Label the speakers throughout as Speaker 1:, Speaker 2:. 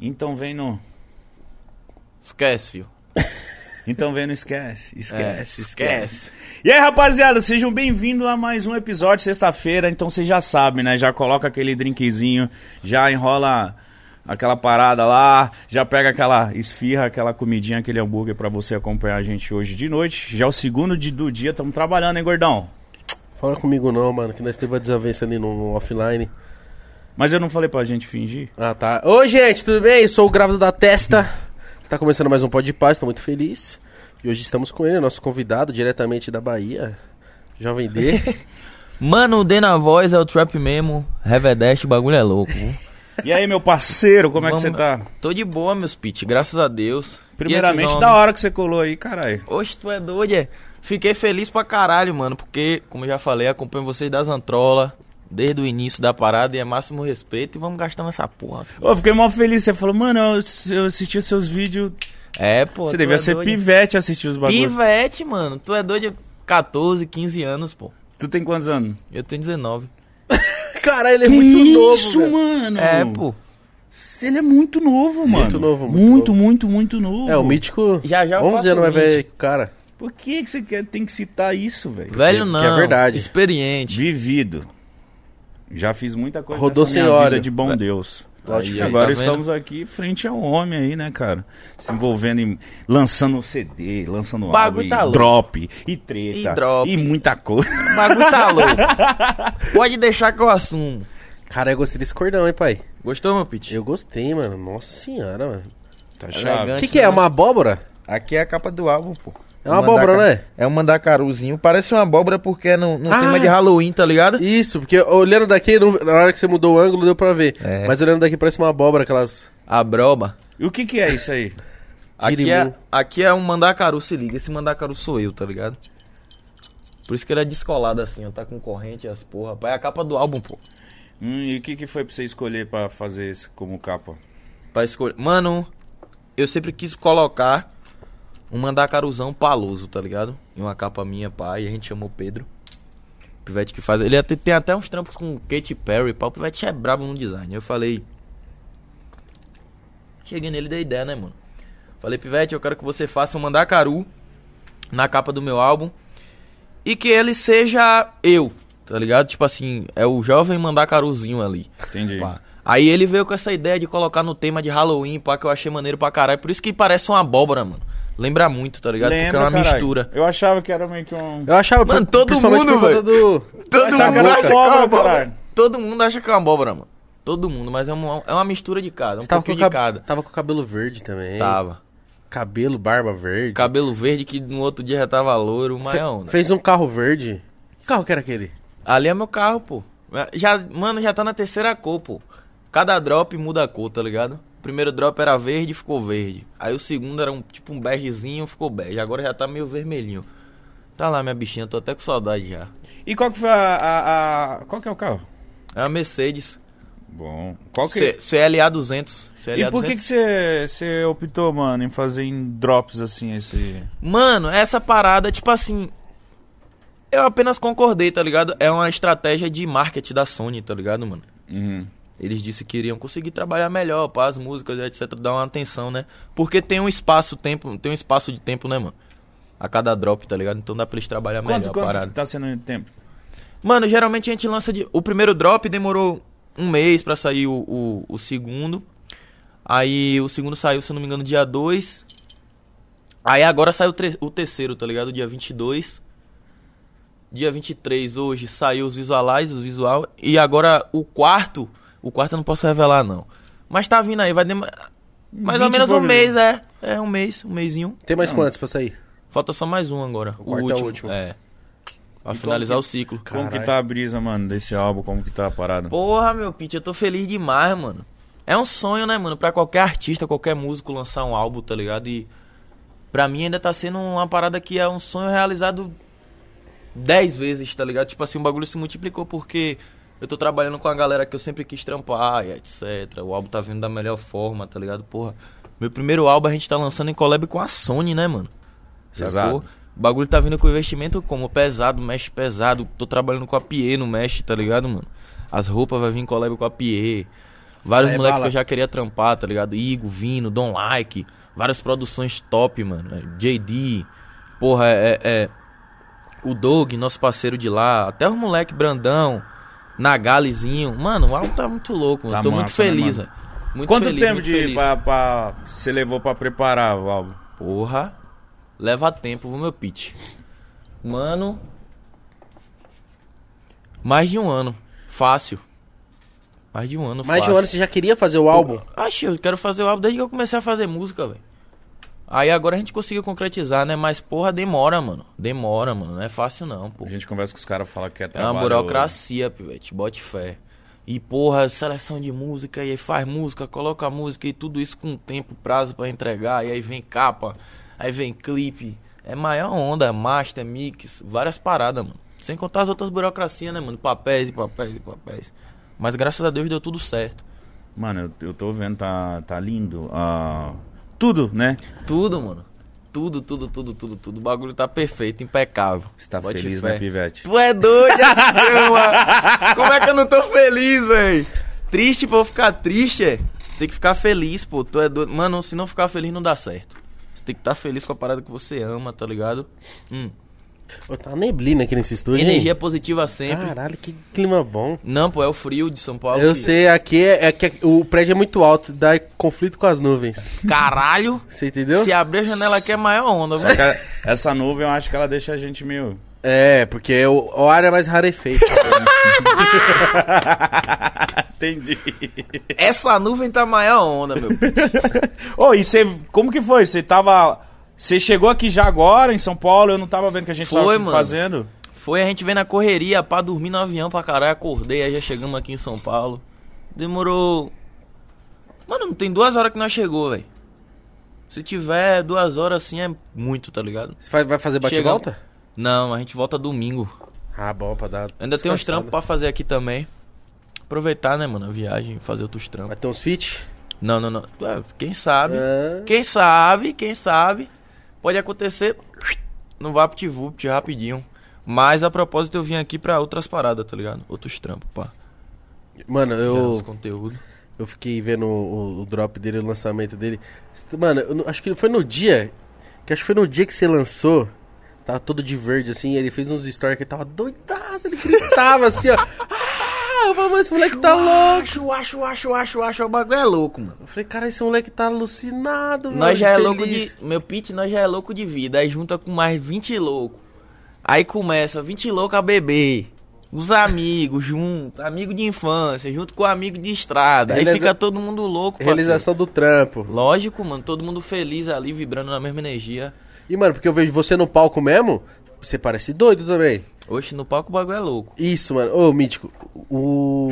Speaker 1: Então vem no.
Speaker 2: Esquece, filho.
Speaker 1: Então vem no esquece.
Speaker 2: É,
Speaker 1: Esquece, esquece.
Speaker 2: esquece.
Speaker 1: E aí, rapaziada, sejam bem-vindos a mais um episódio sexta-feira. Então vocês já sabem, né? Já coloca aquele drinkzinho, já enrola aquela parada lá, já pega aquela esfirra, aquela comidinha, aquele hambúrguer pra você acompanhar a gente hoje de noite. Já é o segundo de- do dia, estamos trabalhando, hein, gordão?
Speaker 3: Fala comigo não, mano, que nós teve uma desavença ali no, no offline.
Speaker 1: Mas eu não falei pra gente fingir?
Speaker 3: Ah, tá. Oi, gente, tudo bem? Sou o Grávido da Testa. Está começando mais um Pó de Paz, estou muito feliz. E hoje estamos com ele, nosso convidado, diretamente da Bahia, Jovem D.
Speaker 4: Mano, o D na voz é o trap mesmo. Revedeste, o bagulho é louco. viu?
Speaker 1: E aí, meu parceiro, como é que você
Speaker 4: Vamos-
Speaker 1: tá?
Speaker 4: Tô de boa, meus pitch, graças a Deus. E esses
Speaker 1: Primeiramente,
Speaker 4: homens?
Speaker 1: da hora que você colou aí, caralho.
Speaker 4: Oxe, tu é doido, é? Fiquei feliz pra caralho, mano, porque, como eu já falei, acompanho vocês das Antrola desde o início da parada e é máximo respeito e vamos gastando essa porra.
Speaker 1: Ô, Eu fiquei mó feliz. Você falou, mano, eu, eu assisti os seus vídeos.
Speaker 4: É, pô.
Speaker 1: você
Speaker 4: tu
Speaker 1: devia
Speaker 4: é
Speaker 1: ser
Speaker 4: doido.
Speaker 1: pivete assistir os bagulhos.
Speaker 4: Pivete, mano. Tu é doido, 14, 15 anos, pô.
Speaker 1: Tu tem quantos anos?
Speaker 4: Eu tenho 19.
Speaker 3: Caralho, ele é muito novo, velho.
Speaker 1: mano!
Speaker 4: É, pô.
Speaker 1: Ele é muito novo, mano.
Speaker 3: novo, muito
Speaker 1: Muito, muito, muito novo.
Speaker 3: É, o mítico.
Speaker 4: Já, já eu
Speaker 3: 11
Speaker 4: faço
Speaker 3: anos mais
Speaker 4: mítico.
Speaker 3: velho que o cara.
Speaker 1: Por que, que você quer- tem que citar isso, velho?
Speaker 4: Velho
Speaker 3: que
Speaker 4: não.
Speaker 3: é verdade.
Speaker 4: Experiente.
Speaker 1: Vivido. Já fiz muita coisa
Speaker 3: Rodou
Speaker 1: nessa minha
Speaker 3: sem
Speaker 1: vida
Speaker 3: óleo.
Speaker 1: de bom
Speaker 4: É.
Speaker 1: Deus.
Speaker 3: Lógico
Speaker 4: Aí,
Speaker 3: que
Speaker 4: aí,
Speaker 1: Agora
Speaker 4: tá vendo?
Speaker 1: estamos aqui frente ao homem aí, né, cara? Se envolvendo em. lançando CD, lançando
Speaker 4: Bagulho
Speaker 1: álbum, e
Speaker 4: tá louco.
Speaker 1: drop, e treta,
Speaker 4: E drop.
Speaker 1: e muita coisa.
Speaker 4: O bagulho tá louco. Pode deixar que eu assumo.
Speaker 3: Cara, eu gostei desse cordão, hein, pai?
Speaker 4: Gostou, meu pitch?
Speaker 3: Eu gostei, mano. Nossa senhora, mano.
Speaker 1: Tá
Speaker 3: O
Speaker 4: Elegante.
Speaker 3: que, que é? Uma abóbora?
Speaker 5: Aqui é a capa do álbum, pô.
Speaker 3: É uma abóbora,
Speaker 5: mandaca-
Speaker 3: né?
Speaker 5: É um mandacaruzinho. Parece uma abóbora porque é no, no
Speaker 3: Ah!
Speaker 5: tema de Halloween, tá ligado?
Speaker 3: Isso, porque olhando daqui, não- na hora que você mudou o ângulo, deu pra ver.
Speaker 5: É.
Speaker 3: Mas olhando daqui parece uma abóbora, aquelas.
Speaker 4: A broba.
Speaker 1: E o que, que é isso aí?
Speaker 4: Aqui
Speaker 3: Kirimu.
Speaker 4: é, aqui é um mandacaru, se liga. Esse mandacaru sou eu, tá ligado? Por isso que ele é descolado assim, ó. Tá com corrente e as porra. Pai, é a capa do álbum, pô.
Speaker 1: Hum, e o que, que foi pra você escolher pra fazer isso como capa?
Speaker 4: Pra escolher. Mano, eu sempre quis colocar um mandacaruzão paloso, tá ligado? Em uma capa minha, pai. E a gente chamou Pedro. O Pivete que faz. Ele até- tem até uns trampos com Katy Perry, pá. O Pivete é brabo no design. Eu falei. Cheguei nele e dei ideia, né, mano? Falei, Pivete, eu quero que você faça um mandacaru na capa do meu álbum. E que ele seja eu, tá ligado? Tipo assim, é o jovem mandacaruzinho ali.
Speaker 1: Entendi.
Speaker 4: Pá. Aí ele veio com essa ideia de colocar no tema de Halloween, pá, que eu achei maneiro pra caralho. Por isso que parece uma abóbora, mano. Lembra muito, tá ligado? Porque é uma
Speaker 1: caralho.
Speaker 4: mistura.
Speaker 1: Eu achava que era meio que um.
Speaker 3: Eu achava
Speaker 4: Mano,
Speaker 3: pri-
Speaker 4: todo
Speaker 3: principalmente
Speaker 4: mundo,
Speaker 3: por conta do.
Speaker 4: Todo
Speaker 1: Eu achava que era é abóbora, caralho.
Speaker 4: Todo mundo acha que é uma abóbora, mano. Todo mundo, mas é uma, é uma mistura de cada, um
Speaker 3: Você tava com,
Speaker 4: pouquinho
Speaker 3: o
Speaker 4: de
Speaker 3: cab- É.
Speaker 4: cada.
Speaker 3: tava com o cabelo verde também.
Speaker 4: Tava.
Speaker 3: Cabelo, barba verde.
Speaker 4: Cabelo verde que no outro dia já tava louro, mas
Speaker 3: Fe-
Speaker 4: é onda.
Speaker 3: Fez um carro verde. Que carro que era aquele?
Speaker 4: Ali é meu carro, pô. Já, mano, já tá na terceira cor, pô. Cada drop muda a cor, tá ligado? O primeiro drop era verde, ficou verde. Aí o segundo era um tipo um begezinho, ficou bege. Agora já tá meio vermelhinho. Tá lá, minha bichinha, tô até com saudade já.
Speaker 1: E qual que foi a, a- a- Qual que é o carro?
Speaker 4: É uma Mercedes.
Speaker 1: Bom. Qual que.
Speaker 4: C- CLA 200. CLA
Speaker 1: E por que que você você optou, mano, em fazer em drops assim esse.
Speaker 4: Mano, essa parada, tipo assim. Eu apenas concordei, tá ligado? É uma estratégia de marketing da Sony, tá ligado, mano?
Speaker 1: Uhum.
Speaker 4: Eles disseram que iriam conseguir trabalhar melhor, pá, as músicas, etc, dar uma atenção, né? Porque tem um espaço tempo, tem um espaço de tempo, né, mano? A cada drop, tá ligado? Então dá pra eles trabalhar melhor
Speaker 1: Quanto,
Speaker 4: a
Speaker 1: quanto
Speaker 4: parada.
Speaker 1: tá sendo o tempo?
Speaker 4: Mano, geralmente a gente lança de. O primeiro drop demorou um mês pra sair o, o, o segundo. Aí o segundo saiu, se eu não me engano, dia 2. Aí agora saiu o, tre- o terceiro, tá ligado? Dia 22. Dia 23 hoje saiu os visualize, os visual. E agora o quarto. O quarto eu não posso revelar, não. Mas tá vindo aí, vai demorar. Mais ou
Speaker 1: 20
Speaker 4: menos um
Speaker 1: problemas.
Speaker 4: mês, é. É um mês, um mêsinho.
Speaker 3: Tem mais
Speaker 1: Não.
Speaker 3: quantos pra sair?
Speaker 4: Falta só mais um agora. O,
Speaker 3: quarto é o
Speaker 4: último.
Speaker 3: último.
Speaker 4: É. Pra
Speaker 1: E
Speaker 4: finalizar
Speaker 1: como
Speaker 4: o ciclo.
Speaker 1: Como que tá a brisa, mano, desse álbum? Como que tá a parada?
Speaker 4: Porra, meu Pete, eu tô feliz demais, mano. É um sonho, né, mano, pra qualquer artista, qualquer músico lançar um álbum, tá ligado? E pra mim ainda tá sendo uma parada que é um sonho realizado dez vezes, tá ligado? Tipo assim, o bagulho se multiplicou porque eu tô trabalhando com a galera que eu sempre quis trampar e etc. O álbum tá vindo da melhor forma, tá ligado? Porra, meu primeiro álbum a gente tá lançando em collab com a Sony, né, mano?
Speaker 1: Exato.
Speaker 4: Sacou? O bagulho tá vindo com investimento como? Pesado, mexe pesado. Tô trabalhando com a Pie no mexe, tá ligado, mano? As roupas vai vir em collab com a Pie. Vários
Speaker 3: É,
Speaker 4: moleques
Speaker 3: bala.
Speaker 4: que eu já queria trampar, tá ligado? Igo, Vino, Don Like, várias produções top, mano. É, JD, porra, é, é- é o Doug, nosso parceiro de lá, até os moleque Brandão, Nagalizinho. Mano, o álbum tá muito louco, mano.
Speaker 1: Tá
Speaker 4: Tô muito
Speaker 1: massa, né,
Speaker 4: feliz,
Speaker 1: mano?
Speaker 4: velho. Muito
Speaker 1: Quanto
Speaker 4: feliz,
Speaker 1: tempo
Speaker 4: muito
Speaker 1: de
Speaker 4: feliz.
Speaker 1: pra, pra- você levou pra preparar o álbum?
Speaker 4: Porra, leva tempo, vou meu pitch. Mano, mais de um ano, fácil. Mais de um ano,
Speaker 3: Mais de
Speaker 4: fácil.
Speaker 3: um ano você já queria fazer o álbum?
Speaker 4: Achei, eu quero fazer o álbum desde que eu comecei a fazer música, velho. Aí agora a gente conseguiu concretizar, né? Mas, porra, demora, mano. Demora, mano. Não é fácil, não, pô.
Speaker 1: A gente conversa com os caras, fala que é
Speaker 4: É uma
Speaker 1: trabalho.
Speaker 4: burocracia, pivete. Bote fé. E, porra, seleção de música, e aí faz música, coloca a música e tudo isso com tempo, prazo pra entregar. E aí vem capa, aí vem clipe. É maior onda, master, mix, várias paradas, mano. Sem contar as outras burocracias, né, mano? Papéis e papéis e papéis. Mas graças a Deus deu tudo certo.
Speaker 1: Mano, eu, eu tô vendo, tá, tá lindo. Ah, tudo, né?
Speaker 4: Tudo, mano. Tudo, tudo, tudo, tudo, tudo. O bagulho tá perfeito, impecável.
Speaker 1: Você tá
Speaker 4: Bote
Speaker 1: feliz,
Speaker 4: fé.
Speaker 1: né, Pivete?
Speaker 4: Tu é doido, mano. Como é que eu não tô feliz, velho? Triste, pô, ficar triste, é. Tem que ficar feliz, pô. Tu é doido. Mano, se não ficar feliz, não dá certo. Você tem que estar feliz com a parada que você ama, tá ligado? Hum.
Speaker 3: Pô, tá uma neblina aqui nesse estúdio. hein?
Speaker 4: Energia positiva sempre.
Speaker 3: Caralho, que clima bom.
Speaker 4: Não, pô, é o frio de São Paulo.
Speaker 3: Eu
Speaker 4: que-
Speaker 3: sei, aqui é, é que o prédio é muito alto, dá conflito com as nuvens.
Speaker 4: Caralho.
Speaker 3: Você entendeu?
Speaker 4: Se abrir a janela aqui é maior onda,
Speaker 1: Só
Speaker 4: velho.
Speaker 1: que a- essa nuvem eu acho que ela deixa a gente meio.
Speaker 3: É, porque é o, o ar é mais rarefeito.
Speaker 1: Entendi.
Speaker 4: Essa nuvem tá maior onda, meu.
Speaker 1: Ô, e você. Como que foi? Você tava. Você chegou aqui já agora em São Paulo, eu não tava vendo que a gente
Speaker 4: Foi,
Speaker 1: tava aqui
Speaker 4: mano.
Speaker 1: fazendo.
Speaker 4: Foi, a gente veio na correria, pá, dormi no avião pra caralho, acordei, aí já chegamos aqui em São Paulo. Demorou. Mano, não tem duas horas que nós chegou, velho. Se tiver duas horas assim é muito, tá ligado?
Speaker 3: Você vai, vai fazer
Speaker 4: Chega-
Speaker 3: bate-volta?
Speaker 4: Não, a gente volta domingo.
Speaker 3: Ah, bom, pra dar.
Speaker 4: Ainda tem uns
Speaker 3: descansada.
Speaker 4: trampos pra fazer aqui também. Aproveitar, né, mano, a viagem, fazer outros trampos.
Speaker 3: Vai ter uns fit?
Speaker 4: Não, não, não. Ah, Quem sabe?
Speaker 3: Ah,
Speaker 4: Quem sabe, quem sabe, pode acontecer no VaptVupt rapidinho. Mas a propósito eu vim aqui pra outras paradas, tá ligado? Outros trampos, pá.
Speaker 3: Mano,
Speaker 4: Eu...
Speaker 3: eu,
Speaker 4: conteúdo.
Speaker 3: eu fiquei vendo o, o drop dele, o lançamento dele. Mano, eu não- acho que foi no dia. Que acho que foi no dia que você lançou. Tava todo de verde, assim, e ele fez uns stories que ele tava doidaço, ele gritava assim, ó. Ah, eu falei, mano, esse moleque tá louco.
Speaker 4: Acho, acho, acho, acho, acho. O bagulho é louco, mano.
Speaker 3: Eu falei, cara, esse moleque tá alucinado, velho,
Speaker 4: Nós já é
Speaker 3: feliz.
Speaker 4: louco de. Meu pit, nós já é louco de vida. Aí junta com mais 20 louco. Aí começa 20 louco a beber. Os amigos, junto, amigo de infância, junto com amigo de estrada. Aí
Speaker 3: Realiza-
Speaker 4: fica todo mundo louco, parceiro.
Speaker 3: Realização do trampo.
Speaker 4: Lógico, mano, todo mundo feliz ali, vibrando na mesma energia.
Speaker 3: E, mano, porque eu vejo você no palco mesmo, você parece doido também.
Speaker 4: Oxe, no palco o bagulho é louco.
Speaker 3: Isso, mano. Ô, Mítico, o...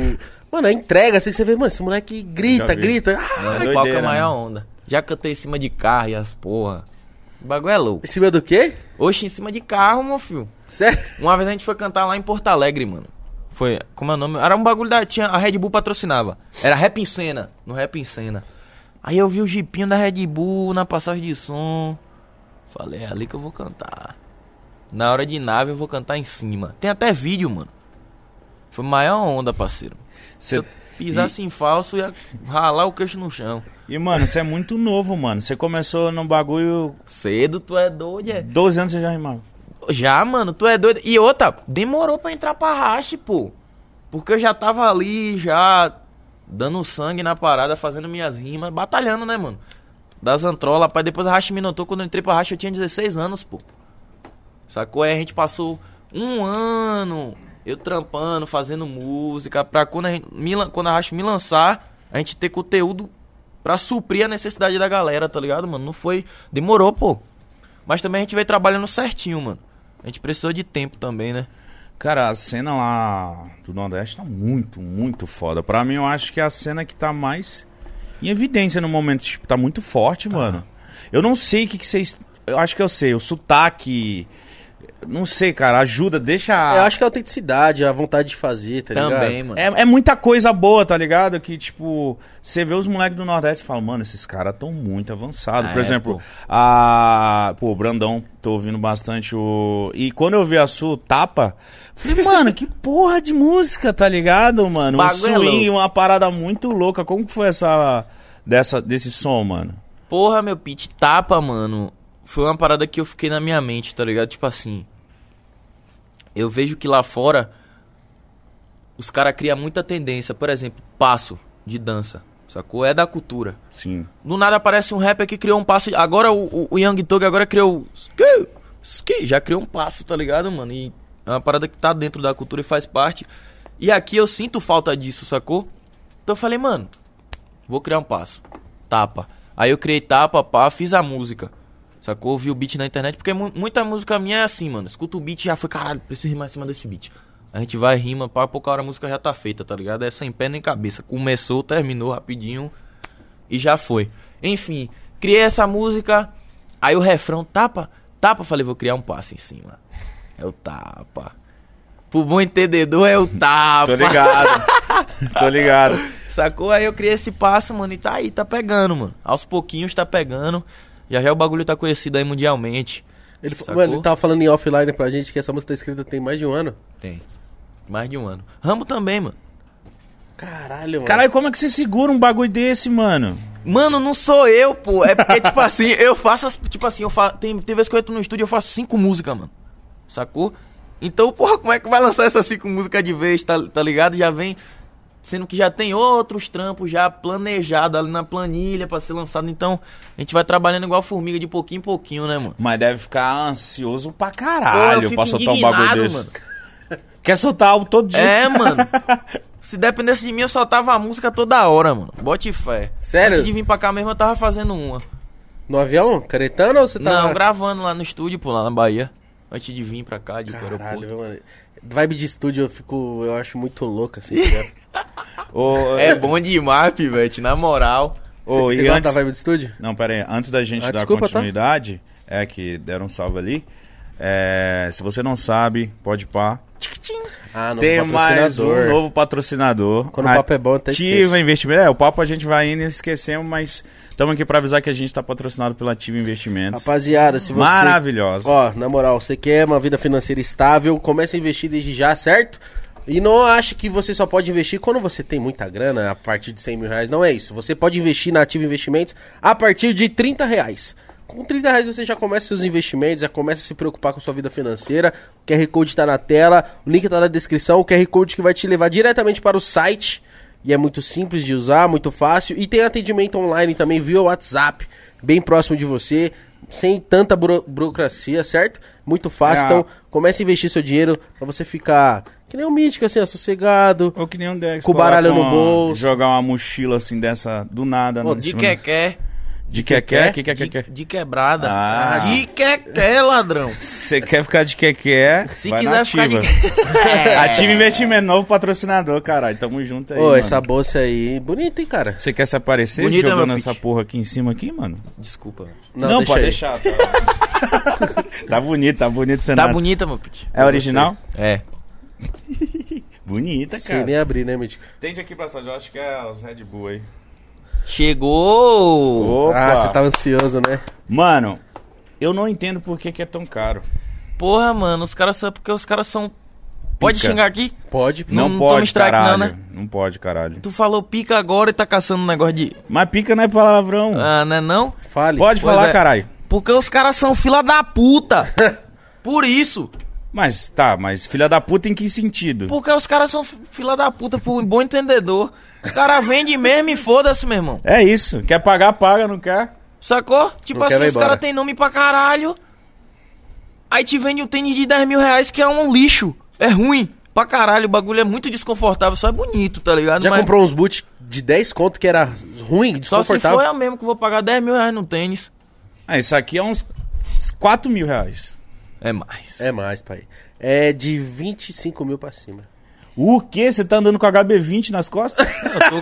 Speaker 3: Mano, a entrega, assim, que você vê, mano, esse moleque grita,
Speaker 1: Já vi.
Speaker 3: grita. Ah!
Speaker 4: Não,
Speaker 1: É
Speaker 4: no
Speaker 1: doideira,
Speaker 4: palco é a maior
Speaker 1: né?
Speaker 4: onda. Já cantei em cima de carro e as porra. O bagulho é louco.
Speaker 3: Em cima do quê?
Speaker 4: Oxe, em cima de carro, meu filho.
Speaker 3: Sério?
Speaker 4: Uma vez a gente foi cantar lá em Porto Alegre, mano. Foi, como é o nome? Era um bagulho da. Tinha, a Red Bull patrocinava. Era Rap em Cena. No Rap em Cena. Aí eu vi o jipinho da Red Bull na passagem de som. Falei, é ali que eu vou cantar. Na hora de nave eu vou cantar em cima. Tem até vídeo, mano. Foi maior onda, parceiro.
Speaker 1: Você-
Speaker 4: Se eu pisasse em falso, ia ralar o queixo no chão.
Speaker 1: E, mano, você é muito novo, mano. Você começou no bagulho.
Speaker 4: Cedo, tu é doido, é.
Speaker 1: 12 anos você já rimava.
Speaker 4: Já, mano, tu é doido. E outra, demorou pra entrar pra racha, pô. Porque eu já tava ali, já dando sangue na parada, fazendo minhas rimas, batalhando, né, mano? Das antrolas, pai. Depois a racha me notou. Quando eu entrei pra racha, eu tinha 16 anos, pô. Sacou? Aí a gente passou um ano eu trampando, fazendo música, pra quando a, gente, me lan- quando a racha me lançar, a gente ter conteúdo pra suprir a necessidade da galera, tá ligado, mano? Não foi. Demorou, pô. Mas também a gente veio trabalhando certinho, mano. A gente precisou de tempo também, né?
Speaker 1: Cara, a cena lá do Nordeste tá muito, muito foda. Pra mim, eu acho que é a cena que tá mais em evidência no momento. Tipo, tá muito forte, mano. Eu não sei o que que vocês. Eu acho que eu sei. O sotaque. Não sei, cara, ajuda, deixa.
Speaker 3: Eu acho que é a autenticidade, a vontade de fazer, tá
Speaker 4: Também,
Speaker 3: ligado?
Speaker 4: mano.
Speaker 1: É, é muita coisa boa, tá ligado? Que, tipo, você vê os moleques do Nordeste e fala, mano, esses caras tão muito avançados.
Speaker 4: Ah,
Speaker 1: Por
Speaker 4: é,
Speaker 1: exemplo,
Speaker 4: pô.
Speaker 1: a. Pô, o Brandão, tô ouvindo bastante o. E quando eu vi a Su tapa, falei, mano, que porra de música, tá ligado, mano? Um
Speaker 4: Bagulho é
Speaker 1: swing,
Speaker 4: louco.
Speaker 1: uma parada muito louca. Como que foi essa. Dessa, desse som, mano?
Speaker 4: Porra, meu pit tapa, mano. Foi uma parada que eu fiquei na minha mente, tá ligado? Tipo assim. Eu vejo que lá fora os caras criam muita tendência, por exemplo, passo de dança, sacou? É da cultura.
Speaker 1: Sim.
Speaker 4: Do nada aparece um rapper que criou um passo. Agora o, o, o Young Thug agora criou. o Ski, ski, já criou um passo, tá ligado, mano? E é uma parada que tá dentro da cultura e faz parte. E aqui eu sinto falta disso, sacou? Então eu falei, mano, vou criar um passo. Tapa. Aí eu criei tapa, pá, fiz a música. Sacou? Ouvi o beat na internet, porque mu- muita música minha é assim, mano. Escuta o beat e já foi, caralho, preciso rimar em cima desse beat. A gente vai, rima, pá, pouca hora a música já tá feita, tá ligado? É sem pé nem cabeça. Começou, terminou rapidinho e já foi. Enfim, criei essa música, aí o refrão tapa, tapa, falei, vou criar um passo em cima. É o tapa. Pro bom entendedor é o
Speaker 1: Tô
Speaker 4: tapa.
Speaker 1: ligado. Tô ligado.
Speaker 4: Sacou? Aí eu criei esse passo, mano, e tá aí, tá pegando, mano. Aos pouquinhos tá pegando. Já já o bagulho tá conhecido aí mundialmente.
Speaker 3: Ele, fa-
Speaker 4: Sacou?
Speaker 3: mano, ele tá- tava falando em offline pra gente que essa música tá escrita tem mais de um ano.
Speaker 4: Tem. Mais de um ano. Rambo também, mano.
Speaker 3: Caralho, mano.
Speaker 1: Caralho, como é que você segura um bagulho desse, mano?
Speaker 4: Mano, não sou eu, pô. É porque, tipo assim, eu faço. as- Tipo assim, eu fa... tem, tem vezes que eu entro no estúdio e eu faço cinco músicas, mano. Sacou? Então, porra, como é que vai lançar essas cinco músicas de vez, tá, tá ligado? Já vem. Sendo que já tem outros trampos já planejado ali na planilha pra ser lançado. Então, a gente vai trabalhando igual formiga de pouquinho em pouquinho, né, mano?
Speaker 1: Mas deve ficar ansioso pra
Speaker 4: Pô,
Speaker 1: caralho
Speaker 4: eu fico
Speaker 1: pra soltar um
Speaker 4: indignado,
Speaker 1: bagulho desse.
Speaker 4: mano.
Speaker 1: Quer soltar algo todo dia.
Speaker 4: É, mano. Se dependesse de mim, eu soltava a música toda hora, mano. Bote fé.
Speaker 3: Sério? Tá.
Speaker 4: Antes de vir pra cá mesmo, eu tava fazendo uma.
Speaker 3: No avião? Caretando ou você tá
Speaker 4: Não, gravando lá no estúdio, pô, lá na Bahia. Antes de vir pra cá, de pro aeroporto.
Speaker 3: Caralho, mano. Vibe de estúdio eu fico, eu acho muito louco, assim. cara.
Speaker 1: Ô,
Speaker 4: É bom demais, pivete, na moral.
Speaker 1: ô,
Speaker 3: Você
Speaker 1: e
Speaker 3: gosta
Speaker 1: antes...
Speaker 3: da vibe de estúdio?
Speaker 1: Não, pera aí. Antes da gente
Speaker 3: Ah,
Speaker 1: dar
Speaker 3: desculpa, tá?
Speaker 1: continuidade, é que deram um salve ali. É, se você não sabe, pode pá.
Speaker 3: Ah, não,
Speaker 1: Tem mais
Speaker 3: patrocinador.
Speaker 1: um novo patrocinador. Ah,
Speaker 3: Quando o papo é bom, até
Speaker 1: Ativa
Speaker 3: esqueço.
Speaker 1: Investimento. É, o papo a gente vai indo e esquecemos, mas estamos aqui pra avisar que a gente tá patrocinado pela Ativa Investimentos.
Speaker 3: Rapaziada, se você...
Speaker 1: Maravilhosa.
Speaker 3: Ó, na moral, você quer uma vida financeira estável, começa a investir desde já, certo? E não acha que você só pode investir quando você tem muita grana, a partir de 100 mil reais. Não é isso. Você pode investir na Ativa Investimentos a partir de 30 reais. Com 30 reais você já começa seus investimentos, já começa a se preocupar com sua vida financeira. O QR Code tá na tela, o link tá na descrição. O QR Code que vai te levar diretamente para o site. E é muito simples de usar, muito fácil. E tem atendimento online também via WhatsApp, bem próximo de você, sem tanta buro- burocracia, certo? Muito fácil.
Speaker 1: É.
Speaker 3: Então, comece a investir seu dinheiro pra você ficar que nem um mítico, assim, ó, sossegado.
Speaker 1: Ou que nem um Dex.
Speaker 3: Com o baralho
Speaker 1: coloca
Speaker 3: no
Speaker 1: uma-
Speaker 3: bolso.
Speaker 1: Jogar uma mochila assim dessa, do nada. né,
Speaker 3: Pô,
Speaker 1: em
Speaker 4: De é-
Speaker 1: cima do-
Speaker 4: quequé.
Speaker 1: De quequer? Que é? quer,
Speaker 4: É? De,
Speaker 1: quer?
Speaker 4: de quebrada.
Speaker 1: Ah.
Speaker 4: De quequé, ladrão.
Speaker 1: Você quer ficar de quequer?
Speaker 4: Se
Speaker 1: é? vai na
Speaker 4: quiser ficar de é
Speaker 1: ativa. Ativa Investimento, novo patrocinador, caralho. Tamo junto aí.
Speaker 3: Ô,
Speaker 1: mano.
Speaker 3: essa bolsa aí, bonita, hein, cara?
Speaker 1: Você quer se aparecer
Speaker 4: Bonito, né,
Speaker 1: jogando
Speaker 4: meu
Speaker 1: essa
Speaker 4: pitch?
Speaker 1: porra aqui em cima aqui, mano?
Speaker 4: Desculpa. mano.
Speaker 3: aí.
Speaker 1: deixar. Tá, tá bonito, tá bonito o
Speaker 4: Tá
Speaker 1: cenário.
Speaker 4: bonita, meu pit.
Speaker 1: É original?
Speaker 4: É.
Speaker 1: Bonita,
Speaker 3: Sem nem
Speaker 1: cara.
Speaker 3: abrir, né, mítico?
Speaker 1: Tende aqui pra Sajó, acho que é os Red Bull aí.
Speaker 4: Chegou!
Speaker 1: Opa!
Speaker 3: Ah, você tá ansioso, né?
Speaker 1: Mano, eu não entendo por que, que é tão caro.
Speaker 4: Porra, mano, os caras são. Porque os caras são. Pode
Speaker 1: Pica.
Speaker 4: xingar aqui?
Speaker 3: Pode, pô.
Speaker 1: Não,
Speaker 4: Não toma
Speaker 1: pode,
Speaker 4: strike não,
Speaker 1: caralho.
Speaker 4: né?
Speaker 1: Não pode, caralho.
Speaker 4: Tu falou pica agora e tá caçando um negócio de.
Speaker 1: Mas pica não é palavrão.
Speaker 4: Ah, né não?
Speaker 3: Fale.
Speaker 1: pode
Speaker 4: pois
Speaker 1: falar,
Speaker 4: é.
Speaker 1: caralho.
Speaker 4: Porque os caras são fila da puta. Por isso.
Speaker 1: Mas tá, mas filha da puta em que sentido?
Speaker 4: Porque os caras são fi- fila da puta, por um bom entendedor. Os caras vendem mesmo e foda-se, meu irmão.
Speaker 1: É isso. Quer pagar, paga, não quer?
Speaker 4: Sacou? Tipo
Speaker 3: Não quero
Speaker 4: assim,
Speaker 3: ir
Speaker 4: os caras
Speaker 3: embora.
Speaker 4: têm nome pra caralho. Aí te vende um tênis de 10 mil reais que é um lixo. É ruim. Pra caralho, o bagulho é muito desconfortável, só é bonito, tá ligado?
Speaker 3: Já
Speaker 4: Mas
Speaker 3: comprou um uns boot de 10 conto que era ruim,
Speaker 4: Só se for
Speaker 3: desconfortável.
Speaker 4: eu mesmo que vou pagar 10 mil reais no tênis.
Speaker 1: Ah, isso aqui é uns 4 mil reais.
Speaker 4: É mais.
Speaker 3: É mais, pai. É de 25 mil pra cima.
Speaker 1: O quê? Você tá andando com HB20 nas costas?
Speaker 4: Eu, tô,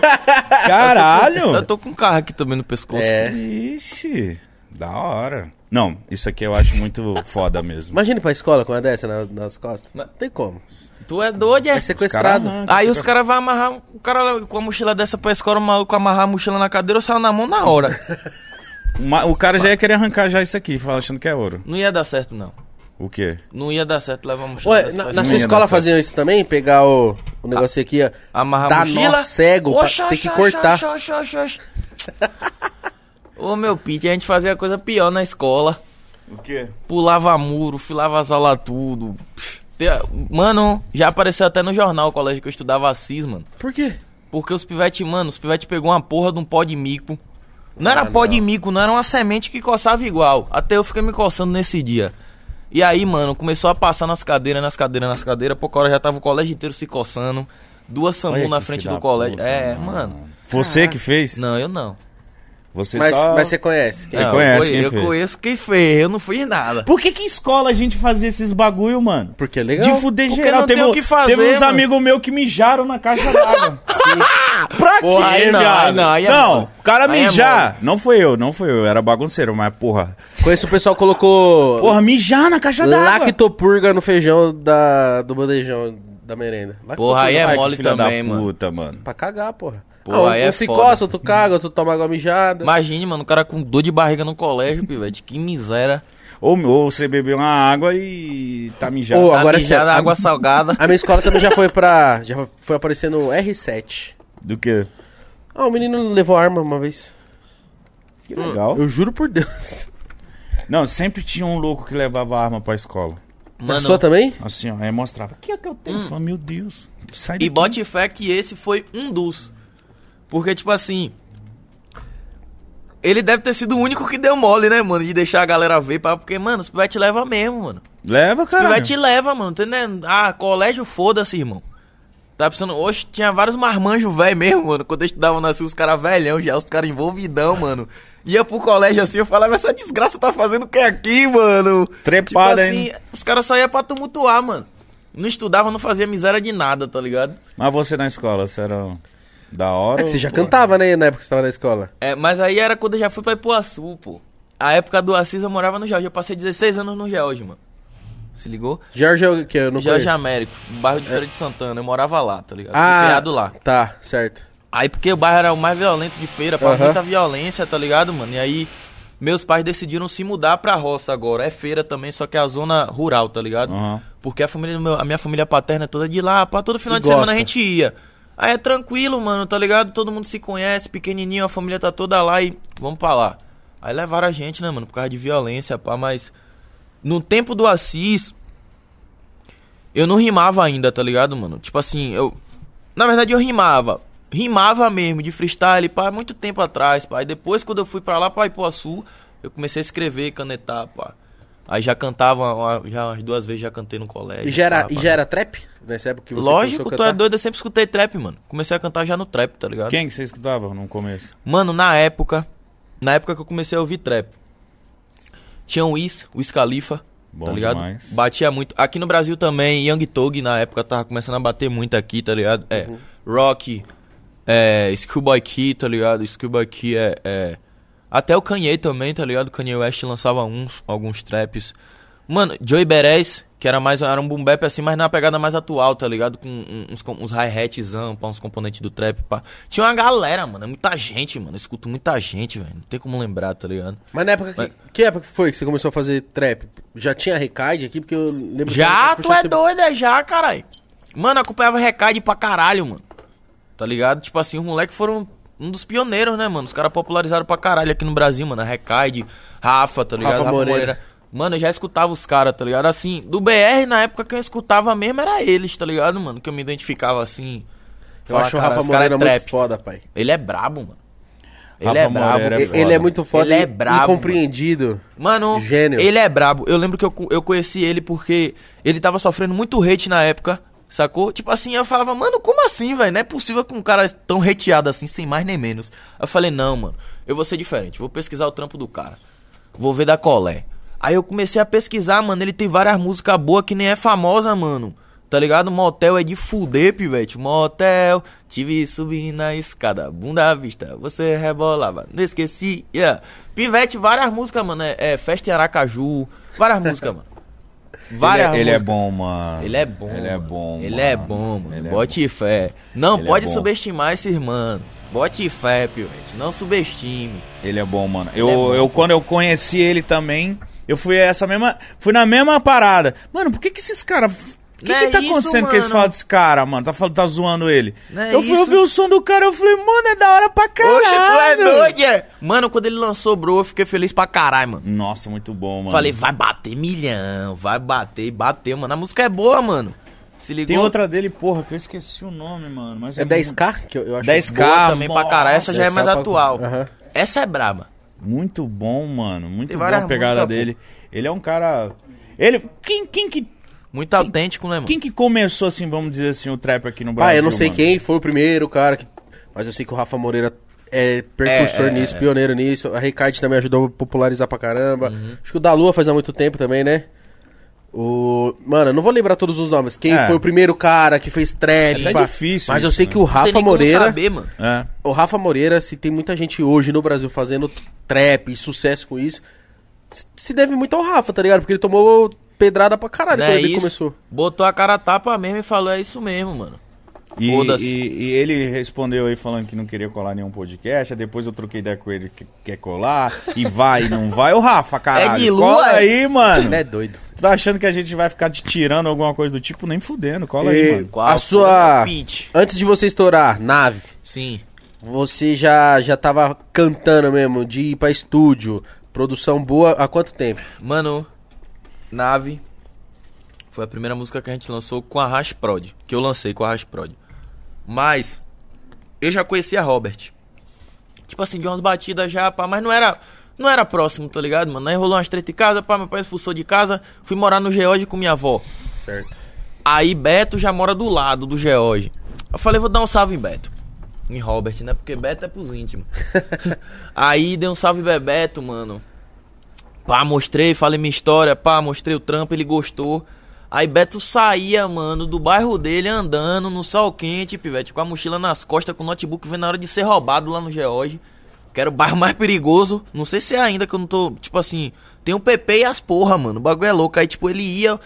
Speaker 1: Caralho!
Speaker 4: eu tô com um carro aqui também no pescoço.
Speaker 3: É.
Speaker 1: Ixi. Da hora. Não, isso aqui eu acho muito foda mesmo.
Speaker 3: Imagina ir pra escola com uma dessa na- nas costas. Não
Speaker 4: Mas-
Speaker 3: tem como.
Speaker 4: Tu é doido,
Speaker 3: É
Speaker 4: Né? é?
Speaker 3: sequestrado.
Speaker 1: arrancam.
Speaker 4: Aí os caras vão amarrar, o cara com a mochila dessa pra escola, o maluco amarrar a mochila na cadeira, eu saio na mão na hora.
Speaker 1: Ma- o cara já ia querer arrancar já isso aqui, fala- achando que é ouro.
Speaker 4: Não ia dar certo, não.
Speaker 1: O quê?
Speaker 4: Não ia dar certo levar a mochila
Speaker 3: Ué,
Speaker 4: dessa
Speaker 3: na,
Speaker 4: pra
Speaker 3: na
Speaker 1: Não
Speaker 3: sua
Speaker 1: ia dar
Speaker 3: escola
Speaker 1: certo.
Speaker 3: faziam isso também? Pegar o, o negócio aqui, ó.
Speaker 4: Amarrar
Speaker 3: Dá
Speaker 4: a mochila.
Speaker 3: nó Tá, cego, pra-
Speaker 4: Oxa,
Speaker 3: tem que
Speaker 4: oxa,
Speaker 3: cortar.
Speaker 4: oxa, oxa, oxa, oxa. Ô meu Pete, a gente fazia a coisa pior na escola.
Speaker 1: O quê?
Speaker 4: Pulava muro, filava as aulas tudo. Te- Mano, já apareceu até no jornal o colégio que eu estudava Assis, mano.
Speaker 3: Por quê?
Speaker 4: Porque os pivete, mano, os pivete pegou uma porra de um pó de mico. Não era
Speaker 3: Ah,
Speaker 4: pó de
Speaker 3: não.
Speaker 4: mico, não era uma semente que coçava igual. Até eu fiquei me coçando nesse dia. E aí, mano, começou a passar nas cadeiras, nas cadeiras, nas cadeiras. Pouca hora já tava o colégio inteiro se coçando. Duas SAMU
Speaker 1: Olha um
Speaker 4: na
Speaker 1: que
Speaker 4: frente
Speaker 1: filho
Speaker 4: do
Speaker 1: da
Speaker 4: colégio.
Speaker 1: puta,
Speaker 4: é, mano.
Speaker 1: Você que fez?
Speaker 4: Não, eu não.
Speaker 1: Você
Speaker 3: Mas,
Speaker 1: só...
Speaker 3: mas você conhece.
Speaker 1: Você
Speaker 4: Não,
Speaker 1: conhece
Speaker 4: eu,
Speaker 1: quem
Speaker 4: eu
Speaker 1: fez.
Speaker 4: conheço quem fez, eu não fui em nada.
Speaker 1: Por que que em escola a gente fazia esses bagulho, mano?
Speaker 3: Porque é legal.
Speaker 1: De fuder
Speaker 4: Porque
Speaker 1: geral.
Speaker 4: não
Speaker 1: Teve,
Speaker 4: tem o
Speaker 1: um-
Speaker 4: que fazer,
Speaker 1: teve uns
Speaker 4: mano.
Speaker 1: amigos meus que mijaram na caixa d'água. pra quê,
Speaker 4: Porra, aí não,
Speaker 1: viado?
Speaker 4: aí não, aí é mole.
Speaker 1: o cara
Speaker 4: Aí é
Speaker 1: mijar. não foi eu, não foi eu. eu Era bagunceiro, mas porra.
Speaker 3: Conheço o pessoal que colocou
Speaker 1: Porra, mijar na
Speaker 4: é
Speaker 1: caixa d'água.
Speaker 3: lactopurga no feijão da, do bandejão da merenda. Lactopurga.
Speaker 4: Porra, aí é
Speaker 1: Ai, que
Speaker 4: mole
Speaker 1: filha
Speaker 4: também,
Speaker 1: da
Speaker 4: mano.
Speaker 1: puta, mano.
Speaker 3: Pra cagar, porra.
Speaker 4: Porra, aí
Speaker 3: um
Speaker 4: é
Speaker 3: se
Speaker 4: foda.
Speaker 3: coça, outro caga, outro toma água mijada.
Speaker 4: Imagine, mano, o cara com dor de barriga no colégio, pivete. Que miséria.
Speaker 1: Ou, ou você bebeu uma água e tá mijado.
Speaker 3: Ou- Pô,
Speaker 4: Tá
Speaker 3: agora é
Speaker 4: mijada,
Speaker 3: sério.
Speaker 4: água salgada.
Speaker 3: A minha escola também já foi pra... Já foi aparecer no R7.
Speaker 1: Do que?
Speaker 3: Ah, o menino levou arma uma vez.
Speaker 1: Que legal.
Speaker 4: Hum.
Speaker 3: Eu juro por Deus.
Speaker 1: Não, sempre tinha um louco que levava arma pra escola.
Speaker 3: A sua também?
Speaker 1: Assim, ó, aí mostrava. O que é que eu tenho? Eu falava, meu Deus. Sai
Speaker 4: Hum. E
Speaker 1: daqui.
Speaker 4: bote fé que esse foi um dos. Porque, tipo assim. Ele deve ter sido o único que deu mole, né, mano? De deixar a galera ver, pá, porque, mano, os pivete leva mesmo, mano.
Speaker 1: Leva,
Speaker 4: Os
Speaker 1: cara.
Speaker 4: pivete leva, mano. Tá entendendo? Ah, colégio, foda-se, irmão. Tá pensando, hoje tinha vários marmanjos velho mesmo, mano. Quando eu estudava nasci, os caras velhão já, os caras envolvidão, mano. Ia pro colégio assim, eu falava, essa desgraça tá fazendo o que aqui, mano?
Speaker 1: Trepada
Speaker 4: tipo assim,
Speaker 1: ainda.
Speaker 4: os caras só iam pra tumultuar, mano. Não estudava, não fazia miséria de nada, tá ligado?
Speaker 1: Mas você na escola, você era da hora?
Speaker 3: É que você
Speaker 1: ou-
Speaker 3: já cantava, né, na época que você tava na escola.
Speaker 4: É, mas aí era quando eu já fui pra Ipuaçu, pô. A época do Assis eu morava no George. Eu passei 16 anos no George, mano. Se ligou?
Speaker 3: Jorge é o que eu não
Speaker 4: George
Speaker 3: conheço.
Speaker 4: Américo, um bairro de Feira de Santana. Eu morava lá, tá ligado? Fui
Speaker 3: É. Ah,
Speaker 4: criado lá.
Speaker 3: tá, certo.
Speaker 4: Aí porque o bairro era o mais violento de feira, pra
Speaker 3: Aham.
Speaker 4: muita violência, tá ligado, mano? E aí meus pais decidiram se mudar pra roça agora. É feira também, só que é a zona rural, tá ligado?
Speaker 1: Aham.
Speaker 4: Porque a família do meu- a minha família paterna é toda de lá, pá, todo final
Speaker 3: E
Speaker 4: de semana
Speaker 3: gosta.
Speaker 4: a gente ia. Aí é tranquilo, mano, tá ligado? Todo mundo se conhece, pequenininho, a família tá toda lá e vamos pra lá. Aí levaram a gente, né, mano, por causa de violência, pá, mas no tempo do Assis eu não rimava ainda, tá ligado, mano? Tipo assim, eu na verdade eu rimava, rimava mesmo de freestyle, pá, muito tempo atrás, pá. E depois quando eu fui pra lá pra Ipuaçu, eu comecei a escrever, canetar, pá. Aí já cantava, uma- já umas duas vezes já cantei no colégio.
Speaker 3: E já era,
Speaker 4: pá,
Speaker 3: e
Speaker 4: pá.
Speaker 3: já era trap? Nessa época que você
Speaker 4: né? Lógico,
Speaker 3: começou a
Speaker 4: tu é
Speaker 3: cantar?
Speaker 4: doido, eu sempre escutei trap, mano. Comecei a cantar já no trap, tá ligado?
Speaker 1: Quem que você escutava no começo?
Speaker 4: Mano, na época, na época que eu comecei a ouvir trap, tinha o Wiz, o Wiz Khalifa,
Speaker 1: Bom
Speaker 4: tá ligado?
Speaker 1: demais.
Speaker 4: Batia muito. Aqui no Brasil também, Young Tog na época tava começando a bater muito aqui, tá ligado? É, Rock, é, Schoolboy Key, tá ligado? Schoolboy Key é, é... Até o Kanye também, tá ligado? O Kanye West lançava uns, alguns traps. Mano, Joey Berez, que era mais era um boom bap assim, mas na pegada mais atual, tá ligado? Com um- uns, com- uns hi-hatzão, pá, uns componentes do trap, pá. Tinha uma galera, mano, é muita gente, mano. Eu escuto muita gente, velho. Não tem como lembrar, tá ligado?
Speaker 3: Mas na época que, que época que foi que você começou a fazer trap? Já tinha recaide aqui? Porque eu lembro
Speaker 4: Já,
Speaker 3: que
Speaker 4: tu é doido, é já, caralho. Mano, acompanhava recade pra caralho, mano. Tá ligado? Tipo assim, os moleques foram um dos pioneiros, né, mano? Os caras popularizaram pra caralho aqui no Brasil, mano. Recade, Rafa, tá ligado?
Speaker 3: Rafa Moreira.
Speaker 4: Mano, eu já escutava os caras, tá ligado? Assim, do BR, na época que eu escutava mesmo, era eles, tá ligado, mano? Que eu me identificava assim.
Speaker 3: Eu acho o Rafa
Speaker 4: cara é
Speaker 3: Moreira muito foda, pai.
Speaker 4: Ele é brabo, mano. Ele
Speaker 1: Rafa
Speaker 4: é brabo.
Speaker 1: Moreira É
Speaker 3: E-
Speaker 1: foda.
Speaker 3: ele é muito foda
Speaker 4: Ele é
Speaker 3: e-
Speaker 4: brabo,
Speaker 3: incompreendido. É
Speaker 4: Mano,
Speaker 3: Gênio.
Speaker 4: ele é brabo. Eu lembro que eu, co- eu conheci ele porque ele tava sofrendo muito hate na época, sacou? Tipo assim, eu falava, mano, como assim, velho? Não é possível que um cara tão hateado assim, sem mais nem menos. Eu falei, não, mano, eu vou ser diferente. Vou pesquisar o trampo do cara. Vou ver da colé. Aí eu comecei a pesquisar, mano. Ele tem várias músicas boas que nem é famosa, mano. Tá ligado? Motel é de fuder, pivete. Motel, tive subindo na escada, bunda à vista, você rebolava, não esqueci. Yeah. Pivete, várias músicas, mano. É, é Festa em Aracaju, várias músicas, mano. Várias
Speaker 1: ele, é- ele é
Speaker 4: músicas.
Speaker 1: bom, mano.
Speaker 4: Ele é bom.
Speaker 1: Ele é
Speaker 4: mano.
Speaker 1: bom.
Speaker 4: Ele é bom, mano.
Speaker 1: Ele é
Speaker 4: Bote fé. Não
Speaker 1: Ele é
Speaker 4: pode
Speaker 1: bom.
Speaker 4: subestimar esses mano. Bote fé, pivete. Não subestime.
Speaker 1: Ele é bom, mano. Eu,
Speaker 4: é bom,
Speaker 1: eu
Speaker 4: pô.
Speaker 1: quando eu conheci ele também, eu fui essa mesma, fui na mesma parada. Mano, por que que esses caras o que,
Speaker 4: Não
Speaker 1: que
Speaker 4: é
Speaker 1: tá
Speaker 4: isso,
Speaker 1: acontecendo que eles
Speaker 4: mano.
Speaker 1: falam desse cara, mano? Tá, falando- tá zoando ele.
Speaker 4: Não é
Speaker 1: eu fui
Speaker 4: isso.
Speaker 1: ouvir o som do cara, eu falei, mano, é da hora pra caralho.
Speaker 4: Oxe, tu é doido, é? Mano, quando ele lançou Bro, eu fiquei feliz pra caralho, mano.
Speaker 1: Nossa, muito bom, mano.
Speaker 4: Falei, vai bater milhão, vai bater, bateu, mano. A música é boa, mano. Se ligou?
Speaker 1: Tem outra dele, porra, que eu esqueci o nome, mano. Mas
Speaker 3: É 10k? Que eu, eu acho
Speaker 1: 10K
Speaker 4: boa também pra caralho. Essa
Speaker 1: nossa.
Speaker 4: já é mais
Speaker 3: Essa é pra-
Speaker 4: atual.
Speaker 3: Aham.
Speaker 4: Essa é braba.
Speaker 1: Muito bom, mano. Muito
Speaker 4: Tem
Speaker 1: boa
Speaker 4: várias
Speaker 1: a pegada
Speaker 4: músicas, pô.
Speaker 1: dele. Ele é um cara. Ele. Quem, quem, que,
Speaker 4: Muito autêntico, né, mano?
Speaker 1: quem que começou, assim, vamos dizer assim, o trap aqui no Brasil?
Speaker 3: Ah, eu não sei
Speaker 1: mano?
Speaker 3: quem foi o primeiro cara, que- mas eu sei que o Rafa Moreira é percursor
Speaker 4: É, é,
Speaker 3: nisso, pioneiro nisso. A Recade também ajudou a popularizar pra caramba. Acho que o da Lua faz há muito tempo também, né? O... Mano, eu não vou lembrar todos os nomes. Quem
Speaker 1: É.
Speaker 3: foi o primeiro cara que fez trap?
Speaker 1: É até
Speaker 3: pá.
Speaker 1: difícil
Speaker 3: Mas eu
Speaker 1: isso,
Speaker 3: sei
Speaker 1: né?
Speaker 3: que o
Speaker 4: Não tem
Speaker 3: Rafa
Speaker 4: nem como
Speaker 3: Moreira.
Speaker 4: saber, mano.
Speaker 1: É.
Speaker 3: O Rafa Moreira, se tem muita gente hoje no Brasil fazendo trap e sucesso com isso, se- se deve muito ao Rafa, tá ligado? Porque ele tomou pedrada pra caralho
Speaker 4: Não
Speaker 3: quando
Speaker 4: é
Speaker 3: ele
Speaker 4: isso?
Speaker 3: começou.
Speaker 4: Botou a cara a tapa mesmo e falou, é isso mesmo, mano.
Speaker 1: E,
Speaker 4: Foda-se.
Speaker 1: e- e ele respondeu aí falando que não queria colar nenhum podcast. aí Depois eu troquei ideia com ele que quer colar. E vai e não vai. Ô, Rafa, caralho.
Speaker 4: de lua,
Speaker 1: Cola
Speaker 4: é?
Speaker 1: aí, mano.
Speaker 3: Ele é doido.
Speaker 1: Tu tá achando que a gente vai ficar te tirando alguma coisa do tipo? Nem fudendo. Cola
Speaker 3: E-
Speaker 1: aí, mano.
Speaker 4: Qual
Speaker 3: A
Speaker 4: foi
Speaker 3: sua-
Speaker 4: a pitch?
Speaker 3: Antes de você estourar, nave.
Speaker 4: Sim.
Speaker 3: Você já, já tava cantando mesmo, de ir pra estúdio, produção boa, há quanto tempo?
Speaker 4: Mano, Nave foi a primeira música que a gente lançou com a Rasprod, que eu lancei com a Rasprod. Mas eu já conhecia Robert. Tipo assim, de umas batidas já, pá, mas não era não era próximo, tá ligado, mano? Aí rolou umas treta em casa, pá, meu pai expulsou de casa, fui morar no George com minha avó.
Speaker 3: Certo.
Speaker 4: Aí Beto já mora do lado do George. Eu falei, vou dar um salve em Beto. Em Robert, né? Porque Beto é pros íntimos. Aí dei um salve em Bebeto, mano. Pá, mostrei, falei minha história, pá, mostrei o trampo, ele gostou. Aí Beto saía, mano, do bairro dele andando no sol quente, pivete, com a mochila nas costas, com o notebook, vendo a hora de ser roubado lá no George. Que era o bairro mais perigoso. Não sei se é ainda que eu não tô, tipo assim, tem o PP e as porra, mano. O bagulho é louco. Aí, tipo, ele ia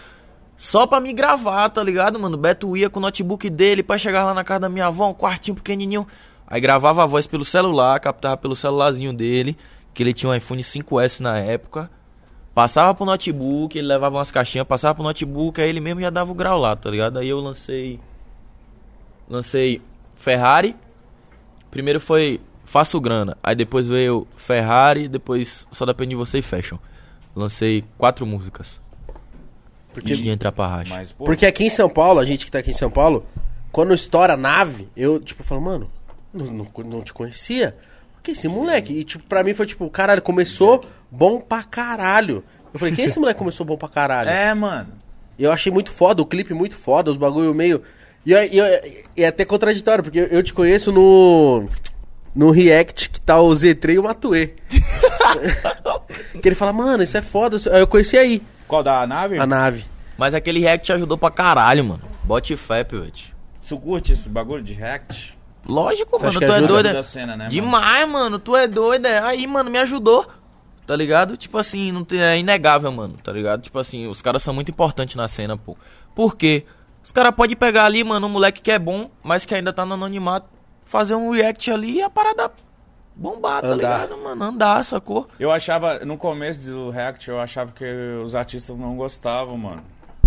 Speaker 4: só pra me gravar, tá ligado, mano? Beto ia com o notebook dele pra chegar lá na casa da minha avó, um quartinho pequenininho. Aí gravava a voz pelo celular, captava pelo celularzinho dele, que ele tinha um iPhone 5S na época. Passava pro notebook, ele levava umas caixinhas, passava pro notebook, aí ele mesmo já dava o grau lá, tá ligado? Aí eu lancei. Lancei Ferrari. Primeiro foi Faço Grana. Aí depois veio Ferrari, depois Só Depende de Você e Fashion. Lancei quatro músicas.
Speaker 3: Porque-
Speaker 4: Porque... de entrar pra racha.
Speaker 1: Mas, pô,
Speaker 3: Porque aqui em São Paulo, a gente que tá aqui em São Paulo, quando estoura a nave, eu, tipo, falo, mano, não, não, não te conhecia. Que esse moleque? E, tipo, pra mim foi tipo, caralho, começou bom pra caralho. Eu falei, quem esse moleque começou bom pra caralho?
Speaker 1: É, mano.
Speaker 3: E eu achei muito foda, o clipe muito foda, os bagulho meio. E, eu- e eu- e é até contraditório, porque eu, eu te conheço no. No React que tá o Z3 e o Matue. que ele fala, mano, isso é foda. isso- Eu conheci aí
Speaker 1: Qual da nave?
Speaker 3: a nave.
Speaker 4: Mas aquele react te ajudou pra caralho, mano. Bote fé, pivete.
Speaker 1: Tu curte esse bagulho de react?
Speaker 4: Lógico,
Speaker 3: Você
Speaker 4: mano,
Speaker 3: acha que
Speaker 4: tu é
Speaker 3: ajuda?
Speaker 4: doido.
Speaker 1: Da
Speaker 4: é?
Speaker 1: cena, né, mano?
Speaker 4: Demais, mano, tu é doido. é. Aí, mano, me ajudou. Tá ligado? Tipo assim, não tem- é inegável, mano, tá ligado? Tipo assim, os caras são muito importantes na cena, pô. Por quê? Os caras podem pegar ali, mano, um moleque que é bom, mas que ainda tá no anonimato, fazer um react ali e a parada bombar, tá
Speaker 3: Andar.
Speaker 4: ligado, mano? Andar, sacou?
Speaker 1: Eu achava, no começo do react, eu achava que os artistas não gostavam, mano.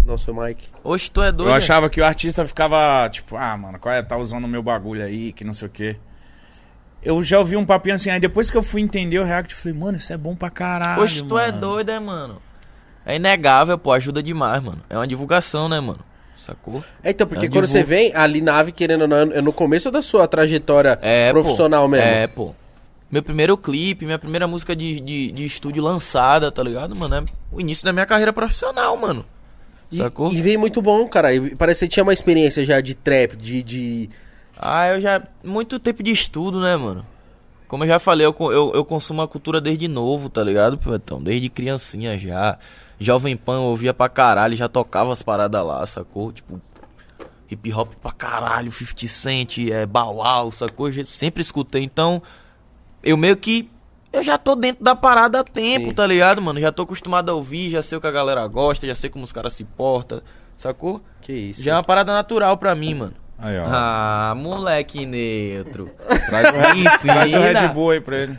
Speaker 3: Nosso Mike.
Speaker 4: Oxe, tu é doido.
Speaker 1: Eu
Speaker 4: é.
Speaker 1: achava que o artista ficava tipo, ah, mano, qual é? Tá usando o meu bagulho aí, que não sei o quê. Eu já ouvi um papinho assim, aí depois que eu fui entender o react, eu falei, mano, isso é bom pra caralho.
Speaker 4: Poxa, tu é
Speaker 1: mano.
Speaker 4: doido, é, mano? É inegável, pô, ajuda demais, mano. É uma divulgação, né, mano? Sacou?
Speaker 3: É, então, porque
Speaker 4: Eu
Speaker 3: quando você
Speaker 4: divulgo.
Speaker 3: vem, ali nave, querendo ou não, é no começo da sua trajetória
Speaker 4: É, pô.
Speaker 3: profissional mesmo.
Speaker 4: É, pô. Meu primeiro clipe, minha primeira música de, de, de estúdio lançada, tá ligado, mano? É o início da minha carreira profissional, mano.
Speaker 3: E-
Speaker 4: Sacou?
Speaker 3: E, veio muito bom, cara. E Parece que você tinha uma experiência já de trap, de. de...
Speaker 4: Ah, eu já. Muito tempo de estudo, né, mano? Como eu já falei, eu, co- eu, eu consumo a cultura desde novo, tá ligado, Pivetão? Desde criancinha já. Jovem Pan eu ouvia pra caralho, já tocava as paradas lá, sacou? Tipo, hip hop pra caralho, 50 Cent, é, Bauau, sacou? Eu sempre escutei, então eu meio que. Eu já tô dentro da parada há tempo,
Speaker 3: Sim.
Speaker 4: tá ligado, mano? Já tô acostumado a ouvir, já sei o que a galera gosta, já sei como os caras se portam, sacou?
Speaker 3: Que isso.
Speaker 4: Já é uma parada natural pra mim, mano.
Speaker 1: Aí, ó.
Speaker 4: Ah, moleque neutro.
Speaker 1: Traz, o Red,
Speaker 4: Ensina.
Speaker 1: traz o
Speaker 4: né?
Speaker 1: Red Bull aí pra ele.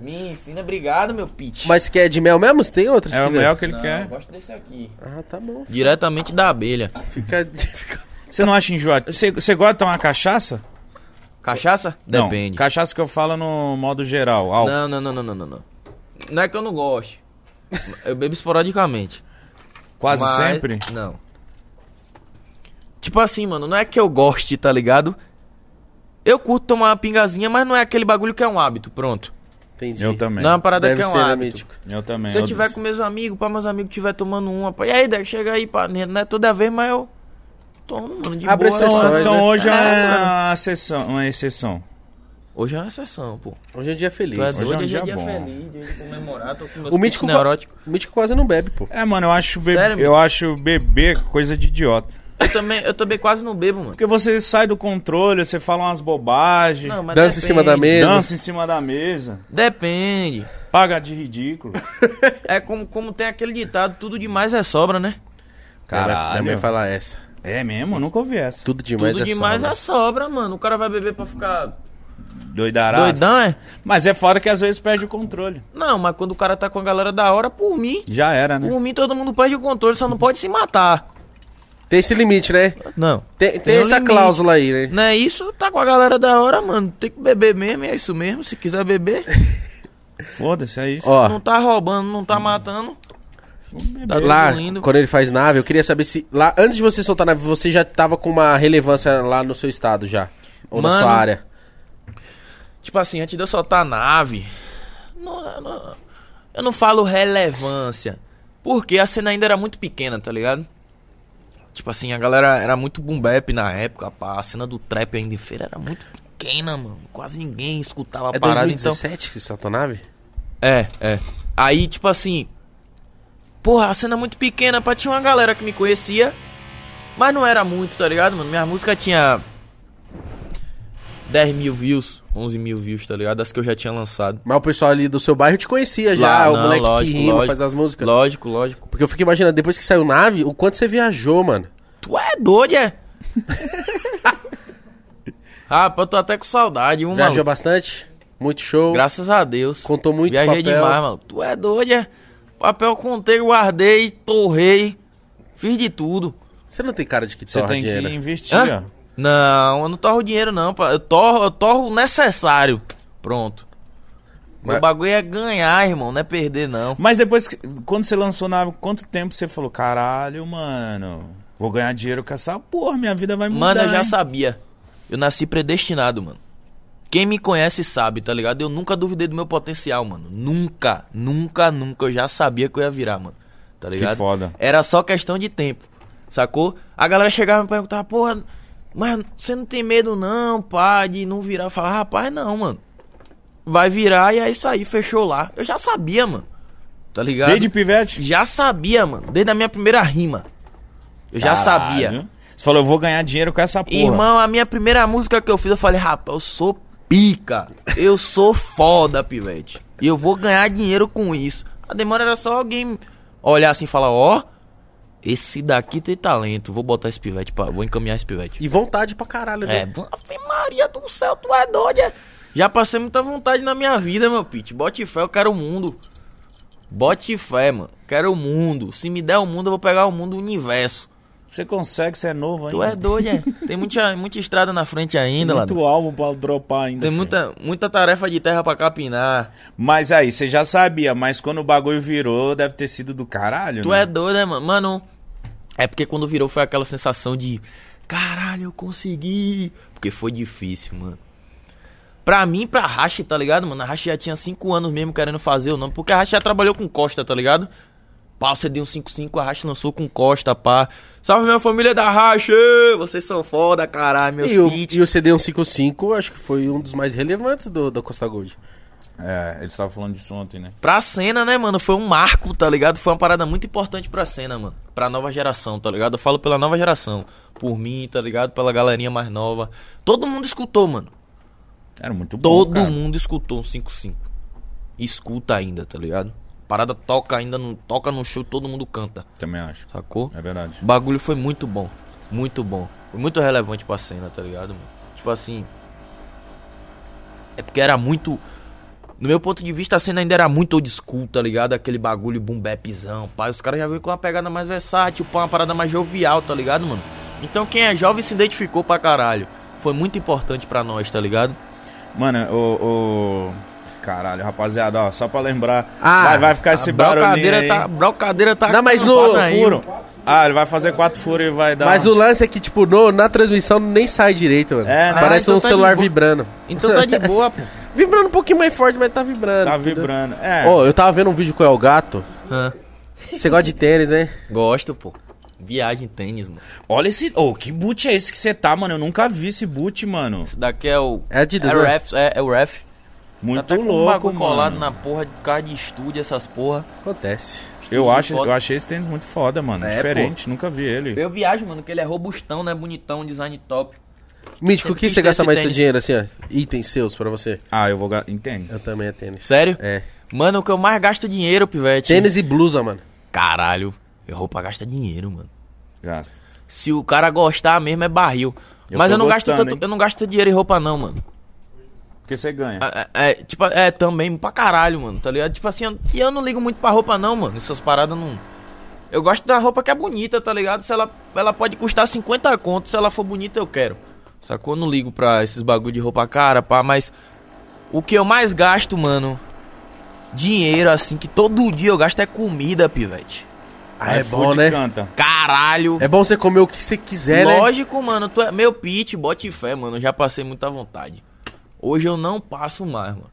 Speaker 4: Me ensina, obrigado, meu pitch.
Speaker 3: Mas quer de mel mesmo? Tem outra, se
Speaker 1: É o
Speaker 3: quiser.
Speaker 1: melhor que ele
Speaker 4: Não, eu
Speaker 1: quer.
Speaker 4: gosto desse aqui.
Speaker 3: Ah, tá bom.
Speaker 4: Diretamente da abelha.
Speaker 3: Fica... fica-
Speaker 1: Você não acha enjoado? Você você gosta de tomar cachaça?
Speaker 4: Cachaça?
Speaker 1: Não,
Speaker 4: Depende.
Speaker 1: cachaça que eu falo no modo geral. álcool.
Speaker 4: Não, não, não, não, não, não, não. Não é que eu não goste. Eu bebo esporadicamente.
Speaker 1: Quase
Speaker 4: Mas-
Speaker 1: sempre?
Speaker 4: Não. Tipo assim, mano, não é que eu goste, tá ligado? Eu curto tomar uma pingazinha, mas não é aquele bagulho que é um hábito, pronto.
Speaker 3: Entendi.
Speaker 1: Eu também.
Speaker 4: Não é uma parada
Speaker 3: Deve
Speaker 4: que é um
Speaker 3: ser, né,
Speaker 4: hábito.
Speaker 3: Mítico?
Speaker 1: Eu também.
Speaker 4: Se eu
Speaker 1: eu-
Speaker 4: tiver com meus amigos, pra meus amigos tiver tomando uma, pá, e aí, Deco, chega aí, pá, não é toda vez, mas eu tomo, mano, de
Speaker 3: Abre
Speaker 4: boa.
Speaker 3: exceções,
Speaker 1: Então,
Speaker 4: Então,
Speaker 1: então
Speaker 3: né?
Speaker 1: hoje é,
Speaker 4: É,
Speaker 1: uma, exceção, uma exceção.
Speaker 4: Hoje é uma exceção, pô.
Speaker 3: Hoje é um dia feliz.
Speaker 4: Tu é
Speaker 1: Hoje é um
Speaker 4: doido, assim, hoje é
Speaker 1: dia
Speaker 4: dia
Speaker 1: bom.
Speaker 4: feliz, dia de comemorar, tô com meus
Speaker 3: O Mítico,
Speaker 4: kits neuróticos.
Speaker 3: o Mítico quase não bebe, pô.
Speaker 1: É, mano, eu acho, be-
Speaker 4: Sério,
Speaker 1: eu acho beber coisa de idiota.
Speaker 4: Eu também, eu também quase não bebo, mano.
Speaker 1: Porque você sai do controle, você fala umas bobagens,
Speaker 4: Não, mas
Speaker 3: Dança em cima da
Speaker 4: depende.
Speaker 3: mesa.
Speaker 1: dança em cima da mesa,
Speaker 4: Depende.
Speaker 1: paga de ridículo.
Speaker 4: É como, como tem aquele ditado, tudo demais é sobra, né?
Speaker 1: Caralho.
Speaker 3: Minha mãe fala essa.
Speaker 1: É mesmo? Eu nunca ouvi essa.
Speaker 3: Tudo demais
Speaker 4: tudo
Speaker 3: é
Speaker 4: demais
Speaker 3: sobra.
Speaker 4: é sobra, mano. O cara vai beber pra ficar
Speaker 1: Doidarás.
Speaker 4: doidão, é?
Speaker 1: Mas é fora que às vezes perde o controle.
Speaker 4: Não, mas quando o cara tá com a galera da hora, por mim,
Speaker 1: Já era, né?
Speaker 4: por mim todo mundo perde o controle, só não pode se matar.
Speaker 3: Tem esse limite, né?
Speaker 4: Não.
Speaker 3: Tem, tem,
Speaker 4: Tem um
Speaker 3: essa
Speaker 4: limite.
Speaker 3: cláusula aí, né?
Speaker 4: Não é isso, tá com a galera da hora, mano. Tem que beber mesmo, é isso mesmo. Se quiser beber,
Speaker 1: Foda-se, é isso.
Speaker 3: Ó,
Speaker 4: não tá roubando, não tá matando. Tá
Speaker 3: lá,
Speaker 4: lindo.
Speaker 3: quando ele faz nave, eu queria saber se... Lá, antes de você soltar nave, você já tava com uma relevância lá no seu estado já. Ou na
Speaker 4: Mano.
Speaker 3: sua área.
Speaker 4: Tipo assim, antes de eu soltar a nave, não- não- eu não falo relevância. Porque a cena ainda era muito pequena, tá ligado? Tipo assim, a galera era muito boom bap na época, pá. A cena do trap ainda em feira era muito pequena, mano. Quase ninguém escutava a
Speaker 3: É
Speaker 4: parada,
Speaker 3: 2017 que você soltou nave?
Speaker 4: então... É, é. Aí, tipo assim... Porra, a cena é muito pequena, pá. Tinha uma galera que me conhecia, mas não era muito, tá ligado, mano? Minha música tinha... 10 mil views, 11 mil views, tá ligado? As que eu já tinha lançado.
Speaker 3: Mas o pessoal ali do seu bairro te conhecia já,
Speaker 4: Lá,
Speaker 3: o
Speaker 4: não,
Speaker 3: moleque
Speaker 4: lógico,
Speaker 3: que rima,
Speaker 4: lógico.
Speaker 3: faz as músicas.
Speaker 4: Lógico, lógico.
Speaker 3: Porque eu fico imaginando, depois que saiu nave, o quanto você viajou, mano.
Speaker 4: Tu é doido, é? Rapaz, eu tô até com saudade, viu,
Speaker 3: Viajou
Speaker 4: maluco?
Speaker 3: bastante, muito show.
Speaker 4: Graças a Deus.
Speaker 3: um Contou muito
Speaker 4: Viajei
Speaker 3: papel.
Speaker 4: demais, mano. Tu é doido, é? Papel contei, guardei, torrei, fiz de tudo.
Speaker 3: Você não tem cara de que
Speaker 1: Você
Speaker 3: torra
Speaker 1: tem
Speaker 3: dinheiro.
Speaker 1: que investir,
Speaker 4: Hã?
Speaker 1: ó.
Speaker 4: Não, eu não torro dinheiro, não. pá. Eu torro, eu torro o necessário. Pronto. Meu
Speaker 3: Mas-
Speaker 4: bagulho é ganhar, irmão, não é perder, não.
Speaker 1: Mas depois, que- quando você lançou nave, quanto tempo você falou, caralho, mano, vou ganhar dinheiro com essa porra, minha vida vai mudar.
Speaker 4: Mano, eu já
Speaker 1: hein?"
Speaker 4: sabia. Eu nasci predestinado, mano. Quem me conhece sabe, tá ligado? Eu nunca duvidei do meu potencial, mano. Nunca, nunca, nunca. Eu já sabia que eu ia virar, mano. Tá ligado?
Speaker 1: foda.
Speaker 4: Era só questão de tempo, sacou? A galera chegava e me perguntava, porra, mas você não tem medo não, pá, de não virar? Eu falava, rapaz, não, mano. Vai virar e é isso aí, fechou lá. Eu já sabia, mano. Tá ligado?
Speaker 1: Desde pivete?
Speaker 4: Já sabia, mano. Desde a minha primeira rima. Eu já sabia.
Speaker 1: Caralho. Você falou, eu vou ganhar dinheiro com essa porra.
Speaker 4: Irmão, a minha primeira música que eu fiz, eu falei, rapaz, eu sou pica. Eu sou foda, pivete. E eu vou ganhar dinheiro com isso. A demora era só alguém olhar assim e falar, ó, esse daqui tem talento, vou botar esse pivete, pra, vou encaminhar esse pivete.
Speaker 3: E vontade pra caralho, né?
Speaker 4: É, Ave Maria do céu, tu é doido. é? Já passei muita vontade na minha vida, meu pit. Bote fé, eu quero o mundo. Bote fé, mano. Quero o mundo. Se me der o mundo, eu vou pegar o mundo, o universo.
Speaker 1: Você consegue, você é novo ainda.
Speaker 4: Tu é doido, é? Tem muita, muita estrada na frente ainda, lá.
Speaker 1: Muito álbum pra dropar ainda.
Speaker 4: Tem
Speaker 1: filho.
Speaker 4: muita, muita tarefa de terra pra capinar.
Speaker 1: Mas aí, você já sabia, mas quando o bagulho virou, deve ter sido do caralho,
Speaker 4: Tu
Speaker 1: né?
Speaker 4: é doido, né, mano? Mano, é porque quando virou foi aquela sensação de caralho, eu consegui. Porque foi difícil, mano. Pra mim, pra Rashi, tá ligado, mano? A Rashi já tinha 5 anos mesmo querendo fazer o nome. Porque a Rashi já trabalhou com Costa, tá ligado? Pá, você deu um 5-5, a Rashi lançou com Costa, pá. Salve minha família é da Rashi! Vocês são foda, caralho, meus
Speaker 3: E o,
Speaker 4: beats.
Speaker 3: e o CD 155, acho que foi um dos mais relevantes do, da Costa Gold.
Speaker 1: É, eles estavam falando disso ontem, né?
Speaker 4: Pra cena, né, mano? Foi um marco, tá ligado? Foi uma parada muito importante pra cena, mano. Pra nova geração, tá ligado? Eu falo pela nova geração. Por mim, tá ligado? Pela galerinha mais nova. Todo mundo escutou, mano.
Speaker 1: Era muito bom.
Speaker 4: Todo
Speaker 1: cara.
Speaker 4: mundo escutou um 5-5. Escuta ainda, tá ligado? Parada toca ainda, no, toca no show, todo mundo canta,
Speaker 1: Também acho.
Speaker 4: sacou?
Speaker 1: É verdade.
Speaker 4: O bagulho foi muito bom. Muito bom. Foi muito relevante pra cena, tá ligado, mano? Tipo assim. É porque era muito. No meu ponto de vista, a cena ainda era muito old school, tá ligado? Aquele bagulho boom bapzão, pai. Os caras já veio com uma pegada mais versátil, pá, uma parada mais jovial, tá ligado, mano? Então quem é jovem se identificou pra caralho. Foi muito importante pra nós, tá ligado?
Speaker 1: Mano, o. o- Caralho, rapaziada, ó, só pra lembrar.
Speaker 4: Ah,
Speaker 1: vai, vai ficar esse barulhinho. Aí.
Speaker 4: tá, a brocadeiras tá
Speaker 3: Não, mas no-
Speaker 4: acampada
Speaker 1: Quatro
Speaker 4: aí.
Speaker 1: furo. Ah, ele vai fazer quatro furos e vai dar.
Speaker 3: Mas o lance é que, tipo, no, na transmissão nem sai direito, mano.
Speaker 1: É, né?
Speaker 3: Parece
Speaker 4: Ah, então
Speaker 3: um
Speaker 4: tá de
Speaker 3: celular
Speaker 4: boa.
Speaker 3: vibrando.
Speaker 4: Então tá de boa, pô.
Speaker 3: Vibrando um pouquinho mais forte, mas tá vibrando.
Speaker 1: Tá
Speaker 3: entendeu?
Speaker 1: vibrando. É.
Speaker 3: Ó, eu tava vendo um vídeo com o El Gato.
Speaker 4: Hã?
Speaker 3: Você gosta de tênis, né?
Speaker 4: Gosto, pô. Viagem tênis, mano.
Speaker 1: Olha esse. Ô, que boot é esse que você tá, mano? Eu nunca vi esse boot, mano.
Speaker 4: Esse daqui é o.
Speaker 3: É Adidas,
Speaker 4: é o
Speaker 3: né?
Speaker 4: ref, é, é o ref.
Speaker 1: Muito
Speaker 4: tá até com um
Speaker 1: louco,
Speaker 4: bagulho colado
Speaker 1: mano.
Speaker 4: na porra de carro de estúdio, essas porra.
Speaker 3: Acontece.
Speaker 1: Eu,
Speaker 4: Estúdio
Speaker 1: acho,
Speaker 4: foda.
Speaker 1: eu achei esse tênis muito foda, mano.
Speaker 5: É,
Speaker 1: Diferente, nunca vi ele.
Speaker 4: Eu viajo, mano, que ele é robustão, né? Bonitão, design top.
Speaker 3: Mítico, o que
Speaker 4: quis ter
Speaker 3: você gasta
Speaker 4: esse
Speaker 3: mais seu
Speaker 4: tênis.
Speaker 3: dinheiro, assim, ó? Itens seus pra você?
Speaker 1: Ah, eu vou. ga- Em tênis.
Speaker 3: Eu também é tênis.
Speaker 4: Sério?
Speaker 3: É.
Speaker 4: Mano, o que eu mais gasto dinheiro, pivete.
Speaker 3: Tênis e blusa, mano.
Speaker 4: Caralho. Roupa gasta dinheiro, mano.
Speaker 1: Gasto.
Speaker 4: Se o cara gostar mesmo, é barril.
Speaker 1: Eu
Speaker 4: Mas
Speaker 1: tô
Speaker 4: eu não, gasto
Speaker 1: gostando,
Speaker 4: tanto,
Speaker 1: hein?
Speaker 4: eu não gasto tanto dinheiro em roupa, não, mano.
Speaker 1: Porque você ganha.
Speaker 4: É, é, é, tipo, é, também pra caralho, mano, tá ligado? Tipo assim, eu, e eu não ligo muito pra roupa, não, mano. Essas paradas não. Eu gosto da roupa que é bonita, tá ligado? Se ela, ela pode custar 50 conto, se ela for bonita, eu quero. Sacou? Eu não ligo pra esses bagulho de roupa cara, pá, mas. O que eu mais gasto, mano. Dinheiro, assim, que todo dia eu gasto é comida, pivete.
Speaker 3: Ah, é
Speaker 1: iFood
Speaker 3: bom, né?
Speaker 1: Canta.
Speaker 4: Caralho!
Speaker 3: É bom você comer o que você quiser, né?
Speaker 4: Lógico, mano. Tu é meu pit, bote fé, mano. Eu já passei muita vontade. Hoje eu não passo mais, mano.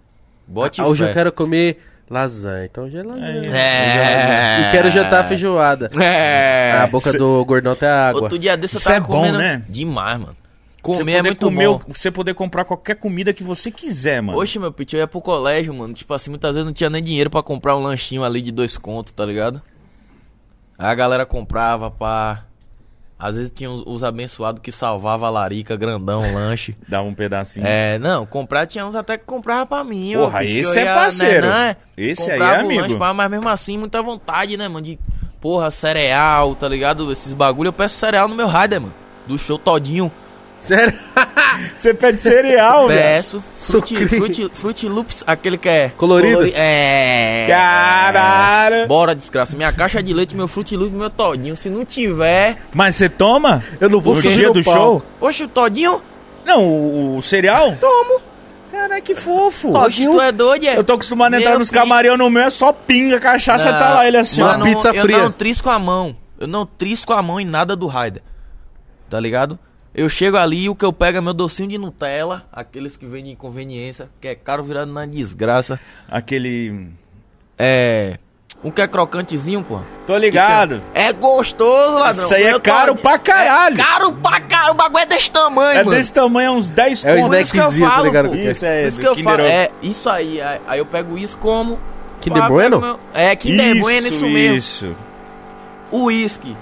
Speaker 4: Bote
Speaker 3: Ah,
Speaker 4: fé.
Speaker 3: Hoje eu quero comer lasanha, então hoje é lasanha.
Speaker 4: É.
Speaker 3: E quero tá jantar feijoada.
Speaker 4: É.
Speaker 3: a boca do gordão até a Ah, água.
Speaker 4: Outro dia desse eu
Speaker 1: Isso
Speaker 4: tava
Speaker 1: é bom,
Speaker 4: comendo
Speaker 1: né?
Speaker 4: demais, mano.
Speaker 1: Você poder,
Speaker 4: Comer é muito
Speaker 1: comer
Speaker 4: bom.
Speaker 1: o- você poder comprar qualquer comida que você quiser, mano.
Speaker 4: Oxe, meu pit, eu ia pro colégio, mano. Tipo assim, muitas vezes não tinha nem dinheiro pra comprar um lanchinho ali de dois contos, tá ligado? Aí a galera comprava, pá. Às vezes tinha os, os abençoados que salvava a larica, grandão, lanche.
Speaker 1: Dava um pedacinho.
Speaker 4: É, não, comprar tinha uns até que comprava pra mim. ó,
Speaker 1: Porra,
Speaker 4: bicho, que eu
Speaker 1: esse é
Speaker 4: ia,
Speaker 1: parceiro.
Speaker 4: né, né,
Speaker 1: Esse aí é
Speaker 4: comprava o
Speaker 1: amigo.
Speaker 4: lanche, pá, mas mesmo assim, muita vontade, né, mano? De, porra, cereal, tá ligado? Esses bagulho, eu peço cereal no meu rider, mano. Do show todinho.
Speaker 3: Sério?
Speaker 1: Você pede
Speaker 4: É.
Speaker 1: cereal, velho.
Speaker 4: Peço. Fruit,
Speaker 3: Sucrilho.
Speaker 4: fruit, fruit Loops, aquele que é...
Speaker 3: Colorido?
Speaker 4: colori- É.
Speaker 1: Caralho.
Speaker 4: Bora, desgraça. Minha caixa de leite, meu Fruit Loops, meu todinho. Se não tiver...
Speaker 1: Mas você toma?
Speaker 3: Eu não vou
Speaker 1: No
Speaker 3: subir
Speaker 1: dia
Speaker 3: no
Speaker 1: do
Speaker 3: palco.
Speaker 1: show?
Speaker 4: Oxe, o todinho?
Speaker 1: Não, o, o cereal? Tomo. Caralho, que fofo.
Speaker 4: Oxe, tu é doido, é?
Speaker 1: Eu tô acostumado a entrar
Speaker 4: Meu
Speaker 1: nos
Speaker 4: filho.
Speaker 1: camarão no meu, é só pinga,
Speaker 4: Ah,
Speaker 1: cachaça, tá lá ele assim,
Speaker 4: Mano,
Speaker 1: ó.
Speaker 3: Uma pizza
Speaker 4: eu
Speaker 3: fria.
Speaker 4: não trisco a mão. Eu não trisco a mão em nada do Raider. Tá ligado? Eu chego ali e o que eu pego é meu docinho de Nutella, aqueles que vendem em conveniência, que é caro virado na desgraça.
Speaker 1: Aquele...
Speaker 4: É. Um que é crocantezinho, pô.
Speaker 1: Tô ligado.
Speaker 4: É gostoso, ladrão.
Speaker 1: Isso aí é
Speaker 4: Eu tô-
Speaker 1: caro pra caralho.
Speaker 4: É caro pra caralho. O bagulho é desse tamanho,
Speaker 1: É
Speaker 4: mano.
Speaker 1: desse tamanho, é uns 10
Speaker 3: É o
Speaker 1: conto.
Speaker 4: Por isso que eu
Speaker 3: snackzinho, tá
Speaker 4: falo,
Speaker 3: ligado?
Speaker 4: pô.
Speaker 3: que é?
Speaker 1: Isso é,
Speaker 4: Isso que eu
Speaker 1: Kinder
Speaker 4: falo.
Speaker 1: Ovo.
Speaker 4: É, isso aí. Aí aí eu pego isso como.
Speaker 3: Kinder
Speaker 4: pá,
Speaker 3: Bueno?
Speaker 4: pego meu- É, Kinder Bueno, isso mesmo.
Speaker 1: Isso.
Speaker 4: uísque,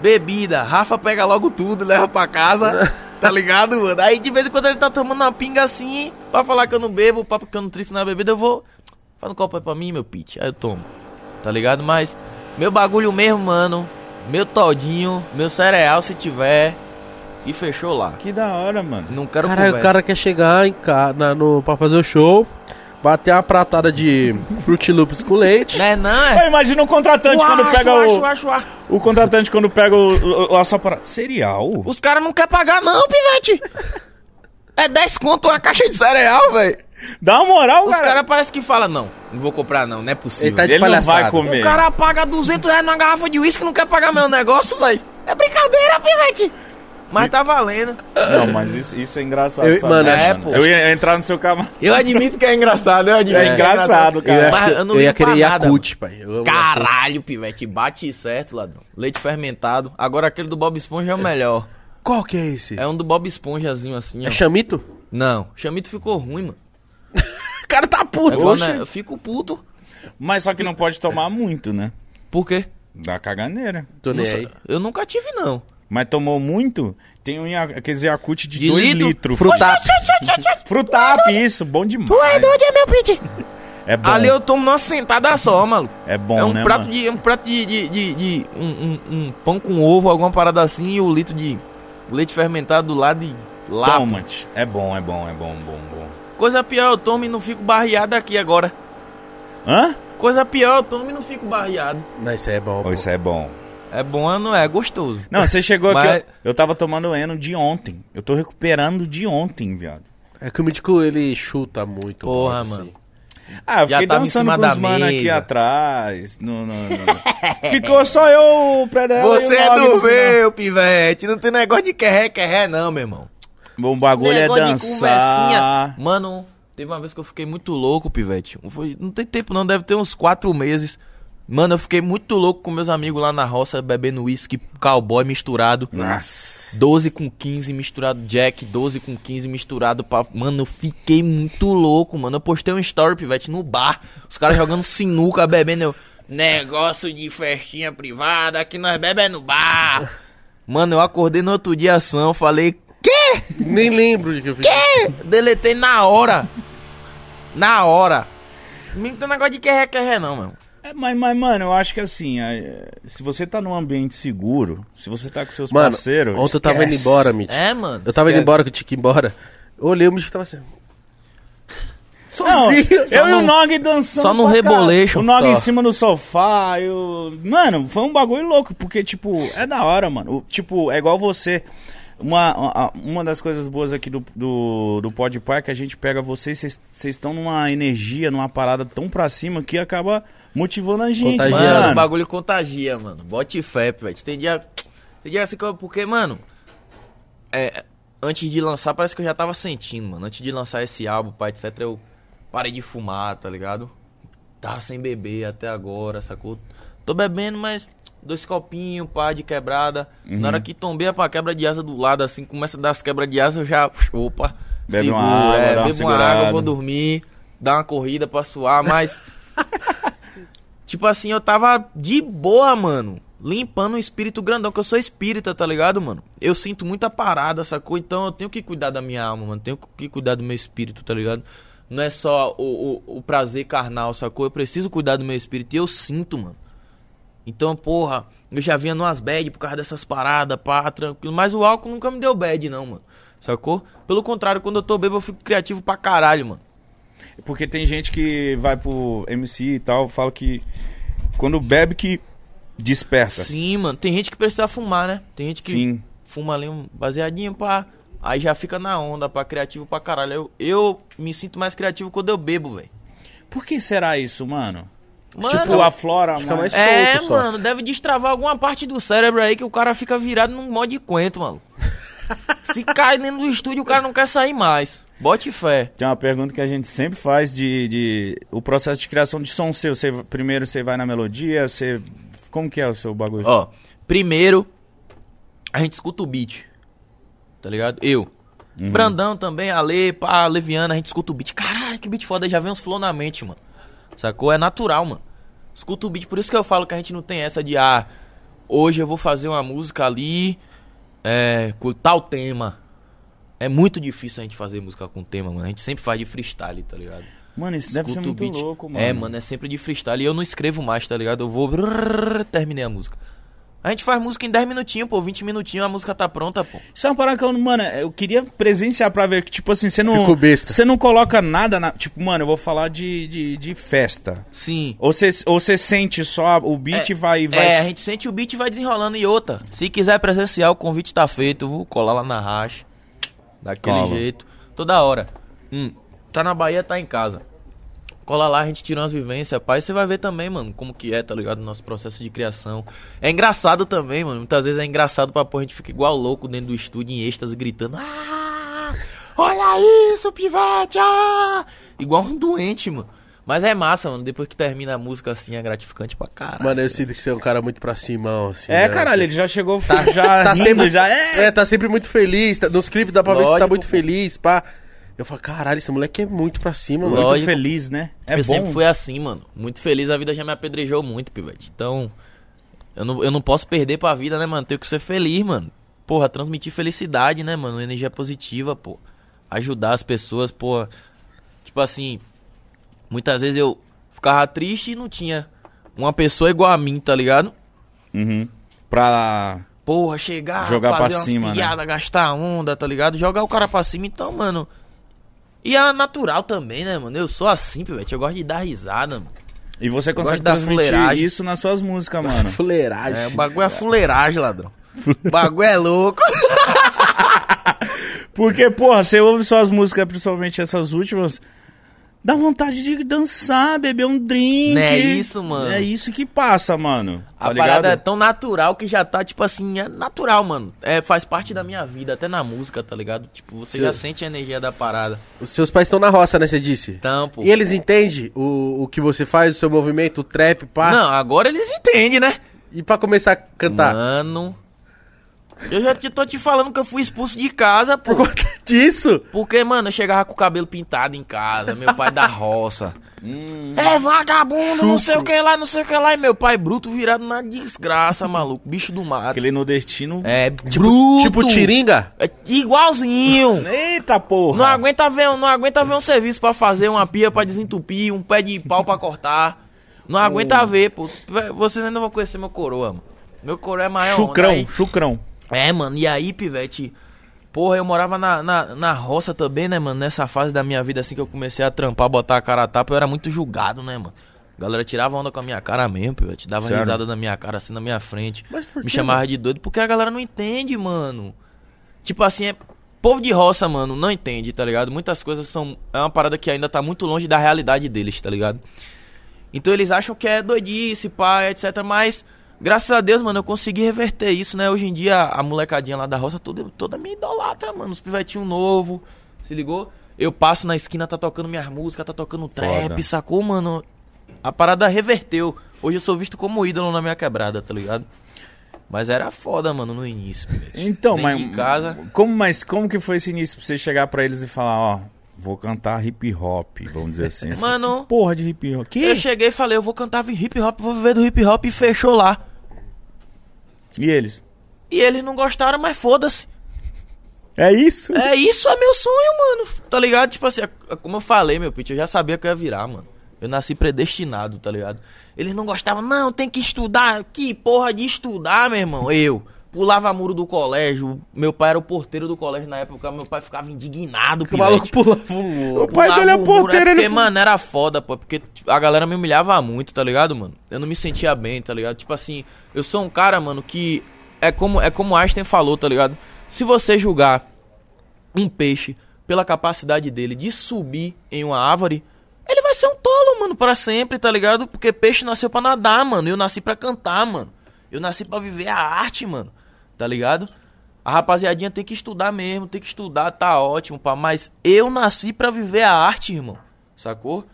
Speaker 4: bebida. Rafa pega logo tudo, leva pra casa. Tá ligado, mano? Aí de vez em quando ele tá tomando uma pinga assim, pra falar que eu não bebo, pra que eu não trico na bebida, eu vou. Fala um copo aí pra mim, meu pitch. Aí eu tomo. Tá ligado? Mas meu bagulho mesmo, mano. Meu todinho, meu cereal se tiver. E fechou lá.
Speaker 1: Que da hora, mano.
Speaker 4: Não quero
Speaker 3: Caralho, o
Speaker 4: conversa.
Speaker 3: cara quer chegar em ca... na, no... pra fazer o show, bater uma pratada de Fruit Loops com leite.
Speaker 4: Não é, não, é?
Speaker 1: Pô, imagina o contratante
Speaker 4: Uá,
Speaker 1: quando pega
Speaker 4: uá,
Speaker 1: o...
Speaker 4: uá, uá, uá.
Speaker 1: O contratante quando pega o, o, a sua parada. Cereal?
Speaker 4: Os caras não querem pagar, não, pivete. É 10 conto uma caixa de cereal, velho.
Speaker 1: Dá uma moral,
Speaker 4: Os
Speaker 1: cara.
Speaker 4: caras parece que falam, não, não vou comprar não, não é possível.
Speaker 3: Ele tá de
Speaker 1: Ele não
Speaker 3: palhaçada.
Speaker 1: vai comer.
Speaker 4: O cara paga 200 reais numa garrafa de uísque e não quer pagar meu negócio, velho. É brincadeira, pivete. Mas tá valendo.
Speaker 1: Não, mas isso, isso é engraçado.
Speaker 3: Eu-
Speaker 1: sabe?
Speaker 3: mano,
Speaker 4: É, pô.
Speaker 1: Eu ia entrar no seu camarão.
Speaker 4: Eu admito que é engraçado, eu admito.
Speaker 1: É engraçado,
Speaker 3: Eu
Speaker 1: cara.
Speaker 3: ia,
Speaker 4: Mas
Speaker 3: que-
Speaker 4: eu não
Speaker 3: eu ia
Speaker 4: ligo pra
Speaker 3: querer
Speaker 4: nada,
Speaker 3: Yakult, pai. Eu amo Yakult.
Speaker 4: Caralho, pivete, bate certo, ladrão. Leite fermentado. Agora aquele do Bob Esponja é o melhor.
Speaker 3: Qual que é esse?
Speaker 4: É um do Bob Esponjazinho assim, ó.
Speaker 3: É chamito?
Speaker 4: Não, chamito ficou ruim, mano.
Speaker 3: O cara tá
Speaker 4: É
Speaker 1: puto.
Speaker 4: igual, né? Eu fico puto.
Speaker 1: Mas só que não pode tomar muito, né?
Speaker 4: Por quê?
Speaker 1: Dá caganeira.
Speaker 3: Tô nem
Speaker 4: Nossa,
Speaker 3: aí.
Speaker 4: eu nunca tive, não.
Speaker 1: Mas tomou muito, tem um Ia- aqueles Yakut de
Speaker 4: De
Speaker 1: 2
Speaker 4: litro?
Speaker 1: litros.
Speaker 5: Frutar.
Speaker 1: Frutap, isso, bom demais.
Speaker 4: é meu pedido?
Speaker 1: É bom,
Speaker 4: Ali eu tomo numa sentada só, maluco.
Speaker 1: é bom,
Speaker 4: é um
Speaker 1: né,
Speaker 4: prato
Speaker 1: mano?
Speaker 4: de. é um prato de. de, de- de- um, um- um pão com ovo, alguma parada assim, e o litro de leite fermentado do lado de lá.
Speaker 1: Tomate. É bom, é bom, é bom, bom, bom.
Speaker 4: Coisa pior, eu tomo e não fico barreado aqui agora.
Speaker 1: Hã?
Speaker 4: Coisa pior, eu tomo e não fico barreado.
Speaker 3: Não, isso aí é bom.
Speaker 1: Ou
Speaker 3: pô.
Speaker 1: isso é bom.
Speaker 4: É bom, ou não é? É gostoso.
Speaker 1: Não, você chegou aqui.
Speaker 4: Mas-
Speaker 1: Eu, eu tava tomando Eno de ontem. Eu tô recuperando de ontem, viado.
Speaker 3: É que o Mítico, ele chuta muito.
Speaker 4: Porra,
Speaker 3: muito, assim.
Speaker 4: mano.
Speaker 1: Ah, eu
Speaker 4: Já
Speaker 1: fiquei
Speaker 4: tava em
Speaker 1: dançando
Speaker 4: cima
Speaker 1: com os
Speaker 4: da
Speaker 1: mano aqui
Speaker 4: mesa.
Speaker 1: atrás. No, no, no- Ficou só eu, o pré dela.
Speaker 4: Você
Speaker 1: e o
Speaker 4: é
Speaker 1: Nog no
Speaker 4: do
Speaker 1: final.
Speaker 4: meu, pivete. Não tem negócio de querré, querré, não, meu irmão.
Speaker 1: Bom, o bagulho é
Speaker 4: Negócio de
Speaker 1: dançar.
Speaker 4: conversinha. Mano, teve uma vez que eu fiquei muito louco, pivete. Não foi- não tem tempo não, deve ter uns quatro meses. Mano, eu fiquei muito louco com meus amigos lá na roça, bebendo uísque, cowboy misturado.
Speaker 1: Nossa.
Speaker 4: 12 com 15 misturado Jack, 12 com 15 misturado pra... Mano, eu fiquei muito louco, mano. Eu postei um story, pivete, no bar. Os caras jogando sinuca, bebendo. Eu... Negócio de festinha privada, que nós bebemos no bar. Mano, eu acordei no outro dia ação, falei... Quê?
Speaker 3: Nem lembro de que eu fiz. Que?
Speaker 4: É, Deletei na hora. Na hora. Não tem um negócio de querré, querré não, mano.
Speaker 1: É, mas, mas, mano, eu acho que assim, é, se você tá num ambiente seguro, se você tá com seus
Speaker 3: Mano,
Speaker 1: parceiros.
Speaker 3: ontem eu tava indo
Speaker 1: esquece.
Speaker 3: embora, Mítico.
Speaker 4: É, mano.
Speaker 3: Eu tava indo
Speaker 1: Esquece.
Speaker 3: embora, que eu tinha que ir embora. Eu Olhei o Mítico e tava assim...
Speaker 1: Não,
Speaker 3: Sozinho.
Speaker 1: eu
Speaker 4: Só
Speaker 1: e o
Speaker 4: não-
Speaker 1: Nog dançando.
Speaker 4: só no
Speaker 1: pra caralho.
Speaker 4: rebolation
Speaker 1: O Nog
Speaker 4: só.
Speaker 1: em cima do sofá. Eu... Mano, foi um bagulho louco, porque, tipo, é da hora, mano. O- tipo, é igual você. Uma, a- uma das coisas boas aqui do, do, do Podpar é que a gente pega vocês, vocês vocês estão numa energia, numa parada tão pra cima que acaba motivando a gente,
Speaker 3: Contagiando.
Speaker 4: Mano, o
Speaker 1: mano.
Speaker 4: bagulho contagia, mano. Bote fé, velho. Tem dia. Tem dia assim que eu. Porque, mano. É. Antes de lançar, parece que eu já tava sentindo, mano. Antes de lançar esse álbum, pai, etc., eu parei de fumar, tá ligado? Tava sem beber até agora, sacou? Tô bebendo, mas dois copinhos, pá, de quebrada.
Speaker 1: Uhum.
Speaker 4: Na hora que tombei pra quebra de asa do lado, assim, começa a dar as quebras de asa, eu já. Opa! é,
Speaker 1: Bebe uma água, dá uma
Speaker 4: bebo uma água,
Speaker 1: segurada.
Speaker 4: vou dormir, dar uma corrida pra suar, mas. Tipo assim, eu tava de boa, mano. Limpando o espírito grandão, que eu sou espírita, tá ligado, mano? Eu sinto muita parada, sacou? Então eu tenho que cuidar da minha alma, mano. Tenho que cuidar do meu espírito, tá ligado? Não é só o, o, o prazer carnal, sacou? Eu preciso cuidar do meu espírito e eu sinto, mano. Então, porra, eu já vinha numas bad por causa dessas paradas, pá, tranquilo. Mas o álcool nunca me deu bad, não, mano. Sacou? Pelo contrário, quando eu tô bebo, eu fico criativo pra caralho, mano.
Speaker 1: Porque tem gente que vai pro MC e tal, fala que quando bebe que dispersa.
Speaker 4: Sim, mano. Tem gente que precisa fumar, né? Tem gente que
Speaker 1: Sim.
Speaker 4: fuma ali um baseadinho, pá. Aí já fica na onda, pá, criativo pra caralho. Eu, eu me sinto mais criativo quando eu bebo, velho.
Speaker 1: Por que será isso, mano?
Speaker 4: Mano,
Speaker 1: tipo, aflora
Speaker 3: fica
Speaker 1: mais.
Speaker 3: mais-
Speaker 4: é,
Speaker 3: solto só.
Speaker 4: mano, deve destravar alguma parte do cérebro aí que o cara fica virado num modo de quento, mano. Se cai dentro do estúdio, o cara não quer sair mais. Bote fé.
Speaker 1: Tem uma pergunta que a gente sempre faz de, de- o processo de criação de som seu. Você, primeiro você vai na melodia, você como que é o seu bagulho?
Speaker 4: Ó, primeiro, a gente escuta o beat. Tá ligado? Eu. Brandão também, Ale, pá, Leviana, a gente escuta o beat. Caralho, que beat foda, já vem uns flow na mente, mano. Sacou? É natural, mano. Escuta o beat, por isso que eu falo que a gente não tem essa de, ah, hoje eu vou fazer uma música ali, é, com tal tema. É muito difícil a gente fazer música com tema, mano. A gente sempre faz de freestyle, tá ligado?
Speaker 1: Mano, isso deve ser
Speaker 4: Escuta o
Speaker 1: muito
Speaker 4: beat.
Speaker 1: louco, mano.
Speaker 4: É, mano, é sempre de freestyle. E eu não escrevo mais, tá ligado? Eu vou. brrr, Terminei a música. A gente faz música em 10 minutinhos, pô. 20 minutinhos a música tá pronta, pô.
Speaker 1: Isso é uma parada que eu, mano, eu queria presenciar pra ver que, tipo assim, você não.
Speaker 3: Ficou besta.
Speaker 1: Você não coloca nada na. Tipo, mano, eu vou falar de, de, de festa.
Speaker 4: Sim.
Speaker 1: Ou você, ou você sente só o beat e vai. vai
Speaker 4: É, a gente sente o beat e vai desenrolando e outra. Se quiser presencial, o convite tá feito. Eu vou colar lá na racha. Daquele
Speaker 1: Cola.
Speaker 4: jeito. Toda hora. Hum, tá na Bahia, tá em casa. Cola lá, a gente tira umas vivências, pai. Você vai ver também, mano, como que é, tá ligado? O nosso processo de criação. É engraçado também, mano. Muitas vezes é engraçado pra porra, a gente fica igual louco dentro do estúdio em êxtase, gritando. Ah! Olha isso, pivete! Ah! Igual um doente, mano. Mas é massa, mano. Depois que termina a música assim, é gratificante pra caralho.
Speaker 3: Mano, eu sinto que você é um cara muito pra cima, assim.
Speaker 1: É,
Speaker 3: né?
Speaker 1: caralho, ele já chegou. já
Speaker 3: tá
Speaker 1: rindo,
Speaker 3: sempre-
Speaker 1: já. É,
Speaker 3: É, tá sempre muito feliz. tá- nos clipes dá pra ver que você tá
Speaker 4: Lógico,
Speaker 3: muito
Speaker 4: pô.
Speaker 3: feliz, pá. Eu falo, caralho, esse moleque é muito pra cima, mano.
Speaker 1: Muito
Speaker 4: Lógico.
Speaker 1: feliz, né? É
Speaker 4: eu
Speaker 1: bom.
Speaker 4: sempre fui assim, mano. Muito feliz, a vida já me apedrejou muito, pivete. Então, eu não, eu não posso perder pra vida, né, mano? Tenho que ser feliz, mano. Porra, transmitir felicidade, né, mano? Energia positiva, pô. Ajudar as pessoas, pô. Tipo assim, muitas vezes eu ficava triste e não tinha uma pessoa igual a mim, tá ligado?
Speaker 1: Uhum. Pra.
Speaker 4: Porra, chegar,
Speaker 1: Jogar pra
Speaker 4: fazer umas
Speaker 1: cima, né?
Speaker 4: piada, gastar onda, tá ligado? Jogar o cara pra cima, então, mano. E é natural também, né, mano? Eu sou assim, pivete. Eu gosto de dar risada, mano.
Speaker 1: E você consegue
Speaker 4: gosto da
Speaker 1: transmitir
Speaker 4: fuleiragem.
Speaker 1: isso nas suas músicas, mano.
Speaker 3: Fuleiragem.
Speaker 4: É, o bagulho é fuleiragem, ladrão. O bagulho é louco.
Speaker 1: Porque, porra, você ouve suas músicas, principalmente essas últimas, dá vontade de dançar, beber um drink.
Speaker 4: Não é isso, mano.
Speaker 1: É isso que passa, mano. Tá
Speaker 4: a
Speaker 1: ligado?
Speaker 4: parada é tão natural que já tá, tipo assim, é natural, mano. É, faz parte da minha vida, até na música, tá ligado? Tipo, você
Speaker 3: Sim.
Speaker 4: já sente a energia da parada.
Speaker 3: Os seus pais estão na roça, né, você disse?
Speaker 1: Tá,
Speaker 4: Então, pô.
Speaker 3: E eles entendem o, o que você faz, o seu movimento, o trap, pá?
Speaker 4: Não, agora eles entendem, né?
Speaker 3: E pra começar a
Speaker 4: Tá.
Speaker 3: cantar?
Speaker 4: Mano. Eu já te, tô te falando que eu fui expulso de casa, pô.
Speaker 3: Por conta disso?
Speaker 4: Porque, mano, eu chegava com o cabelo pintado em casa, meu pai da roça. É vagabundo, não sei o que lá, não sei o que lá. E meu pai bruto virado na desgraça, maluco. Bicho do mato.
Speaker 1: Aquele nordestino.
Speaker 4: É, bruto.
Speaker 3: Tipo tiringa?
Speaker 4: É igualzinho.
Speaker 1: Eita porra!
Speaker 4: É. Não aguenta, ver, não aguenta ver um serviço pra fazer, uma pia pra desentupir, um pé de pau pra cortar. Não aguenta ver, pô. Vé, Vocês ainda vão conhecer meu coroa, mano. Meu coroa é maior.
Speaker 1: chucrão,
Speaker 4: onda aí.
Speaker 1: chucrão.
Speaker 4: É, mano, e aí, pivete? Porra, eu morava na, na, na roça também, né, mano? Nessa fase da minha vida, assim, que eu comecei a trampar, botar a cara a tapa, eu era muito julgado, né, mano? A galera tirava onda com a minha cara mesmo, pivete. Dava
Speaker 1: Sério?
Speaker 4: risada na minha cara, assim, na minha frente.
Speaker 3: Mas por
Speaker 4: Me
Speaker 3: quê,
Speaker 4: chamava de doido, porque a galera não entende, mano. Tipo assim, é... Povo de roça, mano, não entende, tá ligado? Muitas coisas são... É uma parada que ainda tá muito longe da realidade deles, tá ligado? Então eles acham que é doidice, pai, etc. Mas, graças a Deus, mano, eu consegui reverter isso, né? Hoje em dia, a molecadinha lá da roça toda, toda me idolatra, mano. Os pivetinhos novo, se ligou? Eu passo na esquina, tá tocando minhas músicas, tá tocando trap,
Speaker 1: Foda.
Speaker 4: sacou, mano? A parada reverteu. Hoje eu sou visto como um ídolo na minha quebrada, tá ligado? Mas era foda, mano, no início. pivete.
Speaker 1: Então,
Speaker 4: Nem
Speaker 1: mas.
Speaker 4: de casa.
Speaker 1: Como, mas como que foi esse início pra você chegar pra eles e falar, ó, vou cantar hip hop, vamos dizer assim.
Speaker 4: Mano-
Speaker 1: Que porra de hip hop. Que?
Speaker 4: Eu cheguei e falei, eu vou cantar hip hop, vou viver do hip hop e fechou lá.
Speaker 1: E eles?
Speaker 4: E eles não gostaram, mas foda-se.
Speaker 1: É isso?
Speaker 4: É isso, é meu sonho, mano. Tá ligado? Tipo assim, é- é como eu falei, meu pitch, eu já sabia que eu ia virar, mano. Eu nasci predestinado, tá ligado? Eles não gostavam, não, tem que estudar. Que porra de estudar, meu irmão? Eu pulava muro do colégio. Meu pai era o porteiro do colégio na época. Meu pai ficava indignado.
Speaker 3: Que o
Speaker 4: pivete.
Speaker 3: maluco pulava o muro.
Speaker 1: O pai
Speaker 4: Pulava
Speaker 1: dele é
Speaker 4: o muro,
Speaker 1: porteiro,
Speaker 4: é
Speaker 1: ele
Speaker 4: Porque,
Speaker 1: fu-
Speaker 4: mano, era foda, pô. Porque tipo, a galera me humilhava muito, tá ligado, mano? Eu não me sentia bem, tá ligado? Tipo assim, eu sou um cara, mano, que. É como, é como Einstein falou, tá ligado? Se você julgar um peixe pela capacidade dele de subir em uma árvore, ele vai ser um tolo, mano, pra sempre, tá ligado? Porque peixe nasceu pra nadar, mano. Eu nasci pra cantar, mano. Eu nasci pra viver a arte, mano. Tá ligado? A rapaziadinha tem que estudar mesmo, tem que estudar, tá ótimo, pá. Mas eu nasci pra viver a arte, irmão. Sacou?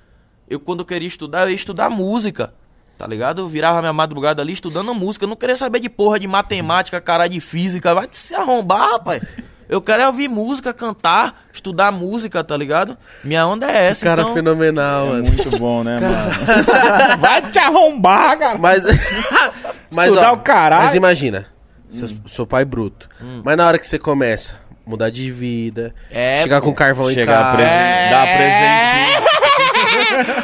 Speaker 4: Eu, quando eu queria estudar, eu ia estudar música. Tá ligado? Eu virava minha madrugada ali estudando música. Eu não queria saber de porra de matemática, cara de física. Vai se arrombar, rapaz. Eu quero é ouvir música, cantar, estudar música, tá ligado? Minha onda é essa,
Speaker 3: Cara
Speaker 4: então...
Speaker 3: fenomenal,
Speaker 1: É
Speaker 3: mano.
Speaker 1: muito bom, né, mano?
Speaker 3: Vai te arrombar, cara. Mas. mas
Speaker 1: Estudar o caralho.
Speaker 3: Mas imagina. Seus, Seu pai bruto. Mas na hora que você começa, mudar de vida,
Speaker 4: É,
Speaker 3: chegar
Speaker 4: pô.
Speaker 3: com carvão
Speaker 1: Chegar
Speaker 3: em casa.
Speaker 1: presen-
Speaker 4: é,
Speaker 1: dar presentinho.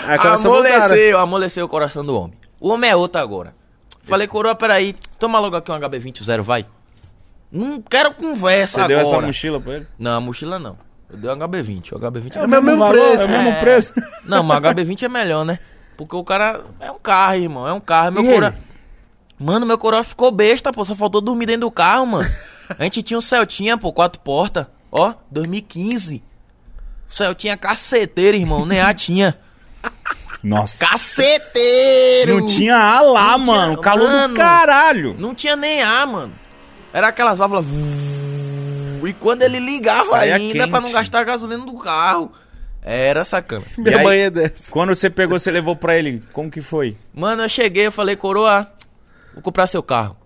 Speaker 3: Aí
Speaker 1: é
Speaker 3: começa a mudar, né?
Speaker 4: Amoleceu, amoleceu o coração do homem. O homem é outro agora. Falei, coroa, peraí, toma logo aqui um HB20 zero, vai. Não quero conversa
Speaker 1: Você deu
Speaker 4: agora.
Speaker 1: essa mochila pra ele?
Speaker 4: Não, a mochila não. Eu dei um HB20, o HB20 é,
Speaker 3: o mesmo preço.
Speaker 1: É o mesmo preço.
Speaker 4: Não, mas o HB20 é melhor, né? Porque o cara é um carro, irmão, é um carro. Meu
Speaker 3: E
Speaker 4: coroa...
Speaker 3: ele?
Speaker 4: Mano, meu coroa ficou besta, pô, só faltou dormir dentro do carro, mano. A gente tinha um Celtinha, pô, quatro portas, ó, 2015. Celtinha caceteiro, irmão, nem a tinha.
Speaker 1: Nossa.
Speaker 4: Caceteiro!
Speaker 1: Não tinha A lá,
Speaker 4: Não tinha-
Speaker 1: mano. O calor
Speaker 4: Mano.
Speaker 1: do caralho.
Speaker 4: Não tinha nem ar, mano. Era aquelas válvulas. vuv, E quando ele ligava
Speaker 1: Saía
Speaker 4: ainda pra não
Speaker 1: quente.
Speaker 4: gastar a gasolina do carro. Era sacana.
Speaker 1: E aí-
Speaker 3: Minha mãe é dessa.
Speaker 1: Quando você pegou, você levou pra ele. Como que foi?
Speaker 4: Mano, eu cheguei, eu falei, coroa, vou comprar seu carro.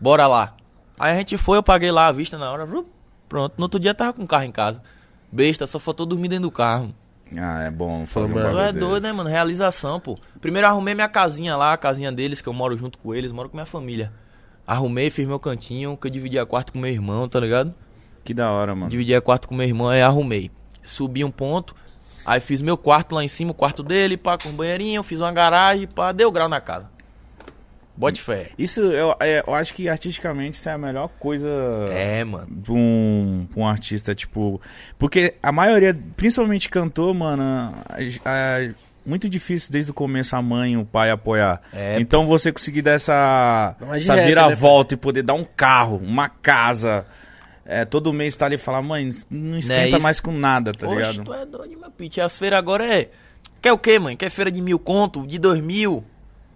Speaker 4: Bora lá. Aí a gente foi, eu paguei lá à vista na hora. vrup, Pronto, no outro dia tava com o carro em casa. besta, só faltou dormir dentro do carro.
Speaker 1: Ah, é bom fazer um
Speaker 3: Mano,
Speaker 4: Tu é
Speaker 1: bagulho
Speaker 4: doido,
Speaker 1: desse.
Speaker 4: né, mano? Realização, pô. Primeiro eu arrumei minha casinha lá, a casinha deles, que eu moro junto com eles, moro com minha família. Arrumei, fiz meu cantinho, que eu dividi a quarto com meu irmão, tá ligado?
Speaker 1: Que da hora, mano.
Speaker 4: Dividi a quarto com meu irmão, aí arrumei. Subi um ponto, aí fiz meu quarto lá em cima, o quarto dele, pá, com um banheirinho, fiz uma garagem, pá, deu grau na casa. Bote fé.
Speaker 1: Isso, eu, é, eu acho que artisticamente isso é a melhor coisa
Speaker 4: É, mano.
Speaker 1: pra, um, pra um artista, tipo... Porque a maioria, principalmente cantor, mano, é muito difícil desde o começo a mãe e o pai apoiar.
Speaker 4: É, né?
Speaker 1: então você conseguir dar essa,
Speaker 3: Dá uma
Speaker 1: essa
Speaker 3: direta,
Speaker 1: vira-volta e poder dar um carro, uma casa... é, todo mês tá ali e falar, mãe, não esquenta
Speaker 4: Né, isso.
Speaker 1: mais com nada, tá
Speaker 4: Oxe,
Speaker 1: ligado?
Speaker 4: tu é doido, meu pitch. As feiras agora é. Quer o quê, mãe? Quer feira de mil conto? De dois mil?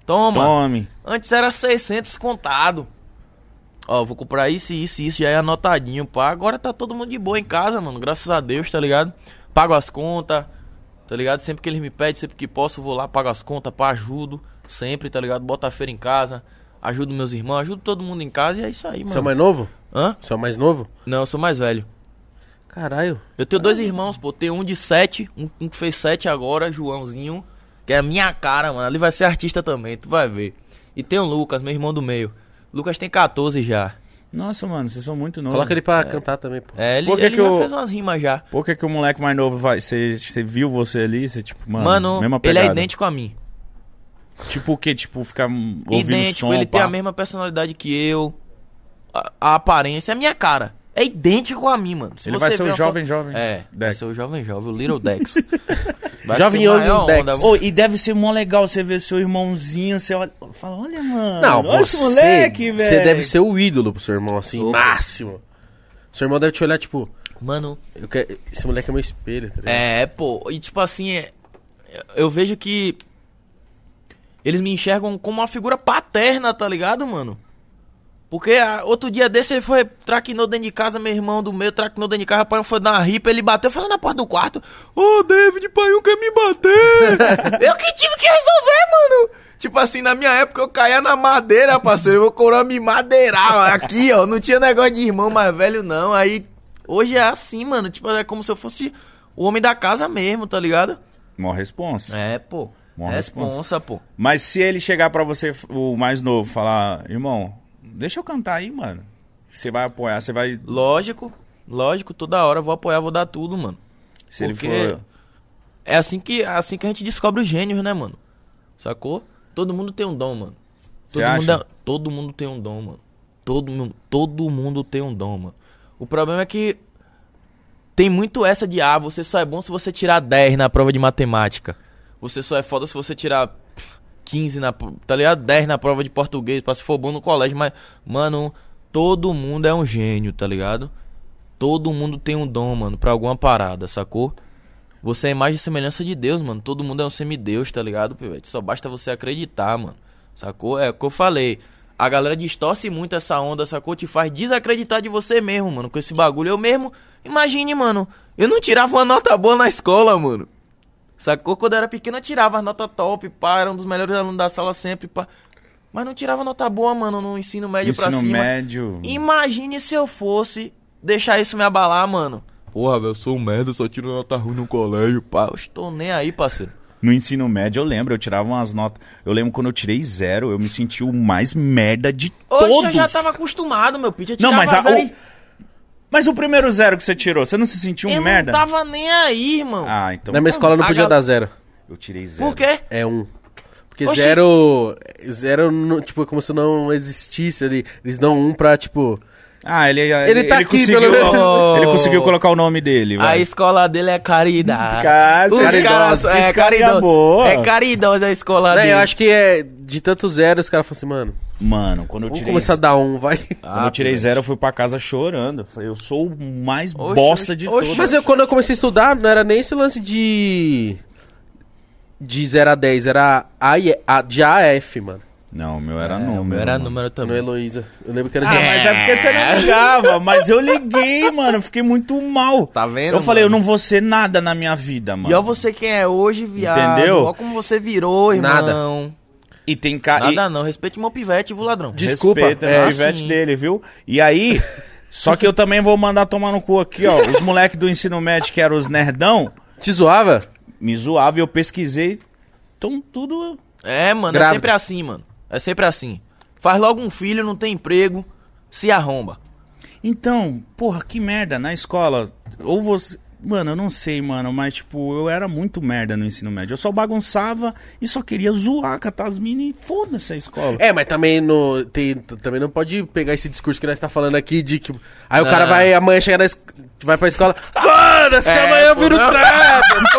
Speaker 4: Toma.
Speaker 1: Tome.
Speaker 4: Antes era 600 contado. Ó, vou comprar isso, isso, isso, já é anotadinho, pá. Agora tá todo mundo de boa em casa, mano. Graças a Deus, tá ligado? Pago as contas, tá ligado? Sempre que eles me pedem, sempre que posso, eu vou lá, pago as contas, pá, ajudo. Sempre, tá ligado? Boto a feira em casa, ajudo meus irmãos, ajudo todo mundo em casa e é isso aí,
Speaker 3: Você é
Speaker 4: mano.
Speaker 3: o mais novo?
Speaker 4: Hã?
Speaker 3: Você é o mais novo?
Speaker 4: Não, eu sou mais velho.
Speaker 3: Caralho.
Speaker 4: Eu tenho dois irmãos, pô. Tenho um de sete, um, um que fez sete agora, Joãozinho. Que é a minha cara, mano. Ele vai ser artista também, tu vai ver. E tem o Lucas, meu irmão do meio. Lucas tem 14 já.
Speaker 1: Nossa, mano, vocês são muito novos.
Speaker 3: Coloca ele pra cantar também, pô.
Speaker 4: É, ele,
Speaker 1: Por que
Speaker 4: ele
Speaker 1: que
Speaker 4: já
Speaker 1: o-
Speaker 4: fez umas rimas já.
Speaker 1: Por que, que o moleque mais novo vai. Você viu você ali? Você, tipo, mano,
Speaker 4: Mano,
Speaker 1: mesma
Speaker 4: ele
Speaker 1: pegada.
Speaker 4: é idêntico a mim.
Speaker 1: Tipo o quê? Tipo, ficar hum, ouvindo
Speaker 4: idêntico,
Speaker 1: som,
Speaker 4: ele
Speaker 1: pá.
Speaker 4: tem a mesma personalidade que eu. A, a aparência, é a minha cara. É idêntico a mim, mano. Se
Speaker 1: Ele vai
Speaker 4: você
Speaker 1: ser
Speaker 4: vê
Speaker 1: o
Speaker 4: uma fo-
Speaker 1: jovem, jovem.
Speaker 4: É, vai
Speaker 1: Dex.
Speaker 4: ser o jovem jovem, o Little Dex. Vai
Speaker 3: Jovem
Speaker 4: ser a maior
Speaker 3: Young Dex.
Speaker 4: onda.
Speaker 1: Ô, e deve ser mó legal você ver seu irmãozinho, você olha, fala, olha, mano,
Speaker 3: Não,
Speaker 1: olha
Speaker 3: você.
Speaker 1: esse moleque, velho.
Speaker 3: você deve ser o ídolo pro seu irmão, assim,
Speaker 4: Sou.
Speaker 3: máximo. Seu irmão deve te olhar, tipo,
Speaker 4: Mano,
Speaker 3: eu quero... esse moleque é meu espelho, tá ligado?
Speaker 4: É, pô, e tipo assim, é- eu vejo que eles me enxergam como uma figura paterna, tá ligado, mano? Porque ah, outro dia desse ele foi, traquinou dentro de casa, meu irmão do meio, traquinou dentro de casa, pai foi dar uma ripa, ele bateu, foi lá na porta do quarto. Ô, David, pai um quer me bater! eu que tive que resolver, mano! Tipo assim, na minha época eu caía na madeira, parceiro, meu coroa me madeirava aqui, ó, não tinha negócio de irmão mais velho, não, aí... Hoje é assim, mano, tipo, é como se eu fosse o homem da casa mesmo, tá ligado?
Speaker 1: Mó responsa.
Speaker 4: É, pô,
Speaker 1: Uma
Speaker 4: responsa, pô.
Speaker 1: Mas se ele chegar pra você, o mais novo, falar, irmão, deixa eu cantar aí, mano. Você vai apoiar, você vai.
Speaker 4: Lógico, lógico, toda hora eu vou apoiar, vou dar tudo, mano.
Speaker 1: Se ele
Speaker 4: Porque-
Speaker 1: for.
Speaker 4: É assim que, assim que a gente descobre os gênios, né, mano? Sacou? Todo mundo tem um dom, mano.
Speaker 1: Cê
Speaker 4: Todo mundo,
Speaker 1: acha?
Speaker 4: é- todo mundo tem um dom, mano. Todo, mu- todo mundo tem um dom, mano. O problema é que tem muito essa de, ah, você só é bom se você tirar 10 na prova de matemática. Você só é foda se você tirar pff, 15 na, pro- tá ligado? 10 na prova de português, pra se for bom no colégio, mas, mano, todo mundo é um gênio, tá ligado? Todo mundo tem um dom, mano, pra alguma parada, sacou? Você é a imagem e semelhança de Deus, mano. Todo mundo é um semideus, tá ligado, pivete? Só basta você acreditar, mano. Sacou? É o que eu falei. A galera distorce muito essa onda, sacou? Te faz desacreditar de você mesmo, mano. Com esse bagulho. Eu mesmo, imagine, mano. Eu não tirava uma nota boa na escola, mano. Sacou? Quando eu era pequeno, eu tirava as notas top, pá. Era um dos melhores alunos da sala sempre, pá. Mas não tirava nota boa, mano, no ensino médio pra
Speaker 1: Ensino
Speaker 4: cima.
Speaker 1: médio.
Speaker 4: Imagine se eu fosse deixar isso me abalar, mano. Porra, velho, eu sou um merda, só tiro nota ruim no colégio, pá. Eu estou nem aí, parceiro.
Speaker 1: No ensino médio, eu lembro, eu tirava umas notas. Eu lembro quando eu tirei zero, eu me senti o mais merda de
Speaker 4: Hoje
Speaker 1: todos.
Speaker 4: eu já tava acostumado, meu pitch. Eu
Speaker 1: Não,
Speaker 4: tirava
Speaker 1: mas a-
Speaker 4: zero
Speaker 1: o- é um
Speaker 4: e-
Speaker 1: Mas o primeiro zero que você tirou, você não se sentiu um
Speaker 4: eu
Speaker 1: merda?
Speaker 4: não tava nem aí, irmão.
Speaker 1: Ah, então.
Speaker 3: Na minha
Speaker 1: tá
Speaker 3: escola não
Speaker 4: A
Speaker 3: podia
Speaker 4: gal-
Speaker 3: dar zero.
Speaker 1: bom. Eu tirei zero.
Speaker 4: Por quê?
Speaker 3: É um. Porque
Speaker 4: Oxi.
Speaker 3: zero. Zero, não- tipo, é como se não existisse ali. Eles dão um pra, tipo.
Speaker 1: Ah, ele, ele, ele,
Speaker 3: tá aqui,
Speaker 1: conseguiu,
Speaker 3: pelo
Speaker 1: ó,
Speaker 4: menos.
Speaker 1: ele conseguiu colocar o nome dele.
Speaker 4: A
Speaker 1: vai. Hum,
Speaker 4: escola dele é caridade.
Speaker 1: Cara, caridoso. Esse
Speaker 4: é
Speaker 1: cara é boa.
Speaker 4: caridoso. É caridoso a escola
Speaker 3: Né,
Speaker 4: dele.
Speaker 3: eu acho que é. De tanto zero, os caras falam assim, mano,
Speaker 1: Mano, quando Tá eu
Speaker 3: vamos
Speaker 1: tirei,
Speaker 3: começar a dar um, vai.
Speaker 1: quando eu tirei zero, eu fui pra casa chorando. Falei, Eu sou o mais bosta
Speaker 4: oxe,
Speaker 1: de
Speaker 4: oxe.
Speaker 1: todos.
Speaker 3: Mas eu, quando eu comecei a estudar, não era nem esse lance de. De 0 a 10, era a, e- a, de A a F, mano.
Speaker 1: Não, o meu era
Speaker 4: É,
Speaker 1: número.
Speaker 4: o meu era
Speaker 1: mano.
Speaker 4: número
Speaker 3: Não,
Speaker 4: também.
Speaker 3: Heloísa. Eu lembro que era
Speaker 1: Hum. Ah,
Speaker 3: de...
Speaker 1: mas é porque você não ligava. Mas eu liguei, mano. eu Fiquei muito mal.
Speaker 4: Tá vendo,
Speaker 1: Eu falei, eu
Speaker 4: mano?
Speaker 1: não vou ser nada na minha vida, mano.
Speaker 4: E ó você quem é hoje, viado.
Speaker 1: Entendeu?
Speaker 4: Ó como você virou, irmão.
Speaker 3: Nada.
Speaker 1: Ah, E tem cara.
Speaker 4: Nada não. Respeite meu pivete, viu, ladrão.
Speaker 3: Desculpa,
Speaker 1: Respeita, é,
Speaker 4: é,
Speaker 1: o pivete
Speaker 4: sim.
Speaker 1: dele, viu? E aí, Só que eu também vou mandar tomar no cu aqui, ó. Os moleques do ensino médio que eram os nerdão,
Speaker 3: Te zoava?
Speaker 1: me zoavam e eu pesquisei. Então tudo.
Speaker 4: É, mano, é
Speaker 3: Grávida.
Speaker 4: sempre assim, mano. É sempre assim. Faz logo um filho, não tem emprego, se arromba.
Speaker 1: Então, porra, que merda. Na escola, ou você. Mano, eu não sei, mano, mas tipo, eu era muito merda no ensino médio. Eu só bagunçava e só queria zoar, catar as minas e foda-se a escola.
Speaker 3: É, mas também não, tem, t- também não pode pegar esse discurso que nós tá falando aqui de que. Aí o
Speaker 4: Não.
Speaker 3: cara vai amanhã chegar na es- vai pra escola. Foda-se, que
Speaker 4: É,
Speaker 3: amanhã eu
Speaker 4: pô,
Speaker 3: viro
Speaker 4: não.
Speaker 3: trapo!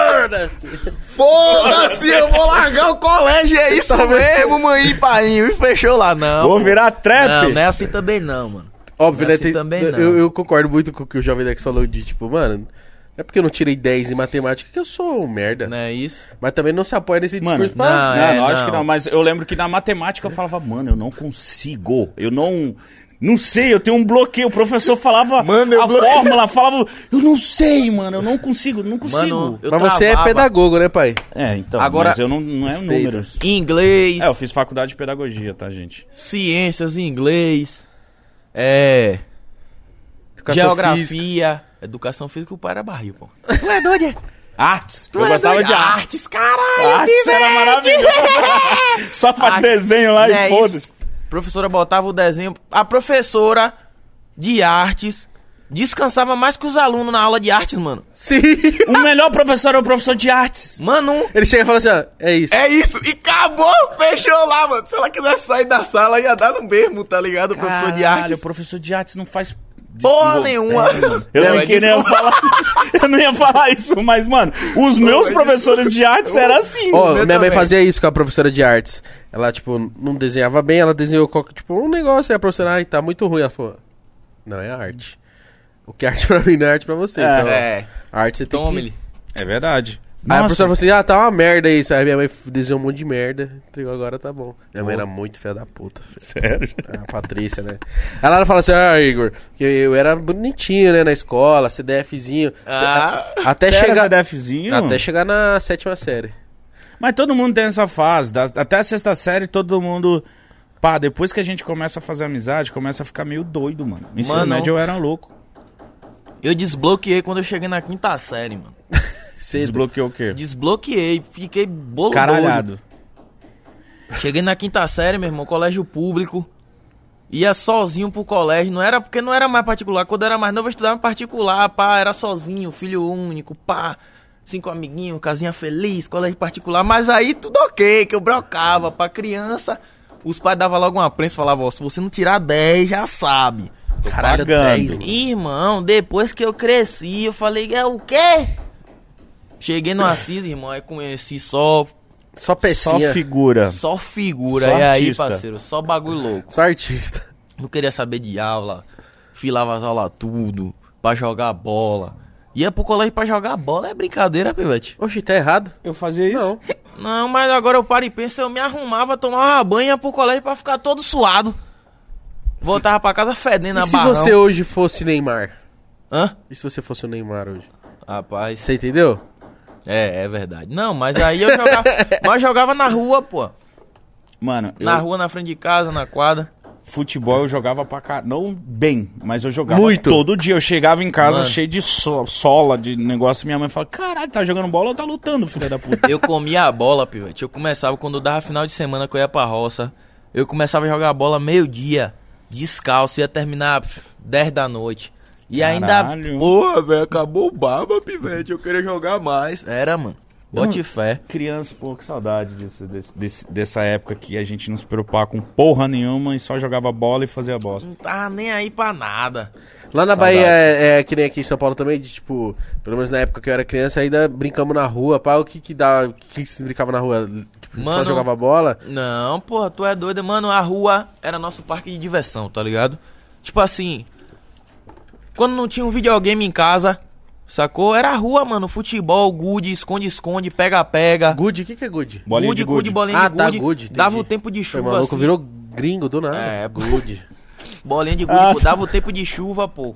Speaker 3: Foda-se!
Speaker 5: Foda-se, eu vou largar o colégio, é isso
Speaker 4: Tá
Speaker 5: mesmo, mãe e painho. E fechou lá, não.
Speaker 1: Vou virar trap!
Speaker 4: Não, não é assim também não, mano.
Speaker 3: Óbvio,
Speaker 4: Mas
Speaker 3: né?
Speaker 4: assim
Speaker 3: tem-
Speaker 4: também não.
Speaker 3: eu, eu concordo muito com o que o Jovem Dex falou de tipo, mano. não É porque eu não tirei 10 em matemática que eu sou um merda.
Speaker 4: Não é isso?
Speaker 3: Mas também não se apoia nesse
Speaker 1: Mano,
Speaker 3: discurso pra.
Speaker 4: Ah,
Speaker 1: não,
Speaker 4: é,
Speaker 1: lógico que
Speaker 4: não.
Speaker 1: não, mas eu lembro que na matemática eu falava, mano, eu não consigo, eu não. Não sei, eu tenho um bloqueio. O professor falava
Speaker 5: Mano, eu
Speaker 1: a
Speaker 5: bloqueio.
Speaker 1: fórmula, falava, eu não sei, mano, eu não consigo, não consigo.
Speaker 4: Mano, eu
Speaker 3: Mas você é
Speaker 4: travava.
Speaker 3: pedagogo, né, pai?
Speaker 1: É, então,
Speaker 4: Agora-
Speaker 1: mas eu não, não é
Speaker 3: Respeito.
Speaker 1: números.
Speaker 4: Inglês,
Speaker 1: É, eu fiz faculdade de pedagogia, tá, gente?
Speaker 4: ciências em inglês, é,
Speaker 3: Educação
Speaker 4: geografia,
Speaker 3: física. é
Speaker 4: educação física, o pai era barril, pô. Ah,
Speaker 1: Artes!
Speaker 4: é
Speaker 1: eu gostava de artes.
Speaker 4: artes, caralho,
Speaker 1: Artes era maravilhoso. Só faz
Speaker 4: Artes.
Speaker 1: desenho lá
Speaker 4: Não é
Speaker 1: e foda-se.
Speaker 4: isso. professora botava o desenho. A professora de artes descansava mais que os alunos na aula de artes, mano.
Speaker 3: Sim!
Speaker 1: O melhor professor era o professor de artes.
Speaker 4: Mano,
Speaker 3: Ele chega e fala assim, ó, é isso.
Speaker 5: É isso, e acabou, fechou lá, mano. Se ela quisesse sair da sala, ia dar no mesmo, tá ligado? professor de
Speaker 1: Caralho,
Speaker 5: arte.
Speaker 1: O professor de artes não faz desenvol-
Speaker 4: porra nenhuma.
Speaker 1: Eu não,
Speaker 5: Não, é
Speaker 1: queria falar. Eu não ia falar isso, mas, mano, os meus professores de artes eram assim.
Speaker 3: Ó,
Speaker 5: meu
Speaker 3: minha mãe
Speaker 5: também.
Speaker 3: fazia isso com a professora de artes. Ela, tipo, não desenhava bem, ela desenhou qualquer, tipo, um negócio e a professora, ai, tá muito ruim. Ela falou, não é arte. O que é arte pra mim não é arte pra você.
Speaker 1: É.
Speaker 3: então,
Speaker 4: É,
Speaker 3: a arte você tem
Speaker 4: toma
Speaker 3: que...
Speaker 4: ele.
Speaker 1: É verdade.
Speaker 3: Aí a
Speaker 1: Nossa,
Speaker 3: professora falou assim, ah, tá uma merda isso. Aí minha mãe desenhou um monte de merda, entregou agora, tá bom. Minha mãe era muito filha da puta. filho.
Speaker 1: sério.
Speaker 3: A Patrícia, né? Ela ela fala assim, ah, Igor, que eu era bonitinho, né, na escola, CDFzinho.
Speaker 4: Ah,
Speaker 3: Até chegar...
Speaker 1: CDFzinho?
Speaker 3: Até chegar na sétima série.
Speaker 1: Mas todo mundo tem essa fase. da- Até a sexta série, todo mundo. Pá, depois que a gente começa a fazer amizade, começa a ficar meio doido, mano. No Ensino
Speaker 4: Mano.
Speaker 1: médio eu era louco.
Speaker 4: eu desbloqueei quando eu cheguei na quinta série, mano.
Speaker 3: Cedo.
Speaker 1: Desbloqueou o quê?
Speaker 4: Desbloqueei, fiquei bolo doido.
Speaker 1: Caralhado.
Speaker 4: Cheguei na quinta série, meu irmão, colégio público. Ia sozinho pro colégio, não era porque não era mais particular. Quando eu era mais novo, eu estudava em particular, pá, era sozinho, filho único, pá. Cinco amiguinhos, casinha feliz, colégio particular. Mas aí tudo ok, que eu brocava pra criança. Os pais davam logo uma prensa e falavam, ó, se você não tirar 10, já sabe.
Speaker 1: Caralho,
Speaker 4: Irmão, depois que eu cresci, eu falei, é o quê? Cheguei no Assis, irmão, aí conheci só
Speaker 3: Só
Speaker 1: Só
Speaker 3: pecinha.
Speaker 1: figura.
Speaker 4: só figura,
Speaker 1: É. Só
Speaker 4: e
Speaker 1: artista.
Speaker 4: aí, parceiro, só bagulho louco.
Speaker 3: Só artista.
Speaker 4: Não queria saber de aula, filava as aulas tudo, pra jogar bola. Ia pro colégio pra jogar bola, é brincadeira, pivete.
Speaker 3: Oxe, tá errado?
Speaker 1: Eu fazia isso?
Speaker 3: Não.
Speaker 4: Não, mas agora eu paro e penso, eu me arrumava, tomava banho, ia pro colégio pra ficar todo suado. Voltava pra casa fedendo
Speaker 3: e
Speaker 4: a
Speaker 3: se
Speaker 4: barrão.
Speaker 3: você hoje fosse Neymar?
Speaker 4: Hã?
Speaker 3: E se você fosse o Neymar hoje?
Speaker 4: Rapaz,
Speaker 3: Você entendeu?
Speaker 4: é, é verdade. Não, mas aí eu jogava, mas jogava na rua, pô.
Speaker 1: Mano, eu,
Speaker 4: Na rua, na frente de casa, na quadra.
Speaker 1: futebol eu jogava pra caralho. Não bem, mas eu jogava
Speaker 3: Muito.
Speaker 1: todo dia. Eu chegava em casa
Speaker 4: Mano.
Speaker 1: cheio de so- sola, de negócio. Minha mãe falava, caralho, tá jogando bola ou tá lutando, filha da puta?
Speaker 4: Eu comia a bola, pivete. Eu começava quando dava final de semana que eu ia pra roça. Eu começava a jogar bola meio-dia, descalço, ia terminar pff, 10 da noite. E ainda.
Speaker 1: Caralho.
Speaker 4: Porra, velho, acabou o baba, pivete. Eu queria jogar mais. Era, mano. Bote fé.
Speaker 1: Criança, pô, que saudade desse- desse- desse- dessa época que a gente não se preocupava com porra nenhuma e só jogava bola e fazia bosta.
Speaker 4: Não tá nem aí pra nada.
Speaker 3: Lá na
Speaker 1: Saudades.
Speaker 3: Bahia é, é que nem aqui em São Paulo também, de, tipo, pelo menos na época que eu era criança, ainda brincamos na rua, pá, o que que dá, o que que se brincava na rua? Tipo, só
Speaker 4: Mano.
Speaker 3: jogava bola?
Speaker 4: Não, porra, tu é doido. Mano, a rua era nosso parque de diversão, tá ligado? Tipo assim, quando não tinha um videogame em casa, sacou? Era a rua, mano. Futebol, gude, esconde-esconde, pega-pega.
Speaker 3: Good, o que que é good?
Speaker 1: Bolinha
Speaker 4: gude,
Speaker 1: de gude.
Speaker 4: bolinha
Speaker 3: Ah,
Speaker 4: de
Speaker 3: tá,
Speaker 4: gude.
Speaker 3: gude, entendi.
Speaker 4: dava o tempo de
Speaker 3: Foi
Speaker 4: chuva
Speaker 3: maluco,
Speaker 4: assim.
Speaker 3: virou gringo do nada.
Speaker 4: É,
Speaker 3: good.
Speaker 4: Bolinha de gude,
Speaker 1: Ah,
Speaker 4: pô, dava o tempo de chuva, pô.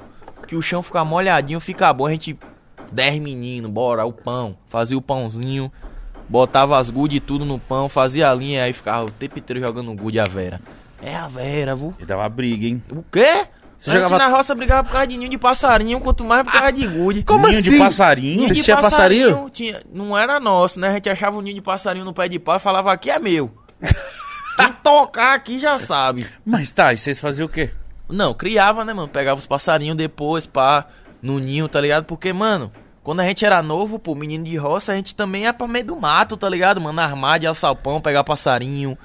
Speaker 4: Que o chão fica molhadinho, fica bom. A gente, 10 meninos, bora, o pão. Fazia o pãozinho, botava as gude e tudo no pão, fazia a linha, aí ficava o tempo inteiro jogando gude a Vera. É a Vera, vô.
Speaker 1: E dava briga, hein?
Speaker 4: O quê?
Speaker 3: Você
Speaker 4: a
Speaker 3: jogava.
Speaker 4: gente na roça brigava por causa de ninho de passarinho, quanto mais por causa de gude.
Speaker 3: Como
Speaker 1: Ninho de
Speaker 3: assim?
Speaker 1: passarinho?
Speaker 4: Ninho
Speaker 3: Vocês tinham passarinho?
Speaker 4: Tinha, não era nosso, né? A gente achava o ninho de passarinho no pé de pau e falava, aqui é meu. Quem tocar aqui já sabe.
Speaker 1: Mas tá, e vocês faziam o quê?
Speaker 4: Não, criava, né, mano? Pegava os passarinhos depois, pá, no ninho, tá ligado? Porque, mano, quando a gente era novo, pô, menino de roça, a gente também ia pra meio do mato, tá ligado, mano? Armar de alçapão, pegar passarinho,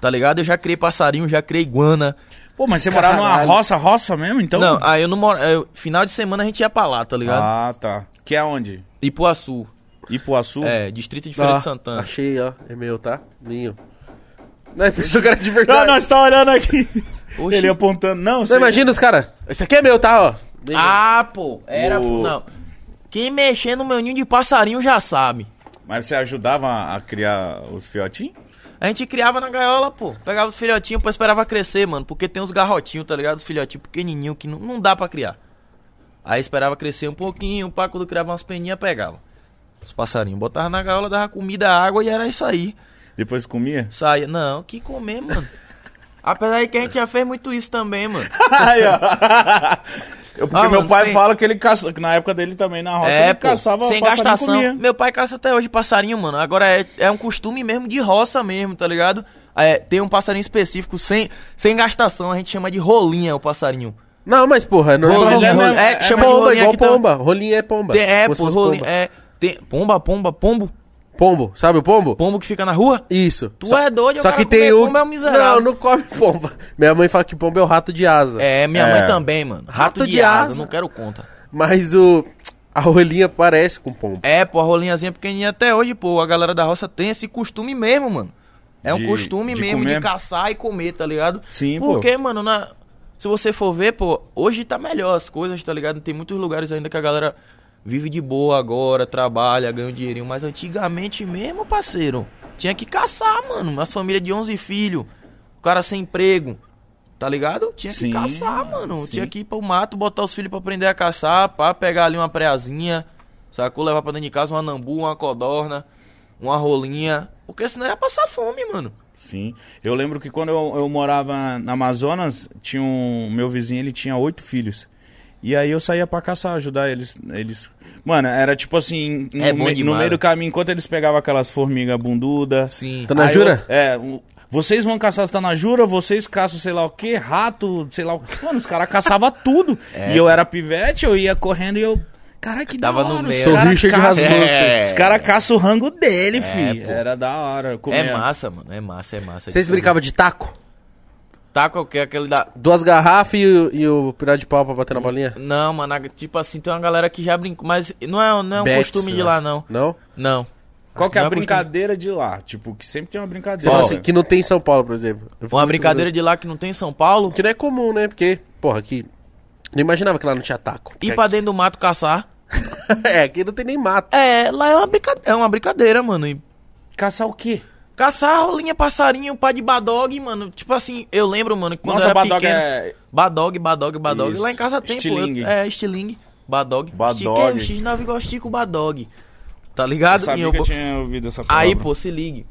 Speaker 4: tá ligado? Eu já criei passarinho, já criei iguana.
Speaker 1: Pô, mas você morava numa
Speaker 3: Caralho.
Speaker 1: roça, roça mesmo, então?
Speaker 4: Não, aí eu não moro. Final de semana a gente ia pra lá, tá ligado?
Speaker 1: Ah, tá. Que é onde?
Speaker 4: Ipuaçu.
Speaker 1: Ipuaçu?
Speaker 4: É, distrito de Feira
Speaker 3: Ó,
Speaker 4: de Santana.
Speaker 3: Achei, ó. É meu, tá? Ninho. Não, é, pensou que era de verdade.
Speaker 1: Não, nós tá olhando aqui.
Speaker 4: Oxi.
Speaker 1: Ele apontando. Não,
Speaker 3: Você
Speaker 1: você...
Speaker 3: imagina os caras. Esse aqui é meu, tá, ó. Bem
Speaker 4: Ah, pô, era.
Speaker 1: O-
Speaker 4: Não. Quem mexer no meu ninho de passarinho já sabe.
Speaker 1: Mas você ajudava a criar os fiotinhos?
Speaker 4: A gente criava na gaiola, pô. Pegava os filhotinhos, pô, esperava crescer, mano. Porque tem uns garrotinhos, tá ligado? Os filhotinhos pequenininhos que não, não dá pra criar. Aí esperava crescer um pouquinho, pá, quando criava umas peninhas, pegava. Os passarinhos botava na gaiola, dava comida, água e era isso aí.
Speaker 1: Depois comia?
Speaker 4: Saia. Não, que comer, mano. Apesar de que a gente já fez muito isso também, mano.
Speaker 1: Aí, ó. Eu, porque
Speaker 4: Ah,
Speaker 1: meu
Speaker 4: mano,
Speaker 1: pai
Speaker 4: sem-
Speaker 1: fala que ele caça, que na época dele também na roça ele
Speaker 4: é, pô,
Speaker 1: caçava
Speaker 4: sem
Speaker 1: passarinho e
Speaker 4: gastação.
Speaker 1: comia.
Speaker 4: Meu pai caça até hoje passarinho, mano. Agora é, é um costume mesmo de roça mesmo, tá ligado? É, tem um passarinho específico sem, sem gastação, a gente chama de rolinha o passarinho.
Speaker 3: Não, mas porra, é normal.
Speaker 1: mas é
Speaker 3: Rolinha.
Speaker 1: mesmo,
Speaker 4: é,
Speaker 1: é
Speaker 4: chama de
Speaker 3: pomba,
Speaker 4: rolinha
Speaker 3: igual
Speaker 4: aqui também.
Speaker 3: pomba. Rolinha é pomba.
Speaker 4: Tem- é,
Speaker 3: Como se
Speaker 4: pô,
Speaker 3: fosse
Speaker 4: rolinha,
Speaker 3: pomba.
Speaker 4: é. Tem, pomba, pomba, pombo,
Speaker 3: Pombo, sabe o pombo?
Speaker 4: pombo que fica na rua?
Speaker 3: Isso.
Speaker 4: Tu é doido, o
Speaker 3: Só
Speaker 4: cara
Speaker 3: que
Speaker 4: comer
Speaker 3: tem um.
Speaker 4: pomba é um miserável.
Speaker 3: Não, não come pomba. Minha mãe fala que pomba é o rato de asa.
Speaker 4: É, minha
Speaker 1: É.
Speaker 4: mãe também, mano. Rato, de, asa, não quero conta.
Speaker 3: Mas o. A rolinha parece com pombo.
Speaker 4: É, pô, a rolinhazinha pequenininha até hoje, pô. A galera da roça tem esse costume mesmo, mano. É um
Speaker 1: De-
Speaker 4: costume
Speaker 1: de
Speaker 4: mesmo
Speaker 1: comer?
Speaker 4: de caçar e comer, tá ligado?
Speaker 1: Sim, pô.
Speaker 4: Porque, mano, na- se você for ver, pô, hoje tá melhor as coisas, tá ligado? Tem muitos lugares ainda que a galera vive de boa agora, trabalha, ganha um dinheirinho. Mas antigamente mesmo, parceiro, tinha que caçar, mano. Umas famílias de 11 filhos, o cara sem emprego, tá ligado? Tinha
Speaker 1: Sim,
Speaker 4: que caçar, mano.
Speaker 1: sim.
Speaker 4: Tinha que ir pro mato, botar os filhos pra aprender a caçar, pra pegar ali uma preazinha, sacou? Levar pra dentro de casa uma nambu, uma codorna, uma rolinha. Porque senão ia passar fome, mano.
Speaker 1: Sim. Eu lembro que quando eu, eu morava na Amazonas, tinha um. Meu vizinho, ele tinha oito filhos. E aí eu saía pra caçar, ajudar eles. eles... Mano, era tipo assim, no,
Speaker 4: É bom
Speaker 1: me- no
Speaker 4: demais.
Speaker 1: meio do caminho, enquanto eles pegavam aquelas formigas bundudas.
Speaker 4: Sim.
Speaker 3: Tá na
Speaker 1: Aí
Speaker 3: jura?
Speaker 1: eu- é, um- vocês vão caçar se tá na jura, vocês caçam sei lá o que, rato, sei lá o que. Mano, os caras caçavam tudo. E eu era pivete, eu ia correndo e eu. Caralho, que
Speaker 4: É. Tava
Speaker 1: da hora.
Speaker 4: no
Speaker 1: os
Speaker 4: meio.
Speaker 3: Sou
Speaker 1: cara
Speaker 3: Richard
Speaker 1: caça-
Speaker 3: Razoso.
Speaker 4: É.
Speaker 1: Os caras caçam o rango dele, filho.
Speaker 4: pô.
Speaker 1: Era da hora. eu
Speaker 4: É
Speaker 1: comia-
Speaker 4: massa, mano. É massa, é massa.
Speaker 3: Vocês brincavam de taco?
Speaker 4: Tá qualquer aquele da.
Speaker 3: Duas garrafas e, o- e o pirata de pau pra bater na bolinha?
Speaker 4: Não, mano, a- tipo assim, tem uma galera que já brincou, mas não é, não é um
Speaker 3: Bets,
Speaker 4: costume de
Speaker 3: né?
Speaker 4: lá, não.
Speaker 3: Não?
Speaker 4: Não.
Speaker 1: Qual que é
Speaker 4: Não
Speaker 1: a
Speaker 4: costume.
Speaker 1: brincadeira de lá? Tipo, que sempre tem uma
Speaker 3: Você
Speaker 1: brincadeira.
Speaker 3: fala
Speaker 4: Ó.
Speaker 3: assim, que não tem em São Paulo, por exemplo. Eu fico
Speaker 4: Uma
Speaker 3: muito
Speaker 4: brincadeira
Speaker 3: curioso.
Speaker 4: de lá que não tem em São Paulo,
Speaker 3: Que não é comum, né? Porque, porra, aqui. Não imaginava que lá não tinha taco.
Speaker 4: ir pra dentro do mato caçar.
Speaker 3: é, aqui não tem nem mato.
Speaker 4: É, lá é uma brincadeira, é uma brincadeira, mano. E
Speaker 1: assim, Caçar o quê?
Speaker 4: caçar rolinha, passarinho, pá de badog, mano. Tipo assim, eu lembro, mano, que quando
Speaker 1: Nossa,
Speaker 4: eu era
Speaker 1: Badog
Speaker 4: pequeno...
Speaker 1: é.
Speaker 4: Badog, badog, badog.
Speaker 1: Isso.
Speaker 4: Lá em casa tem,
Speaker 1: Estilingue.
Speaker 4: pô. eu- É, estilingue. Badog.
Speaker 1: Badog.
Speaker 4: Stick é o X9 igual Chico Badog. Tá ligado?
Speaker 1: Eu sabia
Speaker 4: E
Speaker 1: que eu
Speaker 4: bo-
Speaker 1: tinha ouvido essa palavra.
Speaker 4: Aí, pô, se ligue.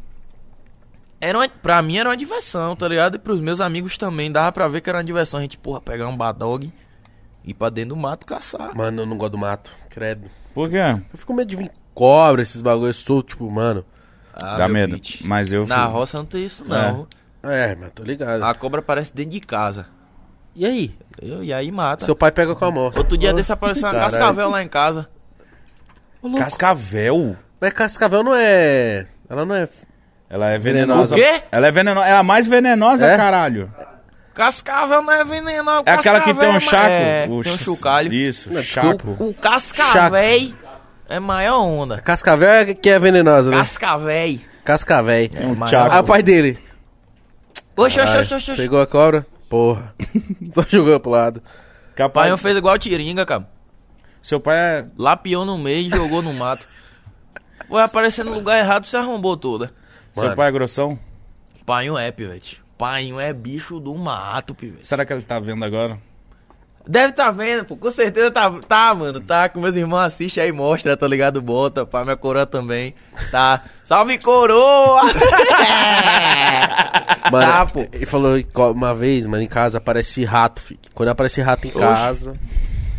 Speaker 4: Era uma, pra mim era uma diversão, tá ligado? E pros meus amigos também, dava pra ver que era uma diversão. A gente, porra, pegar um badog, ir pra dentro do mato caçar.
Speaker 3: Mano, eu não gosto do mato. Credo.
Speaker 1: Por quê?
Speaker 3: Eu fico com medo de vir cobra, esses bagulhos todos, tipo, mano.
Speaker 4: Ah,
Speaker 1: Dá
Speaker 4: meu
Speaker 1: medo.
Speaker 4: bitch.
Speaker 1: Mas eu.
Speaker 4: Na
Speaker 1: fui-
Speaker 4: roça não tem isso, não.
Speaker 3: É, mas tô ligado.
Speaker 4: A cobra aparece dentro de casa.
Speaker 3: E aí?
Speaker 4: Eu, e aí mata.
Speaker 3: Seu pai pega com a mão.
Speaker 4: Tá. Outro dia desse apareceu uma
Speaker 3: Caralho.
Speaker 4: cascavel lá em casa.
Speaker 1: Cascavel.
Speaker 3: Mas cascavel não é. Ela não é.
Speaker 1: Ela é venenosa.
Speaker 4: O quê?
Speaker 1: Ela é venenosa. Ela é a mais venenosa,
Speaker 3: É?
Speaker 1: caralho.
Speaker 4: Cascavel não é veneno, não.
Speaker 1: É aquela que
Speaker 4: Cascavel
Speaker 1: tem
Speaker 4: é ma-
Speaker 1: um chaco.
Speaker 4: É,
Speaker 1: O
Speaker 4: tem um
Speaker 1: ch-
Speaker 4: chocalho.
Speaker 1: Isso,
Speaker 3: Não,
Speaker 1: chaco.
Speaker 4: O cascavel é maior onda.
Speaker 3: Cascavel é que é venenosa, né?
Speaker 4: Cascavel.
Speaker 3: Cascavel.
Speaker 4: É maior
Speaker 1: tchaco.
Speaker 3: Ah, o pai dele.
Speaker 4: Oxe, oxe,
Speaker 3: Ai,
Speaker 4: oxe, oxe, oxe.
Speaker 3: Pegou a cobra? Porra. Só jogou pro lado.
Speaker 1: Capaz.
Speaker 4: Paião fez igual o Tiringa, cara.
Speaker 1: Seu pai é.
Speaker 4: Lapiou no meio e jogou no mato. Foi aparecer no lugar errado, se arrombou toda. um
Speaker 1: Seu
Speaker 3: Mano.
Speaker 1: pai é grossão?
Speaker 4: Paião é, pivete. Paião é um bicho do mato, pivete.
Speaker 1: Será que ele tá vendo agora?
Speaker 4: Deve tá vendo, pô. Com certeza tá, tá, mano. Tá com meus irmãos, assiste aí, mostra, tá ligado? Bota, pá, minha coroa também. Tá. Salve, coroa!
Speaker 3: Mano,
Speaker 4: tá, pô.
Speaker 3: Ele falou em co- uma vez, mano, em casa aparece rato, filho. Quando aparece rato em casa.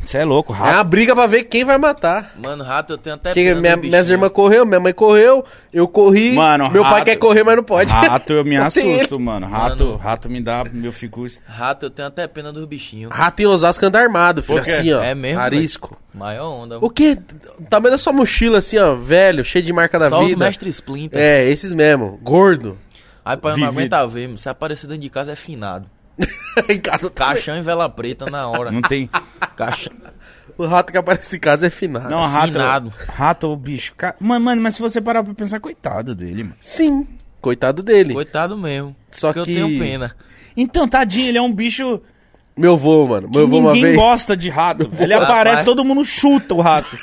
Speaker 1: Você é louco,
Speaker 3: É
Speaker 4: Ah,
Speaker 3: uma briga pra ver quem vai matar.
Speaker 4: Mano, rato, eu tenho até.
Speaker 3: Quem-
Speaker 4: pena do
Speaker 3: minha,
Speaker 4: É, bichinho.
Speaker 3: minhas irmãs correu, minha mãe correu, eu corri.
Speaker 1: Mano,
Speaker 3: meu pai
Speaker 1: rato-
Speaker 3: quer correr, mas não pode.
Speaker 1: Rato eu me
Speaker 3: Só tem ele.
Speaker 1: assusto, mano. Rato,
Speaker 4: Mano.
Speaker 1: rato me dá, eu fico.
Speaker 4: Rato, eu tenho até pena dos bichinhos.
Speaker 3: Rato em Osasco anda armado, filho.
Speaker 1: Por quê?
Speaker 3: Assim, ó.
Speaker 4: É mesmo,
Speaker 3: Arisco.
Speaker 4: Maior onda.
Speaker 3: O quê? O tamanho da sua mochila, assim, ó, velho, cheio de marca da
Speaker 4: Só os
Speaker 3: vida.
Speaker 4: mestre Splinter.
Speaker 3: É, esses mesmo. Gordo.
Speaker 4: Aí, pai, eu não
Speaker 1: Vivido.
Speaker 4: aguenta ver, mano. Se aparecer dentro de casa é finado.
Speaker 3: em casa tá.
Speaker 4: Caixão e vela preta na hora.
Speaker 1: Não tem.
Speaker 4: Caixão.
Speaker 3: O rato que aparece em casa é finado.
Speaker 1: Não, rato.
Speaker 4: Finado.
Speaker 1: Rato ou bicho. Ca- Mano, mano, mas se você parar pra pensar, coitado dele, mano.
Speaker 3: Sim. Coitado dele.
Speaker 4: Coitado mesmo.
Speaker 3: Só
Speaker 4: Porque
Speaker 3: que-
Speaker 4: eu tenho pena.
Speaker 1: Então, tadinho, ele é um bicho
Speaker 3: Meu vô, mano.
Speaker 1: que
Speaker 3: Meu vô uma
Speaker 1: ninguém
Speaker 3: vez.
Speaker 1: gosta de rato. velho. Ele
Speaker 4: Rapaz.
Speaker 1: aparece, todo mundo chuta o rato.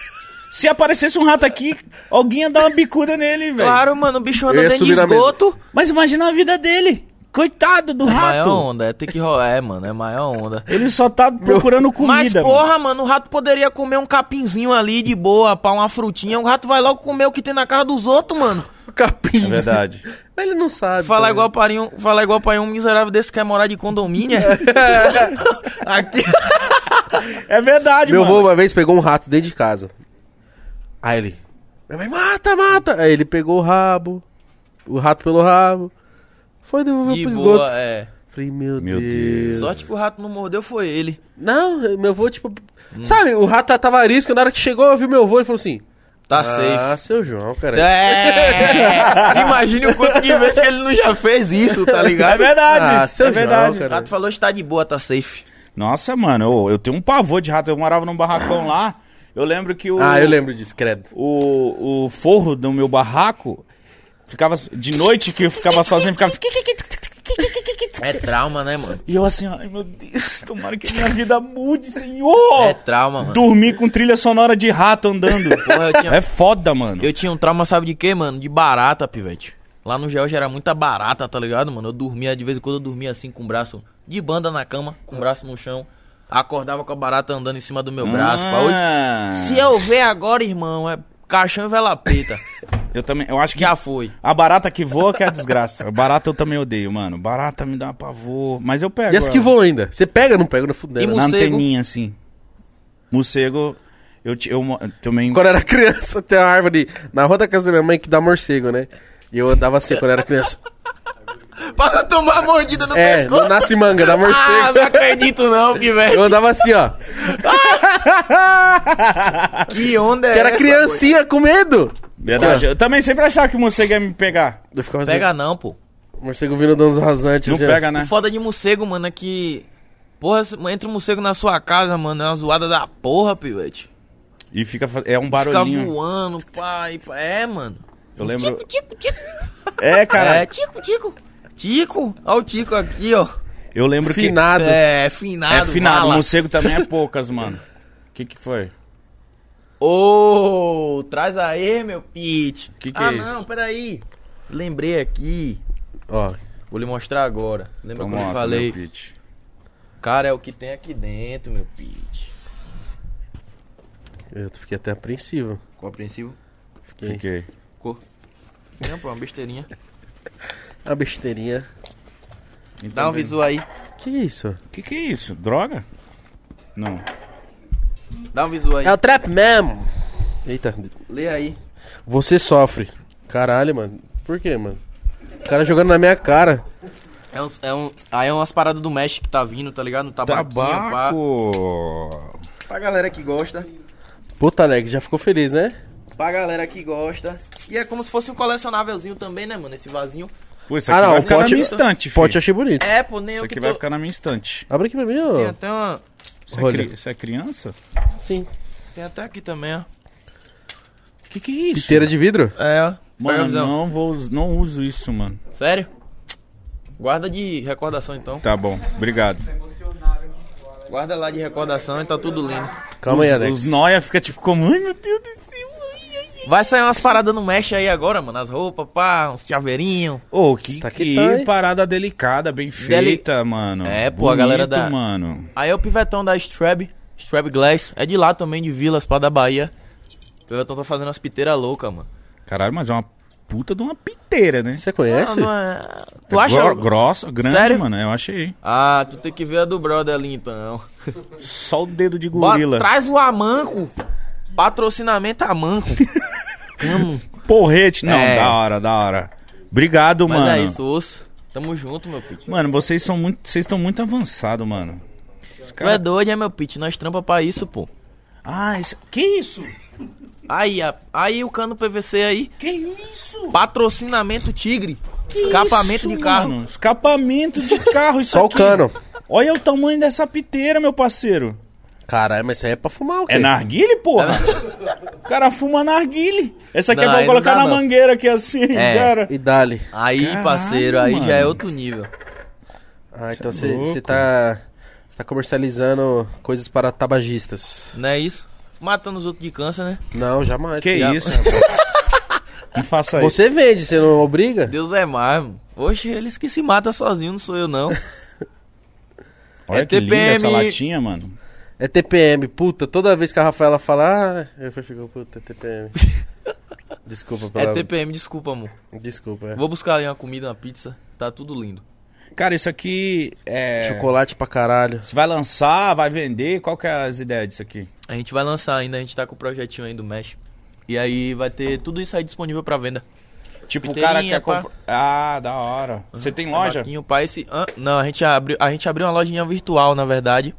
Speaker 1: Se aparecesse um rato aqui, alguém ia dar uma bicuda nele, velho.
Speaker 4: Claro, mano, o bicho anda
Speaker 3: É. Eu ia
Speaker 4: dentro de
Speaker 3: subir na mesa.
Speaker 4: esgoto.
Speaker 1: Mas imagina a vida dele. Coitado do
Speaker 4: Maior
Speaker 1: rato.
Speaker 4: onda, é ter que rolar, é, mano, é maior onda.
Speaker 1: Ele só tá procurando
Speaker 4: Mas
Speaker 1: comida. mano.
Speaker 4: porra, mano. o rato poderia comer um capinzinho ali de boa, pá, uma frutinha. O rato vai logo comer o que tem na casa dos outros, mano.
Speaker 3: O capim.
Speaker 1: É verdade.
Speaker 3: Ele não sabe.
Speaker 4: Falar
Speaker 3: também.
Speaker 4: igual parinho, falar igual pai um miserável desse quer morar de condomínio. é? Aqui.
Speaker 1: É verdade,
Speaker 3: Meu
Speaker 1: mano.
Speaker 3: vô uma vez pegou um rato dentro de casa. Aí ele. Minha mãe, mata, mata! Aí ele pegou o rabo. O rato pelo rabo. Foi devolver
Speaker 4: De
Speaker 3: pro esgoto.
Speaker 4: boa, é.
Speaker 3: Falei, meu,
Speaker 1: Meu
Speaker 3: Deus.
Speaker 1: Deus.
Speaker 4: Sorte que o rato não mordeu foi ele.
Speaker 3: Não, meu vô, tipo. Sabe, o rato tá- tava arisco, na hora que chegou, eu vi meu vô e falou assim:
Speaker 4: Tá
Speaker 3: Ah,
Speaker 4: safe.
Speaker 3: seu João, cara.
Speaker 4: É.
Speaker 5: Imagine o quanto de vezes que ele não já fez isso, tá ligado?
Speaker 1: É verdade.
Speaker 3: Ah, seu
Speaker 1: é verdade.
Speaker 3: João,
Speaker 4: O
Speaker 3: cara.
Speaker 4: rato falou está de boa, tá safe.
Speaker 1: Nossa, mano, eu, eu tenho um pavor de rato. Eu morava num barracão lá. Eu lembro que o,
Speaker 3: Ah, eu lembro disso, credo.
Speaker 1: o, o forro do meu barraco ficava de noite que eu ficava sozinho, ficava assim.
Speaker 4: É trauma, né, mano?
Speaker 1: E eu assim, ai meu Deus, tomara que minha vida mude, senhor!
Speaker 4: É trauma, mano.
Speaker 1: Dormir com trilha sonora de rato andando.
Speaker 4: Porra, eu tinha
Speaker 1: É foda, mano.
Speaker 4: Eu tinha um trauma, sabe de quê, mano? De barata, pivete. Lá no Georgia era muita barata, tá ligado, mano? Eu dormia, de vez em quando eu dormia assim, com o braço de banda na cama, com o braço no chão. Acordava com a barata andando em cima do meu um braço. pá. Oi,
Speaker 1: Ah,
Speaker 4: Se eu ver agora, irmão, é caixão e vela preta. é-
Speaker 1: Eu também, eu acho que
Speaker 4: Já foi.
Speaker 1: a barata que voa que é a desgraça. Barata eu também odeio, mano. Barata me dá pavor, mas eu pego.
Speaker 3: E essa que
Speaker 1: ela.
Speaker 3: voam ainda. Você pega, não pega, não fudeu.
Speaker 4: E
Speaker 3: né?
Speaker 1: Na
Speaker 4: Morcego.
Speaker 1: anteninha, assim. Morcego, eu, ti- eu mo- também.
Speaker 3: Quando eu era criança, tem uma árvore na rua da casa da minha mãe que dá morcego, né? E eu andava assim quando eu era criança.
Speaker 5: Pra não tomar mordida no
Speaker 3: É,
Speaker 5: pescoço.
Speaker 3: não nasce manga, dá
Speaker 5: Ah, não
Speaker 3: morcego.
Speaker 5: acredito não, pivete.
Speaker 3: Eu andava assim, ó.
Speaker 5: Que onda é
Speaker 3: Que era
Speaker 5: essa,
Speaker 3: criancinha com medo.
Speaker 1: Verdade. Eu também sempre achava que o morcego ia me pegar.
Speaker 3: Eu ficava assim,
Speaker 4: Pega não, pô.
Speaker 3: morcego vindo dando uns rasantes.
Speaker 1: Não
Speaker 3: assim, ó.
Speaker 1: pega,
Speaker 4: é. O
Speaker 1: né?
Speaker 4: foda de morcego, mano, é que. Porra, se- entra um morcego na sua casa, mano, é uma zoada da porra, pivete.
Speaker 1: E fica. fa- É um
Speaker 4: Fica
Speaker 1: barulhinho.
Speaker 4: voando, pai. É, mano.
Speaker 1: Eu lembro.
Speaker 4: Tico, tico.
Speaker 1: É, cara.
Speaker 4: É, tico, tico. Tico, olha o tico aqui, ó.
Speaker 1: Eu lembro que.
Speaker 3: Finado.
Speaker 4: É, finado.
Speaker 1: É finado.
Speaker 4: mala.
Speaker 1: Morcego também é poucas, mano. O que que foi?
Speaker 4: Ô, traz aí, meu pit.
Speaker 1: Que que
Speaker 4: ah,
Speaker 1: é isso?
Speaker 4: não, peraí. Lembrei aqui.
Speaker 3: Ó,
Speaker 4: Vou lhe mostrar agora. Lembra
Speaker 1: Então
Speaker 4: quando eu
Speaker 1: mostra,
Speaker 4: falei?
Speaker 1: meu pitch.
Speaker 4: Cara, é o que tem aqui dentro, meu pit.
Speaker 3: eu fiquei até apreensivo.
Speaker 4: Compreensivo?
Speaker 3: Fiquei.
Speaker 1: Fiquei.
Speaker 4: Cor. Não, pô, é uma besteirinha.
Speaker 3: A É besteirinha.
Speaker 4: Dá um visu aí.
Speaker 3: Que isso?
Speaker 1: Então Que que é isso? Droga? Não.
Speaker 4: Dá um visu aí.
Speaker 3: É o trap mesmo. Eita,
Speaker 4: Lê aí.
Speaker 3: você sofre. Caralho, mano. Por quê, mano? O cara jogando na minha cara.
Speaker 4: É uns, é um, aí é umas paradas do Mesh que tá vindo, tá ligado? No tabaquinho, pá.
Speaker 1: Tabaco!
Speaker 5: Pra galera que gosta.
Speaker 3: Puta, Alex, já ficou feliz, né?
Speaker 4: Pra galera que gosta. E é como se fosse um colecionávelzinho também, né, mano? Esse vasinho.
Speaker 1: Pô, isso
Speaker 3: Ah,
Speaker 1: aqui
Speaker 3: não,
Speaker 1: vai
Speaker 3: o
Speaker 1: ficar
Speaker 3: pote-
Speaker 1: na minha estante, filho.
Speaker 3: Pote eu achei bonito.
Speaker 4: É, pô, nem
Speaker 1: Isso
Speaker 4: eu que
Speaker 1: aqui
Speaker 4: tô...
Speaker 1: vai ficar na minha estante.
Speaker 3: Abre aqui pra mim,
Speaker 4: Tem
Speaker 3: ó.
Speaker 4: até uma...
Speaker 1: Isso é,
Speaker 3: Olha.
Speaker 1: cri- isso é criança?
Speaker 3: Sim.
Speaker 4: Tem até aqui também, ó.
Speaker 1: Que que é isso?
Speaker 3: Piteira de vidro?
Speaker 4: É, ó. Pega a
Speaker 1: Mano,
Speaker 4: visão.
Speaker 1: não, vou, us- não uso isso, mano.
Speaker 4: Sério? Guarda de recordação, então.
Speaker 1: Tá bom, obrigado.
Speaker 4: Guarda lá de recordação e tá tudo lindo.
Speaker 3: Calma aí,
Speaker 1: os,
Speaker 3: Alex.
Speaker 1: Os noia fica tipo como, ai meu Deus do céu, ai, ai,
Speaker 4: Vai sair umas paradas no mexe aí agora, mano. As roupas, pá, uns chaveirinhos.
Speaker 1: Ô, que,
Speaker 3: Tá que
Speaker 1: que
Speaker 3: tá, hein?
Speaker 1: parada delicada, bem feita, mano.
Speaker 4: É, pô, a galera da-
Speaker 1: mano.
Speaker 4: Aí é o pivetão da Strab, Strab Glass. É de lá também, de Vilas, pra da Bahia. O pivetão tá fazendo umas piteiras loucas, mano.
Speaker 1: Caralho, mas é uma puta de uma piteira, né?
Speaker 3: Você conhece?
Speaker 4: Não, não é- Tu acha?
Speaker 1: Gro- Grossa, grande,
Speaker 4: Sério?
Speaker 1: mano. Eu achei.
Speaker 4: Ah, tu tem que ver a do brother ali, então.
Speaker 1: Só o dedo de
Speaker 4: Bora,
Speaker 1: gorila.
Speaker 4: traz o Amanco. Patrocinamento Amanco. Tamo.
Speaker 1: Porrete. Não,
Speaker 4: É.
Speaker 1: da hora, da hora. Obrigado,
Speaker 4: Mas
Speaker 1: mano.
Speaker 4: é isso, osso. Tamo junto, meu pitch.
Speaker 1: Mano, vocês são muito. Vocês estão muito avançados, mano.
Speaker 4: Tu é doido, é, meu pitch? Nós trampa pra isso, pô.
Speaker 1: Ah, isso... que isso?
Speaker 4: Aí, a- aí o cano PVC aí.
Speaker 1: Que isso?
Speaker 4: Patrocinamento Tigre. escapamento
Speaker 1: Isso,
Speaker 4: de carro.
Speaker 1: mano. Escapamento de carro, isso
Speaker 3: Só o
Speaker 1: aqui.
Speaker 3: cano.
Speaker 1: Olha o tamanho dessa piteira, meu parceiro.
Speaker 3: Caralho, mas isso aí é pra fumar o quê?
Speaker 1: É narguile, porra? o cara fuma narguile. Essa aqui
Speaker 4: Não,
Speaker 1: eu vou
Speaker 4: aí não
Speaker 1: colocar
Speaker 4: dá,
Speaker 1: na
Speaker 4: não.
Speaker 1: mangueira aqui assim,
Speaker 4: É.
Speaker 1: cara.
Speaker 3: E dali.
Speaker 4: Aí,
Speaker 1: Caralho,
Speaker 4: parceiro, aí
Speaker 1: mano.
Speaker 4: já é outro nível.
Speaker 3: Ah, então
Speaker 1: é
Speaker 3: você
Speaker 1: louco.
Speaker 3: você tá. Você tá comercializando coisas para tabagistas.
Speaker 4: Não é isso? Matando os outros de câncer, né?
Speaker 3: Não, jamais.
Speaker 1: Que
Speaker 3: Já-
Speaker 1: isso? Não faça isso.
Speaker 3: Você vende, você não obriga?
Speaker 4: Deus é mais, mano. Oxe, eles que se matam sozinhos, não sou eu, não.
Speaker 1: Olha
Speaker 4: é
Speaker 1: que linda essa
Speaker 4: TPM.
Speaker 1: latinha, mano.
Speaker 3: É TPM, puta. Toda vez que a Rafaela fala, ah, eu fico, puta, é TPM. Desculpa
Speaker 4: É
Speaker 3: pela...
Speaker 4: TPM, desculpa, amor.
Speaker 3: Desculpa, é.
Speaker 4: Vou buscar ali uma comida, uma pizza. Tá tudo lindo.
Speaker 1: Cara, isso aqui é.
Speaker 3: Chocolate pra caralho.
Speaker 1: Você vai lançar, vai vender? Qual que é as ideias disso aqui?
Speaker 4: A gente vai lançar ainda, a gente tá com o projetinho aí do Mesh. E aí vai ter tudo isso aí disponível pra venda.
Speaker 1: Tipo, o cara quer
Speaker 4: Piteirinha, pá. Uhum.
Speaker 1: comprar. Ah, da hora. Você tem loja?
Speaker 4: Tabaquinho, pá, esse... É Hã? não, a gente, abriu, a gente abriu uma lojinha virtual, na verdade.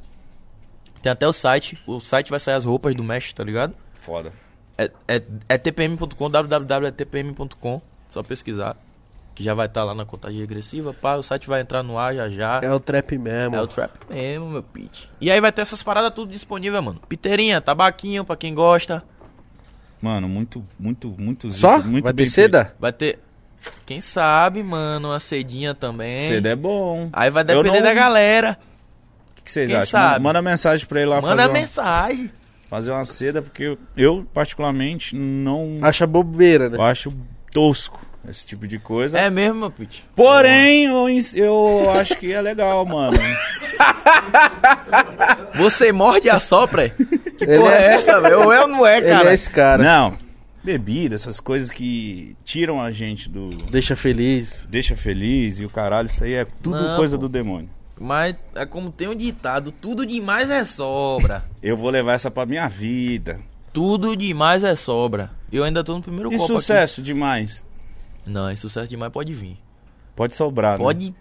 Speaker 4: Tem até o site. O site vai sair as roupas do Mesh, tá ligado?
Speaker 1: Foda.
Speaker 4: É, é, é tpm.com, www.tpm.com, só pesquisar, que já vai estar lá na contagem regressiva, pá, o site vai entrar no ar já já.
Speaker 3: É o trap mesmo.
Speaker 4: É o trap mesmo, meu pitch. E aí vai ter essas paradas tudo disponível, mano. Piteirinha, tabaquinho, pra quem gosta.
Speaker 1: Mano, muito, muito, muito zica,
Speaker 3: Só?
Speaker 1: Muito
Speaker 3: Vai ter
Speaker 1: bem
Speaker 3: seda?
Speaker 4: Vai ter, quem sabe, mano, uma cedinha também.
Speaker 1: feito. Seda é bom.
Speaker 4: Aí vai
Speaker 1: Eu
Speaker 4: depender
Speaker 1: não-
Speaker 4: da galera.
Speaker 1: O que, que vocês
Speaker 4: Quem
Speaker 1: acham?
Speaker 4: sabe?
Speaker 1: Manda mensagem pra ele lá
Speaker 4: Manda
Speaker 1: fazer, uma,
Speaker 4: mensagem.
Speaker 1: fazer uma seda, porque eu- eu, particularmente, não
Speaker 3: Acha bobeira,
Speaker 1: eu
Speaker 3: né?
Speaker 1: acho tosco esse tipo de coisa.
Speaker 4: É mesmo, meu pitch.
Speaker 1: Porém, eu, ins- eu acho que é legal, mano.
Speaker 4: Você morde a sopra?
Speaker 3: Que ele
Speaker 5: Porra, é
Speaker 3: é,
Speaker 5: essa, velho? Ou é ou não é,
Speaker 3: ele
Speaker 5: cara?
Speaker 3: é esse cara.
Speaker 1: Não, bebida, essas coisas que tiram a gente do...
Speaker 3: Deixa feliz.
Speaker 1: Deixa feliz e o caralho, isso aí é tudo
Speaker 4: Não,
Speaker 1: coisa
Speaker 4: pô.
Speaker 1: do demônio.
Speaker 4: Mas é como tem um ditado, tudo demais é sobra.
Speaker 1: Eu vou levar essa pra minha vida.
Speaker 4: Tudo demais é sobra. Eu ainda tô no primeiro
Speaker 1: E
Speaker 4: copo aqui.
Speaker 1: sucesso demais.
Speaker 4: Não, e sucesso demais pode vir.
Speaker 1: Pode sobrar, né?
Speaker 4: Pode, pode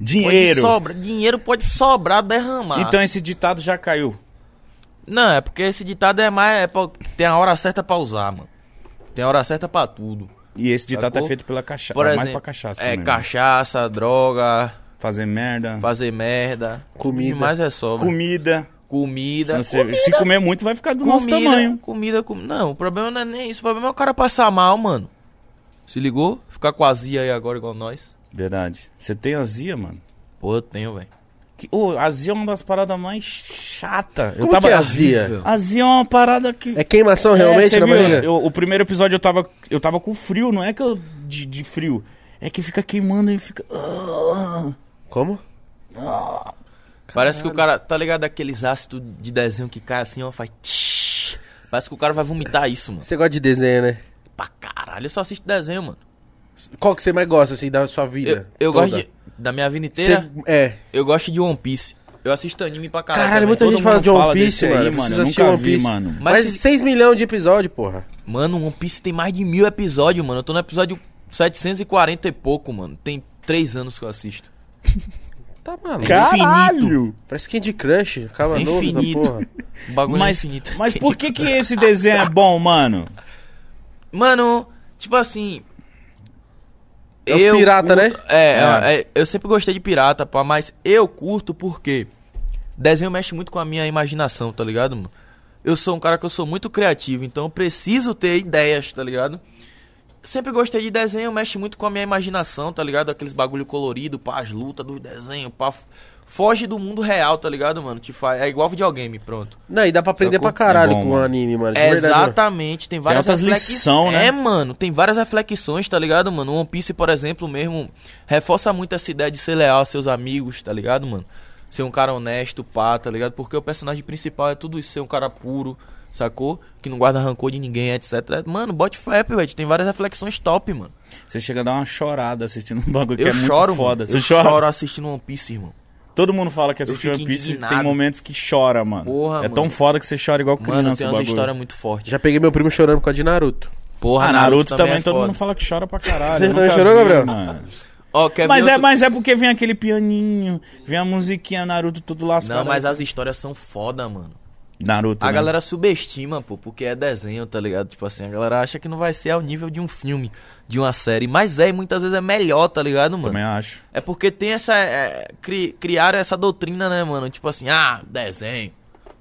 Speaker 1: Dinheiro.
Speaker 4: sobrar. Dinheiro pode sobrar, derramar.
Speaker 1: Então esse ditado já caiu.
Speaker 4: Não, é porque esse ditado é mais... é pra- tem a hora certa pra usar, mano. Tem a hora certa pra tudo.
Speaker 1: E esse ditado
Speaker 4: Sacou?
Speaker 1: é feito pela cachaça.
Speaker 4: Por
Speaker 1: mais
Speaker 4: exemplo,
Speaker 1: pra cachaça.
Speaker 4: é
Speaker 1: também, né?
Speaker 4: cachaça, droga,
Speaker 1: Fazer merda.
Speaker 4: fazer merda.
Speaker 3: Comida.
Speaker 4: Tudo demais é sobra.
Speaker 1: Comida.
Speaker 4: É, Comida.
Speaker 1: Se, você- se comer muito, vai ficar do nosso
Speaker 4: Comida,
Speaker 1: tamanho.
Speaker 4: comida, com- Não, o problema não é nem isso. O problema é o cara passar mal, mano. Se ligou? Ficar com azia aí agora igual nós.
Speaker 1: Verdade. Você tem azia, mano?
Speaker 4: Pô, eu tenho, velho.
Speaker 1: Que, ô, azia é uma das paradas mais chata.
Speaker 3: Como que é azia?
Speaker 1: Azia é uma parada que.
Speaker 3: É queimação
Speaker 1: É,
Speaker 3: realmente
Speaker 1: você
Speaker 3: na
Speaker 1: viu?
Speaker 3: barriga?
Speaker 1: Eu- o primeiro episódio eu tava, eu tava com frio, não é que eu. de, de frio. É que fica queimando e fica. ah,
Speaker 3: Como?
Speaker 4: Parece que o cara, tá ligado aqueles ácidos de desenho que cai assim, ó, faz... tsh. Parece que o cara vai vomitar isso, mano.
Speaker 3: Você gosta de desenho, né?
Speaker 4: Pra caralho, eu só assisto desenho, mano.
Speaker 3: Qual que você mais gosta, assim, da sua vida?
Speaker 4: Eu, eu
Speaker 3: toda?
Speaker 4: gosto de... Da minha vida
Speaker 3: Você-
Speaker 4: inteira,
Speaker 3: É.
Speaker 4: eu gosto de One Piece. Eu assisto anime pra caralho
Speaker 3: Caralho,
Speaker 4: também.
Speaker 3: muita gente
Speaker 1: mundo
Speaker 3: fala de
Speaker 1: fala
Speaker 3: One
Speaker 1: desse
Speaker 3: Piece,
Speaker 1: aí,
Speaker 3: mano. Eu
Speaker 1: mano,
Speaker 3: preciso
Speaker 1: eu
Speaker 3: assistir
Speaker 1: nunca
Speaker 3: One
Speaker 1: vi,
Speaker 3: Piece.
Speaker 1: mano.
Speaker 3: Mas,
Speaker 4: Mas se-
Speaker 3: 6 milhões de episódio, porra.
Speaker 4: Mano, One Piece tem mais de mil episódios, mano. Eu tô no episódio 740 e pouco, mano. Tem três anos que eu assisto.
Speaker 3: Tá maluco.
Speaker 4: Cara-
Speaker 1: Caralho!
Speaker 3: Parece Candy Crush. Acaba
Speaker 4: É
Speaker 3: novo essa
Speaker 4: infinito.
Speaker 3: porra.
Speaker 4: O bagulho
Speaker 1: Mas,
Speaker 4: é infinito.
Speaker 1: mas por que, que esse desenho é bom, mano?
Speaker 4: Mano, tipo assim.
Speaker 3: É os pirata,
Speaker 4: curto-
Speaker 3: né?
Speaker 4: É,
Speaker 1: É.
Speaker 4: é, é, eu sempre gostei de pirata, pá, mas eu curto porque desenho mexe muito com a minha imaginação, tá ligado, mano? Eu sou um cara que eu sou muito criativo, então eu preciso ter ideias, tá ligado? Sempre gostei de desenho, mexe muito com a minha imaginação, tá ligado? Aqueles bagulho colorido, pá, as lutas do desenho, pá, foge do mundo real, tá ligado, mano? Te faz, é igual videogame, pronto.
Speaker 3: Não, e dá pra aprender
Speaker 1: Sacou?
Speaker 3: pra caralho
Speaker 1: É bom,
Speaker 3: com o
Speaker 1: mano.
Speaker 3: anime, mano. de verdade, mano.
Speaker 4: Exatamente, tem várias
Speaker 1: altas lição, né?
Speaker 4: É, mano, tem várias reflexões, tá ligado, mano? One Piece, por exemplo, mesmo, reforça muito essa ideia de ser leal a seus amigos, tá ligado, mano? Ser um cara honesto, pá, tá ligado? Porque o personagem principal é tudo isso, ser um cara puro, sacou? Que não guarda rancor de ninguém, etc. Mano, bote fé, velho, tem várias reflexões top, mano.
Speaker 1: Você chega a dar uma chorada assistindo um bagulho que
Speaker 4: eu
Speaker 1: é muito
Speaker 4: choro,
Speaker 1: foda.
Speaker 4: mano.
Speaker 1: Você
Speaker 4: eu
Speaker 1: chora?
Speaker 4: choro assistindo One Piece, irmão.
Speaker 1: Todo mundo fala que assiste
Speaker 4: fico
Speaker 1: One Piece e tem
Speaker 4: indignado.
Speaker 1: momentos que chora, mano.
Speaker 4: Porra,
Speaker 1: é
Speaker 4: mano.
Speaker 1: tão foda que você chora igual criança
Speaker 4: Mano, tem
Speaker 1: o
Speaker 4: umas
Speaker 1: bagulho.
Speaker 4: histórias muito fortes.
Speaker 3: Já peguei meu primo chorando por causa de Naruto.
Speaker 4: Porra,
Speaker 1: Ah, Naruto, também,
Speaker 4: é
Speaker 1: todo
Speaker 4: foda.
Speaker 1: mundo fala que chora pra caralho.
Speaker 3: Você
Speaker 1: Eu
Speaker 3: também
Speaker 1: nunca
Speaker 3: chorou,
Speaker 1: vi,
Speaker 3: Gabriel?
Speaker 1: mano.
Speaker 4: Ó, quer ver
Speaker 1: Mas é,
Speaker 4: outro-
Speaker 1: mas é porque vem aquele pianinho, vem a musiquinha Naruto tudo lascado.
Speaker 4: Não, mas as histórias são foda, mano.
Speaker 1: Naruto,
Speaker 4: A
Speaker 1: né?
Speaker 4: galera subestima, pô, porque é desenho, tá ligado? Tipo assim, a galera acha que não vai ser ao nível de um filme, de uma série. Mas é, e muitas vezes é melhor, tá ligado, mano?
Speaker 1: Também acho.
Speaker 4: É porque tem essa. É, cri, criaram essa doutrina, né, mano? Tipo assim, ah, desenho.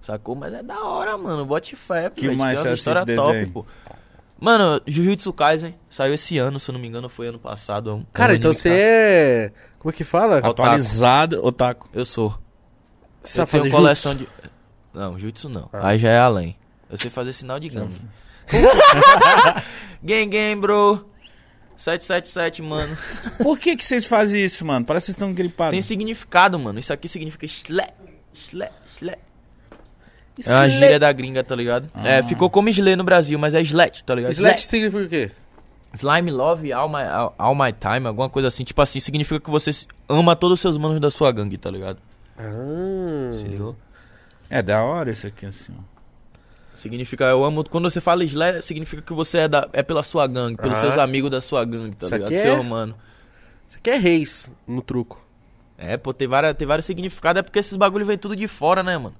Speaker 4: Sacou? Mas é da hora, mano. Bote fé,
Speaker 1: Que
Speaker 4: velho.
Speaker 1: mais
Speaker 4: tem
Speaker 1: você
Speaker 4: umas histórias
Speaker 1: assiste
Speaker 4: top,
Speaker 1: desenho?
Speaker 4: pô. Mano, Jujutsu Kaisen saiu esse ano, se eu não me engano, foi ano passado. é um-
Speaker 3: Cara,
Speaker 4: é um
Speaker 3: então
Speaker 4: anime,
Speaker 3: você
Speaker 4: cara.
Speaker 3: é. Como é que fala?
Speaker 4: Otaku.
Speaker 1: Atualizado, otaku.
Speaker 3: é
Speaker 4: Eu sou.
Speaker 3: Você
Speaker 4: Eu
Speaker 3: sabe
Speaker 4: tenho
Speaker 3: fazer
Speaker 4: coleção
Speaker 3: jutsu?
Speaker 4: de. Não, jutsu não. Aí já é além. Eu sei fazer sinal de gangue. game, game, bro. 777, mano.
Speaker 1: Por que que vocês fazem isso, mano? Parece que vocês estão gripados.
Speaker 4: Tem significado, mano. Isso aqui significa schle, schle, schle. É
Speaker 3: Sle-
Speaker 4: uma gíria da gringa, tá ligado? É, ficou como sle no Brasil, mas é slet, tá ligado?
Speaker 3: Slash
Speaker 4: Sle-
Speaker 3: significa o quê?
Speaker 4: Slime Love All My, all, all my Time, alguma coisa assim. Tipo assim, significa que você ama todos os seus manos da sua gangue, tá ligado? Se
Speaker 3: Ah.
Speaker 4: ligou?
Speaker 1: É da hora isso aqui, assim. ó.
Speaker 4: Significa eu amo. Quando você fala Slay, significa que você é, da, é pela sua gangue, pelos
Speaker 3: Ah.
Speaker 4: seus amigos da sua gangue, tá
Speaker 3: Isso
Speaker 4: ligado?
Speaker 3: aqui
Speaker 4: Seu
Speaker 3: é-
Speaker 4: humano.
Speaker 3: Você quer reis no truco.
Speaker 4: É, pô, tem, várias, tem vários significados. É porque esses bagulho vem tudo de fora, né, mano?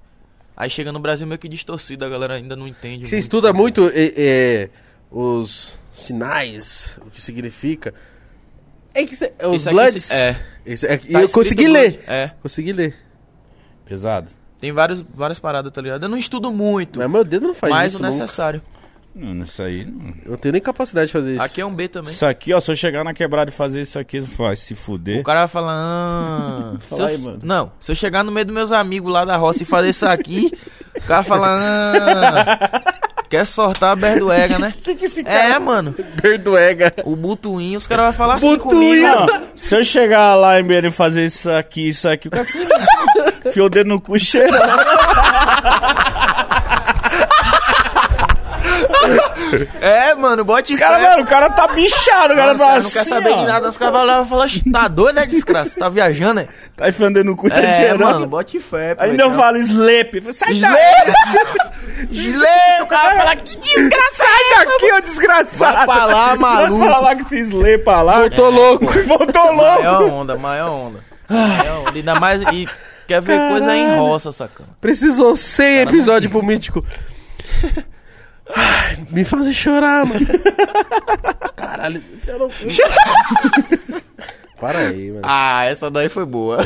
Speaker 4: Aí chega no Brasil meio que distorcido, a galera ainda não entende. Tá
Speaker 3: Você estuda muito é, é, os sinais, o que significa. É que cê, é os
Speaker 4: Isso aqui
Speaker 3: Bloods.
Speaker 4: se- é.
Speaker 3: Esse- é- e
Speaker 4: Tá
Speaker 3: eu
Speaker 4: escrito
Speaker 3: consegui
Speaker 4: Blood.
Speaker 3: ler.
Speaker 4: É,
Speaker 3: Consegui ler.
Speaker 1: Pesado?
Speaker 4: tem vários, várias paradas, tá ligado? Eu não estudo muito,
Speaker 3: Mas meu dedo não faz
Speaker 4: mas
Speaker 3: isso.
Speaker 4: o
Speaker 3: nunca.
Speaker 4: necessário.
Speaker 1: Não, isso aí... não.
Speaker 3: Eu não tenho nem capacidade de fazer isso.
Speaker 4: Aqui é um B também.
Speaker 1: Isso aqui, ó, se eu chegar na quebrada e fazer isso aqui, você vai se
Speaker 4: O
Speaker 1: fuder.
Speaker 4: cara vai falar, ah,
Speaker 1: Fala
Speaker 4: se eu-
Speaker 1: aí, mano.
Speaker 4: Não, se eu chegar no meio dos meus amigos lá da roça e fazer isso aqui, o cara fala, ah, quer sortar a berdoega, né?
Speaker 1: que que esse
Speaker 4: É, mano,
Speaker 3: Perdoega.
Speaker 4: o butuinho, os caras vão falar assim
Speaker 3: Butuinho.
Speaker 4: comigo.
Speaker 1: Não, se eu chegar lá em Belém e fazer isso aqui, isso aqui, o cara fio o dedo no cu e cheira.
Speaker 4: É, mano, bote
Speaker 1: Cara,
Speaker 4: fé.
Speaker 1: mano, o cara tá bichado, o cara
Speaker 4: Nossa,
Speaker 1: fala
Speaker 4: não
Speaker 1: assim,
Speaker 4: quer saber
Speaker 1: ó,
Speaker 4: de nada, os caras vão lá e vão falar, "Xi, tá doido, é desgraça, tá viajando, né?
Speaker 1: Tá enfiando o dedo no cu e tá
Speaker 4: É,
Speaker 1: cheirando.
Speaker 4: mano, bote fé. pô,
Speaker 1: Ainda eu
Speaker 4: então.
Speaker 1: falo sleep. Sai
Speaker 4: Slay!
Speaker 1: daí,
Speaker 4: Slay! O cara vai falar, que desgraça!
Speaker 1: sai daqui, ô desgraçado.
Speaker 4: Vai pra lá, maluco.
Speaker 1: Ah, Vai pra lá que se sleep pra lá. É,
Speaker 3: Tô louco.
Speaker 1: Voltou louco.
Speaker 4: Maior onda, maior onda. Maior onda. Ainda mais, e quer ver coisa em roça, sacana.
Speaker 3: Precisou 100
Speaker 4: Tá
Speaker 3: episódios pro Mítico. Ai, Me fazem chorar, mano. Caralho, enfia no cu. Para aí, mano.
Speaker 4: Ah, essa daí foi boa.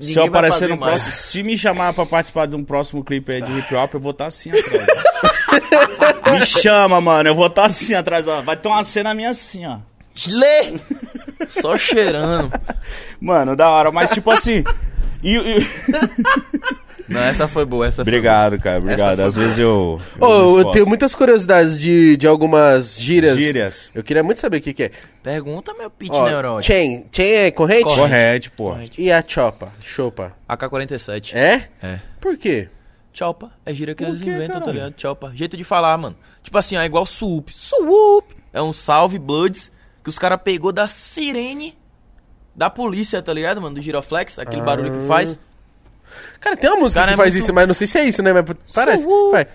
Speaker 1: Se eu aparecer no próximo, se me chamar pra participar de um próximo clipe aí de hip hop, eu vou estar assim atrás. ó. me chama, mano, eu vou estar assim atrás, ó. Vai ter uma cena minha assim, ó.
Speaker 4: Slay! Só cheirando.
Speaker 1: Mano, da hora, mas tipo assim. e- e-
Speaker 4: Não, essa foi boa, essa
Speaker 1: Obrigado, cara, obrigado. Às vezes eu.
Speaker 3: Ô, eu tenho muitas curiosidades de, de algumas gírias.
Speaker 1: Gírias.
Speaker 3: Eu queria muito saber o que, que é.
Speaker 4: foi boa. Pergunta, meu pitch
Speaker 3: Ó,
Speaker 4: neurótico.
Speaker 3: chain. Chain é corrente?
Speaker 1: Correto, pô.
Speaker 3: E a chopa? Chopa.
Speaker 4: AK-47.
Speaker 3: É?
Speaker 4: É.
Speaker 3: Por quê?
Speaker 4: Chopa. É gira que
Speaker 1: Por
Speaker 4: eles
Speaker 1: quê,
Speaker 4: inventam, tá
Speaker 1: caralho?
Speaker 4: ligado? Chopa. Jeito de falar, mano. Tipo assim, ó, é igual sup. Sup! É um salve, Bloods, que os cara pegou da sirene da polícia, tá ligado, mano? Do giroflex, aquele barulho que faz.
Speaker 3: Cara, tem uma música
Speaker 4: cara
Speaker 3: que
Speaker 4: é
Speaker 3: faz
Speaker 4: muito-
Speaker 3: isso, mas não sei se é isso, né? Mas parece.
Speaker 4: Suú.
Speaker 3: Vai.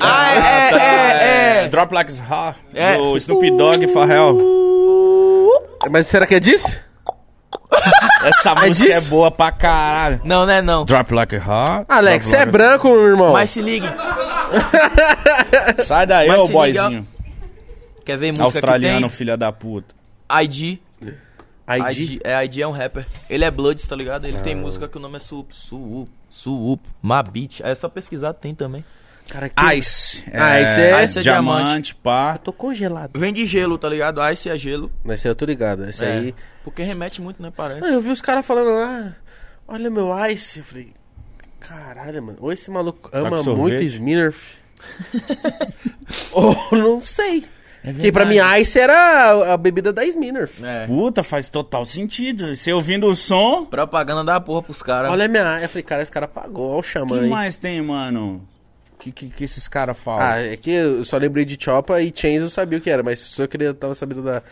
Speaker 4: Ah, é, é, é, é.
Speaker 1: Drop Like It's Hot.
Speaker 4: É.
Speaker 1: Do Snoop Dogg e Pharrell.
Speaker 3: Mas será que é disso?
Speaker 1: Essa música é
Speaker 3: disso?
Speaker 1: boa pra caralho.
Speaker 4: Não, né, não.
Speaker 1: Drop Like It's Hot.
Speaker 3: Alex,
Speaker 1: Drop
Speaker 3: você é
Speaker 1: Like It's-
Speaker 3: branco, meu irmão?
Speaker 4: Mas se ligue.
Speaker 1: Sai daí,
Speaker 4: Mas
Speaker 1: ô
Speaker 4: se liga-
Speaker 1: boyzinho.
Speaker 4: Quer ver música
Speaker 1: Australiano,
Speaker 4: que
Speaker 1: filha da puta.
Speaker 4: tem? ID.
Speaker 3: ID?
Speaker 4: ID. É, ID é um rapper. Ele é Bloods, tá ligado? Ele tem música que o nome é Suup. Suup. Suup. Mabit. É só pesquisar, tem também.
Speaker 3: Cara, que...
Speaker 1: Ice.
Speaker 3: Ah, Ice é-
Speaker 4: Ice é
Speaker 1: diamante, pá.
Speaker 3: Eu tô congelado.
Speaker 4: Vem de gelo, tá ligado? Ice é gelo.
Speaker 3: Mas isso aí eu tô ligado. Esse
Speaker 4: É.
Speaker 3: aí.
Speaker 4: Porque remete muito, né? Parece.
Speaker 3: Mano, eu vi os caras falando lá. Olha meu Ice. Eu falei. Caralho, mano. Ou esse maluco ama
Speaker 1: com sorvete?
Speaker 3: muito Smirnoff. Ou não sei. Porque pra mim, Ice era a- a bebida da Smirnoff.
Speaker 4: É.
Speaker 1: Puta, faz total sentido. Você ouvindo o som.
Speaker 4: Propaganda da porra pros caras.
Speaker 3: Olha a minha. Eu falei, cara, esse cara pagou. Olha o
Speaker 1: O
Speaker 3: xamã
Speaker 1: que
Speaker 3: aí.
Speaker 1: mais tem, mano? Que, que, que esses caras falam?
Speaker 3: Ah, é que eu só lembrei de Chopa e Chains eu sabia o que era, mas só que eu tava sabendo da.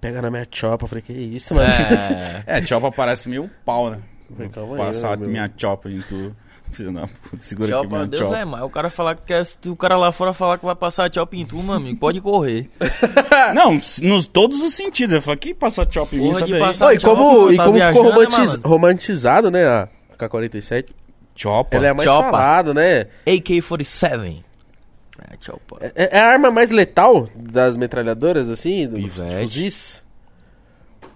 Speaker 3: Pega na minha Chopa, eu falei, que isso, mano?
Speaker 4: É.
Speaker 1: É, chopa parece meio pau, né?
Speaker 3: Falei,
Speaker 4: Então
Speaker 3: calma aí,
Speaker 1: Passar
Speaker 3: meu.
Speaker 1: minha chopa em tu. Filho da puta, Segura
Speaker 4: Tchau,
Speaker 1: aqui minha
Speaker 4: pra Deus
Speaker 1: chopa.
Speaker 4: é, mas o cara falar que quer, se o cara lá fora falar que vai passar tchau em tu, meu amigo, pode correr.
Speaker 1: Não, s- nos todos os sentidos. Eu falo, que passar chopa em mim,
Speaker 4: Porra
Speaker 1: essa
Speaker 4: de
Speaker 1: daí.
Speaker 4: passar-
Speaker 3: Ó, e como, e
Speaker 4: Tá
Speaker 3: como ficou
Speaker 4: viajando,
Speaker 3: romantiz-
Speaker 4: né, mano?
Speaker 3: romantizado, né, a K-47,
Speaker 1: Chopa?
Speaker 3: ela é a mais
Speaker 4: Chopa.
Speaker 3: falada, né?
Speaker 4: AK-47. É, tchau, pô.
Speaker 3: É, é a arma mais letal das metralhadoras, assim, dos
Speaker 4: Pivete.
Speaker 3: fuzis.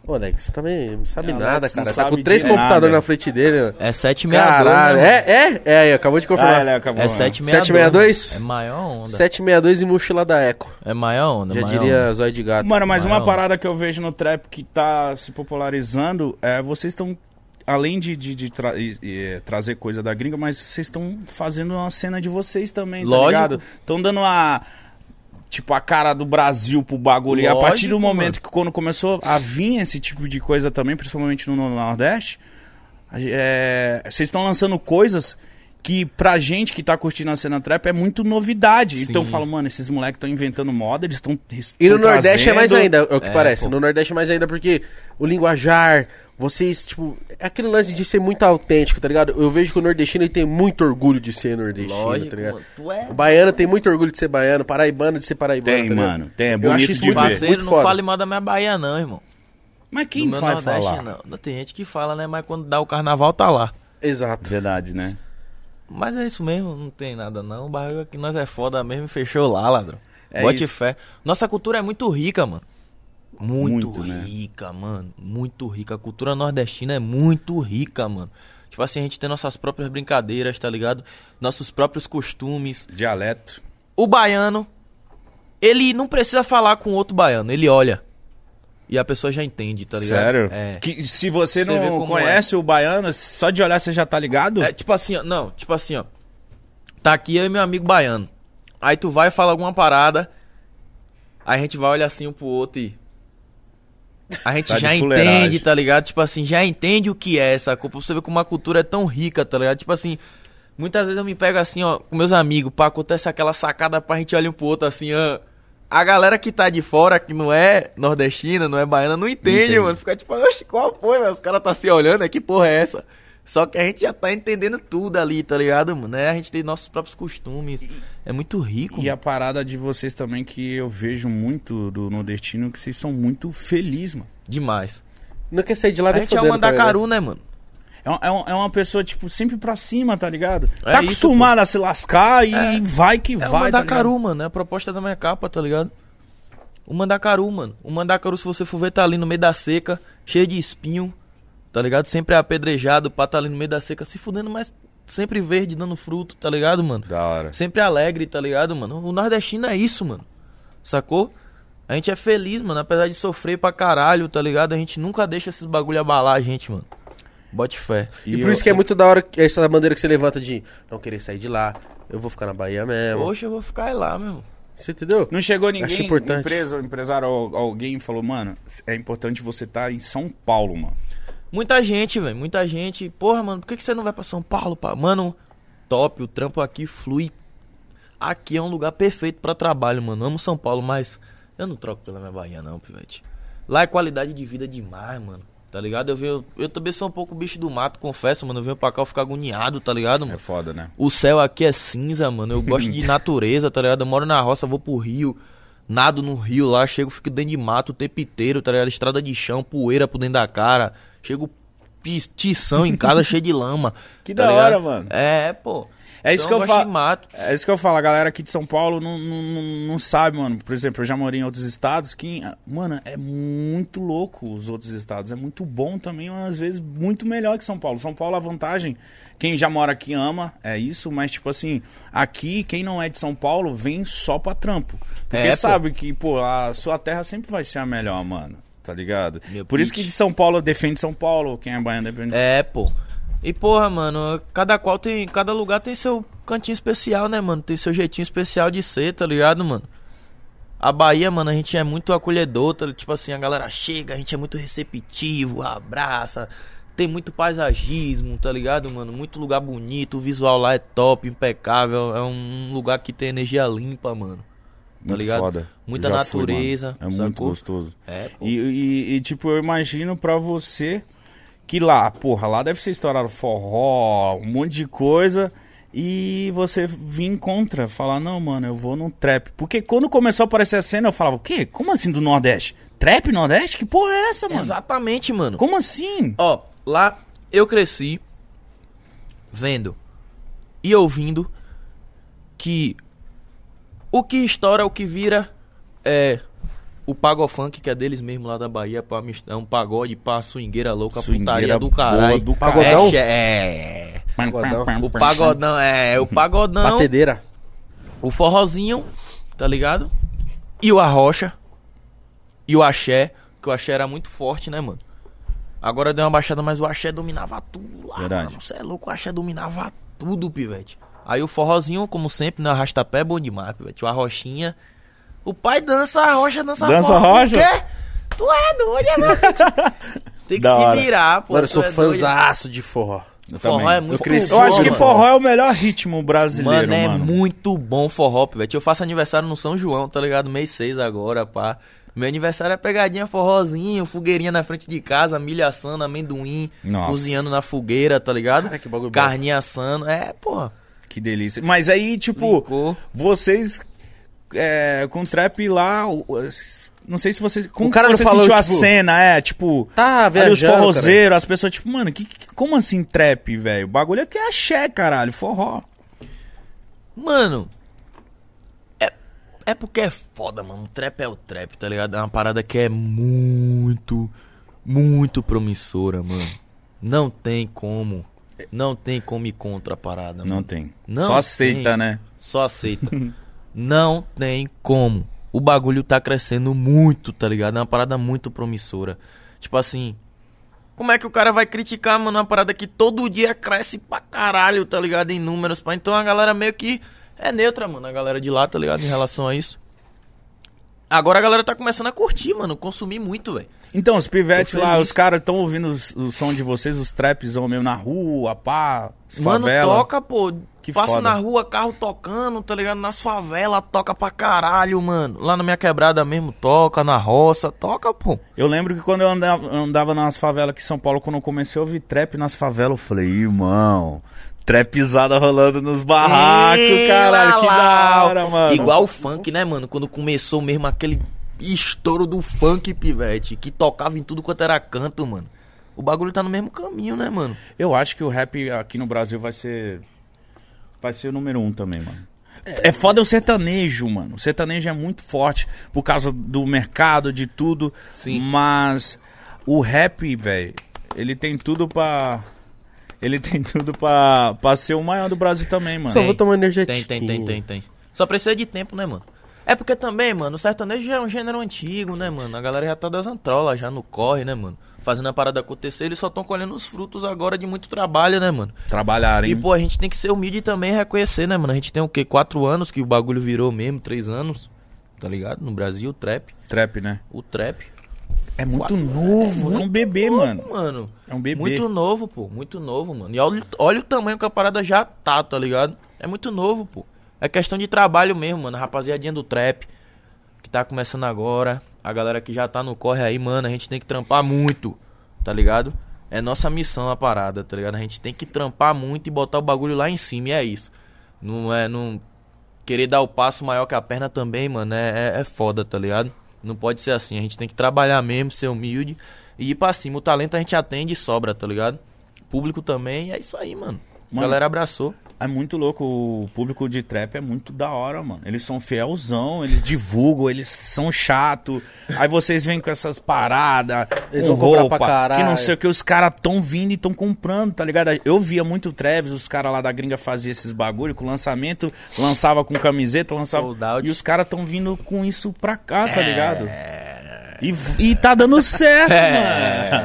Speaker 3: Ô, Alex, você também não sabe
Speaker 1: É, Alex
Speaker 3: nada,
Speaker 1: não
Speaker 3: cara. Tá
Speaker 1: sabe
Speaker 3: com três
Speaker 1: de nada.
Speaker 3: computadores na frente dele, mano.
Speaker 4: É 762.
Speaker 3: Caralho,
Speaker 4: né, mano?
Speaker 3: é, é, é, aí, acabou de
Speaker 1: Ah,
Speaker 3: confirmar.
Speaker 1: ela acabou.
Speaker 4: É
Speaker 1: né?
Speaker 4: 762.
Speaker 3: 762?
Speaker 4: É maior onda.
Speaker 3: 762 e mochila da Eco.
Speaker 4: É maior onda,
Speaker 3: Já
Speaker 4: maior né?
Speaker 3: diria Zóio de Gato.
Speaker 1: Mano, mas uma
Speaker 4: Maior.
Speaker 1: parada que eu vejo no trap que tá se popularizando é vocês estão. Além de, de- de tra- e- e- trazer coisa da gringa, mas vocês estão fazendo uma cena de vocês também, tá
Speaker 4: Lógico.
Speaker 1: ligado? Estão dando a. Tipo, a cara do Brasil pro bagulho. e a partir do
Speaker 4: Lógico,
Speaker 1: momento
Speaker 4: mano.
Speaker 1: que quando começou a vir esse tipo de coisa também, principalmente no Nordeste, a ge- é, vocês estão lançando coisas que pra gente que tá curtindo a cena trap é muito novidade. Então eu falo, mano, esses moleques estão inventando moda, eles estão.
Speaker 3: E no Nordeste é mais ainda, é o que
Speaker 4: É,
Speaker 3: parece.
Speaker 4: pô.
Speaker 3: No Nordeste é mais ainda porque o linguajar, vocês, tipo, é aquele lance de ser muito autêntico, tá ligado? Eu vejo que o nordestino ele tem muito orgulho de ser nordestino,
Speaker 4: Lógico,
Speaker 3: tá ligado?
Speaker 4: mano. Tu é
Speaker 3: O baiano tem muito orgulho de ser baiano, paraibano de ser paraibano.
Speaker 1: Tem,
Speaker 3: tá ligado?
Speaker 1: mano, tem, é
Speaker 3: Eu
Speaker 1: bonito
Speaker 3: acho isso
Speaker 1: de
Speaker 3: muito
Speaker 1: ver.
Speaker 3: foda.
Speaker 4: parceiro,
Speaker 3: Muito
Speaker 4: não
Speaker 3: foda.
Speaker 4: fale mal da minha Bahia, não, irmão.
Speaker 1: Mas
Speaker 4: Do
Speaker 1: quem
Speaker 4: meu
Speaker 1: vai
Speaker 4: Nordeste, é
Speaker 1: falar?
Speaker 4: não. Não, Tem gente que fala, né? Mas quando dá o carnaval, tá lá.
Speaker 3: Exato.
Speaker 1: Verdade, né?
Speaker 4: Mas é isso mesmo, não tem nada não. O barulho aqui nós é foda mesmo, e fechou lá, ladrão.
Speaker 1: É
Speaker 4: Bote
Speaker 1: isso.
Speaker 4: fé. Nossa cultura é muito rica, mano. Muito,
Speaker 1: Muito, né?
Speaker 4: rica, mano. Muito rica. A cultura nordestina é muito rica, mano. Tipo assim, a gente tem nossas próprias brincadeiras, tá ligado? Nossos próprios costumes.
Speaker 1: Dialeto.
Speaker 4: O baiano, ele não precisa falar com outro baiano, ele olha. E a pessoa já entende, tá ligado?
Speaker 1: Sério?
Speaker 4: É.
Speaker 1: Que, se você,
Speaker 4: Você vê
Speaker 1: não
Speaker 4: como
Speaker 1: conhece o baiano, só de olhar você já tá ligado?
Speaker 4: É tipo assim, ó, não, tipo assim, ó. Tá aqui eu e meu amigo baiano. Aí tu vai falar alguma parada. Aí a gente vai olhar assim um pro outro e. A gente
Speaker 1: Tá de
Speaker 4: já
Speaker 1: fuleiragem.
Speaker 4: entende, tá ligado? Tipo assim, já entende o que é essa culpa. Você vê como a cultura é tão rica, tá ligado? Tipo assim, muitas vezes eu me pego assim, ó, com meus amigos, pá, acontece aquela sacada pra gente olhar um pro outro assim, ó. A galera que tá de fora, que não é nordestina, não é baiana, não entende, mano. Fica tipo, oxe, qual foi, velho? Os caras tá se olhando, é que porra é essa? Só que a gente já tá entendendo tudo ali, tá ligado, mano? É, a gente tem nossos próprios costumes. É muito rico,
Speaker 1: E a
Speaker 4: mano.
Speaker 1: parada de vocês também que eu vejo muito do nordestino, que vocês são muito felizes, mano.
Speaker 4: Demais.
Speaker 3: Não quer sair de lá
Speaker 4: A
Speaker 3: nem
Speaker 4: gente é
Speaker 3: fodendo
Speaker 4: uma
Speaker 3: também, né?
Speaker 4: Dakaru, né, mano?
Speaker 1: É, um- é um- é uma pessoa, tipo, sempre pra cima, tá ligado?
Speaker 4: É
Speaker 1: tá
Speaker 4: isso,
Speaker 1: acostumada a se lascar e
Speaker 4: É.
Speaker 1: vai que
Speaker 4: É o
Speaker 1: vai. tá
Speaker 4: Mandacaru,
Speaker 1: ligado?
Speaker 4: mano. É a proposta da minha capa, tá ligado? O Mandacaru, mano. O Mandacaru, se você for ver, tá ali no meio da seca, cheio de espinho, tá ligado? Sempre apedrejado, pá, tá ali no meio da seca, se fudendo, mas sempre verde, dando fruto, tá ligado, mano?
Speaker 1: Da hora.
Speaker 4: Sempre alegre, tá ligado, mano? O nordestino é isso, mano. Sacou? A gente é feliz, mano. Apesar de sofrer pra caralho, tá ligado? A gente nunca deixa esses bagulho abalar a gente, mano. Bote fé.
Speaker 3: E, por isso que é muito da hora que- essa bandeira que você levanta de não querer sair de lá, eu vou ficar na Bahia mesmo.
Speaker 4: Hoje eu vou ficar aí lá, meu.
Speaker 3: Você entendeu?
Speaker 1: Não chegou
Speaker 3: Acho
Speaker 1: ninguém,
Speaker 3: importante.
Speaker 1: empresa, ou empresário, ou alguém e falou, mano, é importante você estar em São Paulo, mano.
Speaker 4: Muita gente, velho. Muita gente. Porra, mano, por que, que você não vai pra São Paulo, pá? Mano, top. O trampo aqui flui. Aqui é um lugar perfeito pra trabalho, mano. Amo São Paulo, mas eu não troco pela minha Bahia, não, pivete. Lá é qualidade de vida demais, mano. Tá ligado? Eu venho. Eu também sou um pouco bicho do mato, confesso, mano. Eu venho pra cá, eu fico agoniado, tá ligado,
Speaker 1: É
Speaker 4: mano?
Speaker 1: foda, né?
Speaker 4: O céu aqui é cinza, mano. Eu gosto de natureza, tá ligado? Eu moro na roça, vou pro rio, nado no rio lá, chego, fico dentro de mato o tempo inteiro, tá ligado? Estrada de chão, poeira por dentro da cara. Chego pis- tição em casa cheio de lama.
Speaker 1: Que
Speaker 4: tá
Speaker 1: da hora,
Speaker 4: ligado?
Speaker 1: mano.
Speaker 4: É, pô.
Speaker 1: É isso
Speaker 4: Então,
Speaker 1: que eu
Speaker 4: gosto de
Speaker 1: falo.
Speaker 4: mato.
Speaker 1: É isso que eu falo, a galera aqui de São Paulo não, não, não- não sabe, mano. Por exemplo, eu já morei em outros estados que, mano, é muito louco os outros estados. É muito bom também, mas às vezes muito melhor que São Paulo. São Paulo, a vantagem, quem já mora aqui ama, é isso, mas tipo assim, aqui, quem não é de São Paulo, vem só pra trampo. Porque
Speaker 4: É, pô.
Speaker 1: sabe que, pô, a sua terra sempre vai ser a melhor, mano. Tá ligado?
Speaker 4: Meu
Speaker 1: Por isso que
Speaker 4: pique.
Speaker 1: de São Paulo defende São Paulo, quem é baiano defende.
Speaker 4: É, pô. E porra, mano, cada qual tem. Cada lugar tem seu cantinho especial, né, mano? Tem seu jeitinho especial de ser, tá ligado, mano? A Bahia, mano, a gente é muito acolhedor, tá, tipo assim, a galera chega, a gente é muito receptivo, abraça, tem muito paisagismo, tá ligado, mano? Muito lugar bonito, o visual lá é top, impecável, é um lugar que tem energia limpa, mano. Tá
Speaker 1: Muito
Speaker 4: ligado?
Speaker 1: foda.
Speaker 4: Muita
Speaker 1: Já fui, mano.
Speaker 4: natureza,
Speaker 1: é muito
Speaker 4: sacou?
Speaker 1: gostoso.
Speaker 4: É,
Speaker 1: E, e- e, tipo, eu imagino pra você que lá, porra, lá deve ser estourado forró, um monte de coisa. E você vir contra, falar, não, mano, eu vou num trap. Porque quando começou a aparecer a cena, eu falava, o quê? Como assim do Nordeste? Trap Nordeste? Que porra é essa, mano?
Speaker 4: Exatamente, mano.
Speaker 1: Como assim?
Speaker 4: Ó, lá eu cresci vendo e ouvindo que o que estoura, o que vira é o pagofunk, que é deles mesmo lá da Bahia, pá, mis- é um pagode, pá, swingueira louca,
Speaker 1: Swingueira
Speaker 4: putaria do
Speaker 1: boa
Speaker 4: caralho.
Speaker 1: do
Speaker 3: Pagodão?
Speaker 4: É, che- é,
Speaker 3: Pagodão.
Speaker 4: o pagodão, é, o pagodão,
Speaker 3: Batedeira.
Speaker 4: o forrozinho, tá ligado? E o arrocha. E o axé, que o axé era muito forte, né, mano? Agora deu uma baixada, mas o axé dominava tudo lá,
Speaker 1: Verdade.
Speaker 4: mano. Você é louco, o axé dominava tudo, pivete. Aí o forrozinho, como sempre, no arrastapé é bom demais, pivete. O arrochinha. O pai dança a rocha, dança
Speaker 1: Dança
Speaker 4: forró.
Speaker 1: arrocha?
Speaker 4: O quê? Tu é doido, mano. Tem que
Speaker 1: Da
Speaker 4: se
Speaker 1: hora.
Speaker 4: virar, pô.
Speaker 3: Mano, eu
Speaker 4: tu
Speaker 3: sou
Speaker 4: é doido.
Speaker 3: fãzaço de forró.
Speaker 1: Eu,
Speaker 4: Forró
Speaker 1: também.
Speaker 4: é muito
Speaker 3: cresci-
Speaker 1: eu acho que
Speaker 4: mano.
Speaker 1: forró é o melhor ritmo
Speaker 4: Mano,
Speaker 1: brasileiro, mano.
Speaker 4: é muito bom forró, pivete. Eu faço aniversário no São João, tá ligado? Mês 6 agora, pá. Meu aniversário é pegadinha forrozinho, fogueirinha na frente de casa, milho assando, amendoim,
Speaker 1: Nossa.
Speaker 4: cozinhando na fogueira, tá ligado?
Speaker 3: Cara, que bagulho bom.
Speaker 4: Carninha assando, é, porra.
Speaker 1: Que delícia. Mas aí, tipo,
Speaker 4: Licor.
Speaker 1: vocês é, com trap lá, o- as- não sei se você, como
Speaker 3: cara
Speaker 1: que
Speaker 3: não
Speaker 1: você
Speaker 3: falou,
Speaker 1: sentiu a
Speaker 3: tipo,
Speaker 1: cena, é, tipo,
Speaker 3: Tá
Speaker 1: ali os
Speaker 3: viajando, cara.
Speaker 1: forrozeiros, as pessoas tipo, mano, que, que- como assim trap, velho? O bagulho é que é axé, caralho, forró.
Speaker 4: Mano, é, é porque é foda, mano. O trap é o trap, tá ligado? É uma parada que é muito, muito promissora, mano. Não tem como. Não tem como ir contra a parada, mano.
Speaker 1: Não tem.
Speaker 4: Não
Speaker 1: Só aceita,
Speaker 4: tem.
Speaker 1: né?
Speaker 4: Só aceita. não tem como. O bagulho tá crescendo muito, tá ligado? É uma parada muito promissora. Tipo assim, como é que o cara vai criticar, mano, uma parada que todo dia cresce pra caralho, tá ligado? Em números, pá. Então a galera meio que é neutra, mano, a galera de lá, tá ligado? Em relação a isso. Agora a galera tá começando a curtir, mano, consumir muito, velho.
Speaker 1: Então, os pivetes
Speaker 4: Tô
Speaker 1: lá,
Speaker 4: feliz.
Speaker 1: os caras tão ouvindo os- o som de vocês, os trapzão mesmo na rua, pá, as
Speaker 4: Mano,
Speaker 1: favela.
Speaker 4: toca, pô.
Speaker 1: Que
Speaker 4: Passo
Speaker 1: foda.
Speaker 4: na rua, carro tocando, tá ligado? Nas favelas, toca pra caralho, mano. Lá na minha quebrada mesmo, toca, na roça, toca, pô.
Speaker 1: Eu lembro que quando eu andava, andava nas favelas aqui em São Paulo, quando eu comecei a ouvir trap nas favelas, eu falei, irmão, trapizada rolando nos barracos,
Speaker 4: Ih,
Speaker 1: caralho, que
Speaker 4: lá,
Speaker 1: da
Speaker 4: lá.
Speaker 1: hora, mano.
Speaker 4: Igual o funk, né, mano? Quando começou mesmo aquele estouro do funk, pivete, que tocava em tudo quanto era canto, mano. O bagulho tá no mesmo caminho, né, mano?
Speaker 1: Eu acho que o rap aqui no Brasil vai ser. Vai ser o número um também, mano. É foda o sertanejo, mano. O sertanejo é muito forte por causa do mercado, de tudo.
Speaker 4: Sim.
Speaker 1: Mas o rap, velho, ele tem tudo pra. Ele tem tudo pra, pra ser o maior do Brasil também, mano.
Speaker 3: Só Então, vou tomar
Speaker 4: Tem,
Speaker 3: energético.
Speaker 4: tem, tem, tem, tem. Só precisa de tempo, né, mano? É porque também, mano, o sertanejo já é um gênero antigo, né, mano? A galera já tá das antrolas, já no corre, né, mano? Fazendo a parada acontecer, eles só tão colhendo os frutos agora de muito trabalho, né, mano?
Speaker 1: Trabalharem.
Speaker 4: E, pô, a gente tem que ser humilde e também reconhecer, né, mano? A gente tem o quê? Quatro anos que o bagulho virou mesmo, três anos, tá ligado? No Brasil, o trap.
Speaker 1: Trap, né?
Speaker 4: O trap.
Speaker 1: É muito novo, é, um bebê, mano.
Speaker 4: Mano,
Speaker 1: É um bebê.
Speaker 4: muito novo, pô. Muito novo, mano. E olha, olha o tamanho que a parada já tá, tá ligado? É muito novo, pô. É questão de trabalho mesmo, mano. A Rapaziadinha do trap, que tá começando agora. A galera que já tá no corre aí, mano. A gente tem que trampar muito, tá ligado? É nossa missão a parada, tá ligado? A gente tem que trampar muito e botar o bagulho lá em cima, e é isso. Não é. Não... Querer dar o passo maior que a perna também, mano, é, é, é foda, tá ligado? Não pode ser assim. A gente tem que trabalhar mesmo, ser humilde e ir pra cima. O talento a gente atende e sobra, tá ligado? Público também, é isso aí, mano. A
Speaker 1: Mano,
Speaker 4: galera abraçou.
Speaker 1: é muito louco. O público de trap é muito da hora, mano. Eles são fielzão, eles divulgam, eles são chato. Aí vocês vêm com essas paradas,
Speaker 3: Eles
Speaker 1: com
Speaker 3: vão comprar
Speaker 1: roupa,
Speaker 3: pra caralho.
Speaker 1: que não sei o que. Os caras tão vindo e tão comprando, tá ligado? Eu via muito Travis, os caras lá da gringa faziam esses bagulho com lançamento, lançava com camiseta, lançava...
Speaker 4: Sold out.
Speaker 1: E os caras tão vindo com isso pra cá, tá ligado? E, e tá dando certo, mano.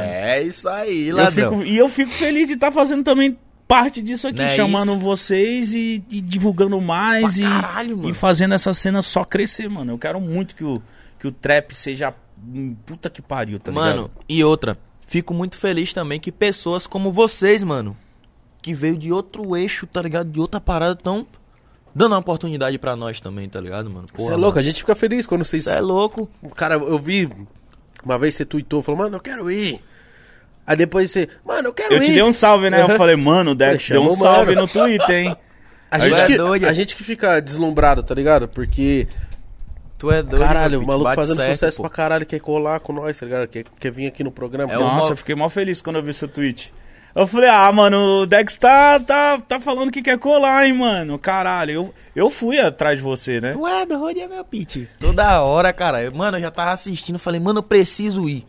Speaker 4: É, é isso aí,
Speaker 1: Eu
Speaker 4: ladrão.
Speaker 1: fico- e eu fico feliz de estar fazendo também parte disso aqui,
Speaker 4: Não é
Speaker 1: chamando
Speaker 4: isso?
Speaker 1: vocês e, e divulgando mais e,
Speaker 4: Pra caralho, mano.
Speaker 1: e fazendo essa cena só crescer, mano. Eu quero muito que o, que o trap seja. hum, Puta que pariu, tá
Speaker 4: mano,
Speaker 1: ligado?
Speaker 4: e outra, fico muito feliz também que pessoas como vocês, mano, que veio de outro eixo, tá ligado? De outra parada, tão dando uma oportunidade pra nós também, tá ligado, mano?
Speaker 3: Você é louco, a gente fica feliz quando vocês.
Speaker 4: Você é louco.
Speaker 3: Cara, eu vi. Uma vez você tweetou, falou, mano, eu quero ir. Aí depois você, mano, eu quero
Speaker 1: Eu
Speaker 3: ir.
Speaker 1: te dei um salve, né?
Speaker 4: Uhum.
Speaker 1: Eu falei, mano, o Dex
Speaker 3: Chamou,
Speaker 1: deu um salve
Speaker 3: mano.
Speaker 1: no Twitter, hein?
Speaker 3: A
Speaker 4: Tu é
Speaker 3: gente, que,
Speaker 4: doido.
Speaker 3: a gente que fica deslumbrado, tá ligado? Porque,
Speaker 4: Tu é doido. meu
Speaker 3: caralho, o
Speaker 4: filho,
Speaker 3: maluco
Speaker 4: bate
Speaker 3: fazendo
Speaker 4: certo,
Speaker 3: sucesso
Speaker 4: pô.
Speaker 3: pra caralho, quer colar com nós, tá ligado? Quer, quer vir aqui no programa.
Speaker 4: É o
Speaker 1: Nossa,
Speaker 4: mal-
Speaker 1: eu fiquei mal feliz quando eu vi seu tweet. Eu falei, ah, mano, o Dex tá, tá, tá falando que quer colar, hein, mano. Caralho, eu, eu fui atrás de você, né?
Speaker 4: Tu é doido, é meu pit. Toda hora, cara. Eu- mano, eu já tava assistindo, falei, mano, eu preciso ir.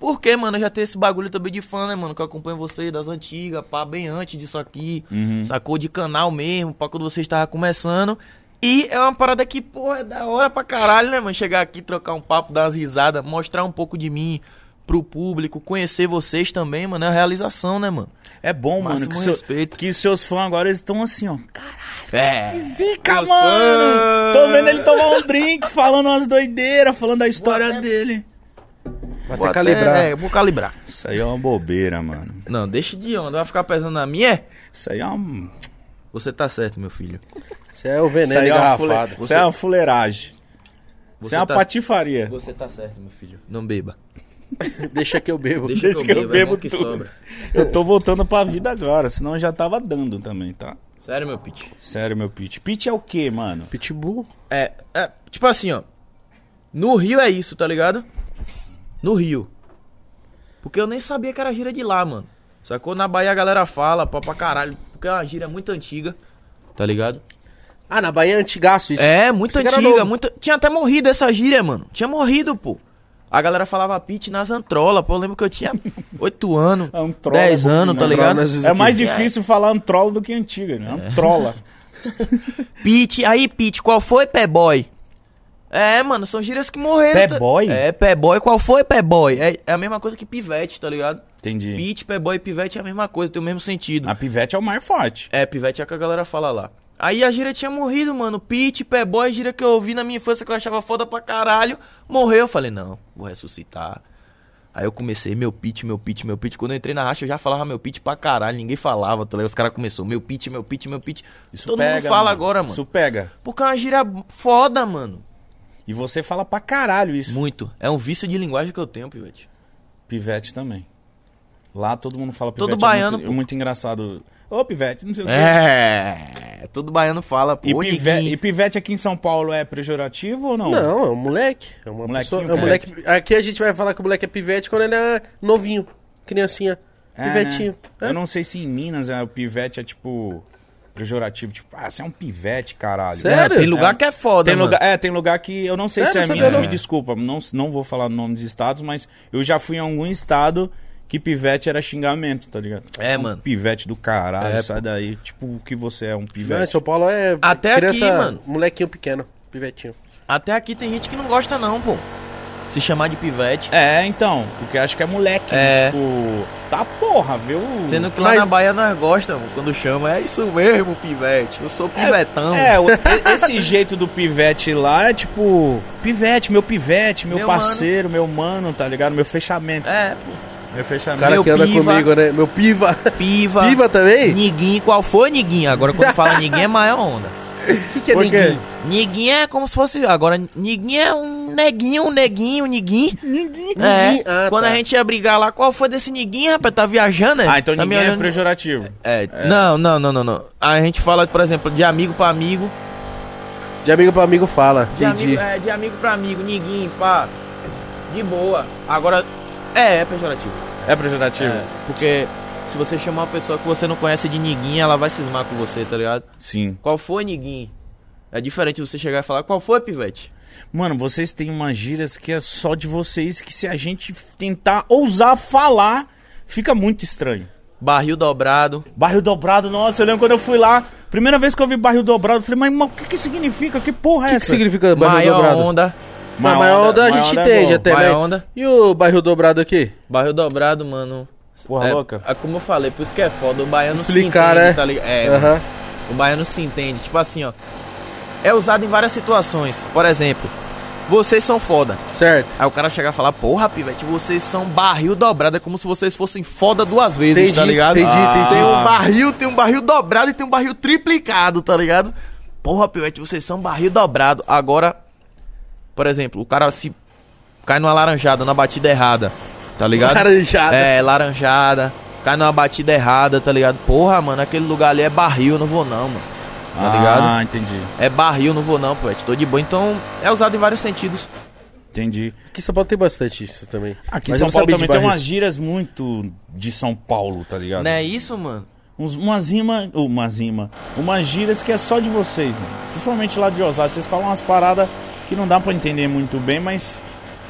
Speaker 4: Por quê, mano? Eu já tenho esse bagulho também de fã, né, mano? Que eu acompanho vocês das antigas, pá, bem antes disso aqui.
Speaker 3: Uhum.
Speaker 4: Sacou de canal mesmo, pra quando vocês estavam começando. E é uma parada que, porra, é da hora pra caralho, né, mano? Chegar aqui, trocar um papo, dar umas risadas, mostrar um pouco de mim pro público, conhecer vocês também, mano. É uma realização, né, mano?
Speaker 1: É bom, mano,
Speaker 4: Máximo
Speaker 1: que, seu-
Speaker 4: respeito.
Speaker 1: que seus fãs agora eles estão assim, ó.
Speaker 4: É.
Speaker 1: Zica, mano! Tô vendo ele tomar um drink, falando umas doideiras, falando da história
Speaker 4: né?
Speaker 1: dele.
Speaker 4: Vou
Speaker 3: Vai ter
Speaker 4: até-
Speaker 3: que calibrar.
Speaker 4: É, vou calibrar.
Speaker 1: Isso aí é uma bobeira, mano.
Speaker 4: Não, deixa de onda. Vai ficar pesando na minha? é?
Speaker 1: Isso aí é um.
Speaker 4: Você tá certo, meu filho.
Speaker 3: Você é o
Speaker 1: Isso
Speaker 3: veneno
Speaker 1: aí é uma,
Speaker 3: engarrafado.
Speaker 1: fule- isso aí é uma fuleiragem. Isso
Speaker 4: Você
Speaker 1: é uma
Speaker 4: tá-
Speaker 1: patifaria.
Speaker 4: Você tá certo, meu filho. Não beba.
Speaker 3: Deixa que eu bebo.
Speaker 4: Deixa,
Speaker 1: Desde
Speaker 4: que eu beba, é bom que
Speaker 1: tudo.
Speaker 4: sobra.
Speaker 1: Eu tô voltando pra vida agora, senão eu já tava dando também, tá?
Speaker 4: Sério, meu pit.
Speaker 1: Sério, meu Pete. Pete é o quê, mano?
Speaker 3: Pitbull.
Speaker 4: É, é, tipo assim, ó. No Rio é isso, tá ligado? No Rio. Porque eu nem sabia que era gíria de lá, mano. Sacou? Na Bahia a galera fala, pá pra caralho. Porque é uma gíria muito antiga, tá ligado?
Speaker 3: Ah, na Bahia é antigaço isso.
Speaker 4: É, muito
Speaker 3: Esse cara
Speaker 4: antiga,
Speaker 3: novo.
Speaker 4: muito... Tinha até morrido essa gíria, mano. Tinha morrido, pô. A galera falava pit nas antrolas, pô. Eu lembro que eu tinha 8 anos,
Speaker 1: Antrola,
Speaker 4: 10 anos, tá
Speaker 3: Antrola,
Speaker 4: ligado?
Speaker 3: nós
Speaker 1: É mais difícil falar antrola do que antiga, né?
Speaker 4: É.
Speaker 1: Antrola.
Speaker 4: Pete, aí Pete, qual foi, pé boy? É, mano, são gírias que morreram.
Speaker 1: Pé
Speaker 4: tá-
Speaker 1: boy?
Speaker 4: É, pé boy, qual foi, pé boy? É, é a mesma coisa que pivete, tá ligado?
Speaker 1: Entendi.
Speaker 4: Pete, pé boy e pivete é a mesma coisa, tem o mesmo sentido.
Speaker 1: A pivete é o mais forte.
Speaker 4: É, pivete é o que a galera fala lá. Aí a gíria tinha morrido, mano. Pete, pé boy, gíria que eu ouvi na minha infância que eu achava foda pra caralho. Morreu, eu falei, não, vou ressuscitar. Aí eu comecei, meu pit, meu pit, meu pit. Quando eu entrei na racha, eu já falava meu pit pra caralho. Ninguém falava, tá ligado? Os caras começaram, meu pit, meu pit, meu pit.
Speaker 1: Isso
Speaker 4: Todo
Speaker 1: pega,
Speaker 4: mundo fala agora, mano.
Speaker 1: Isso pega.
Speaker 4: Porque é uma gíria foda, mano.
Speaker 1: E você fala pra caralho isso.
Speaker 4: Muito. É um vício de linguagem que eu tenho, Pivete.
Speaker 1: Pivete também. Lá todo mundo fala
Speaker 4: Todo
Speaker 1: pivete. é
Speaker 4: baiano,
Speaker 1: muito,
Speaker 4: pô.
Speaker 1: é muito engraçado. Ô, pivete, não sei o quê.
Speaker 4: É. Todo baiano fala, pô.
Speaker 1: E,
Speaker 4: Ô,
Speaker 1: pive-
Speaker 4: Diguinho.
Speaker 1: e pivete aqui em São Paulo é pejorativo ou não?
Speaker 3: Não, é um moleque. É uma
Speaker 1: Molequinho,
Speaker 3: pessoa. É um moleque. Aqui a gente vai falar que o moleque é pivete quando ele é novinho. Criancinha.
Speaker 1: É,
Speaker 3: Pivetinho.
Speaker 1: né? Eu não sei se em Minas é, o pivete é tipo pejorativo, tipo, ah, você é um pivete, caralho.
Speaker 3: Sério?
Speaker 4: É, tem lugar que é foda,
Speaker 1: Tem
Speaker 4: mano.
Speaker 1: lugar, é, tem lugar que eu não sei
Speaker 3: Sério?
Speaker 1: se é
Speaker 3: Sabia
Speaker 1: Minas,
Speaker 4: né?
Speaker 3: não.
Speaker 1: me desculpa, não, não vou falar o nome dos estados, mas eu já fui em algum estado que pivete era xingamento, tá ligado?
Speaker 4: É,
Speaker 1: "Você um
Speaker 4: mano.
Speaker 1: Pivete do caralho,
Speaker 4: É,
Speaker 1: sai daí. Tipo, o que você é, um
Speaker 3: Não, em
Speaker 1: pivete?
Speaker 3: São Paulo é
Speaker 4: Até
Speaker 3: criança,
Speaker 4: aqui, mano.
Speaker 3: molequinho pequeno, pivetinho.
Speaker 4: Até aqui tem gente que não gosta, não, pô. Se chamar de Pivete.
Speaker 1: É, então, porque acho que é moleque, né?
Speaker 4: É.
Speaker 1: tipo, tá porra, viu?
Speaker 4: Sendo que lá
Speaker 3: Mas-
Speaker 4: na Bahia nós gostamos. Quando chama, é isso mesmo, Pivete. Eu sou Pivetão.
Speaker 1: É, o- e- esse jeito do pivete lá é tipo, pivete, meu pivete, meu,
Speaker 4: Meu
Speaker 1: parceiro, meu mano, tá ligado? Meu fechamento.
Speaker 4: É, pô.
Speaker 1: Meu
Speaker 3: O
Speaker 1: fechamento.
Speaker 3: cara
Speaker 4: Meu
Speaker 3: que anda
Speaker 4: piva.
Speaker 3: comigo, né? Meu piva.
Speaker 4: Piva.
Speaker 3: Piva também?
Speaker 4: Niguinho. Qual foi, Niguinho? Agora quando fala Niguinho é maior onda.
Speaker 3: O que, que é
Speaker 1: Por quê?
Speaker 3: ninguém?
Speaker 4: Niguinho é como se fosse. Agora, Niguinho é um neguinho, um neguinho, um niguinho. Niguinho. É.
Speaker 3: Niguinho, ah,
Speaker 4: Quando
Speaker 3: tá.
Speaker 4: a gente ia brigar lá, qual foi desse niguinho, rapaz? Tá viajando, né?
Speaker 1: Ah, então
Speaker 4: tá me
Speaker 1: ninguém é
Speaker 4: olhando-
Speaker 1: pejorativo.
Speaker 4: É, Não, não, não, não, não. A gente fala, por exemplo, de amigo pra amigo.
Speaker 3: De amigo pra amigo fala.
Speaker 4: De
Speaker 3: Entendi.
Speaker 4: amigo, é, de amigo pra amigo, niguinho, pá. De boa. Agora. É, é pejorativo.
Speaker 1: É pejorativo.
Speaker 4: É, porque Se você chamar uma pessoa que você não conhece de niguinha, ela vai cismar com você, tá ligado?
Speaker 1: Sim.
Speaker 4: Qual foi, niguinho? É diferente de você chegar e falar, qual foi, pivete?
Speaker 1: Mano, vocês têm umas gírias que é só de vocês, que se a gente tentar ousar falar, fica muito estranho.
Speaker 4: Barril dobrado.
Speaker 1: Barril dobrado, nossa, eu lembro quando eu fui lá, primeira vez que eu vi barril dobrado, eu falei, mas, mas o que que significa? Que porra é
Speaker 3: O que, que
Speaker 1: essa?
Speaker 3: significa barril
Speaker 4: maior
Speaker 3: dobrado?
Speaker 4: onda.
Speaker 3: Mas maior onda a gente
Speaker 1: maior onda é
Speaker 3: entende
Speaker 1: bom.
Speaker 3: até, né?
Speaker 4: Maior onda.
Speaker 3: E o barril dobrado aqui?
Speaker 4: Barril dobrado, mano.
Speaker 1: Porra
Speaker 4: é,
Speaker 1: louca.
Speaker 4: É como eu falei, por isso que é foda. O baiano
Speaker 3: Explicar,
Speaker 4: se entende,
Speaker 3: né?
Speaker 4: tá ligado? É, mano,
Speaker 3: Aham.
Speaker 4: o baiano se entende. Tipo assim, ó. É usado em várias situações. Por exemplo, vocês são foda.
Speaker 3: Certo.
Speaker 4: Aí o cara chegar e falar, porra, pivete, vocês são barril dobrado. É como se vocês fossem foda duas vezes,
Speaker 3: Entendi,
Speaker 4: tá ligado?
Speaker 3: entendi,
Speaker 5: Tem
Speaker 3: entendi.
Speaker 5: um barril, tem um barril dobrado e tem um barril triplicado, tá ligado?
Speaker 4: Porra, pivete, vocês são barril dobrado. Agora, por exemplo, o cara se cai numa laranjada, na batida errada, tá ligado?
Speaker 3: Laranjada.
Speaker 4: É, laranjada. Cai numa batida errada, tá ligado? Porra, mano, aquele lugar ali é barril, não vou não, mano. Tá ligado?
Speaker 1: Ah, entendi.
Speaker 4: É barril, não vou não, pivete. Tô de boa. Então, é usado em vários sentidos.
Speaker 1: Entendi. é um
Speaker 3: Aqui em São Paulo tem bastante isso também.
Speaker 1: Aqui em
Speaker 3: Mas
Speaker 1: São
Speaker 3: eu não
Speaker 1: Paulo
Speaker 3: sabia de
Speaker 1: também tem
Speaker 3: barril.
Speaker 1: umas gírias muito de São Paulo, tá ligado?
Speaker 4: Não é isso, mano?
Speaker 1: Uns, umas rimas. Umas rimas. Umas gírias que é só de vocês, mano. Principalmente lá de Osasco. Vocês falam umas paradas que não dá pra entender muito bem, mas.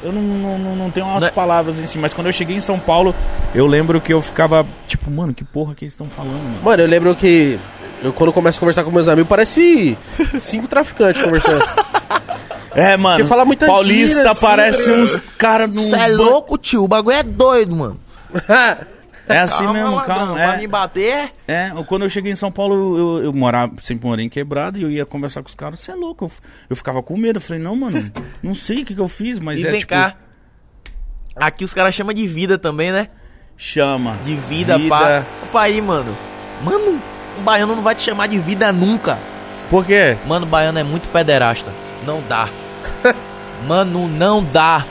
Speaker 1: Eu não, não, não- não tenho umas
Speaker 4: Não é-
Speaker 1: palavras em si. Mas quando eu cheguei em São Paulo, eu lembro que eu ficava tipo, mano, que porra que eles estão falando, mano?
Speaker 3: Mano, eu lembro que eu, quando começo a conversar com meus amigos, parece cinco traficantes conversando.
Speaker 1: É, mano.
Speaker 3: Porque fala muita
Speaker 1: Paulista
Speaker 3: gíria, assim,
Speaker 1: parece
Speaker 3: tá
Speaker 1: uns caras num.
Speaker 4: Cê é louco, tio. O bagulho é doido, mano.
Speaker 1: É assim mesmo,
Speaker 4: ladrão,
Speaker 1: calma.
Speaker 4: Vai
Speaker 1: É,
Speaker 4: me bater?
Speaker 1: É, quando eu cheguei em São Paulo, eu, eu, eu morava, sempre morei em quebrado e eu ia conversar com os caras, você é louco. Eu, f- eu ficava com medo, eu falei, não, mano, não sei o que, que eu fiz, mas
Speaker 4: E
Speaker 1: é
Speaker 4: vem
Speaker 1: tipo.
Speaker 4: cá. Aqui os caras chamam de vida também, né?
Speaker 1: Chama.
Speaker 4: De vida, pá. Opa aí, mano. Mano, o baiano não vai te chamar de vida nunca.
Speaker 1: Por quê?
Speaker 4: Mano, o baiano é muito pederasta. Não dá. Mano, não dá.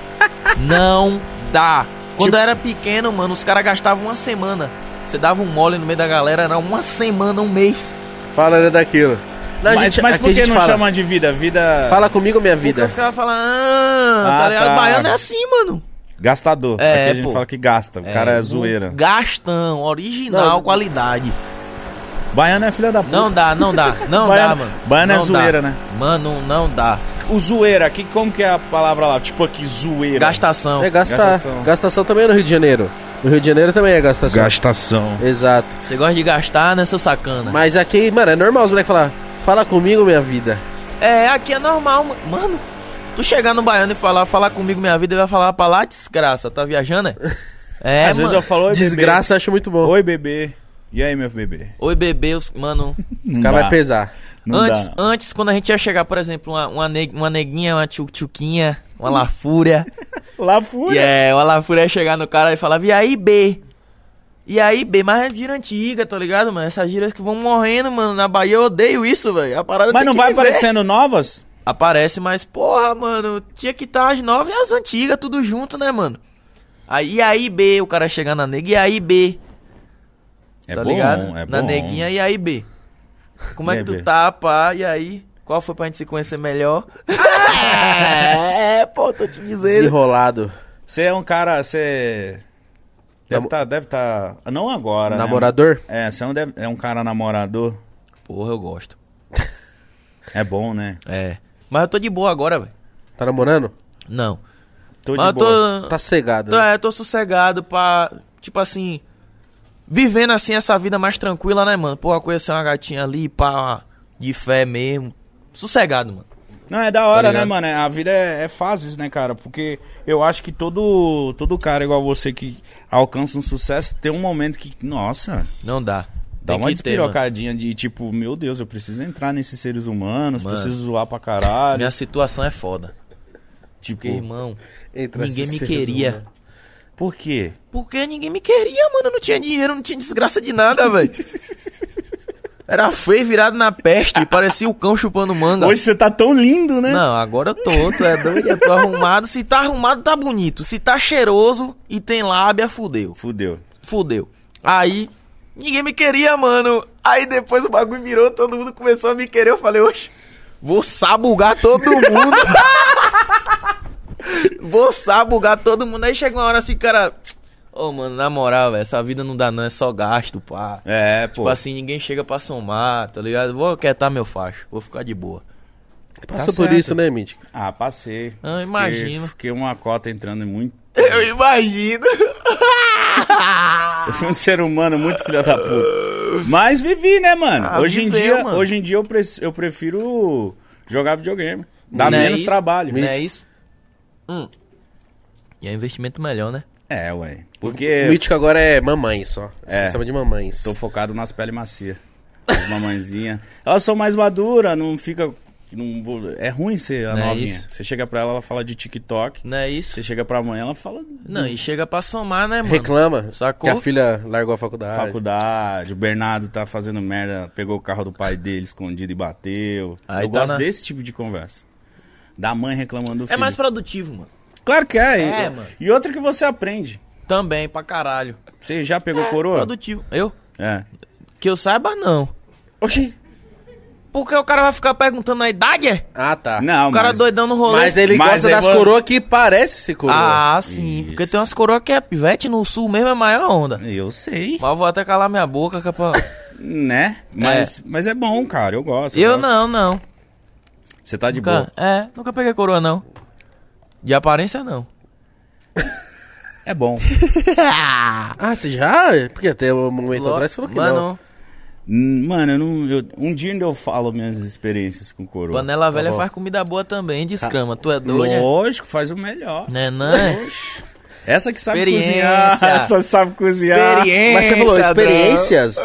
Speaker 4: Não dá.
Speaker 1: Tipo-
Speaker 4: Quando eu era pequeno, mano, os caras gastavam uma semana. Você dava um mole no meio da galera, era uma semana, um mês.
Speaker 3: Fala, né, daquilo. Não, a
Speaker 1: mas
Speaker 3: gente-
Speaker 1: mas
Speaker 3: aqui
Speaker 1: por
Speaker 3: a
Speaker 1: que
Speaker 3: gente
Speaker 1: não
Speaker 3: fala,
Speaker 1: chama de vida? Vida.
Speaker 3: Fala comigo, minha
Speaker 4: Porque
Speaker 3: vida.
Speaker 4: os caras falam, ah,
Speaker 1: Ah,
Speaker 4: tá ligado?
Speaker 1: tá.
Speaker 4: Baiano é assim, mano.
Speaker 1: Gastador.
Speaker 4: É,
Speaker 1: Aqui a gente
Speaker 4: pô.
Speaker 1: fala que gasta. O cara é zoeira.
Speaker 4: um Gastão, original,
Speaker 3: Não.
Speaker 4: qualidade.
Speaker 1: Baiano é filha da puta.
Speaker 4: Não dá, não dá, não
Speaker 1: Baiano-
Speaker 4: dá, mano.
Speaker 1: baiano é
Speaker 4: Não dá.
Speaker 1: zoeira, né?
Speaker 4: Mano, não dá.
Speaker 1: O zoeira aqui, como que é a palavra lá? Tipo aqui, zoeira.
Speaker 4: Gastação.
Speaker 3: É gastar.
Speaker 1: Gastação.
Speaker 3: Gastação. também é no Rio de Janeiro. No Rio de Janeiro também é gastação.
Speaker 1: Gastação.
Speaker 3: Exato.
Speaker 4: Você gosta de gastar, né, seu sacana?
Speaker 3: Mas aqui, mano, é normal os moleques falar. Fala comigo, minha vida.
Speaker 4: É, aqui é normal, ma- mano. Tu chegar no baiano e falar, falar comigo minha vida, ele vai falar pra lá, desgraça, tá viajando, é? É,
Speaker 1: Às vezes eu
Speaker 4: mano.
Speaker 1: falo, oi,
Speaker 3: Desgraça, eu acho muito
Speaker 1: bebê.
Speaker 3: bom.
Speaker 1: Oi, bebê. E aí, meu bebê?
Speaker 4: Oi, bebê, os... mano.
Speaker 3: Os caras vai pesar.
Speaker 1: Não
Speaker 4: antes,
Speaker 1: dá.
Speaker 4: antes, quando a gente ia chegar, por exemplo, uma, uma, neg- uma neguinha, uma tio- tchuquinha, uma lafúria.
Speaker 1: Lá
Speaker 4: E
Speaker 1: fui.
Speaker 4: é, o Alafura ia chegar no cara e falava, e aí, B? E aí, B? Mas é gíria antiga, tá ligado, mano? Essas gírias que vão morrendo, mano. Na Bahia eu odeio isso, velho. A parada
Speaker 1: Mas
Speaker 4: tem
Speaker 1: não
Speaker 4: que
Speaker 1: vai
Speaker 4: viver.
Speaker 1: aparecendo novas?
Speaker 4: Aparece, mas, porra, mano, tinha que estar as novas e as antigas, tudo junto, né, mano? Aí, e aí, B? O cara chega na nega, e aí, B?
Speaker 1: É
Speaker 4: tá
Speaker 1: bom,
Speaker 4: ligado?
Speaker 1: é
Speaker 4: na
Speaker 1: bom.
Speaker 4: neguinha, e aí, B? Como é
Speaker 1: E
Speaker 4: que
Speaker 1: aí, B?
Speaker 4: tu tá, pá? E aí? Qual foi pra gente se conhecer melhor? é, pô, tô te dizendo.
Speaker 3: Desenrolado.
Speaker 1: Você é um cara, você. Deve
Speaker 3: Namo-
Speaker 1: estar. deve tá, não agora. né?
Speaker 3: Namorador?
Speaker 1: É, você é um, deve- é um cara namorador.
Speaker 4: Porra, eu gosto.
Speaker 1: É bom, né?
Speaker 4: É. Mas eu tô de boa agora, velho.
Speaker 3: Tá namorando?
Speaker 4: Não.
Speaker 1: Tô de
Speaker 4: Mas eu
Speaker 1: boa.
Speaker 4: tô.
Speaker 3: Tá cegado.
Speaker 4: tô- é, tô sossegado pra. Tipo assim. Vivendo assim essa vida mais tranquila, né, mano? Porra, conhecer uma gatinha ali, pá. De fé mesmo. Sossegado, mano.
Speaker 1: Não, é da hora,
Speaker 4: Tá
Speaker 1: né,
Speaker 3: ligado?
Speaker 1: mano? A vida é, é fases, né, cara? Porque eu acho que todo, todo cara igual você que alcança um sucesso tem um momento que, nossa,
Speaker 4: Não dá.
Speaker 1: dá
Speaker 4: Tem
Speaker 1: uma
Speaker 4: que ter, mano.
Speaker 1: despirocadinha de tipo, meu Deus, eu preciso entrar nesses seres humanos,
Speaker 4: Mano.
Speaker 1: preciso zoar pra caralho.
Speaker 4: Minha situação é foda.
Speaker 1: Tipo,
Speaker 4: Porque, irmão,
Speaker 3: Entra
Speaker 4: É. ninguém
Speaker 3: esses
Speaker 4: me
Speaker 3: seres
Speaker 4: queria.
Speaker 3: humanos.
Speaker 1: por quê?
Speaker 4: Porque ninguém me queria, mano. Eu não tinha dinheiro, não tinha desgraça de nada, velho. Era feio virado na peste, parecia o cão chupando manga.
Speaker 1: Hoje você tá tão lindo, né?
Speaker 4: Não, agora eu tô, tu é doido, eu tô arrumado. Se tá arrumado, tá bonito. Se tá cheiroso e tem lábia, fudeu.
Speaker 1: Fudeu.
Speaker 4: Fudeu. Aí, ninguém me queria, mano.
Speaker 5: Aí depois o bagulho virou, todo mundo começou a me querer. Eu falei, oxe, vou sabugar todo mundo.
Speaker 4: Vou sabugar todo mundo. Aí chega uma hora assim, cara. Ô, mano, na moral, velho, essa vida não dá não, é só gasto, pá.
Speaker 1: É, pô.
Speaker 4: Tipo assim, ninguém chega pra somar, tá ligado? Vou quietar meu facho, vou ficar de boa. Tá
Speaker 3: Passou por
Speaker 1: certo.
Speaker 3: isso, né, Mítico?
Speaker 1: Ah, passei.
Speaker 4: Ah,
Speaker 1: Fiquei-
Speaker 4: imagino.
Speaker 1: Fiquei uma cota entrando em muito.
Speaker 5: Eu imagino.
Speaker 1: Eu fui um ser humano muito filha da puta. Mas vivi, né, mano?
Speaker 4: Ah,
Speaker 1: hoje, em
Speaker 4: viveu,
Speaker 1: dia,
Speaker 4: mano.
Speaker 1: hoje em dia eu, pre- eu prefiro jogar videogame. Dá
Speaker 4: Não é
Speaker 1: menos
Speaker 4: isso?
Speaker 1: trabalho.
Speaker 4: Não é isso? Hum. E é investimento melhor, né?
Speaker 1: É, ué. Porque
Speaker 3: Mítico agora é mamãe só. É.
Speaker 1: É.
Speaker 3: Chama de mamães.
Speaker 1: tô focado nas peles macias. As mamãezinhas. Elas são mais maduras, não fica. Não vou- é ruim ser a
Speaker 4: Não é
Speaker 1: novinha.
Speaker 4: isso?
Speaker 1: Você chega pra ela, ela fala de TikTok.
Speaker 4: Não é isso?
Speaker 1: Você chega pra mãe, ela fala
Speaker 4: Não, e chega pra somar, né, mano?
Speaker 3: Reclama
Speaker 4: Sacou?
Speaker 3: que a filha largou a faculdade.
Speaker 1: faculdade, o Bernardo tá fazendo merda, pegou o carro do pai dele escondido e bateu.
Speaker 4: Aí
Speaker 1: eu
Speaker 4: tá
Speaker 1: gosto
Speaker 4: na-
Speaker 1: desse tipo de conversa. Da mãe reclamando do filho.
Speaker 4: É mais produtivo, mano.
Speaker 1: Claro que é.
Speaker 4: É,
Speaker 1: e...
Speaker 4: mano.
Speaker 1: e outro que você aprende.
Speaker 4: Também, pra caralho.
Speaker 1: Você já pegou
Speaker 4: É,
Speaker 1: coroa?
Speaker 4: Produtivo. Eu?
Speaker 1: É.
Speaker 4: Que eu saiba, não.
Speaker 3: Oxi.
Speaker 4: Porque o cara vai ficar perguntando a idade, é?
Speaker 3: Ah, tá.
Speaker 1: Não,
Speaker 4: o cara
Speaker 1: mas...
Speaker 4: doidão no rolê.
Speaker 3: Mas ele
Speaker 1: Mas
Speaker 3: gosta
Speaker 1: é
Speaker 3: das
Speaker 1: bom.
Speaker 3: coroas que parece ser coroa.
Speaker 4: Ah, sim.
Speaker 1: Isso.
Speaker 4: Porque tem umas coroas que é pivete no sul mesmo, é maior onda. Mas
Speaker 1: Eu sei,
Speaker 4: eu vou até calar minha boca, que é pra...
Speaker 1: né? Mas é, mas é bom, cara. Eu gosto.
Speaker 4: Eu
Speaker 1: gosto.
Speaker 4: não, não.
Speaker 1: Você tá de boa.
Speaker 4: Nunca, é, nunca peguei coroa, não. De aparência, não.
Speaker 1: É bom.
Speaker 3: Ah, você já? Porque até o momento
Speaker 4: Lo-
Speaker 3: atrás você falou que
Speaker 4: Mano,
Speaker 3: não.
Speaker 1: Hum, Mano, eu não. eu- Um dia ainda eu falo minhas experiências com coroa.
Speaker 4: panela velha
Speaker 3: bom.
Speaker 4: faz comida boa também, descama. Tu é doido,
Speaker 1: Lógico, faz o melhor.
Speaker 4: né? Né, né?
Speaker 1: Essa que sabe
Speaker 4: Experiência.
Speaker 1: cozinhar. Essa sabe cozinhar.
Speaker 3: Mas você falou experiências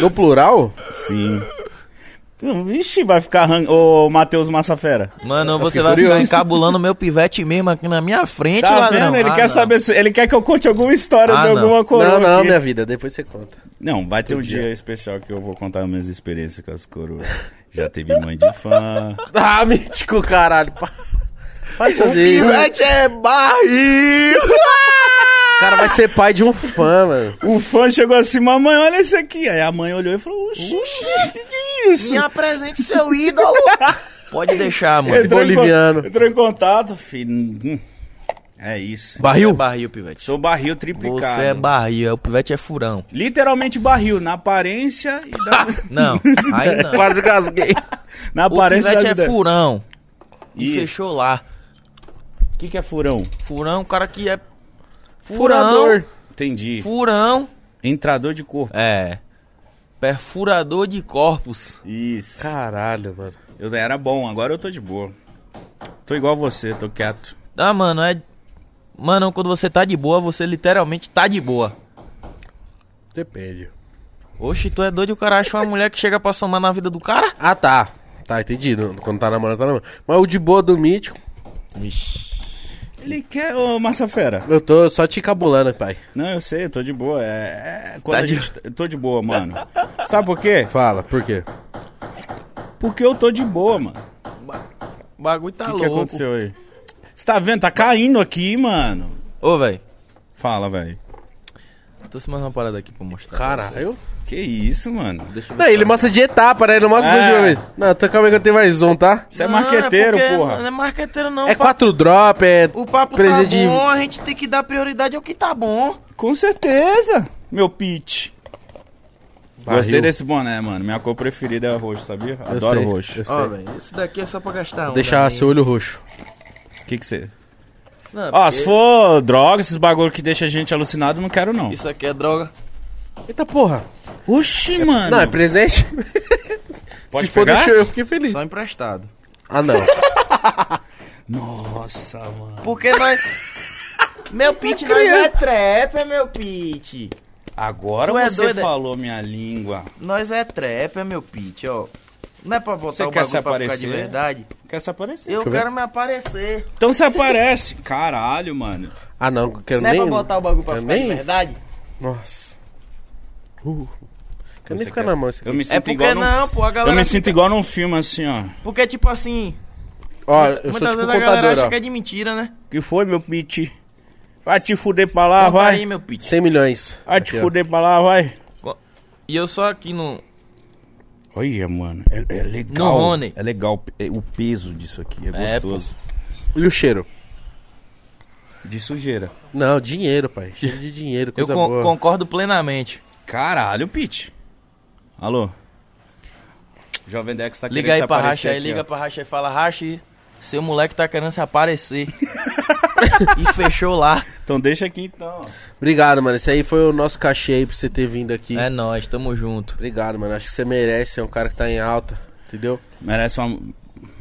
Speaker 3: no plural?
Speaker 1: Sim. Hum, Vixe, vai ficar arran... Ô, Matheus Massafera.
Speaker 4: Mano, você
Speaker 3: fiquei
Speaker 4: vai
Speaker 3: curioso.
Speaker 4: ficar encabulando meu pivete mesmo aqui na minha frente,
Speaker 1: Tá
Speaker 4: ladrão.
Speaker 1: vendo? Ele
Speaker 4: Ah,
Speaker 1: quer
Speaker 4: não.
Speaker 1: saber se... Ele quer que eu conte alguma história de
Speaker 4: Ah, não.
Speaker 1: alguma coroa
Speaker 3: Não, não,
Speaker 1: aqui.
Speaker 3: minha vida. Depois você conta.
Speaker 1: Não, vai ter um dia. especial que eu vou contar minhas experiências com as coroas. Já teve mãe de fã.
Speaker 3: Ah, mítico, caralho. pa- Vai fazer isso.
Speaker 5: Pisante é barril.
Speaker 3: O cara vai ser pai de um fã, mano.
Speaker 1: O fã chegou assim, mamãe, olha isso aqui. Aí a mãe olhou e falou, oxi, o que, que é isso?
Speaker 4: Me apresente seu ídolo. Pode deixar, mano.
Speaker 3: Esse
Speaker 1: em con-
Speaker 3: boliviano.
Speaker 1: entrou em contato, filho. Hum, É isso.
Speaker 4: Barril?
Speaker 3: Barril?
Speaker 4: É barril, pivete.
Speaker 1: Sou barril
Speaker 4: Você
Speaker 1: triplicado.
Speaker 4: é barril, o pivete é furão.
Speaker 1: Literalmente barril, na aparência e da...
Speaker 4: Não,
Speaker 1: é
Speaker 4: aí não.
Speaker 3: Quase gasguei.
Speaker 1: Na
Speaker 4: O
Speaker 1: aparência
Speaker 4: pivete
Speaker 1: da
Speaker 4: é
Speaker 1: vida.
Speaker 4: furão. E
Speaker 1: Isso.
Speaker 4: fechou lá.
Speaker 1: O que, que é furão?
Speaker 4: Furão, o cara que é... Furão.
Speaker 3: Furador.
Speaker 1: Entendi.
Speaker 4: Furão.
Speaker 1: Entrador de corpo.
Speaker 4: É. Perfurador de corpos.
Speaker 1: Isso.
Speaker 3: Caralho, mano.
Speaker 1: Eu era bom, agora eu tô de boa. Tô igual você, tô quieto.
Speaker 4: Ah, mano, é. Mano, quando você tá de boa, você literalmente tá de boa.
Speaker 3: Depende.
Speaker 4: Oxe, tu é doido, o cara acha uma mulher que chega pra somar na vida do cara?
Speaker 3: Ah, tá. Tá, entendi. Não- Quando tá namorando, tá namorando. Mas o de boa do mítico,
Speaker 1: Ele quer, ô massa fera.
Speaker 3: eu tô só te cabulando, pai.
Speaker 1: Não, eu sei, eu tô de boa. É, é- quando
Speaker 4: Tá
Speaker 1: a
Speaker 4: de-
Speaker 1: gente. Eu tô de boa, mano. Sabe por quê?
Speaker 3: Fala, por quê?
Speaker 1: Porque eu tô de boa, mano.
Speaker 4: O bagulho tá
Speaker 1: O que, que
Speaker 4: louco.
Speaker 1: aconteceu aí? Você tá vendo? Tá caindo aqui, mano.
Speaker 4: Ô, velho,
Speaker 1: Fala, velho.
Speaker 4: trouxe mais uma parada aqui pra mostrar.
Speaker 3: Caralho.
Speaker 1: Que isso, mano?
Speaker 4: Deixa eu ver
Speaker 3: Não,
Speaker 4: se
Speaker 3: ele
Speaker 4: tá-
Speaker 3: mostra de etapa, né? Ele não mostra
Speaker 1: É.
Speaker 3: do jogo. Não, tô calma aí que eu tenho mais um, tá?
Speaker 1: Você é um
Speaker 4: Não,
Speaker 1: marqueteiro,
Speaker 4: porque Não
Speaker 1: porra.
Speaker 4: é marqueteiro, não.
Speaker 3: É
Speaker 4: papo.
Speaker 3: quatro drop, é
Speaker 4: O papo
Speaker 3: presente
Speaker 4: tá
Speaker 3: de-
Speaker 4: bom, a gente tem que dar prioridade ao que tá bom.
Speaker 1: Com certeza, meu pitch.
Speaker 3: Barril.
Speaker 1: Gostei desse boné, mano. Minha cor preferida é roxo, sabia? Adoro
Speaker 3: sei,
Speaker 1: roxo.
Speaker 3: eu sei.
Speaker 4: Ó, velho, esse daqui é só pra gastar onda,
Speaker 3: Deixar
Speaker 4: né?
Speaker 3: seu olho roxo.
Speaker 1: O que que você...
Speaker 4: Não,
Speaker 1: Ó,
Speaker 4: porque
Speaker 1: Ah, se for droga, esses bagulho que deixa a gente alucinado, não quero não.
Speaker 4: Isso aqui é droga.
Speaker 3: Eita porra.
Speaker 1: Oxi, mano.
Speaker 3: Não, é presente?
Speaker 1: Pode
Speaker 3: Se for,
Speaker 1: pegar?
Speaker 3: deixa eu, eu fiquei feliz.
Speaker 4: Só emprestado.
Speaker 3: Ah, não.
Speaker 1: Nossa, mano.
Speaker 4: Porque nós... meu pitch nós é trap, é meu pitch.
Speaker 1: Agora
Speaker 4: Tu é
Speaker 1: você
Speaker 4: doida?
Speaker 1: falou minha língua.
Speaker 4: Nós é trap, é meu pitch, ó. Não é pra botar
Speaker 1: Você
Speaker 4: o
Speaker 1: quer se
Speaker 4: bagulho pra ficar
Speaker 1: aparecer?
Speaker 4: de verdade.
Speaker 1: Quer se aparecer?
Speaker 4: Eu
Speaker 3: eu ver.
Speaker 4: quero me aparecer.
Speaker 1: Então você aparece. Caralho, mano.
Speaker 3: Ah, não, quero
Speaker 4: Não é
Speaker 3: nem...
Speaker 4: pra botar o bagulho pra
Speaker 3: eu
Speaker 4: ficar de
Speaker 3: nem-
Speaker 4: verdade?
Speaker 3: Nossa. Uh. Quero
Speaker 1: Você
Speaker 3: nem ficar
Speaker 1: quer?
Speaker 3: na mão isso
Speaker 1: Eu
Speaker 3: aqui.
Speaker 1: me
Speaker 4: É
Speaker 1: sinto
Speaker 4: porque
Speaker 1: igual num...
Speaker 4: não, pô, a
Speaker 1: Eu
Speaker 4: galera...
Speaker 1: me sinto igual num filme assim, ó.
Speaker 4: Porque, tipo assim,
Speaker 3: Ó, eu sou
Speaker 4: muitas
Speaker 3: tipo
Speaker 4: vezes a galera acha
Speaker 3: contador,
Speaker 4: que é
Speaker 3: ó.
Speaker 4: de mentira, né?
Speaker 1: Que foi, meu piti? Vai te fuder pra lá,
Speaker 4: Conta aí,
Speaker 1: Ah, vai.
Speaker 4: meu pitch.
Speaker 3: 100 milhões.
Speaker 1: Vai te
Speaker 3: Aqui, ó.
Speaker 1: fuder pra lá, vai.
Speaker 4: E eu só aqui no...
Speaker 1: Olha, mano. É, é legal.
Speaker 4: No Rony.
Speaker 1: É legal é, o peso disso aqui. É
Speaker 4: É,
Speaker 1: gostoso.
Speaker 3: E o cheiro?
Speaker 1: De sujeira.
Speaker 3: Não, dinheiro, pai. Cheio de dinheiro,
Speaker 4: Eu
Speaker 3: coisa
Speaker 4: con-
Speaker 3: boa.
Speaker 4: concordo plenamente.
Speaker 1: Caralho, Pete. Alô? Jovem Dex tá
Speaker 4: Liga
Speaker 1: querendo
Speaker 4: aí pra
Speaker 1: aparecer
Speaker 4: Racha aí,
Speaker 1: aqui,
Speaker 4: liga
Speaker 1: ó.
Speaker 4: pra Racha aí, fala, Racha, seu moleque tá querendo se aparecer. e fechou lá.
Speaker 1: Então deixa aqui então. ó.
Speaker 3: Obrigado, mano. Esse aí foi o nosso cachê aí pra você ter vindo aqui.
Speaker 4: É nóis, tamo junto.
Speaker 3: Obrigado, mano. Acho que você merece. Você É um cara que tá em alta, entendeu?
Speaker 1: Merece uma.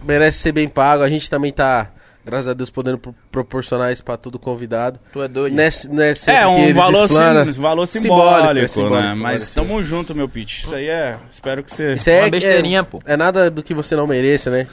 Speaker 3: Merece ser bem pago. A gente também tá, graças a Deus, podendo pro- proporcionar isso pra todo convidado.
Speaker 4: Tu é doido?
Speaker 3: Nesse, nesse
Speaker 1: É, um valor,
Speaker 3: simbólico.
Speaker 1: sim, valor simbólico,
Speaker 3: Simbólico, é
Speaker 1: né?
Speaker 3: simbólico,
Speaker 1: Mas
Speaker 3: parece.
Speaker 1: tamo junto, meu Pete. Isso aí é. Espero que você.
Speaker 3: Isso aí
Speaker 4: Uma
Speaker 3: é,
Speaker 4: besteirinha,
Speaker 3: é,
Speaker 4: pô.
Speaker 3: É nada do que você não mereça, né?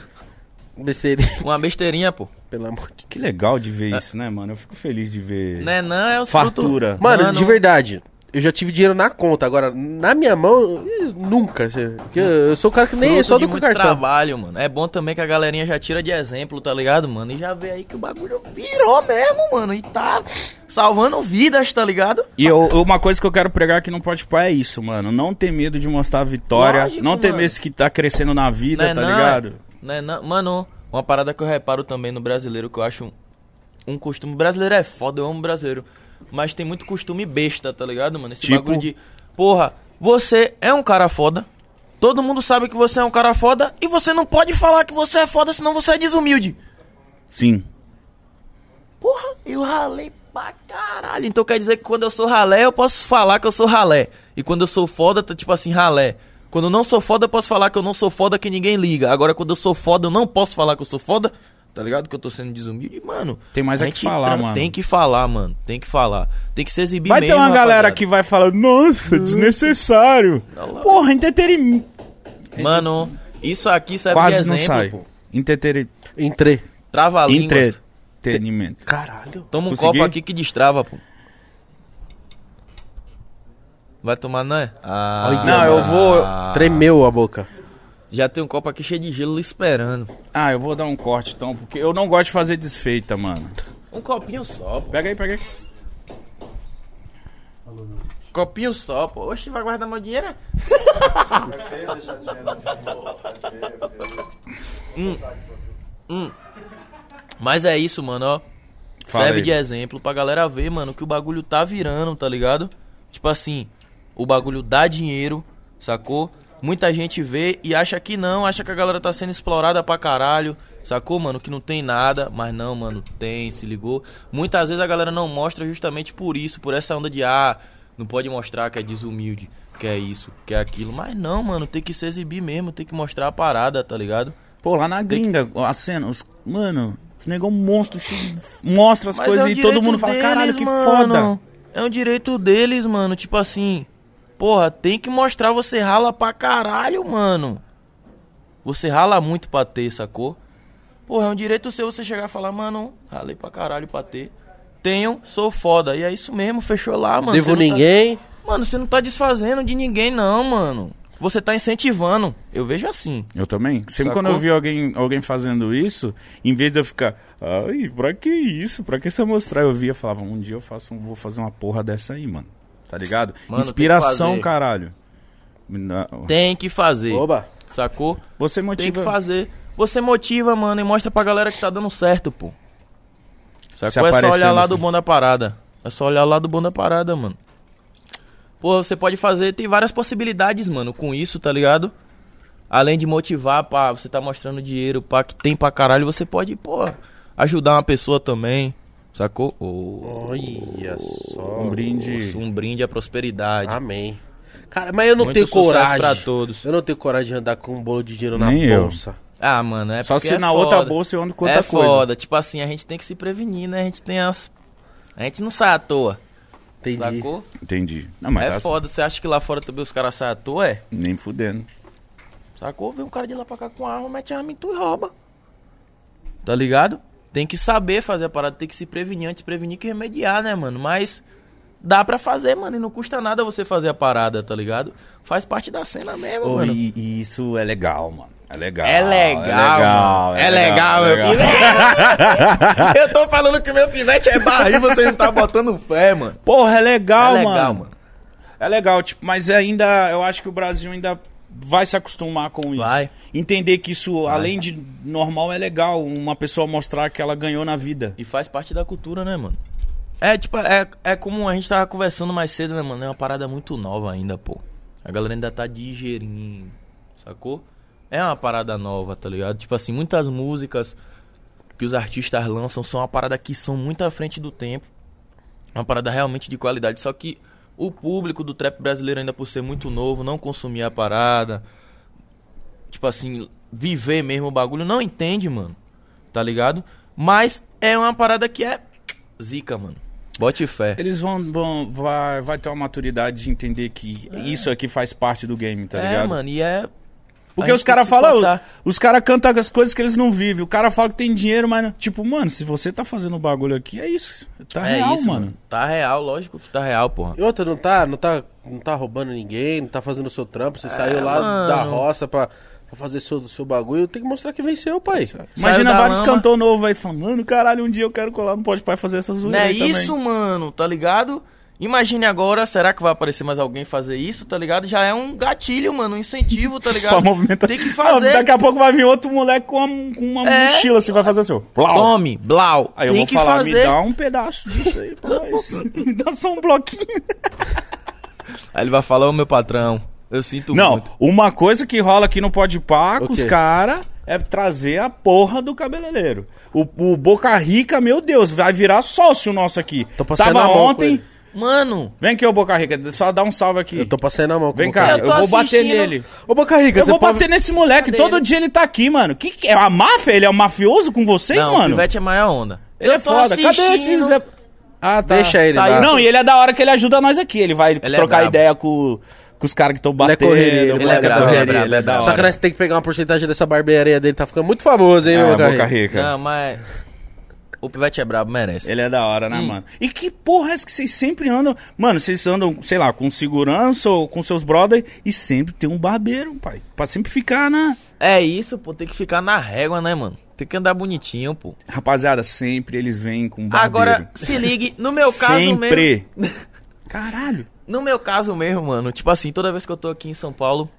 Speaker 3: Besteirinha,
Speaker 4: Uma besteirinha, pô.
Speaker 3: pelo amor de
Speaker 1: Que legal de ver isso, né, mano? Eu fico feliz de ver.
Speaker 4: Não é não, é o
Speaker 1: Fartura.
Speaker 3: Deus. Mano,
Speaker 4: Mano.
Speaker 3: de verdade. Eu já tive dinheiro na conta, agora na minha mão, eu- nunca. assim, porque Eu, eu sou o cara que nem
Speaker 4: Nem
Speaker 3: só
Speaker 4: só de
Speaker 3: do com
Speaker 4: muito
Speaker 3: cartão.
Speaker 4: trabalho, mano. É bom também que a galerinha já tira de exemplo, tá ligado, mano? E já vê aí que o bagulho virou mesmo, mano. E tá salvando vidas, tá ligado?
Speaker 1: E eu- uma coisa que eu quero pregar que não pode pá é isso, mano. Não ter medo de mostrar a vitória.
Speaker 4: Lógico,
Speaker 1: não ter
Speaker 4: mano. é
Speaker 1: medo que tá crescendo na vida, tá ligado?
Speaker 4: Não é não. Mano, uma parada que eu reparo também no brasileiro, que eu acho um, um costume. Brasileiro é foda, eu amo brasileiro. Mas tem muito costume besta, tá ligado, mano? Esse
Speaker 1: Tipo?
Speaker 4: bagulho de. Porra, você é um cara foda. Todo mundo sabe que você é um cara foda. E você não pode falar que você é foda, senão você é desumilde.
Speaker 1: Sim.
Speaker 4: Porra, eu ralei pra caralho. Então quer dizer que quando eu sou ralé, eu posso falar que eu sou ralé. E quando eu sou foda, tá tipo assim, ralé. Quando eu não sou foda, eu posso falar que eu não sou foda, que ninguém liga. Agora, quando eu sou foda, eu não posso falar que eu sou foda. Tá ligado? Que eu tô sendo desumilde. Mano,
Speaker 1: Tem mais é
Speaker 4: a
Speaker 1: que
Speaker 4: gente
Speaker 1: falar, mano.
Speaker 4: Tem que falar, mano. Tem que falar. Tem que se exibir
Speaker 1: Vai ter
Speaker 4: mesmo,
Speaker 1: uma galera
Speaker 4: rapaziada.
Speaker 1: que vai falar, nossa, desnecessário. Porra, entretenimento.
Speaker 4: Mano, isso aqui serve
Speaker 1: Quase
Speaker 4: de
Speaker 1: não
Speaker 4: É exemplo,
Speaker 1: sai.
Speaker 4: pô. É
Speaker 1: Entretere-
Speaker 3: Entrei.
Speaker 4: Trava línguas.
Speaker 1: Entretenimento.
Speaker 3: Caralho.
Speaker 4: Toma um
Speaker 1: Consegui?
Speaker 4: copo aqui que destrava, pô. Vai tomar, não é? Ah,
Speaker 1: Não, eu vou-
Speaker 3: Ah. Tremeu a boca.
Speaker 4: Já tem um copo aqui cheio de gelo lhe esperando.
Speaker 1: Ah, eu vou dar um corte então, porque eu não gosto de fazer desfeita, mano.
Speaker 4: Um copinho só, pô.
Speaker 1: Pega aí, pega aí.
Speaker 4: Copinho só, pô. Oxe, vai guardar meu dinheiro? hum. Hum. Mas é isso, mano, ó.
Speaker 1: Fala
Speaker 4: Serve
Speaker 1: aí.
Speaker 4: de exemplo pra galera ver, mano, que o bagulho tá virando, tá ligado? Tipo assim, o bagulho dá dinheiro, sacou? Muita gente vê e acha que não, acha que a galera tá sendo explorada pra caralho, sacou, mano? Que não tem nada, mas não, mano, tem, se ligou? Muitas vezes a galera não mostra justamente por isso, por essa onda de ah, não pode mostrar que é desumilde, que é isso, que é aquilo. Mas não, mano, tem que se exibir mesmo, tem que mostrar a parada, tá ligado?
Speaker 1: Pô, lá na gringa, a cena, os, mano, os negão monstro, cheio de- mostra as
Speaker 4: Mas
Speaker 1: coisas
Speaker 4: é um
Speaker 1: e todo
Speaker 4: direito
Speaker 1: mundo fala,
Speaker 4: deles,
Speaker 1: caralho, que
Speaker 4: mano.
Speaker 1: foda.
Speaker 4: É um direito deles, mano. Tipo assim, porra, tem que mostrar você rala pra caralho, mano. Você rala muito pra ter, sacou? Porra, é um direito seu você chegar e falar, mano, ralei pra caralho pra ter. Tenho, sou foda. E é isso mesmo, fechou lá, mano. Você
Speaker 3: Devo
Speaker 4: não tá-
Speaker 3: ninguém.
Speaker 4: Mano, você não tá desfazendo de ninguém, não, mano. Você tá incentivando. Eu vejo assim.
Speaker 1: Eu também. Sempre
Speaker 4: Sacou?
Speaker 1: quando eu vi alguém, alguém fazendo isso, em vez de eu ficar, ai, pra que isso? Pra que você mostrar? Eu via e falava, um dia eu faço, um- vou fazer uma porra dessa aí, mano. Tá ligado?
Speaker 4: Mano, tem que
Speaker 1: Inspiração,
Speaker 4: fazer.
Speaker 1: caralho. Me dá-
Speaker 4: Tem que fazer.
Speaker 3: Oba.
Speaker 4: Sacou?
Speaker 1: Você
Speaker 4: Tem que
Speaker 1: motiva.
Speaker 4: fazer. Você motiva, mano, e mostra pra galera que tá dando certo, pô.
Speaker 1: Se
Speaker 4: Sacou? É só olhar
Speaker 1: aparecendo
Speaker 4: lá
Speaker 1: assim.
Speaker 4: do bom da parada. É só olhar lá do bom da parada, mano. Pô, você pode fazer, tem várias possibilidades, mano, com isso, tá ligado? Além de motivar, pá, você tá mostrando dinheiro, pá, que tem pra caralho, você pode, pô, ajudar uma pessoa também, sacou? Ô,
Speaker 3: Olha só.
Speaker 1: Um brinde.
Speaker 4: um brinde à prosperidade.
Speaker 1: Ah,
Speaker 3: Amém. Cara, mas eu não
Speaker 4: Muito
Speaker 3: tenho
Speaker 4: sucesso
Speaker 3: coragem.
Speaker 4: pra todos.
Speaker 3: Eu não tenho coragem de andar com um bolo de dinheiro
Speaker 1: Nem
Speaker 3: na
Speaker 1: eu.
Speaker 3: bolsa.
Speaker 4: Ah, mano, é
Speaker 1: Só
Speaker 4: porque
Speaker 1: se
Speaker 4: é
Speaker 1: na
Speaker 4: foda.
Speaker 1: outra bolsa eu ando com outra
Speaker 4: é
Speaker 1: coisa.
Speaker 4: foda, tipo assim, a gente tem que se prevenir, né? A gente tem as. A gente não sai à toa,
Speaker 3: Entendi.
Speaker 4: sacou?
Speaker 1: Entendi. Não, mas
Speaker 4: é
Speaker 1: tá
Speaker 4: foda, você acha que lá fora também os caras saem à toa, é?
Speaker 1: nem fudendo.
Speaker 4: Sacou? Vem um cara de lá pra cá com arma, mete arma em tu e rouba. Tá ligado? Tem que saber fazer a parada, tem que se prevenir antes, prevenir que remediar, né, mano? Mas dá pra fazer, mano, e não custa nada você fazer a parada, tá ligado? Faz parte da cena mesmo,
Speaker 1: Pô,
Speaker 4: mano.
Speaker 1: e, e isso é legal, mano. É legal.
Speaker 4: É legal, mano. É legal,
Speaker 1: é legal.
Speaker 5: Eu tô falando que meu pivete é barril, você não tá botando fé, mano.
Speaker 1: Porra, é legal,
Speaker 4: é legal,
Speaker 1: mano.
Speaker 4: mano.
Speaker 1: É legal, tipo, mas ainda eu acho que o Brasil ainda vai se acostumar com isso.
Speaker 4: Vai.
Speaker 1: Entender que isso, além de normal, é legal. Uma pessoa mostrar que ela ganhou na vida.
Speaker 4: E faz parte da cultura, né, mano? É, tipo, é, é como a gente tava conversando mais cedo, né, mano? É uma parada muito nova ainda, pô. A galera ainda tá digerindo, sacou? É uma parada nova, tá ligado? Tipo assim, muitas músicas que os artistas lançam são uma parada que são muito à frente do tempo. Uma parada realmente de qualidade. Só que o público do trap brasileiro, ainda por ser muito novo, não consumir a parada. Tipo assim, viver mesmo o bagulho, não entende, mano. Tá ligado? Mas é uma parada que é zica, mano. Bote fé.
Speaker 1: Eles vão. vão vai, vai ter uma maturidade de entender que isso aqui faz parte do game, tá
Speaker 4: é,
Speaker 1: ligado?
Speaker 4: mano, e é.
Speaker 1: Porque
Speaker 4: a
Speaker 1: os
Speaker 4: gente tem
Speaker 1: caras
Speaker 4: que se
Speaker 1: falam.
Speaker 4: esforçar.
Speaker 1: Os caras cantam as coisas que eles não vivem. O cara fala que tem dinheiro, mas. não- Tipo, mano, se você tá fazendo bagulho aqui, é isso. Tá
Speaker 4: é
Speaker 1: real,
Speaker 4: isso,
Speaker 1: mano.
Speaker 4: Tá real, lógico que tá real, porra.
Speaker 3: E outra, não tá, não, tá, não tá roubando ninguém, não tá fazendo o seu trampo, você saiu lá
Speaker 4: mano.
Speaker 3: da roça pra, pra fazer seu, seu bagulho, tem que mostrar que venceu, pai.
Speaker 1: Tá Imagina
Speaker 4: da
Speaker 1: vários
Speaker 4: lama.
Speaker 1: cantores novos aí falando, mano, caralho, um dia eu quero colar no Pode Pai fazer essas
Speaker 4: Não
Speaker 1: zoeira
Speaker 4: é
Speaker 1: aí também."
Speaker 4: isso, mano, tá ligado? Imagine agora, será que vai aparecer mais alguém fazer isso, tá ligado? Já é um gatilho, mano, um incentivo, tá
Speaker 1: Pra
Speaker 4: ligado?
Speaker 1: movimentar.
Speaker 4: Tem que fazer.
Speaker 1: Ah, Daqui a pouco vai vir outro moleque com uma, com uma
Speaker 4: É.
Speaker 1: mochila, assim, vai fazer assim, ó. Blau.
Speaker 4: Tome, blau.
Speaker 1: Aí eu
Speaker 4: tem
Speaker 1: vou
Speaker 4: que
Speaker 1: falar, me
Speaker 4: fazer.
Speaker 1: dá um pedaço disso aí pra nós. me dá só um bloquinho.
Speaker 4: Aí ele vai falar, ô meu patrão, eu sinto
Speaker 1: um- Não,
Speaker 4: muito.
Speaker 1: uma coisa que rola aqui no Pode Pá com
Speaker 3: O
Speaker 1: os
Speaker 3: quê?
Speaker 1: caras é trazer a porra do cabeleireiro. O, o Boca Rica, meu Deus, vai virar sócio nosso aqui.
Speaker 3: Tô passando
Speaker 1: Tava
Speaker 3: a mão com
Speaker 1: ontem.
Speaker 3: ele.
Speaker 4: Mano,
Speaker 1: Vem aqui, ô Boca Rica, só dá um salve aqui.
Speaker 3: Eu tô passando a mão com
Speaker 1: Vem
Speaker 3: o Boca
Speaker 1: cá,
Speaker 4: Eu
Speaker 1: eu,
Speaker 3: Rica.
Speaker 4: tô
Speaker 1: vou bater
Speaker 4: assistindo.
Speaker 1: nele.
Speaker 3: Ô, Boca Rica,
Speaker 1: Eu
Speaker 3: você
Speaker 1: vou
Speaker 3: pode-
Speaker 1: bater nesse moleque,
Speaker 4: Cadê
Speaker 1: todo
Speaker 4: ele?
Speaker 1: dia ele tá aqui, mano. Que que é a máfia? Ele é um mafioso com vocês,
Speaker 4: não, o
Speaker 1: mano?
Speaker 4: pivete é maior onda.
Speaker 1: Ele
Speaker 4: Eu
Speaker 1: é
Speaker 4: tô
Speaker 1: foda. Cadê esse
Speaker 4: assistindo.
Speaker 1: Zé... Ah, tá.
Speaker 3: Deixa ele
Speaker 4: Saiu.
Speaker 3: lá.
Speaker 1: Não, e ele é da hora que ele ajuda nós aqui. Ele vai
Speaker 4: é
Speaker 1: trocar
Speaker 4: brabo.
Speaker 1: ideia com, com os caras que estão batendo.
Speaker 3: correria, ele é
Speaker 1: moleque
Speaker 3: brabo, ele é
Speaker 1: correria,
Speaker 4: brabo,
Speaker 1: ele é da
Speaker 3: Só que
Speaker 1: hora.
Speaker 3: nós tem que pegar uma porcentagem dessa barbearia dele, tá ficando muito famoso, hein,
Speaker 1: Ah,
Speaker 3: ô, Boca
Speaker 1: Boca
Speaker 3: Rica.
Speaker 1: Rica.
Speaker 4: Não, mas. O pivete é brabo, merece.
Speaker 1: Ele é da hora,
Speaker 4: Hum.
Speaker 1: né, mano? E que porra é essa que vocês sempre andam... Mano, vocês andam, sei lá, com segurança ou com seus brothers e sempre tem um barbeiro, pai. Pra sempre ficar, né?
Speaker 4: É isso, pô, tem que ficar na régua, né, mano? Tem que andar bonitinho, pô.
Speaker 1: Rapaziada, sempre eles vêm com um barbeiro.
Speaker 4: Agora, se ligue, no meu caso mesmo.
Speaker 1: sempre. Caralho.
Speaker 4: No meu caso mesmo, mano, tipo assim, toda vez que eu tô aqui em São Paulo,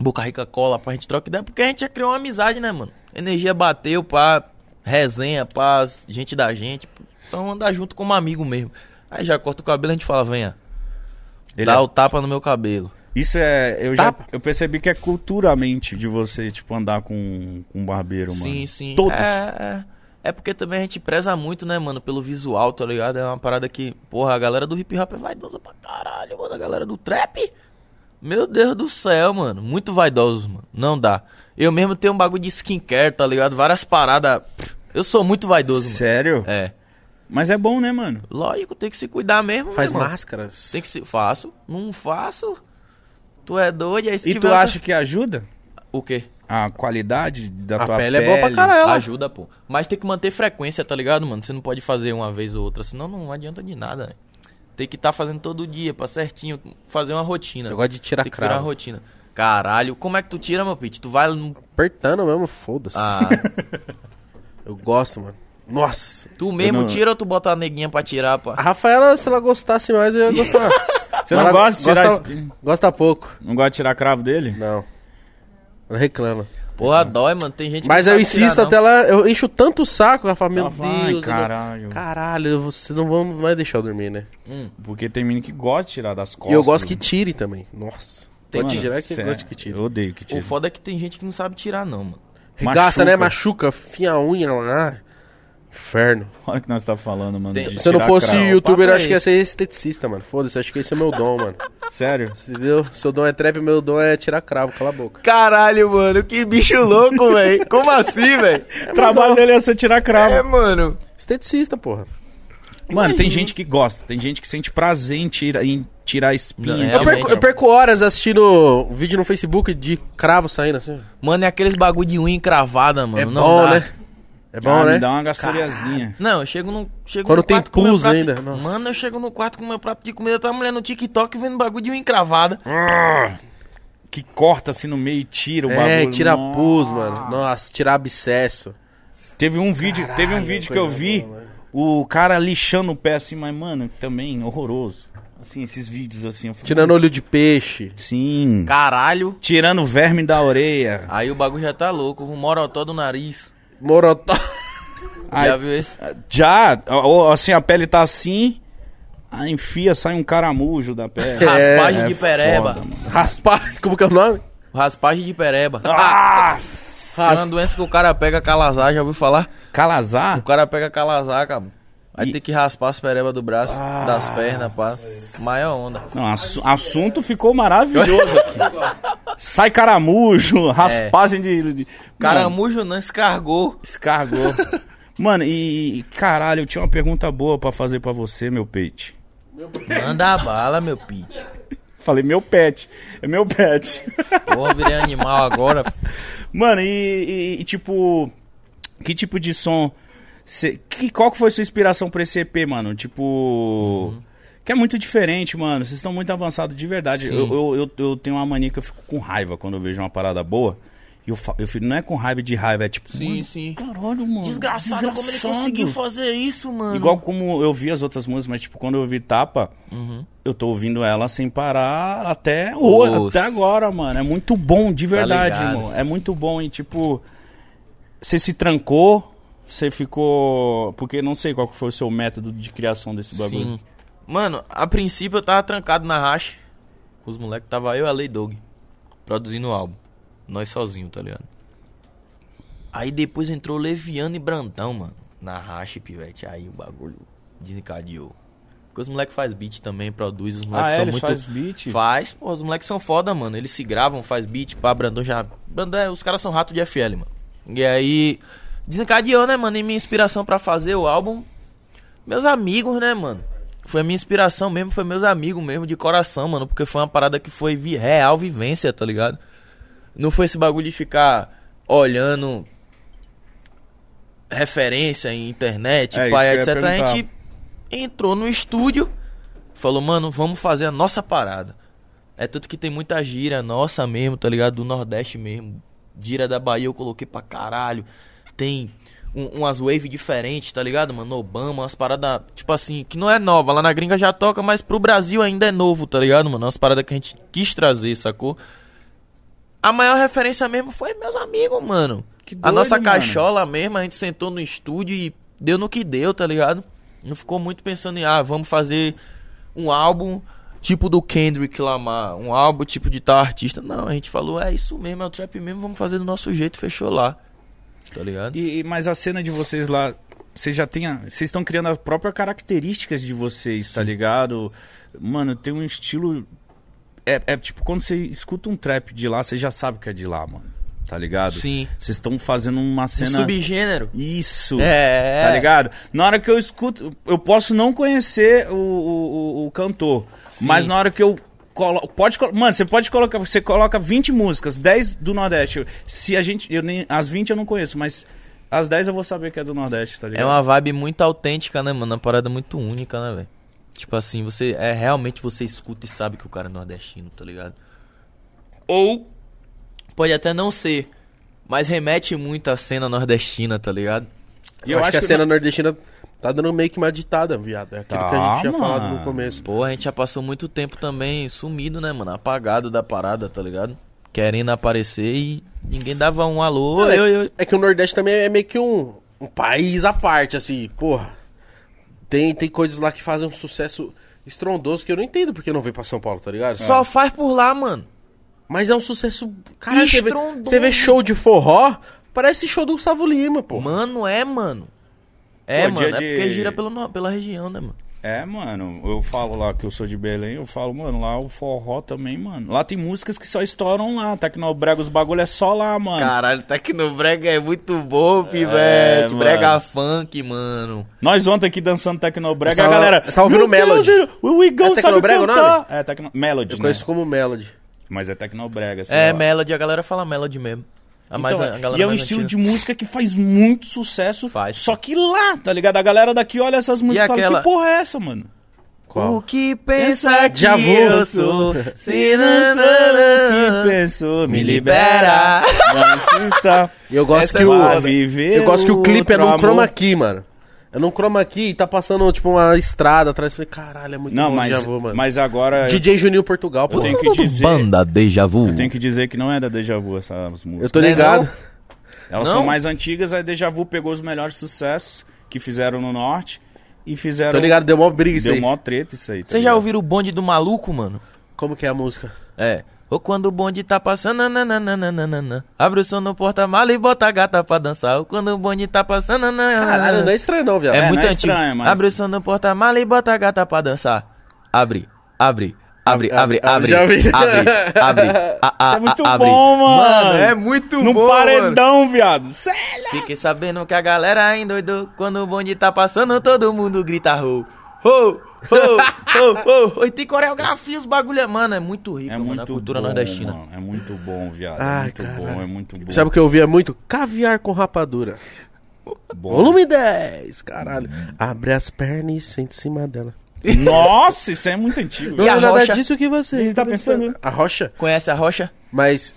Speaker 4: Boca Rica cola pra gente troca ideia, porque a gente já criou uma amizade, né, mano? Energia bateu pra resenha, pra gente da gente. pô. Então andar junto como amigo mesmo. Aí já corta o cabelo, a gente fala, venha,
Speaker 1: Ele
Speaker 4: dá
Speaker 1: é-
Speaker 4: o tapa no meu cabelo.
Speaker 1: Isso é. Eu já
Speaker 4: Tapa.
Speaker 1: eu percebi que é culturalmente de você, tipo, andar com, com um barbeiro, mano.
Speaker 4: Sim, sim.
Speaker 1: Todos.
Speaker 4: É, é. É porque também a gente preza muito, né, mano, pelo visual, tá ligado? É uma parada que, porra, a galera do hip hop é vaidosa pra caralho, mano. A galera do trap. Meu Deus do céu, mano. Muito vaidoso, mano. Não dá. Eu mesmo tenho um bagulho de skincare, tá ligado? Várias paradas. Eu sou muito vaidoso,
Speaker 1: Sério?
Speaker 4: mano. É.
Speaker 1: Mas é bom, né, mano?
Speaker 4: Lógico, tem que se cuidar mesmo,
Speaker 3: Faz
Speaker 4: mano.
Speaker 3: máscaras.
Speaker 4: Tem que se. Faço. Não faço. Tu é doido. E, aí, se
Speaker 1: E
Speaker 4: tiver
Speaker 1: tu
Speaker 4: outra-
Speaker 1: acha que ajuda?
Speaker 4: O quê?
Speaker 1: A qualidade da
Speaker 3: A
Speaker 1: tua
Speaker 3: pele é boa pra caralho.
Speaker 4: Ajuda, pô. Mas tem que manter frequência, tá ligado, mano? Você não pode fazer uma vez ou outra, senão não adianta de nada. né? Tem que estar fazendo todo dia, pra certinho, fazer uma rotina.
Speaker 3: Eu gosto de tirar
Speaker 4: Tem que virar uma
Speaker 3: cravo.
Speaker 4: rotina. Caralho, como é que tu tira, meu pit? Tu vai no...
Speaker 3: Apertando mesmo, foda-se.
Speaker 4: Ah,
Speaker 3: Eu gosto, mano. Nossa.
Speaker 4: tu mesmo
Speaker 1: não-
Speaker 4: tira ou tu bota a neguinha pra tirar,
Speaker 3: A
Speaker 4: pá?
Speaker 3: Rafaela, se ela gostasse mais, eu ia gostar.
Speaker 1: Você não
Speaker 3: Ela
Speaker 1: gosta de tirar
Speaker 3: Gosta, gosta pouco.
Speaker 1: Não gosta de tirar cravo dele?
Speaker 3: Não. Ela reclama.
Speaker 4: Porra, dói, mano. Tem gente que
Speaker 3: Mas
Speaker 4: não
Speaker 3: eu
Speaker 4: sabe tirar,
Speaker 3: insisto
Speaker 4: não.
Speaker 3: até ela. Eu encho tanto o saco. Ela fala, meu
Speaker 1: Ela fala, "Ai,
Speaker 3: Deus. eu não-
Speaker 1: caralho."
Speaker 3: Caralho, vocês não vão mais deixar eu dormir, né?
Speaker 4: Hum,
Speaker 1: Porque tem menino que gosta de tirar das costas.
Speaker 3: E eu gosto que tire também. Nossa.
Speaker 4: Tem
Speaker 3: Gosto de
Speaker 4: que-
Speaker 3: tirar é que eu
Speaker 1: sério,
Speaker 3: gosto que tire.
Speaker 1: é- Eu odeio que tire.
Speaker 4: O foda é que tem gente que não sabe tirar, não, mano.
Speaker 3: Regaça, né?
Speaker 1: Machuca.
Speaker 3: Machuca, fia a unha lá. Inferno.
Speaker 1: Olha o que nós tá falando, mano.
Speaker 4: Tem-
Speaker 1: de
Speaker 3: Se eu não
Speaker 1: tirar
Speaker 3: fosse
Speaker 1: cravo.
Speaker 3: youtuber,
Speaker 4: papo é
Speaker 3: eu acho que ia
Speaker 4: esse.
Speaker 3: ser esteticista, mano. Foda-se, acho que esse é meu dom, mano.
Speaker 1: Sério?
Speaker 3: Entendeu? Seu dom é trap, meu dom é tirar cravo, cala a boca.
Speaker 5: Caralho, mano, que bicho louco, velho. Como assim, velho?
Speaker 1: O trabalho dele é você tirar cravo.
Speaker 5: É, mano.
Speaker 3: Esteticista, porra.
Speaker 1: Mano, tem gente que gosta. Tem gente que sente prazer em, tira, em tirar
Speaker 4: Não,
Speaker 1: espinha. tipo,
Speaker 4: é
Speaker 3: Eu perco,
Speaker 4: Realmente.
Speaker 3: eu perco horas assistindo vídeo no Facebook de cravo saindo assim.
Speaker 4: Mano, é aqueles bagulho de unha encravada, mano.
Speaker 3: É
Speaker 4: não
Speaker 3: bom,
Speaker 4: dá.
Speaker 3: né? É bom,
Speaker 1: Ah, me
Speaker 3: né?
Speaker 1: dá uma gastoriazinha.
Speaker 4: Não, eu chego no. Chego
Speaker 3: Quando
Speaker 4: no
Speaker 3: tem
Speaker 4: quarto com meu
Speaker 3: pus
Speaker 4: prato-
Speaker 3: ainda, nossa.
Speaker 4: Mano, eu chego no quarto com meu prato de comida, tá a mulher no TikTok vendo bagulho de uma encravada.
Speaker 1: Que corta assim no meio e tira o
Speaker 3: É,
Speaker 1: bagulho.
Speaker 3: tirar
Speaker 1: Nossa.
Speaker 3: pus, mano. Nossa, tirar abscesso.
Speaker 1: Teve um vídeo, teve um vídeo que eu
Speaker 3: coisa
Speaker 1: vi,
Speaker 3: boa, mano.
Speaker 1: o cara lixando o pé assim, mas mano, também horroroso. Assim, esses vídeos assim. eu falo,
Speaker 3: Tirando olho de peixe.
Speaker 1: Sim.
Speaker 4: Caralho.
Speaker 1: Tirando verme da orelha.
Speaker 4: Aí o bagulho já tá louco. O morotó do nariz.
Speaker 3: Morotó.
Speaker 1: Aí-
Speaker 4: Já viu esse?
Speaker 1: Já, ó, ó, assim, a pele tá assim. Aí enfia, sai um caramujo da pele.
Speaker 4: Raspagem de
Speaker 1: é, foda,
Speaker 4: pereba.
Speaker 1: mano.
Speaker 3: Raspar. Como que é o nome?
Speaker 4: Raspagem de pereba.
Speaker 1: Ah, Nossa!
Speaker 4: É uma doença que o cara pega calazar, já ouviu falar?
Speaker 1: Calazar?
Speaker 4: O cara pega calazar, cara. Aí
Speaker 1: E- Ah,
Speaker 4: tem que raspar as perebas do braço, das pernas, pá. Maior onda.
Speaker 1: Não, assu- assunto ficou maravilhoso aqui. Sai caramujo, raspagem de, de. Mano,
Speaker 4: Caramujo não escargou.
Speaker 1: Escargou. Mano, e e, caralho, eu tinha uma pergunta boa pra fazer pra você, meu peixe.
Speaker 4: Manda a bala, meu pit.
Speaker 1: Falei, meu pet. É meu pet.
Speaker 4: Porra, virei animal agora.
Speaker 1: Mano, e, e- e, tipo. Que tipo de som. cê- que, qual que foi sua inspiração pra esse EP, mano? Tipo.
Speaker 4: Uhum.
Speaker 1: Que é muito diferente, mano. Vocês estão muito avançados de verdade.
Speaker 4: Sim.
Speaker 1: Eu, eu, eu, eu tenho uma mania que eu fico com raiva quando eu vejo uma parada boa. E eu, fa- eu fico, não é com raiva de raiva, é tipo. mano,
Speaker 4: sim.
Speaker 1: Caralho, mano.
Speaker 4: Desgraçado, como ele conseguiu fazer isso, mano?
Speaker 1: Igual como eu vi as outras músicas, mas tipo, quando eu vi Tapa, eu tô ouvindo ela sem parar até, hoje,
Speaker 4: Nossa.
Speaker 1: até agora, mano. É muito bom, de verdade,
Speaker 4: Tá ligado.
Speaker 1: irmão. É muito bom e tipo, você se trancou, você ficou... Porque não sei qual que foi o seu método de criação desse bagulho.
Speaker 4: Sim. Mano, a princípio eu tava trancado na racha. Os moleques tava eu e a Lei Dog produzindo o álbum. Nós sozinhos, tá ligado? Aí depois entrou Leviano e Brandão, mano. Na racha, pivete. Aí o bagulho desencadeou. Porque os moleques faz beat também, produz. Os moleques
Speaker 1: Ah, é,
Speaker 4: são
Speaker 1: eles
Speaker 4: muito.
Speaker 1: faz beat?
Speaker 4: Faz, pô, os moleques são foda, mano. Eles se gravam, faz beat, pá, Brandão já. Brandão, é- os caras são rato de FL, mano. E aí. Desencadeou, né, mano? E minha inspiração pra fazer o álbum meus amigos, né, mano? Foi a minha inspiração mesmo, foi meus amigos mesmo, de coração, mano. Porque foi uma parada que foi vi- real vivência, tá ligado? Não foi esse bagulho de ficar olhando referência em internet,
Speaker 1: É,
Speaker 4: pai,
Speaker 1: isso que eu
Speaker 4: etc.
Speaker 1: ia
Speaker 4: A
Speaker 1: perguntar.
Speaker 4: gente entrou no estúdio, falou, mano, vamos fazer a nossa parada. É tanto que tem muita gíria nossa mesmo, tá ligado? Do Nordeste mesmo. Gíria da Bahia eu coloquei pra caralho. Tem um- umas wave diferentes, tá ligado, mano? Obama, umas paradas, tipo assim, que não é nova. Lá na gringa já toca, mas pro Brasil ainda é novo, tá ligado, mano? Umas paradas que a gente quis trazer, sacou? A maior referência mesmo foi meus amigos, mano.
Speaker 1: Que
Speaker 4: a
Speaker 1: doido,
Speaker 4: nossa
Speaker 1: mano.
Speaker 4: caixola mesmo, a gente sentou no estúdio e deu no que deu, tá ligado? Não ficou muito pensando em, ah, vamos fazer um álbum tipo do Kendrick Lamar, um álbum tipo de tal artista. Não, a gente falou, é isso mesmo, é o trap mesmo, vamos fazer do nosso jeito, fechou lá. Tá ligado?
Speaker 1: E, e- mas a cena de vocês lá, vocês já tem. a- Vocês estão criando as próprias características de vocês, tá ligado? Mano, tem um estilo. É, é tipo quando você escuta um trap de lá, você já sabe que é de lá, mano. Tá ligado?
Speaker 4: Sim.
Speaker 1: Vocês estão fazendo uma
Speaker 4: Um
Speaker 1: cena.
Speaker 4: subgênero.
Speaker 1: Isso.
Speaker 4: É.
Speaker 1: Tá ligado? Na hora que eu escuto, eu posso não conhecer o, o, o- o cantor, mas na hora que eu colo, pode colo- mano, você pode colocar, você coloca 20 músicas, 10 do Nordeste. Se a gente, eu nem as 20 eu não conheço, mas as 10 eu vou saber que é do Nordeste, tá
Speaker 4: É
Speaker 1: ligado?
Speaker 4: uma vibe muito autêntica, né, mano? Uma parada muito única, né, velho? Tipo assim, você é realmente você escuta e sabe que o cara é nordestino, tá ligado? Ou pode até não ser, mas remete muito à cena nordestina, tá ligado?
Speaker 1: E
Speaker 3: Eu, acho, que a
Speaker 1: o-
Speaker 3: cena nordestina tá dando meio que uma ditada, viado. É aquilo que a gente
Speaker 1: Tá,
Speaker 3: tinha falado
Speaker 1: mano.
Speaker 3: no começo.
Speaker 4: Pô, a gente já passou muito tempo também sumido, né, mano? Apagado da parada, tá ligado? Querendo aparecer e ninguém dava um alô.
Speaker 3: Cara, é-
Speaker 4: eu, eu-
Speaker 3: É que o Nordeste também é meio que um, um país à parte, assim, porra. Tem, tem coisas lá que fazem um sucesso estrondoso que eu não entendo porque não veio pra São Paulo, tá ligado?
Speaker 4: Só faz por lá, mano.
Speaker 3: Mas é um sucesso. Caralho, você vê,
Speaker 4: Estrondoso.
Speaker 3: você vê show de forró, parece show do Gustavo Lima, pô.
Speaker 4: Mano, é, mano. É,
Speaker 1: Pô,
Speaker 4: mano,
Speaker 1: dia
Speaker 4: é
Speaker 1: de-
Speaker 4: porque gira pelo, no- pela região, né, mano?
Speaker 1: É, mano, eu falo lá que eu sou de Belém, eu falo, mano, lá o forró também, mano. Lá tem músicas que só estouram lá, Tecnobrega, os bagulho é só lá, mano.
Speaker 4: Caralho, tá aqui no brega é muito bom,
Speaker 1: pivete.
Speaker 4: pivete.
Speaker 1: Brega
Speaker 4: brega funk, mano.
Speaker 1: Nós ontem aqui dançando Tecnobrega,
Speaker 3: Você
Speaker 1: a
Speaker 3: tava-
Speaker 1: galera.
Speaker 3: você tava ouvindo
Speaker 1: "Meu Deus,
Speaker 3: Melody."
Speaker 1: o We Go
Speaker 3: É
Speaker 1: sabe
Speaker 3: Tecnobrega o
Speaker 1: cantar. É tecno... Melody,
Speaker 3: Eu
Speaker 1: né?
Speaker 3: conheço como Melody.
Speaker 1: Mas é Tecnobrega, sei
Speaker 4: É,
Speaker 1: lá.
Speaker 4: melody, a galera fala melody mesmo. A
Speaker 1: Então,
Speaker 4: mais, a
Speaker 1: é-
Speaker 4: a galera
Speaker 1: e é um
Speaker 4: mais
Speaker 1: estilo
Speaker 4: antiga.
Speaker 1: de música que faz muito sucesso.
Speaker 4: Faz.
Speaker 1: Só que lá, tá ligado? A galera daqui olha essas músicas e fala,
Speaker 4: aquela-
Speaker 1: que porra é essa, mano?
Speaker 4: O que pensa
Speaker 1: Pensa
Speaker 4: que
Speaker 1: que Já vou.
Speaker 4: eu sou? Se não, não, não.
Speaker 1: Pensou, me
Speaker 4: libera.
Speaker 1: libera. Não insista.
Speaker 3: E eu gosto
Speaker 1: Essa
Speaker 3: que
Speaker 1: é
Speaker 3: o.
Speaker 1: foda. Viver
Speaker 3: Eu gosto que o clipe é
Speaker 1: outro
Speaker 3: num
Speaker 1: amor.
Speaker 3: chroma key, mano. Eu não chroma aqui e tá passando, tipo, uma estrada atrás. Falei, caralho, é muito
Speaker 1: Não,
Speaker 3: bom
Speaker 1: mas,
Speaker 3: déjà vu, mano. é
Speaker 1: mas agora.
Speaker 3: DJ Juninho Portugal,
Speaker 1: eu
Speaker 3: pô.
Speaker 1: tenho que dizer.
Speaker 4: Tipo Banda Deja Vu.
Speaker 1: Eu tenho que dizer que não é da Deja Vu essas músicas.
Speaker 3: Eu tô
Speaker 4: Né,
Speaker 3: ligado.
Speaker 4: não?
Speaker 1: Elas
Speaker 4: Não?
Speaker 1: são mais antigas, a Deja Vu pegou os melhores sucessos que fizeram no norte e fizeram.
Speaker 3: Tô ligado, deu mó briga isso
Speaker 1: Deu
Speaker 3: aí.
Speaker 1: mó treta isso aí. tá
Speaker 4: Vocês já
Speaker 1: ligado?
Speaker 4: ouviram o bonde do maluco, mano?
Speaker 3: Como que é a música?
Speaker 4: É. Ou quando o bonde tá passando, nananana, abre o som no porta-mala e bota a gata pra dançar. Ou quando o bonde tá passando, nananana.
Speaker 3: Caralho, não é estranho não, viado.
Speaker 4: É,
Speaker 1: É,
Speaker 4: muito
Speaker 1: não é
Speaker 4: antigo.
Speaker 1: estranho, mas-
Speaker 4: Abre o som no porta-mala e bota a gata pra dançar. Abre, abre, abre, abre,
Speaker 3: Abre, abre,
Speaker 4: abre,
Speaker 3: já ouvi.
Speaker 4: abre, abre, abre, a- a-
Speaker 1: Isso é muito
Speaker 4: a- abre.
Speaker 1: bom, mano.
Speaker 5: é muito
Speaker 1: no
Speaker 5: bom, mano.
Speaker 1: paredão, viado. Cê é
Speaker 4: Fiquei sabendo que a galera ainda doidou. Quando o bonde tá passando, todo mundo grita ho. Ho, ho, ho, ho. E tem coreografia, os bagulho, é- mano, é muito rico, mano, a cultura nordestina.
Speaker 1: mano. É muito bom, viado. é
Speaker 3: Ai,
Speaker 1: muito bom,
Speaker 3: caralho.
Speaker 1: é muito bom.
Speaker 3: Sabe o que eu ouvia muito? Caviar com rapadura.
Speaker 1: Bom. Hum.
Speaker 3: Volume 10, caralho. Abre as pernas e sente em cima dela.
Speaker 1: Nossa, isso é muito antigo.
Speaker 3: Não
Speaker 1: velho.
Speaker 4: a
Speaker 3: é nada
Speaker 4: rocha?
Speaker 3: disso que você
Speaker 1: Ele tá pensando?
Speaker 3: A rocha?
Speaker 4: Conhece a rocha?
Speaker 3: Mas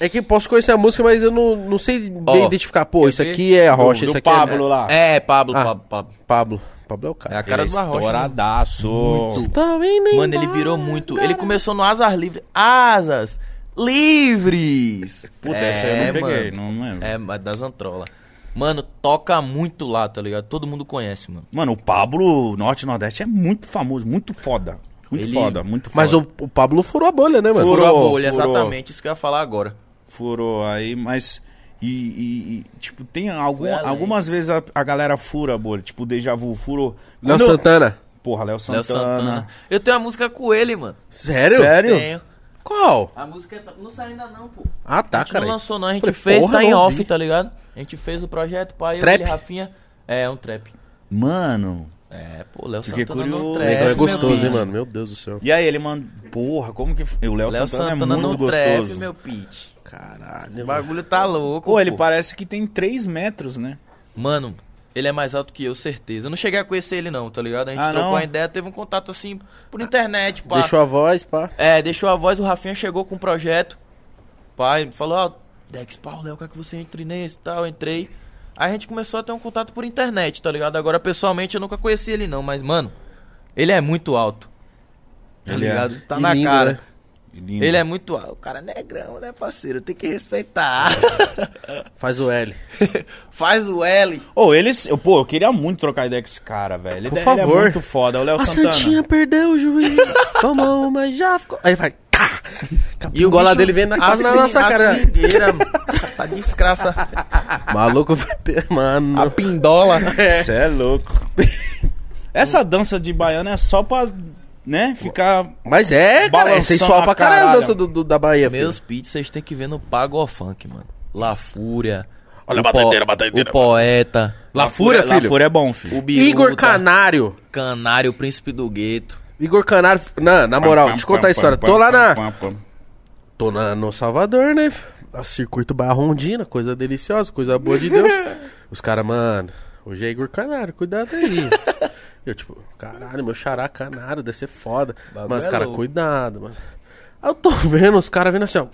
Speaker 3: é que posso conhecer a música, mas eu não, não sei bem
Speaker 4: Ó,
Speaker 3: identificar. Pô, isso
Speaker 4: vi
Speaker 3: aqui é a rocha,
Speaker 1: do
Speaker 3: isso aqui
Speaker 1: Pablo
Speaker 3: é...
Speaker 1: lá.
Speaker 4: É, Pablo,
Speaker 3: Ah.
Speaker 4: Pablo, Pablo.
Speaker 3: Pablo. Pablo é o
Speaker 4: É
Speaker 3: cara.
Speaker 4: a cara
Speaker 1: Ele
Speaker 4: do
Speaker 1: é
Speaker 4: Arrocha. mano.
Speaker 1: Estouradaço.
Speaker 3: Estou indo
Speaker 4: Mano, ele
Speaker 3: embora.
Speaker 4: virou muito. Ele começou no Asas Livres. Asas Livres! É,
Speaker 1: Puta, essa É, eu não peguei,
Speaker 4: mano.
Speaker 1: não lembro.
Speaker 4: É, mas das Antrola. Mano, toca muito lá, tá ligado? Todo mundo conhece, mano.
Speaker 1: Mano, o Pablo Norte e Nordeste é muito famoso, muito foda. Muito
Speaker 4: Ele-
Speaker 1: foda, muito foda.
Speaker 3: Mas o, o Pablo furou a bolha, né, mano?
Speaker 1: Furou.
Speaker 4: Furou a bolha,
Speaker 1: furou.
Speaker 4: exatamente. Isso que eu ia falar agora.
Speaker 1: furou aí, mas. E, e- e, tipo, tem algum,
Speaker 4: Foi além.
Speaker 1: algumas vezes a, a galera fura, bora. Tipo, o Deja Vu furou.
Speaker 3: Léo
Speaker 1: Quando-
Speaker 3: Santana.
Speaker 1: Porra, Léo Santana.
Speaker 4: Léo Santana. Eu tenho uma música com ele, mano.
Speaker 3: Sério?
Speaker 1: Sério?
Speaker 4: Tenho.
Speaker 3: Qual?
Speaker 4: A música é... não sai ainda não, pô.
Speaker 3: Ah,
Speaker 4: a
Speaker 3: tá,
Speaker 4: gente não
Speaker 3: cara.
Speaker 4: lançou não, a gente
Speaker 3: Falei,
Speaker 4: fez,
Speaker 3: porra,
Speaker 4: tá em
Speaker 3: não
Speaker 4: off,
Speaker 3: ouvi.
Speaker 4: tá ligado? A gente fez o projeto, pai, eu,
Speaker 3: Trap?
Speaker 4: ele, Rafinha. É, um trap.
Speaker 1: Mano.
Speaker 4: É, pô, Léo
Speaker 1: Fiquei
Speaker 4: Santana
Speaker 1: curioso.
Speaker 4: no trap,
Speaker 3: Negão é
Speaker 4: meu
Speaker 3: gostoso, hein,
Speaker 4: bicho.
Speaker 3: mano? Meu Deus do céu.
Speaker 1: E aí, ele manda. Porra, como que. f- O Léo
Speaker 4: Léo
Speaker 1: Santana,
Speaker 4: Santana,
Speaker 1: é muito
Speaker 4: no
Speaker 1: gostoso.
Speaker 4: trap, meu pitch.
Speaker 3: Caralho.
Speaker 4: O bagulho tá louco,
Speaker 1: Pô, ele parece que tem 3 metros, né?
Speaker 4: Mano, ele é mais alto que eu, certeza. Eu não cheguei a conhecer ele não, tá ligado? A gente
Speaker 1: Ah,
Speaker 4: trocou
Speaker 1: não? Ah,
Speaker 4: a ideia, teve um contato assim, por internet, pá.
Speaker 3: Deixou a voz, pá.
Speaker 4: É, deixou a voz, o Rafinha chegou com um projeto. Pai, me falou, ó, Dex, pau, Léo, quer que você entre nesse e tal, eu entrei. Aí a gente começou a ter um contato por internet, tá ligado? Agora, pessoalmente, eu nunca conheci ele não, mas, mano, ele é muito alto. Tá
Speaker 1: Ele é.
Speaker 4: ligado? Tá
Speaker 3: E
Speaker 4: na
Speaker 3: lindo,
Speaker 4: cara.
Speaker 3: né?
Speaker 1: Lindo.
Speaker 4: Ele é muito alto. O cara é negrão, né, parceiro? Tem que respeitar.
Speaker 3: Faz o L.
Speaker 4: Faz o L.
Speaker 1: Ô, ele. Pô, eu queria muito trocar ideia com esse cara, velho. Ele,
Speaker 3: Por
Speaker 1: ele
Speaker 3: favor.
Speaker 1: é muito foda. O Léo
Speaker 3: A
Speaker 1: Santana.
Speaker 3: Santinha perdeu o juiz. Tomou uma, já ficou. Aí ele vai. Tá.
Speaker 4: E
Speaker 3: o gola dele vem na, quase na nossa cara.
Speaker 4: tá desgraça.
Speaker 3: Maluco vai ter.
Speaker 4: A
Speaker 3: Mano.
Speaker 4: pindola.
Speaker 1: Você é louco. Essa dança de baiana é só pra, né, ficar.
Speaker 3: Mas é, cara. É
Speaker 1: Balançando
Speaker 3: sensual
Speaker 1: a
Speaker 3: pra caralho as
Speaker 1: caralho.
Speaker 3: danças do, do- da Bahia,
Speaker 4: Meus
Speaker 3: Meus...
Speaker 4: pits, vocês têm que ver no Pago Funk, mano. La Fúria.
Speaker 3: Olha a
Speaker 4: o po-
Speaker 3: batedeira, batedeira.
Speaker 4: O Poeta.
Speaker 3: La Fúria,
Speaker 1: La
Speaker 3: filho.
Speaker 1: Fúria é bom, filho.
Speaker 4: O Biruta,
Speaker 3: Igor Canário.
Speaker 4: Canário, o Príncipe do Gueto.
Speaker 3: Igor Canário. Na, na moral, deixa eu contar a história. Tô lá na.
Speaker 1: Ah,
Speaker 3: Tô na, no Salvador, né? f- A circuito Barra Rondina, coisa deliciosa, coisa boa de Deus. Os caras, mano, hoje é Igor Canário, cuidado aí. Eu, tipo, caralho, meu xará canário, deve ser foda.
Speaker 4: Bagulho
Speaker 3: Mas,
Speaker 4: é
Speaker 3: cara,
Speaker 4: louco.
Speaker 3: cuidado, mano. Aí eu tô vendo os caras vindo assim, ó.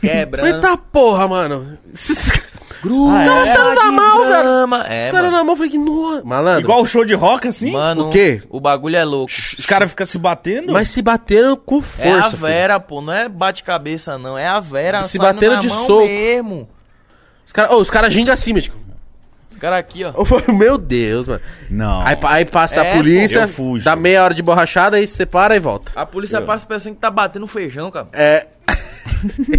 Speaker 3: Falei,
Speaker 4: Quebrando.
Speaker 3: tá porra, mano. Esses caras
Speaker 4: Gruda.
Speaker 1: Ah, é?
Speaker 3: saíram da mão,
Speaker 4: desgrama. É,
Speaker 3: saíram
Speaker 4: mano.
Speaker 3: na mão, falei que noa. Malandro.
Speaker 1: Igual o show de rock, assim?
Speaker 4: Mano,
Speaker 3: O quê?
Speaker 4: o bagulho é louco.
Speaker 1: Os caras ficam se batendo?
Speaker 3: Mas se bateram com força.
Speaker 4: é a
Speaker 3: filho.
Speaker 4: Vera, pô. Não é bate-cabeça, não. É a Vera
Speaker 3: Se
Speaker 4: saindo
Speaker 3: bateram
Speaker 4: na
Speaker 3: de
Speaker 4: mão
Speaker 3: soco.
Speaker 4: mesmo.
Speaker 3: Os caras, os caras gingam assim, médico.
Speaker 4: Os caras aqui, ó.
Speaker 3: Eu falei, meu Deus, mano.
Speaker 1: Não.
Speaker 3: Aí, pa- aí passa
Speaker 4: É,
Speaker 3: a
Speaker 4: pô.
Speaker 3: polícia,
Speaker 1: Eu fujo.
Speaker 3: dá meia hora de borrachada, aí você para e volta.
Speaker 4: A polícia passa pensando que tá batendo feijão, cara.
Speaker 3: É.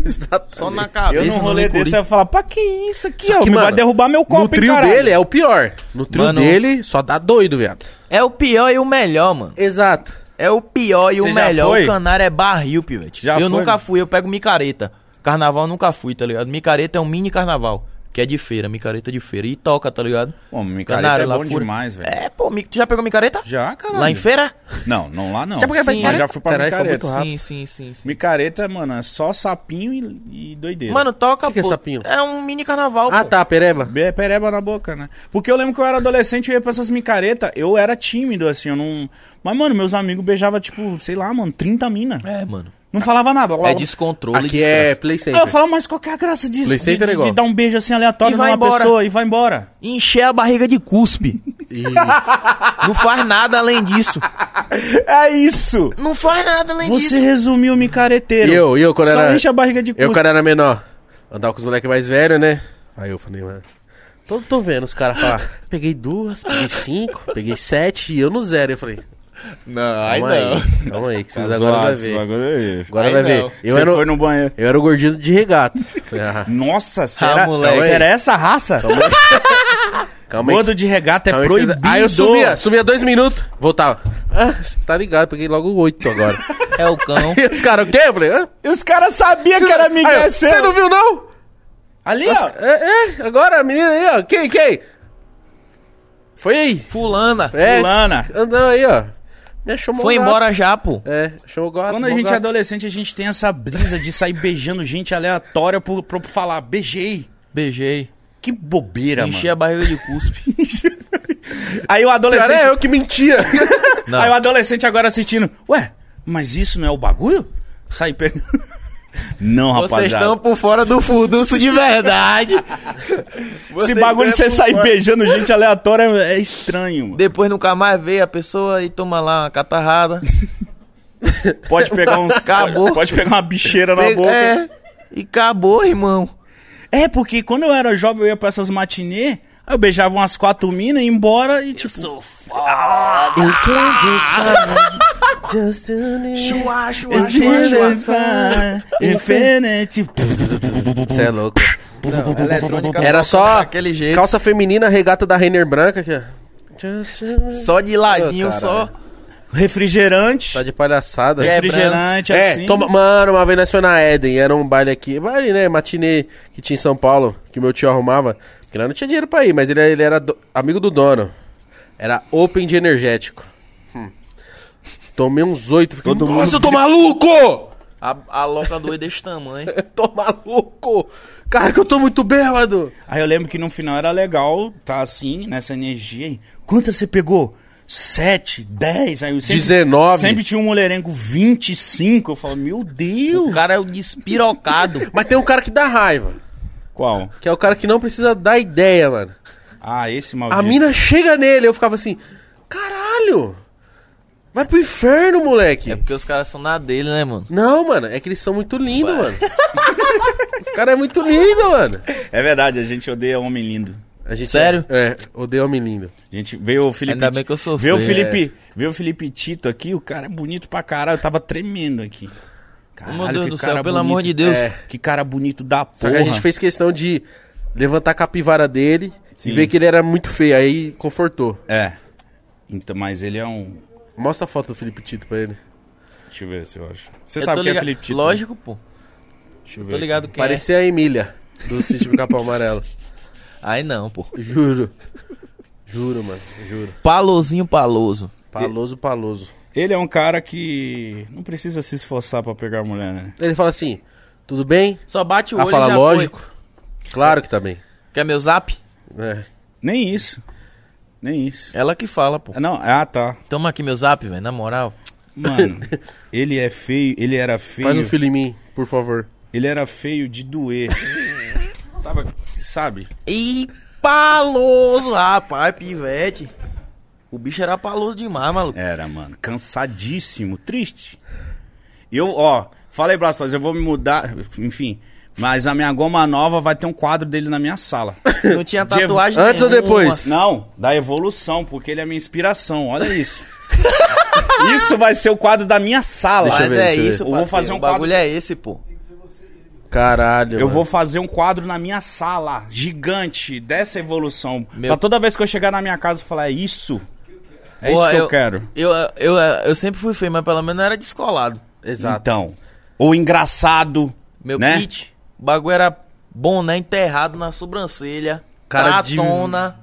Speaker 3: Exato.
Speaker 4: Só na cabeça.
Speaker 1: eu num
Speaker 4: não
Speaker 1: rolê
Speaker 4: no
Speaker 1: desse, eu
Speaker 4: curi.
Speaker 1: ia falar, pra que isso aqui, ó?
Speaker 3: Só que,
Speaker 1: Me vai
Speaker 3: mano,
Speaker 1: derrubar meu copo,
Speaker 3: No trio
Speaker 1: hein, caralho?
Speaker 3: dele é o pior. No trio
Speaker 4: Mano.
Speaker 3: dele só dá doido, viado.
Speaker 4: É o pior e o melhor, mano.
Speaker 3: Exato.
Speaker 4: É o pior e
Speaker 1: Você
Speaker 4: o
Speaker 1: já
Speaker 4: melhor.
Speaker 1: foi?
Speaker 4: O canário é barril, pivete.
Speaker 1: Já
Speaker 4: eu
Speaker 1: foi,
Speaker 4: nunca
Speaker 1: mano?
Speaker 4: fui, eu pego micareta. Carnaval eu nunca fui, tá ligado? Micareta é um mini carnaval. Que é de feira, micareta de feira. E toca, tá ligado?
Speaker 1: Pô, micareta é
Speaker 4: lá
Speaker 1: bom
Speaker 4: fora.
Speaker 1: demais, velho.
Speaker 4: É, pô, mi- tu já pegou micareta?
Speaker 1: Já, caralho.
Speaker 4: Lá em feira?
Speaker 1: Não, não lá não.
Speaker 3: Já
Speaker 4: é
Speaker 3: porque-
Speaker 1: Mas já fui pra
Speaker 3: Caralho, foi
Speaker 1: micareta.
Speaker 3: muito rápido.
Speaker 4: Sim, sim, sim, sim.
Speaker 1: Micareta, mano, é só sapinho e, e doideira.
Speaker 4: Mano, toca,
Speaker 3: Que que é
Speaker 4: pô.
Speaker 3: sapinho?
Speaker 4: é um mini carnaval,
Speaker 3: Ah,
Speaker 4: pô.
Speaker 3: tá, pereba.
Speaker 1: Be- É Pereba na boca, né? Porque eu lembro que eu era adolescente e ia pra essas micaretas. Eu era tímido, assim, eu não. Mas, mano, meus amigos beijavam, tipo, sei lá, mano, 30 mina.
Speaker 4: É, mano.
Speaker 1: Não falava nada.
Speaker 4: É descontrole
Speaker 3: Aqui
Speaker 4: desgraça.
Speaker 3: é Play
Speaker 1: Aí eu
Speaker 3: Center.
Speaker 1: falava, mas qual que é a graça disso?
Speaker 3: Play
Speaker 1: De,
Speaker 3: Center
Speaker 1: de-
Speaker 3: é
Speaker 1: de
Speaker 3: igual.
Speaker 1: dar um beijo assim aleatório
Speaker 4: E
Speaker 1: pra
Speaker 4: vai
Speaker 1: uma
Speaker 4: embora.
Speaker 1: pessoa e vai embora.
Speaker 4: Encher a barriga de cuspe.
Speaker 3: E
Speaker 4: Não faz nada além disso.
Speaker 1: É isso!
Speaker 4: Não faz nada além
Speaker 1: Você
Speaker 4: disso.
Speaker 1: resumiu o micareteiro.
Speaker 3: E eu, e eu, quando
Speaker 1: Só
Speaker 3: era-
Speaker 1: enche a barriga de
Speaker 3: eu,
Speaker 1: cuspe.
Speaker 3: quando era menor, andava com os moleques mais velhos, né? Aí eu falei, mano. Tô, tô vendo os caras falar, peguei duas, peguei cinco, peguei sete e eu no zero. Eu falei,
Speaker 5: Não, aí
Speaker 3: calma
Speaker 5: não.
Speaker 3: aí, calma aí, que
Speaker 1: Tá
Speaker 3: vocês agora
Speaker 1: zoado
Speaker 3: vão
Speaker 1: esse
Speaker 3: ver.
Speaker 1: bagulho aí.
Speaker 3: Agora
Speaker 5: Aí
Speaker 3: vai
Speaker 5: não.
Speaker 3: ver. Eu
Speaker 1: Você
Speaker 3: era, o-
Speaker 1: foi no banheiro.
Speaker 3: eu era o gordinho de regata. Falei, ah,
Speaker 1: Nossa, será,
Speaker 5: moleque.
Speaker 1: será essa a raça?
Speaker 3: calma aí.
Speaker 1: Gordo de regata é
Speaker 3: calma aí um que vocês-
Speaker 1: proibido.
Speaker 3: Aí eu sumia, sumia dois minutos, voltava. Ah, você tá ligado, peguei logo oito agora.
Speaker 4: É o cão.
Speaker 3: e os caras, o quê? Eu falei, hã?
Speaker 1: E os caras sabiam que era
Speaker 3: Aí eu,
Speaker 1: Miguel
Speaker 3: Você não
Speaker 1: seu.
Speaker 3: viu, não?
Speaker 1: Ali, ó.
Speaker 3: É, é, agora a menina aí, ó. Quem, quem? Foi aí.
Speaker 4: Fulana.
Speaker 3: É,
Speaker 1: Fulana.
Speaker 3: andou aí, ó. Me achou mó
Speaker 4: Foi
Speaker 3: gato.
Speaker 4: embora já, pô.
Speaker 3: É, achou o gato,
Speaker 1: Quando a
Speaker 3: mó
Speaker 1: gente é
Speaker 3: gato.
Speaker 1: adolescente, a gente tem essa brisa de sair beijando gente aleatória pro, pro falar, beijei.
Speaker 4: Beijei.
Speaker 1: Que bobeira,
Speaker 4: Enchi a
Speaker 1: mano.
Speaker 4: barriga de cuspe.
Speaker 1: Aí o
Speaker 3: Cara,
Speaker 1: adolescente.
Speaker 3: é eu que mentia.
Speaker 4: Não.
Speaker 1: Aí o adolescente agora assistindo. Ué, mas isso não é o bagulho? Sai pegando. Não,
Speaker 5: Vocês
Speaker 1: rapaziada.
Speaker 5: estão por fora do furdunço de verdade.
Speaker 1: Esse
Speaker 5: Vocês
Speaker 1: bagulho de
Speaker 5: estão
Speaker 1: você
Speaker 5: por
Speaker 1: sair
Speaker 5: fora.
Speaker 1: beijando gente aleatória é estranho, mano.
Speaker 4: Depois nunca mais vê a pessoa e toma lá uma catarrada.
Speaker 1: Pode pegar uns.
Speaker 4: Acabou.
Speaker 1: Pode pegar uma bicheira na
Speaker 4: Pega-
Speaker 1: boca.
Speaker 4: É. E acabou, irmão.
Speaker 1: É, porque quando eu era jovem, eu ia pra essas matinê, aí eu beijava umas quatro minas, ia embora e tipo.
Speaker 5: é
Speaker 1: Ah!
Speaker 3: Just Você
Speaker 5: Chua, chua, chua, chua.
Speaker 1: Endless fire, Infinity.
Speaker 3: é louco.
Speaker 5: Não, é eletrônica
Speaker 3: Era só
Speaker 4: Daquele jeito.
Speaker 3: calça feminina, regata da Renner branca aqui, ó. Just Annie.
Speaker 4: Só de ladinho,
Speaker 3: Ô, caralho.
Speaker 4: só.
Speaker 1: Refrigerante.
Speaker 3: Tá de palhaçada.
Speaker 4: É,
Speaker 1: Refrigerante,
Speaker 3: É,
Speaker 1: assim.
Speaker 3: toma- mano, uma vez nós foi na Eden, era um baile aqui, baile, né, matinê que tinha em São Paulo, que meu tio arrumava, porque nós não tinha dinheiro pra ir, mas ele, ele era do- amigo do dono. Era open de energético. Hum. Tomei uns oito, fiquei, Todo nossa, eu tô maluco! Ah,
Speaker 4: A, a loca doida desse tamanho.
Speaker 3: Eu tô maluco! Cara, que eu tô muito bêbado!
Speaker 1: Aí eu lembro que no final era legal, tá assim, nessa energia aí. Quantas você pegou? Sete, dez, aí eu sempre,
Speaker 3: 19.
Speaker 1: Sempre tinha um mulherengo 25. Eu falo, meu
Speaker 4: O
Speaker 1: Deus.
Speaker 4: cara é o despirocado.
Speaker 3: Mas tem um cara que dá raiva,
Speaker 1: Qual?
Speaker 3: que é o cara que não precisa dar ideia, mano.
Speaker 1: Ah, esse maldito.
Speaker 3: A mina chega nele, eu ficava assim, caralho! Vai pro inferno, moleque!
Speaker 4: É porque os caras são na dele, né, mano?
Speaker 3: Não, mano, é que eles são muito lindos, mano. Os caras é muito lindo, mano.
Speaker 1: É verdade, a gente odeia homem lindo.
Speaker 3: A gente-
Speaker 4: Sério?
Speaker 3: É, odeio homem lindo.
Speaker 1: A gente veio o Felipe.
Speaker 4: Ainda bem que eu sou
Speaker 1: Veio o
Speaker 4: feio. é.
Speaker 1: Felipe, veio o Felipe Tito aqui, o cara é bonito pra caralho, eu tava tremendo aqui. Caralho,
Speaker 4: Meu Deus
Speaker 1: que
Speaker 4: do céu,
Speaker 1: cara
Speaker 4: pelo
Speaker 1: bonito.
Speaker 4: amor de Deus.
Speaker 1: É, que cara bonito da porra.
Speaker 3: Só que a gente fez questão de levantar a capivara dele
Speaker 1: Sim.
Speaker 3: e ver que ele era muito feio, aí confortou.
Speaker 1: É. Então, mas ele é um.
Speaker 3: Mostra a foto do Felipe Tito pra ele.
Speaker 1: Deixa eu ver se eu acho. Você
Speaker 4: Eu
Speaker 1: sabe
Speaker 4: tô
Speaker 1: quem é
Speaker 4: liga-
Speaker 1: Felipe Tito? né?
Speaker 4: Lógico, pô.
Speaker 1: Deixa eu
Speaker 4: Eu
Speaker 1: ver.
Speaker 4: tô ligado quem
Speaker 3: Parecia a Emília, do sítio do Capão Amarelo.
Speaker 4: é. Aí não, pô.
Speaker 3: Juro. Juro, mano, juro.
Speaker 4: Palozinho paloso.
Speaker 3: Paloso, paloso.
Speaker 1: Ele é um cara que não precisa se esforçar pra pegar mulher, né?
Speaker 3: Ele fala assim, tudo bem?
Speaker 4: Só bate o
Speaker 3: Ah,
Speaker 4: olho e
Speaker 3: fala
Speaker 4: já
Speaker 3: lógico. Claro que tá bem.
Speaker 4: foi. Quer meu zap?
Speaker 3: É.
Speaker 1: Nem isso. Nem isso.
Speaker 4: Ela que fala, pô.
Speaker 1: Ah, Não, ah, tá.
Speaker 4: Toma aqui meu zap, velho, na moral.
Speaker 1: Mano, ele é feio, ele era feio.
Speaker 3: Faz um filho em mim, por favor.
Speaker 1: Ele era feio de doer. sabe? Sabe?
Speaker 4: E paloso, rapaz, pivete. O bicho era paloso demais, maluco.
Speaker 1: Era, mano. Cansadíssimo, triste. Eu, ó, falei pra vocês, eu vou me mudar, enfim. Mas a minha goma nova vai ter um quadro dele na minha sala.
Speaker 4: Não tinha tatuagem
Speaker 3: Antes ou
Speaker 4: nenhuma.
Speaker 3: depois?
Speaker 1: Não, da evolução, porque ele é minha inspiração, olha isso. isso vai ser o quadro da minha sala.
Speaker 3: Deixa eu
Speaker 4: Mas
Speaker 3: ver,
Speaker 4: é
Speaker 3: deixa eu ver.
Speaker 4: isso,
Speaker 1: Eu vou
Speaker 4: parceiro,
Speaker 1: fazer um
Speaker 4: O bagulho é esse, pô.
Speaker 3: Caralho,
Speaker 1: Eu
Speaker 3: mano.
Speaker 1: vou fazer um quadro na minha sala, gigante, dessa evolução.
Speaker 4: Meu-
Speaker 1: Pra toda vez que eu chegar na minha casa eu falar, é isso? É
Speaker 4: Pô,
Speaker 1: isso que eu quero.
Speaker 4: Eu, eu, eu, eu sempre fui feio, mas pelo menos eu era descolado.
Speaker 3: Exato.
Speaker 1: Então, ou engraçado,
Speaker 4: Tá. Meu
Speaker 1: né?
Speaker 4: pitch, o bagulho era bom, né? Enterrado na sobrancelha,
Speaker 3: Cara de-
Speaker 4: pratona,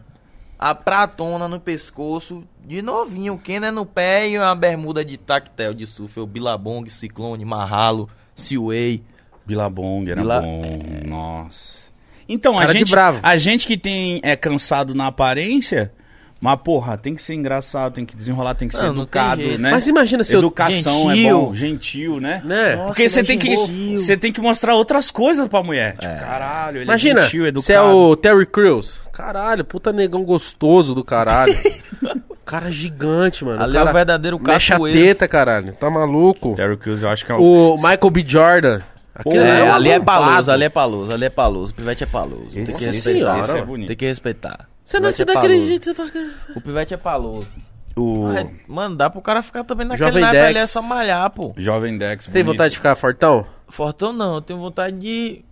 Speaker 4: a pratona no pescoço, de novinho, o Kenner no pé e uma bermuda de tactel de surf, o Bilabong, Ciclone, Marralo, Seaway.
Speaker 1: Bilabong era
Speaker 4: Bila-
Speaker 1: bom. Nossa. Então, a
Speaker 3: Cara de
Speaker 1: gente,
Speaker 3: bravo.
Speaker 1: a gente que tem é cansado na aparência, Mas, porra, tem que ser engraçado, tem que desenrolar, tem que ser
Speaker 4: Não, não tem
Speaker 1: educado,
Speaker 4: jeito.
Speaker 1: né?
Speaker 3: Mas imagina se eu-
Speaker 1: Educação é
Speaker 4: Gentil.
Speaker 1: bom, gentil, né?
Speaker 3: Né?
Speaker 4: Nossa,
Speaker 1: Porque
Speaker 4: ele
Speaker 1: você
Speaker 4: é
Speaker 1: tem, que,
Speaker 4: gentil.
Speaker 1: você tem que mostrar outras coisas pra mulher. Tipo, caralho, ele
Speaker 3: É. Imagina,
Speaker 1: é gentil, educado.
Speaker 3: você é o Terry Crews. Caralho, puta negão gostoso do caralho. O cara é gigante, mano.
Speaker 4: Ali é
Speaker 3: cara
Speaker 4: o verdadeiro
Speaker 3: Mexe a
Speaker 4: capoeira.
Speaker 3: teta, caralho. Tá maluco?
Speaker 1: Terry Crews, eu acho que é o...
Speaker 3: O Michael B. Jordan. Aquele
Speaker 1: É,
Speaker 3: um
Speaker 5: ali é
Speaker 3: arrombado.
Speaker 5: paloso, ali é paloso, ali é paloso. O pivete é paloso.
Speaker 1: Esse
Speaker 5: tem que
Speaker 1: sim,
Speaker 5: respeitar.
Speaker 1: esse é bonito.
Speaker 5: tem que respeitar.
Speaker 3: Você
Speaker 5: O
Speaker 3: nasce
Speaker 5: pivete é
Speaker 3: daquele
Speaker 5: paloso.
Speaker 3: jeito, você fala...
Speaker 4: O pivete é paloso.
Speaker 1: o
Speaker 4: Mas, Mano, dá pro cara ficar também naquele
Speaker 3: Jovem
Speaker 4: naipe
Speaker 3: Dex.
Speaker 4: ali, é só malhar, pô.
Speaker 1: Jovem Dex.
Speaker 3: Você tem vontade de ficar fortão?
Speaker 4: Fortão não, eu tenho vontade de...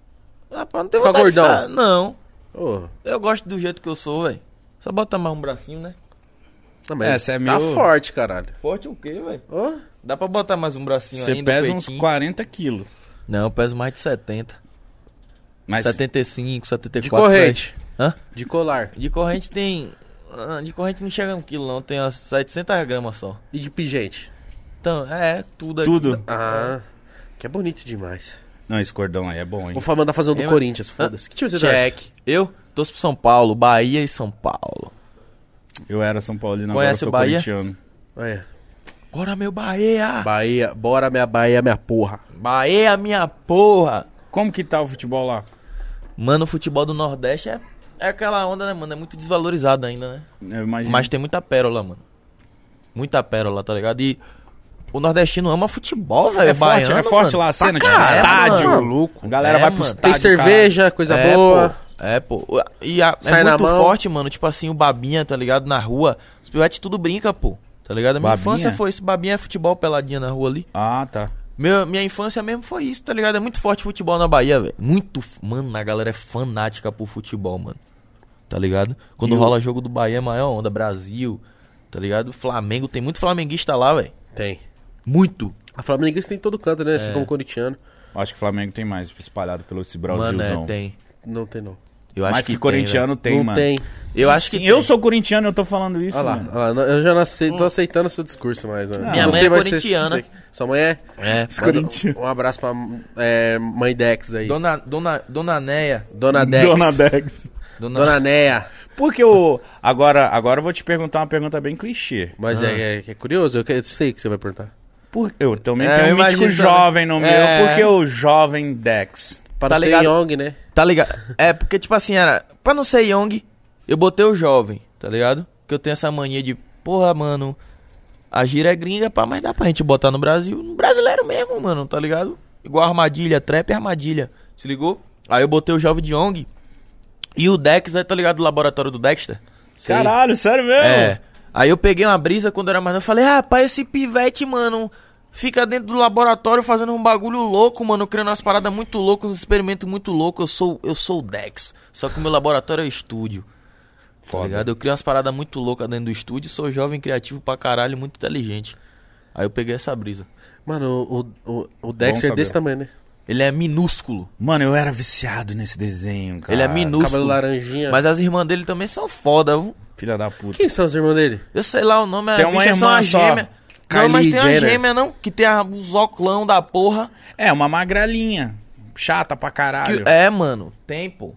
Speaker 4: Rapaz, Ah, não tenho
Speaker 3: Ficar
Speaker 4: vontade de
Speaker 3: gordão.
Speaker 4: ficar, não.
Speaker 3: Ô,
Speaker 4: Eu gosto do jeito que eu sou, velho. Só bota mais um bracinho, né?
Speaker 3: não,
Speaker 1: É,
Speaker 3: mas
Speaker 1: você é
Speaker 3: tá
Speaker 1: meio-
Speaker 3: forte, caralho.
Speaker 4: Forte o quê, velho?
Speaker 3: Ô,
Speaker 4: Dá pra botar mais um bracinho
Speaker 1: Você
Speaker 4: ainda,
Speaker 1: pesa
Speaker 4: um
Speaker 1: uns
Speaker 4: peitinho.
Speaker 1: 40 quilos.
Speaker 4: Não, eu peso mais de 70.
Speaker 1: Mas
Speaker 4: 75, 74.
Speaker 3: De corrente.
Speaker 4: por aí. né? Hã?
Speaker 3: de colar.
Speaker 4: De corrente tem... ah, De corrente não chega a um quilo, não. Tem umas 700 gramas só.
Speaker 3: E de pigente.
Speaker 4: Então, é, tudo aqui.
Speaker 1: tudo...
Speaker 3: Ah, que é bonito demais.
Speaker 1: Não, esse cordão aí é bom, hein?
Speaker 3: Vou fa- mandar fazer um do
Speaker 4: É, mas-
Speaker 3: Corinthians, foda-se. Que time você
Speaker 4: Check.
Speaker 3: torce?
Speaker 4: Eu torço pro São Paulo, Bahia e São Paulo.
Speaker 1: Eu era São Paulino, agora eu
Speaker 4: Conhece
Speaker 1: sou
Speaker 4: o Bahia?
Speaker 1: corintiano.
Speaker 3: Olha,
Speaker 4: Bora, meu Bahia!
Speaker 3: Bahia, bora minha Bahia, minha porra.
Speaker 4: Tá Bahia, minha porra!
Speaker 1: Como que tá o futebol lá?
Speaker 4: Mano, o futebol do Nordeste é, é aquela onda, né, mano? É muito desvalorizado ainda, né?
Speaker 1: Eu imagino.
Speaker 4: Mas tem muita pérola, mano. Muita pérola, tá ligado? E o nordestino ama futebol, velho.
Speaker 1: é forte,
Speaker 4: baiano,
Speaker 1: é forte
Speaker 4: mano.
Speaker 1: lá a cena, tipo,
Speaker 4: caralho,
Speaker 1: estádio.
Speaker 4: mano.
Speaker 1: A galera
Speaker 4: É,
Speaker 1: vai pro
Speaker 4: mano.
Speaker 1: estádio,
Speaker 3: Tem cerveja,
Speaker 1: caralho.
Speaker 3: coisa
Speaker 4: é,
Speaker 3: boa.
Speaker 4: Pô, é, pô. E a-
Speaker 3: Sai
Speaker 4: é
Speaker 3: na
Speaker 4: muito
Speaker 3: mão.
Speaker 4: forte, mano. Tipo assim, o Babinha, tá ligado? Na rua, os pivetes tudo brinca, pô. Tá ligado? A minha
Speaker 1: Babinha?
Speaker 4: infância foi isso. Babinha é futebol peladinha na rua ali.
Speaker 1: Ah, tá.
Speaker 4: Meu, minha infância mesmo foi isso, tá ligado? É muito forte futebol na Bahia, velho. Muito. f- Mano, a galera é fanática por futebol, mano. Tá ligado? Quando
Speaker 1: E o-
Speaker 4: rola jogo do Bahia, é maior onda. Brasil, tá ligado? Flamengo, tem muito flamenguista lá, velho.
Speaker 3: Tem.
Speaker 4: Muito.
Speaker 3: A Flamenguista tem em todo canto, né?
Speaker 4: É.
Speaker 3: Assim como o corintiano.
Speaker 1: Acho que o Flamengo tem mais espalhado pelo esse
Speaker 4: Mano,
Speaker 1: Brasilzão.
Speaker 4: é, tem.
Speaker 3: Não tem, não.
Speaker 4: Eu acho
Speaker 1: Mas que,
Speaker 4: que, tem,
Speaker 1: corintiano tem,
Speaker 3: não
Speaker 1: mano.
Speaker 3: tem.
Speaker 4: velho. Eu acho que.
Speaker 1: Sim, eu
Speaker 4: tem.
Speaker 1: sou corintiano e eu tô falando isso,
Speaker 3: Olha lá,
Speaker 1: mano.
Speaker 3: olha lá, eu já nasci, tô aceitando o seu discurso mais, mano.
Speaker 4: Hum. Minha
Speaker 3: Não
Speaker 4: mãe
Speaker 3: sei
Speaker 4: é
Speaker 3: mais se-
Speaker 4: corintiana.
Speaker 3: se- Sua mãe é?
Speaker 4: É.
Speaker 3: Manda
Speaker 1: Corintiano.
Speaker 3: Um, um abraço pra é, mãe Dex aí. Dona,
Speaker 4: Dona, dona, dona Neia.
Speaker 3: Dex.
Speaker 1: Dona Dex.
Speaker 4: Dona,
Speaker 3: Dona Neia.
Speaker 1: Porque o. Agora, agora eu vou te perguntar uma pergunta bem clichê.
Speaker 3: Mas
Speaker 4: Ah.
Speaker 3: é, é, é curioso, eu, que- eu sei o que você vai perguntar.
Speaker 4: Tá
Speaker 1: Por... Eu também
Speaker 4: É,
Speaker 1: tenho
Speaker 4: eu
Speaker 1: um mítico
Speaker 4: imagino
Speaker 1: jovem no meu.
Speaker 4: É.
Speaker 1: Por que o jovem Dex?
Speaker 3: Para
Speaker 4: Tá
Speaker 3: ser
Speaker 4: ligado?
Speaker 3: Young, né?
Speaker 4: Tá ligado? É, porque, tipo assim, era. Pra não ser Young, eu botei o jovem, tá ligado? Que eu tenho essa mania de, porra, mano, a gira é gringa, pá, mas dá pra gente botar no Brasil. No brasileiro mesmo, mano, tá ligado? Igual armadilha, trap e armadilha. Se ligou? Aí eu botei o jovem de Young. E o Dex, aí tá ligado? O laboratório do Dexter?
Speaker 1: Caralho, sério mesmo?
Speaker 4: É. Aí eu peguei uma brisa quando eu era mais novo. eu Falei, rapaz, esse pivete, mano, fica dentro do laboratório fazendo um bagulho louco, mano, criando umas paradas muito loucas, uns experimentos muito loucos. Eu sou, eu sou o Dex. Só que o meu laboratório é estúdio. Tá
Speaker 1: Foda.
Speaker 4: ligado? Eu crio umas paradas muito loucas dentro do estúdio. Sou jovem, criativo pra caralho, muito inteligente. Aí eu peguei essa brisa.
Speaker 3: Mano, o, o, o Dex é
Speaker 1: saber.
Speaker 3: desse tamanho, né?
Speaker 4: Ele é minúsculo.
Speaker 1: Mano, eu era viciado nesse desenho, cara.
Speaker 4: Ele é minúsculo.
Speaker 3: Cabelo laranjinha.
Speaker 4: Mas as irmãs dele também são foda. viu?
Speaker 1: Filha da puta.
Speaker 3: Quem são os irmãos dele?
Speaker 4: Eu sei lá o nome. a
Speaker 1: Tem uma
Speaker 4: bicha é só
Speaker 1: irmã
Speaker 4: uma
Speaker 1: só.
Speaker 4: gêmea. não, mas
Speaker 3: Kylie
Speaker 4: tem
Speaker 3: Jenner.
Speaker 4: uma gêmea, não? Que tem a- os oclão da porra.
Speaker 1: É, uma magrelinha. Chata pra
Speaker 4: Que-
Speaker 1: caralho.
Speaker 4: é, mano. Tempo.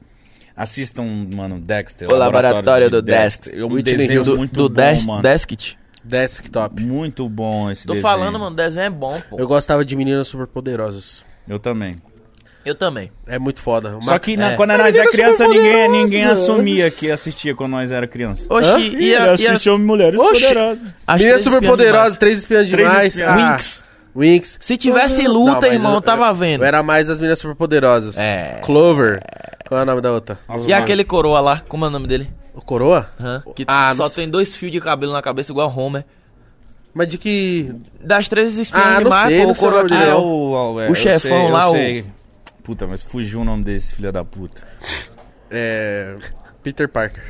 Speaker 1: Assistam, mano, Dexter.
Speaker 4: O laboratório
Speaker 1: É um de
Speaker 4: do Dexter.
Speaker 1: É um
Speaker 3: Whitney
Speaker 1: desenho
Speaker 3: Houston.
Speaker 4: Do,
Speaker 1: muito
Speaker 4: do
Speaker 1: bom,
Speaker 4: Des-
Speaker 1: mano.
Speaker 4: Deskit.
Speaker 3: Desktop.
Speaker 1: Muito bom esse
Speaker 4: Tô
Speaker 1: desenho.
Speaker 4: falando, mano, o desenho é bom, pô.
Speaker 3: Eu
Speaker 4: Eu,
Speaker 3: gostava de meninas superpoderosas.
Speaker 1: Eu também.
Speaker 4: também.
Speaker 3: É muito foda. Uma-
Speaker 1: Só que na-
Speaker 4: é.
Speaker 1: quando nós era criança, ninguém, ninguém assumia que assistia quando nós era criança.
Speaker 4: Oxi, e, a, e as,
Speaker 1: Mulheres
Speaker 3: Oxi. Poderosas.
Speaker 4: as três
Speaker 3: Meninas superpoderosas,
Speaker 4: espiãs
Speaker 3: três espiãs
Speaker 1: Três
Speaker 3: demais.
Speaker 1: espiãs.
Speaker 3: ah,
Speaker 4: Winx.
Speaker 3: Winx.
Speaker 4: Se tivesse luta,
Speaker 3: mas
Speaker 4: irmão,
Speaker 3: eu-
Speaker 4: tava
Speaker 3: eu-
Speaker 4: vendo.
Speaker 3: Eu era mais as meninas superpoderosas.
Speaker 4: É.
Speaker 3: Clover. Qual é o nome da outra?
Speaker 4: demais. E aquele coroa lá, como é o nome dele?
Speaker 3: O Coroa?
Speaker 4: Hã? Que
Speaker 3: Ah,
Speaker 4: só
Speaker 3: não sei.
Speaker 4: tem dois fios de cabelo na cabeça, igual Homer.
Speaker 3: Mas de que.
Speaker 4: Das três espiãs
Speaker 3: Ah, não
Speaker 4: demais,
Speaker 3: sei,
Speaker 4: pô,
Speaker 3: não
Speaker 4: o
Speaker 3: sei o
Speaker 4: coroa
Speaker 3: nome
Speaker 4: que
Speaker 1: Ah, é
Speaker 3: dele,
Speaker 4: é
Speaker 1: o,
Speaker 4: o...
Speaker 1: o, é,
Speaker 4: O
Speaker 1: eu
Speaker 4: chefão
Speaker 1: sei, eu
Speaker 4: lá, o-
Speaker 1: sei. Puta, mas fugiu o nome desse filho da puta.
Speaker 3: É. Peter Parker.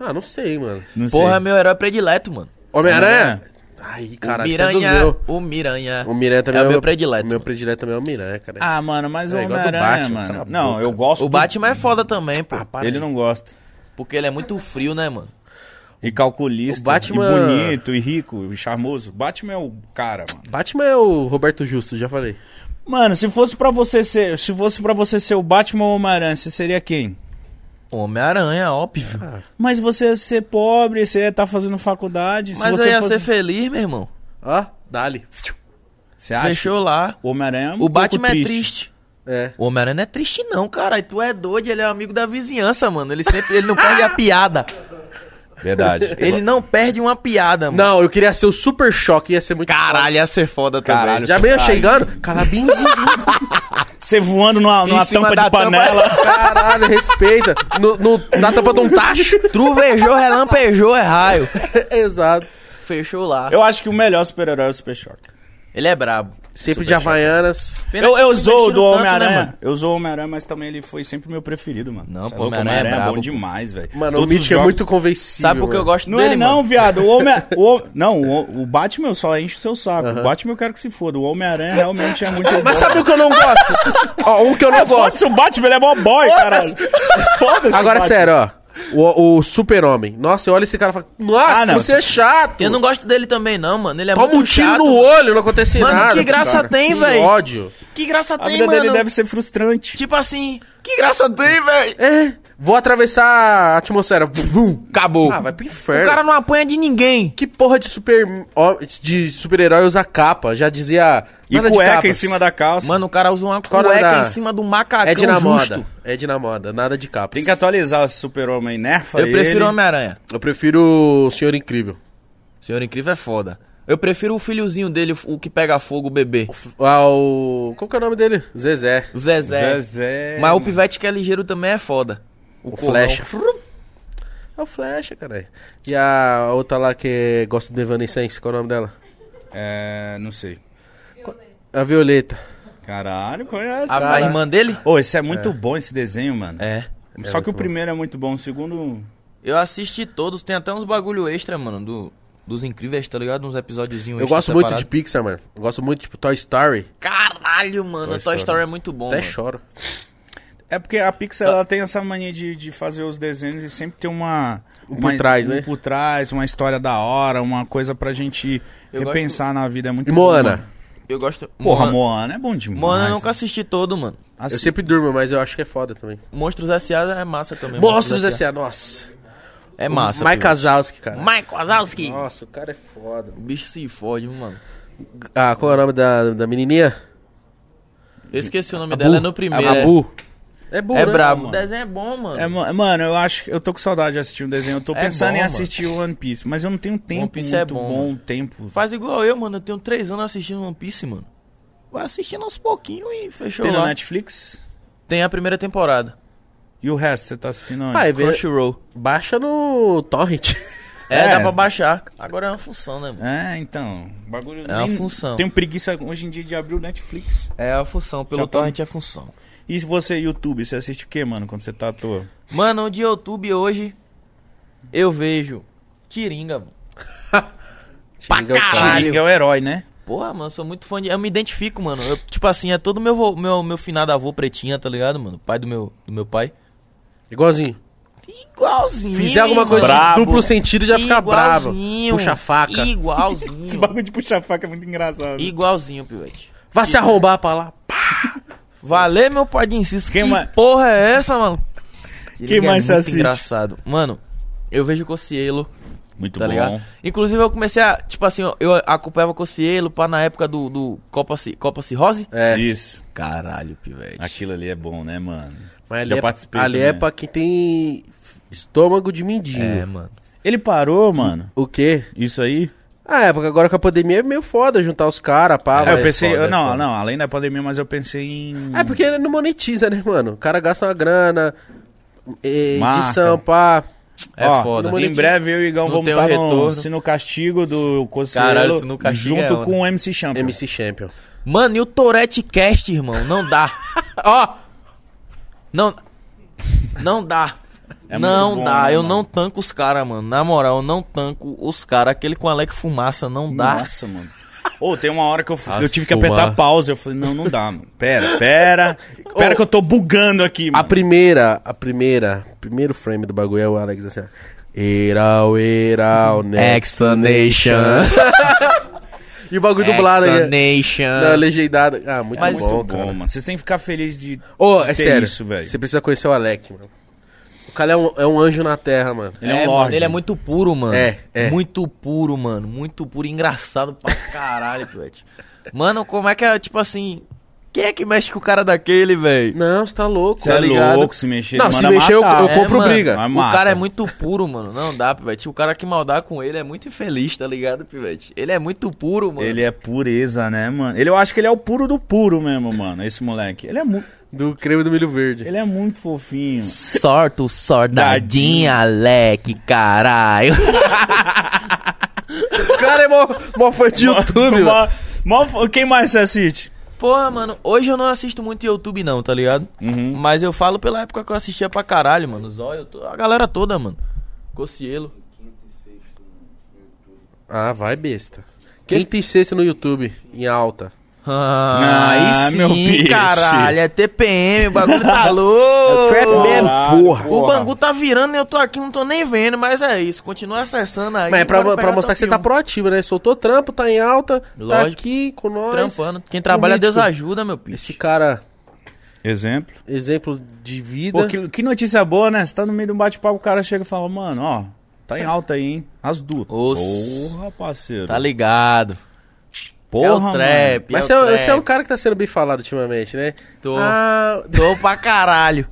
Speaker 3: Ah, não sei, mano.
Speaker 1: Não
Speaker 4: Porra,
Speaker 1: sei.
Speaker 4: é meu herói predileto, mano.
Speaker 3: Homem-Aranha? Ai, caralho,
Speaker 4: o
Speaker 3: isso é dos
Speaker 4: Miranha,
Speaker 3: meu.
Speaker 4: o Miranha.
Speaker 3: O Miranha também
Speaker 4: é o meu predileto.
Speaker 3: O meu predileto também é o Miranha, cara.
Speaker 1: Ah, mano, mas
Speaker 3: É
Speaker 1: o
Speaker 3: igual do
Speaker 1: Homem-Aranha,
Speaker 3: Batman, cala
Speaker 1: mano.
Speaker 3: a
Speaker 1: Não,
Speaker 3: boca.
Speaker 1: eu gosto.
Speaker 4: tá O
Speaker 1: do-
Speaker 4: Batman é foda também, pô.
Speaker 3: para
Speaker 1: Ele
Speaker 3: aí.
Speaker 1: não gosta.
Speaker 4: Porque ele é muito frio, né, mano?
Speaker 1: E calculista.
Speaker 3: O Batman-
Speaker 1: E bonito, e rico, e charmoso. Batman é o cara, mano.
Speaker 3: Batman é o Roberto Justo, já falei.
Speaker 1: Mano, se fosse pra você ser. Se fosse para você ser o Batman ou o Homem-Aranha, você seria quem?
Speaker 4: Homem-Aranha, óbvio.
Speaker 1: Mas você ia ser pobre, você ia estar fazendo faculdade. se
Speaker 4: Mas
Speaker 1: você
Speaker 4: eu ia
Speaker 1: fosse-
Speaker 4: ser feliz, meu irmão.
Speaker 3: Ó, dali.
Speaker 1: Você acha?
Speaker 4: Fechou lá.
Speaker 1: O Homem-Aranha é um
Speaker 4: o
Speaker 1: pouco
Speaker 4: Batman é
Speaker 1: triste.
Speaker 4: triste.
Speaker 3: É.
Speaker 4: O Homem-Aranha não é triste, não, cara. Tu é doido, ele é amigo da vizinhança, mano. Ele sempre. Ele não perde a piada.
Speaker 1: Verdade.
Speaker 4: Ele não perde uma piada, mano.
Speaker 3: Não, eu queria ser o Super Choque, ia ser muito
Speaker 4: Caralho, ia ser foda também.
Speaker 1: Caralho,
Speaker 3: foda. Já meio chegando? Calabim.
Speaker 1: Você voando numa, numa
Speaker 4: Em cima
Speaker 1: tampa
Speaker 4: da
Speaker 1: de panela.
Speaker 3: Caralho, respeita. No, no, na tampa de um tacho.
Speaker 4: Truvejou, relampejou, é raio.
Speaker 3: Exato.
Speaker 4: Fechou lá.
Speaker 1: Eu acho que o melhor super-herói é o Super Choque.
Speaker 4: Ele é brabo.
Speaker 3: Sempre de Havaianas.
Speaker 4: Pena
Speaker 1: Eu,
Speaker 4: que
Speaker 1: eu
Speaker 4: não
Speaker 1: zoo
Speaker 4: investiram
Speaker 1: do
Speaker 4: tanto, né,
Speaker 1: Homem-Aranha.
Speaker 4: mano?
Speaker 1: eu zoo o Homem-Aranha, mas também ele foi sempre meu preferido, mano.
Speaker 4: Não,
Speaker 1: Você é
Speaker 4: pô,
Speaker 1: louco,
Speaker 4: Homem-Aranha é
Speaker 1: Homem-Aranho bom
Speaker 4: brabo, pô.
Speaker 1: demais, velho.
Speaker 3: Mano,
Speaker 1: Todos os
Speaker 3: o Mítico é
Speaker 1: jogos-
Speaker 3: muito convencível.
Speaker 4: Sabe por que eu
Speaker 3: mano.
Speaker 4: gosto
Speaker 1: Não
Speaker 4: dele,
Speaker 1: é
Speaker 4: mano?
Speaker 1: não, viado. O homem, é- o, Hom- não, o, o Batman eu só enche o seu saco. O Batman eu quero que se foda. O Homem-Aranha realmente é muito
Speaker 3: Mas
Speaker 1: bom.
Speaker 3: sabe o que eu não gosto? ó, um que eu não gosto.
Speaker 1: Foda-se o Batman, ele é mó boy, caralho. Foda-se. o
Speaker 3: Agora,
Speaker 1: Batman.
Speaker 3: sério, ó. O, o super-homem. Nossa, olha esse cara e fala, nossa,
Speaker 1: Ah, não,
Speaker 3: você é chato.
Speaker 4: Eu não gosto dele também, não, mano. Ele é
Speaker 3: Toma
Speaker 4: muito
Speaker 3: um tiro
Speaker 4: chato,
Speaker 3: no
Speaker 4: mano.
Speaker 3: olho, não acontece
Speaker 4: Mano,
Speaker 3: nada.
Speaker 4: que graça
Speaker 3: cara.
Speaker 4: tem,
Speaker 3: Que
Speaker 4: véi?
Speaker 3: ódio.
Speaker 4: Que graça
Speaker 1: A
Speaker 4: tem,
Speaker 1: vida
Speaker 4: mano.
Speaker 1: dele deve ser frustrante.
Speaker 4: Tipo assim,
Speaker 5: Que graça tem, velho?
Speaker 3: É, vou atravessar a atmosfera. Vum.
Speaker 4: acabou.
Speaker 3: Ah, vai pro
Speaker 4: o
Speaker 3: inferno.
Speaker 4: cara não apanha de ninguém.
Speaker 3: Que porra de super ó, de super-herói usa capa? Já dizia.
Speaker 1: E
Speaker 3: nada de
Speaker 1: cueca
Speaker 3: capas.
Speaker 1: em cima da calça.
Speaker 4: Mano, o cara usa uma
Speaker 3: Qual o nome
Speaker 4: cueca
Speaker 3: da-
Speaker 4: em cima do macacão
Speaker 3: É de na
Speaker 4: justo.
Speaker 3: moda. É de na moda, nada de capas.
Speaker 1: um Tem que atualizar o super-homem nerfa
Speaker 4: Eu prefiro
Speaker 1: ele.
Speaker 4: o Homem-Aranha.
Speaker 3: Eu prefiro o Senhor Incrível.
Speaker 4: Senhor Incrível é foda. Eu prefiro o filhozinho dele, o que pega fogo, o bebê.
Speaker 3: Ah, o. Qual que é o nome dele? Zezé.
Speaker 4: O Zezé.
Speaker 1: Zezé.
Speaker 4: Mas o pivete que é ligeiro também é foda.
Speaker 3: O,
Speaker 4: corrão.
Speaker 3: Flecha. É o Flecha, caralho. E a outra lá que gosta de Evanescence, qual é o nome dela?
Speaker 1: É, não sei.
Speaker 3: A Violeta.
Speaker 1: Caralho, conhece.
Speaker 4: A, a
Speaker 3: Cara.
Speaker 4: irmã dele?
Speaker 1: Ô, esse é muito bom esse desenho, mano.
Speaker 4: É.
Speaker 1: Só que o primeiro é muito bom, o segundo.
Speaker 4: Eu assisti todos, tem até uns bagulho extra, mano, do, dos incríveis, tá ligado? Uns episódiozinhos
Speaker 3: Eu gosto muito de Pixar, mano. Eu gosto muito, tipo, Toy Story.
Speaker 4: Caralho, mano,
Speaker 3: Toy
Speaker 4: Toy
Speaker 3: Story.
Speaker 4: Story, é muito bom,
Speaker 3: Até
Speaker 4: mano.
Speaker 3: choro.
Speaker 1: É porque a Pixar
Speaker 4: Tá.
Speaker 1: ela tem essa mania de, de fazer os desenhos e sempre tem uma.
Speaker 3: Um
Speaker 1: uma-
Speaker 3: por trás,
Speaker 1: um
Speaker 3: né?
Speaker 1: por trás, uma história da hora, uma coisa pra gente
Speaker 4: Eu
Speaker 1: repensar na vida. É muito
Speaker 3: E
Speaker 1: bom.
Speaker 3: Moana.
Speaker 1: mano.
Speaker 4: Eu gosto...
Speaker 1: Porra, Moana,
Speaker 4: Moana,
Speaker 1: é bom demais.
Speaker 4: Moana eu nunca assisti todo, mano.
Speaker 1: Assim,
Speaker 3: Eu sempre durmo, mas eu acho que é foda também.
Speaker 4: Monstros S.A. é massa também.
Speaker 3: Monstros S.A., nossa.
Speaker 4: É massa.
Speaker 3: Mike
Speaker 4: pivete.
Speaker 3: Wazowski, cara.
Speaker 4: Mike Wazowski.
Speaker 3: Nossa, o cara é foda.
Speaker 4: O bicho se fode, mano.
Speaker 3: Ah, qual é o nome da, da menininha?
Speaker 4: Eu esqueci o nome
Speaker 3: Abu.
Speaker 4: dela, é no primeiro.
Speaker 3: A Babu. É burro,
Speaker 4: É, é
Speaker 3: né?
Speaker 4: brabo.
Speaker 1: mano?
Speaker 4: O desenho é bom, mano.
Speaker 1: É, ma- mano, eu acho que eu tô com saudade de assistir um desenho. Eu tô
Speaker 4: É
Speaker 1: pensando
Speaker 4: bom,
Speaker 1: em
Speaker 4: mano.
Speaker 1: assistir One Piece, mas eu não tenho tempo
Speaker 4: Piece
Speaker 1: muito
Speaker 4: é
Speaker 1: bom,
Speaker 4: bom,
Speaker 1: tempo.
Speaker 4: Faz igual eu, mano. Eu tenho três anos assistindo One Piece, mano. Vai assistindo aos pouquinhos e fechou
Speaker 1: Tem na
Speaker 4: lá.
Speaker 1: Netflix?
Speaker 4: Tem a primeira temporada.
Speaker 1: E o resto, você tá assistindo onde?
Speaker 3: Ah, é ver...
Speaker 4: Crunchyroll.
Speaker 3: Baixa no Torrent.
Speaker 4: É,
Speaker 1: É,
Speaker 4: dá pra
Speaker 1: essa.
Speaker 4: baixar. Agora é uma função, né, mano?
Speaker 1: É, então. O bagulho
Speaker 4: É uma função.
Speaker 1: Tenho preguiça hoje em dia de abrir o Netflix.
Speaker 4: É a função. Pelo
Speaker 1: Já tá.
Speaker 4: torrent é função.
Speaker 1: E se você, YouTube, você assiste o que, mano, quando você tá à toa?
Speaker 4: Mano, de YouTube hoje, eu vejo Tiringa, mano.
Speaker 3: Xinga o cara.
Speaker 4: Ah, caralho.
Speaker 1: Tiringa é o herói, né?
Speaker 4: Porra, mano, eu sou muito fã de... Eu me identifico, mano. Eu, tipo assim, é todo meu, vô- meu, meu finado avô pretinha, tá ligado, mano? Pai do meu, do meu pai.
Speaker 3: Igualzinho.
Speaker 4: Igualzinho.
Speaker 3: Fizer alguma
Speaker 4: hein,
Speaker 3: coisa
Speaker 4: mano?
Speaker 1: Brabo.
Speaker 3: de duplo sentido, já fica bravo.
Speaker 4: Igualzinho.
Speaker 3: Puxa a faca.
Speaker 1: Esse
Speaker 4: Igualzinho.
Speaker 1: bagulho de puxar faca é muito engraçado.
Speaker 4: Igualzinho, pivete.
Speaker 3: Vai se arrombar pra lá.
Speaker 4: Valeu, meu padinho Cis.
Speaker 1: Quem
Speaker 4: que
Speaker 1: mais-
Speaker 4: porra é essa, mano? Ele
Speaker 1: mais você
Speaker 4: é muito
Speaker 1: assiste?
Speaker 4: engraçado. Mano, eu vejo o Cocielo,
Speaker 1: Muito
Speaker 4: tá
Speaker 1: bom.
Speaker 4: ligado? Inclusive, eu comecei a... Tipo assim, ó, eu acompanhava o Cocielo pra, na época do, do Copa, Ci- Copa Cirrose.
Speaker 3: É.
Speaker 1: Isso.
Speaker 4: Caralho, pivete.
Speaker 1: Aquilo ali é bom, né, mano?
Speaker 3: Mas ali,
Speaker 1: Já
Speaker 3: é,
Speaker 1: participei
Speaker 3: ali
Speaker 1: também.
Speaker 3: é pra quem tem estômago de
Speaker 4: É,
Speaker 3: mindinho.
Speaker 4: mano.
Speaker 1: Ele parou, mano.
Speaker 3: O quê?
Speaker 1: Isso aí?
Speaker 3: Ah, é, porque agora com a pandemia é meio foda juntar os caras, pá.
Speaker 1: É, eu
Speaker 3: mas-
Speaker 1: pensei.
Speaker 4: foda, é
Speaker 1: não,
Speaker 4: foda.
Speaker 1: não, além da pandemia, mas eu pensei em.
Speaker 3: É porque não monetiza, né, mano? O cara gasta uma grana, eh,
Speaker 1: Marca.
Speaker 3: edição, pá.
Speaker 4: É
Speaker 1: Ó,
Speaker 4: foda.
Speaker 1: Em breve eu e o Igão
Speaker 4: Não
Speaker 1: vamos
Speaker 4: tem um
Speaker 1: estar no
Speaker 4: retorno.
Speaker 1: Sino Castigo do
Speaker 4: Caralho,
Speaker 1: Coceiro
Speaker 4: Sino Castigo é
Speaker 1: junto
Speaker 4: onda.
Speaker 1: com o MC Champion.
Speaker 3: MC Champion.
Speaker 4: Mano, e o Tourette Cast, irmão? Não dá. Ó! Não. Não dá.
Speaker 1: É muito
Speaker 4: não
Speaker 1: bom,
Speaker 4: dá.
Speaker 1: né,
Speaker 4: eu
Speaker 1: mano?
Speaker 4: não tanco os caras, mano. Na moral, eu não tanco os caras. Aquele com Alec Fumaça não dá.
Speaker 1: Nossa, mano. Ô, tem uma hora que eu, f-
Speaker 4: Ah,
Speaker 1: eu tive
Speaker 4: se
Speaker 1: que apertar
Speaker 4: fumar.
Speaker 1: pausa. Eu falei, não, não dá, mano. Pera, pera. Pera que eu tô bugando aqui,
Speaker 3: A
Speaker 1: mano.
Speaker 3: primeira, a primeira, primeiro frame do bagulho é o Alex assim, ó. Erau, erau, next nation. e o bagulho dublado aí. Na
Speaker 4: Exonation.
Speaker 3: legendada. Ah, muito
Speaker 4: Mas-
Speaker 3: bom,
Speaker 1: Muito
Speaker 3: cara.
Speaker 1: bom, mano. Vocês têm que ficar felizes de.
Speaker 3: Ô, é
Speaker 1: Tem
Speaker 3: sério.
Speaker 1: isso, velho.
Speaker 3: Você precisa conhecer o Alec, mano. O cara é um, é um anjo na terra, mano.
Speaker 1: Ele é um
Speaker 4: mano,
Speaker 1: lorde.
Speaker 4: Ele é muito puro, mano.
Speaker 3: É, é.
Speaker 4: Muito puro, mano. Muito puro. e Engraçado pra caralho, Pivete. Mano, como é que é, tipo assim... Quem é que mexe com o cara daquele, velho?
Speaker 3: Não, você tá louco,
Speaker 1: Você
Speaker 3: tá
Speaker 1: é
Speaker 3: ligado?
Speaker 1: louco, se mexer,
Speaker 3: Não,
Speaker 1: ele
Speaker 3: se
Speaker 1: manda
Speaker 3: mexer, eu-
Speaker 1: matar.
Speaker 3: eu compro
Speaker 4: Tá. É, mano,
Speaker 3: briga.
Speaker 1: Mas
Speaker 4: O
Speaker 1: mata.
Speaker 4: cara é muito puro, mano. Não dá, Pivete. O cara que maldar com ele é muito infeliz, tá ligado, Pivete? Ele é muito puro, mano.
Speaker 1: Ele é pureza, né, mano? Ele, eu acho que ele é o puro do puro mesmo, mano, esse moleque. Ele é, mu
Speaker 3: Do creme do milho verde.
Speaker 1: ele é muito fofinho.
Speaker 4: Sorta o sordadinho, Alec, caralho.
Speaker 3: O cara é mó, mó fã de YouTube, mano.
Speaker 1: Mó- mó fo- Quem mais você assiste?
Speaker 4: Porra, mano, hoje eu não assisto muito YouTube, não, tá ligado?
Speaker 1: Uhum.
Speaker 4: Mas eu falo pela época que eu assistia pra caralho, mano. Zóio, to- a galera toda, mano. Cocielo.
Speaker 3: Ah, vai besta. Quinta e sexta no YouTube, em alta.
Speaker 4: Ah,
Speaker 1: Ah,
Speaker 4: aí sim,
Speaker 1: meu bicho.
Speaker 4: caralho. É TPM, o bagulho tá louco.
Speaker 1: Caralho,
Speaker 3: porra.
Speaker 4: O Bangu tá virando e eu tô aqui, não tô nem vendo, mas é isso. Continua acessando aí.
Speaker 3: Mas é pra,
Speaker 4: bora
Speaker 3: pra
Speaker 4: pegar
Speaker 3: mostrar que você
Speaker 4: teu
Speaker 3: tá proativo, né? Soltou trampo, tá em alta, tá
Speaker 4: Lógico.
Speaker 3: aqui com nós.
Speaker 4: Trampando. Quem trabalha, Deus
Speaker 3: Político.
Speaker 4: ajuda, meu picho.
Speaker 3: Esse cara,
Speaker 1: Exemplo.
Speaker 3: exemplo de vida.
Speaker 1: Pô, que, que notícia boa, né? Você tá no meio de um bate-papo, o cara chega e fala, mano, ó, tá em alta aí, hein? As duas.
Speaker 4: Os-
Speaker 1: Porra, parceiro.
Speaker 4: Tá ligado.
Speaker 1: Porra,
Speaker 4: é o
Speaker 1: mano.
Speaker 4: trap,
Speaker 3: É Mas você
Speaker 4: é
Speaker 3: é,
Speaker 4: o
Speaker 3: você é um
Speaker 4: trap.
Speaker 3: cara que tá sendo bem falado ultimamente, né?
Speaker 4: Tô.
Speaker 3: Ah,
Speaker 4: Dou pra caralho.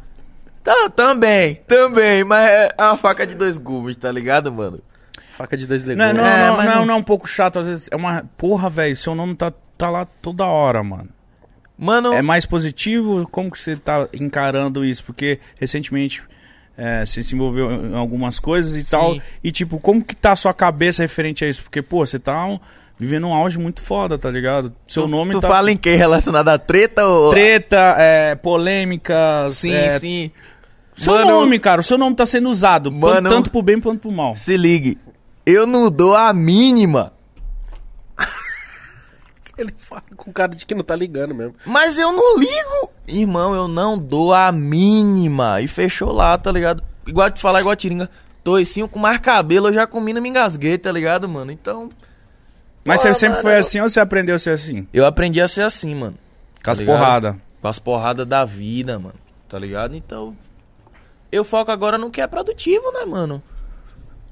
Speaker 5: Tá, também, também, mas é uma faca de dois gumes, tá ligado, mano?
Speaker 3: faca de dois
Speaker 1: Não,
Speaker 3: legumes.
Speaker 1: não,
Speaker 4: É,
Speaker 1: não,
Speaker 4: mas
Speaker 1: não,
Speaker 4: não-
Speaker 1: não é um pouco chato, às vezes é uma... Porra, velho, seu nome tá, tá lá toda hora, mano.
Speaker 4: Mano,
Speaker 1: É mais positivo? Como que você tá encarando isso? Porque recentemente é, você se envolveu em algumas coisas e
Speaker 4: Sim.
Speaker 1: tal. E tipo, como que tá a sua cabeça referente a isso? Porque, pô, você tá um- vivendo um auge muito foda, tá ligado? Seu nome
Speaker 5: Tu
Speaker 1: tá...
Speaker 5: fala em que relacionado a treta ou...
Speaker 1: Treta, é, polêmicas...
Speaker 5: Sim,
Speaker 1: é,
Speaker 5: sim.
Speaker 1: Seu
Speaker 5: Mano-
Speaker 1: nome, cara. O seu nome tá sendo usado. pan-
Speaker 5: Mano-
Speaker 1: Tanto pro bem quanto pro mal.
Speaker 5: Se ligue, eu não dou a mínima.
Speaker 3: Ele fala com cara de que não tá ligando mesmo.
Speaker 4: mas eu não ligo. Irmão, eu não dou a mínima. E fechou lá, tá ligado? Igual te falar, igual a Tiringa. Toicinho com mais cabelo, eu já combina me engasguei, tá ligado, mano? Então,
Speaker 1: Mas
Speaker 5: Ah,
Speaker 1: você
Speaker 4: Porra,
Speaker 1: sempre
Speaker 4: mano,
Speaker 1: foi
Speaker 4: eu-
Speaker 1: assim ou você aprendeu a ser assim?
Speaker 4: eu aprendi a ser assim, mano.
Speaker 1: Com as
Speaker 5: Tá
Speaker 4: ligado?
Speaker 1: porradas.
Speaker 4: Com as porradas da vida, mano. Tá ligado? Então. Eu foco agora no que é produtivo, né, mano?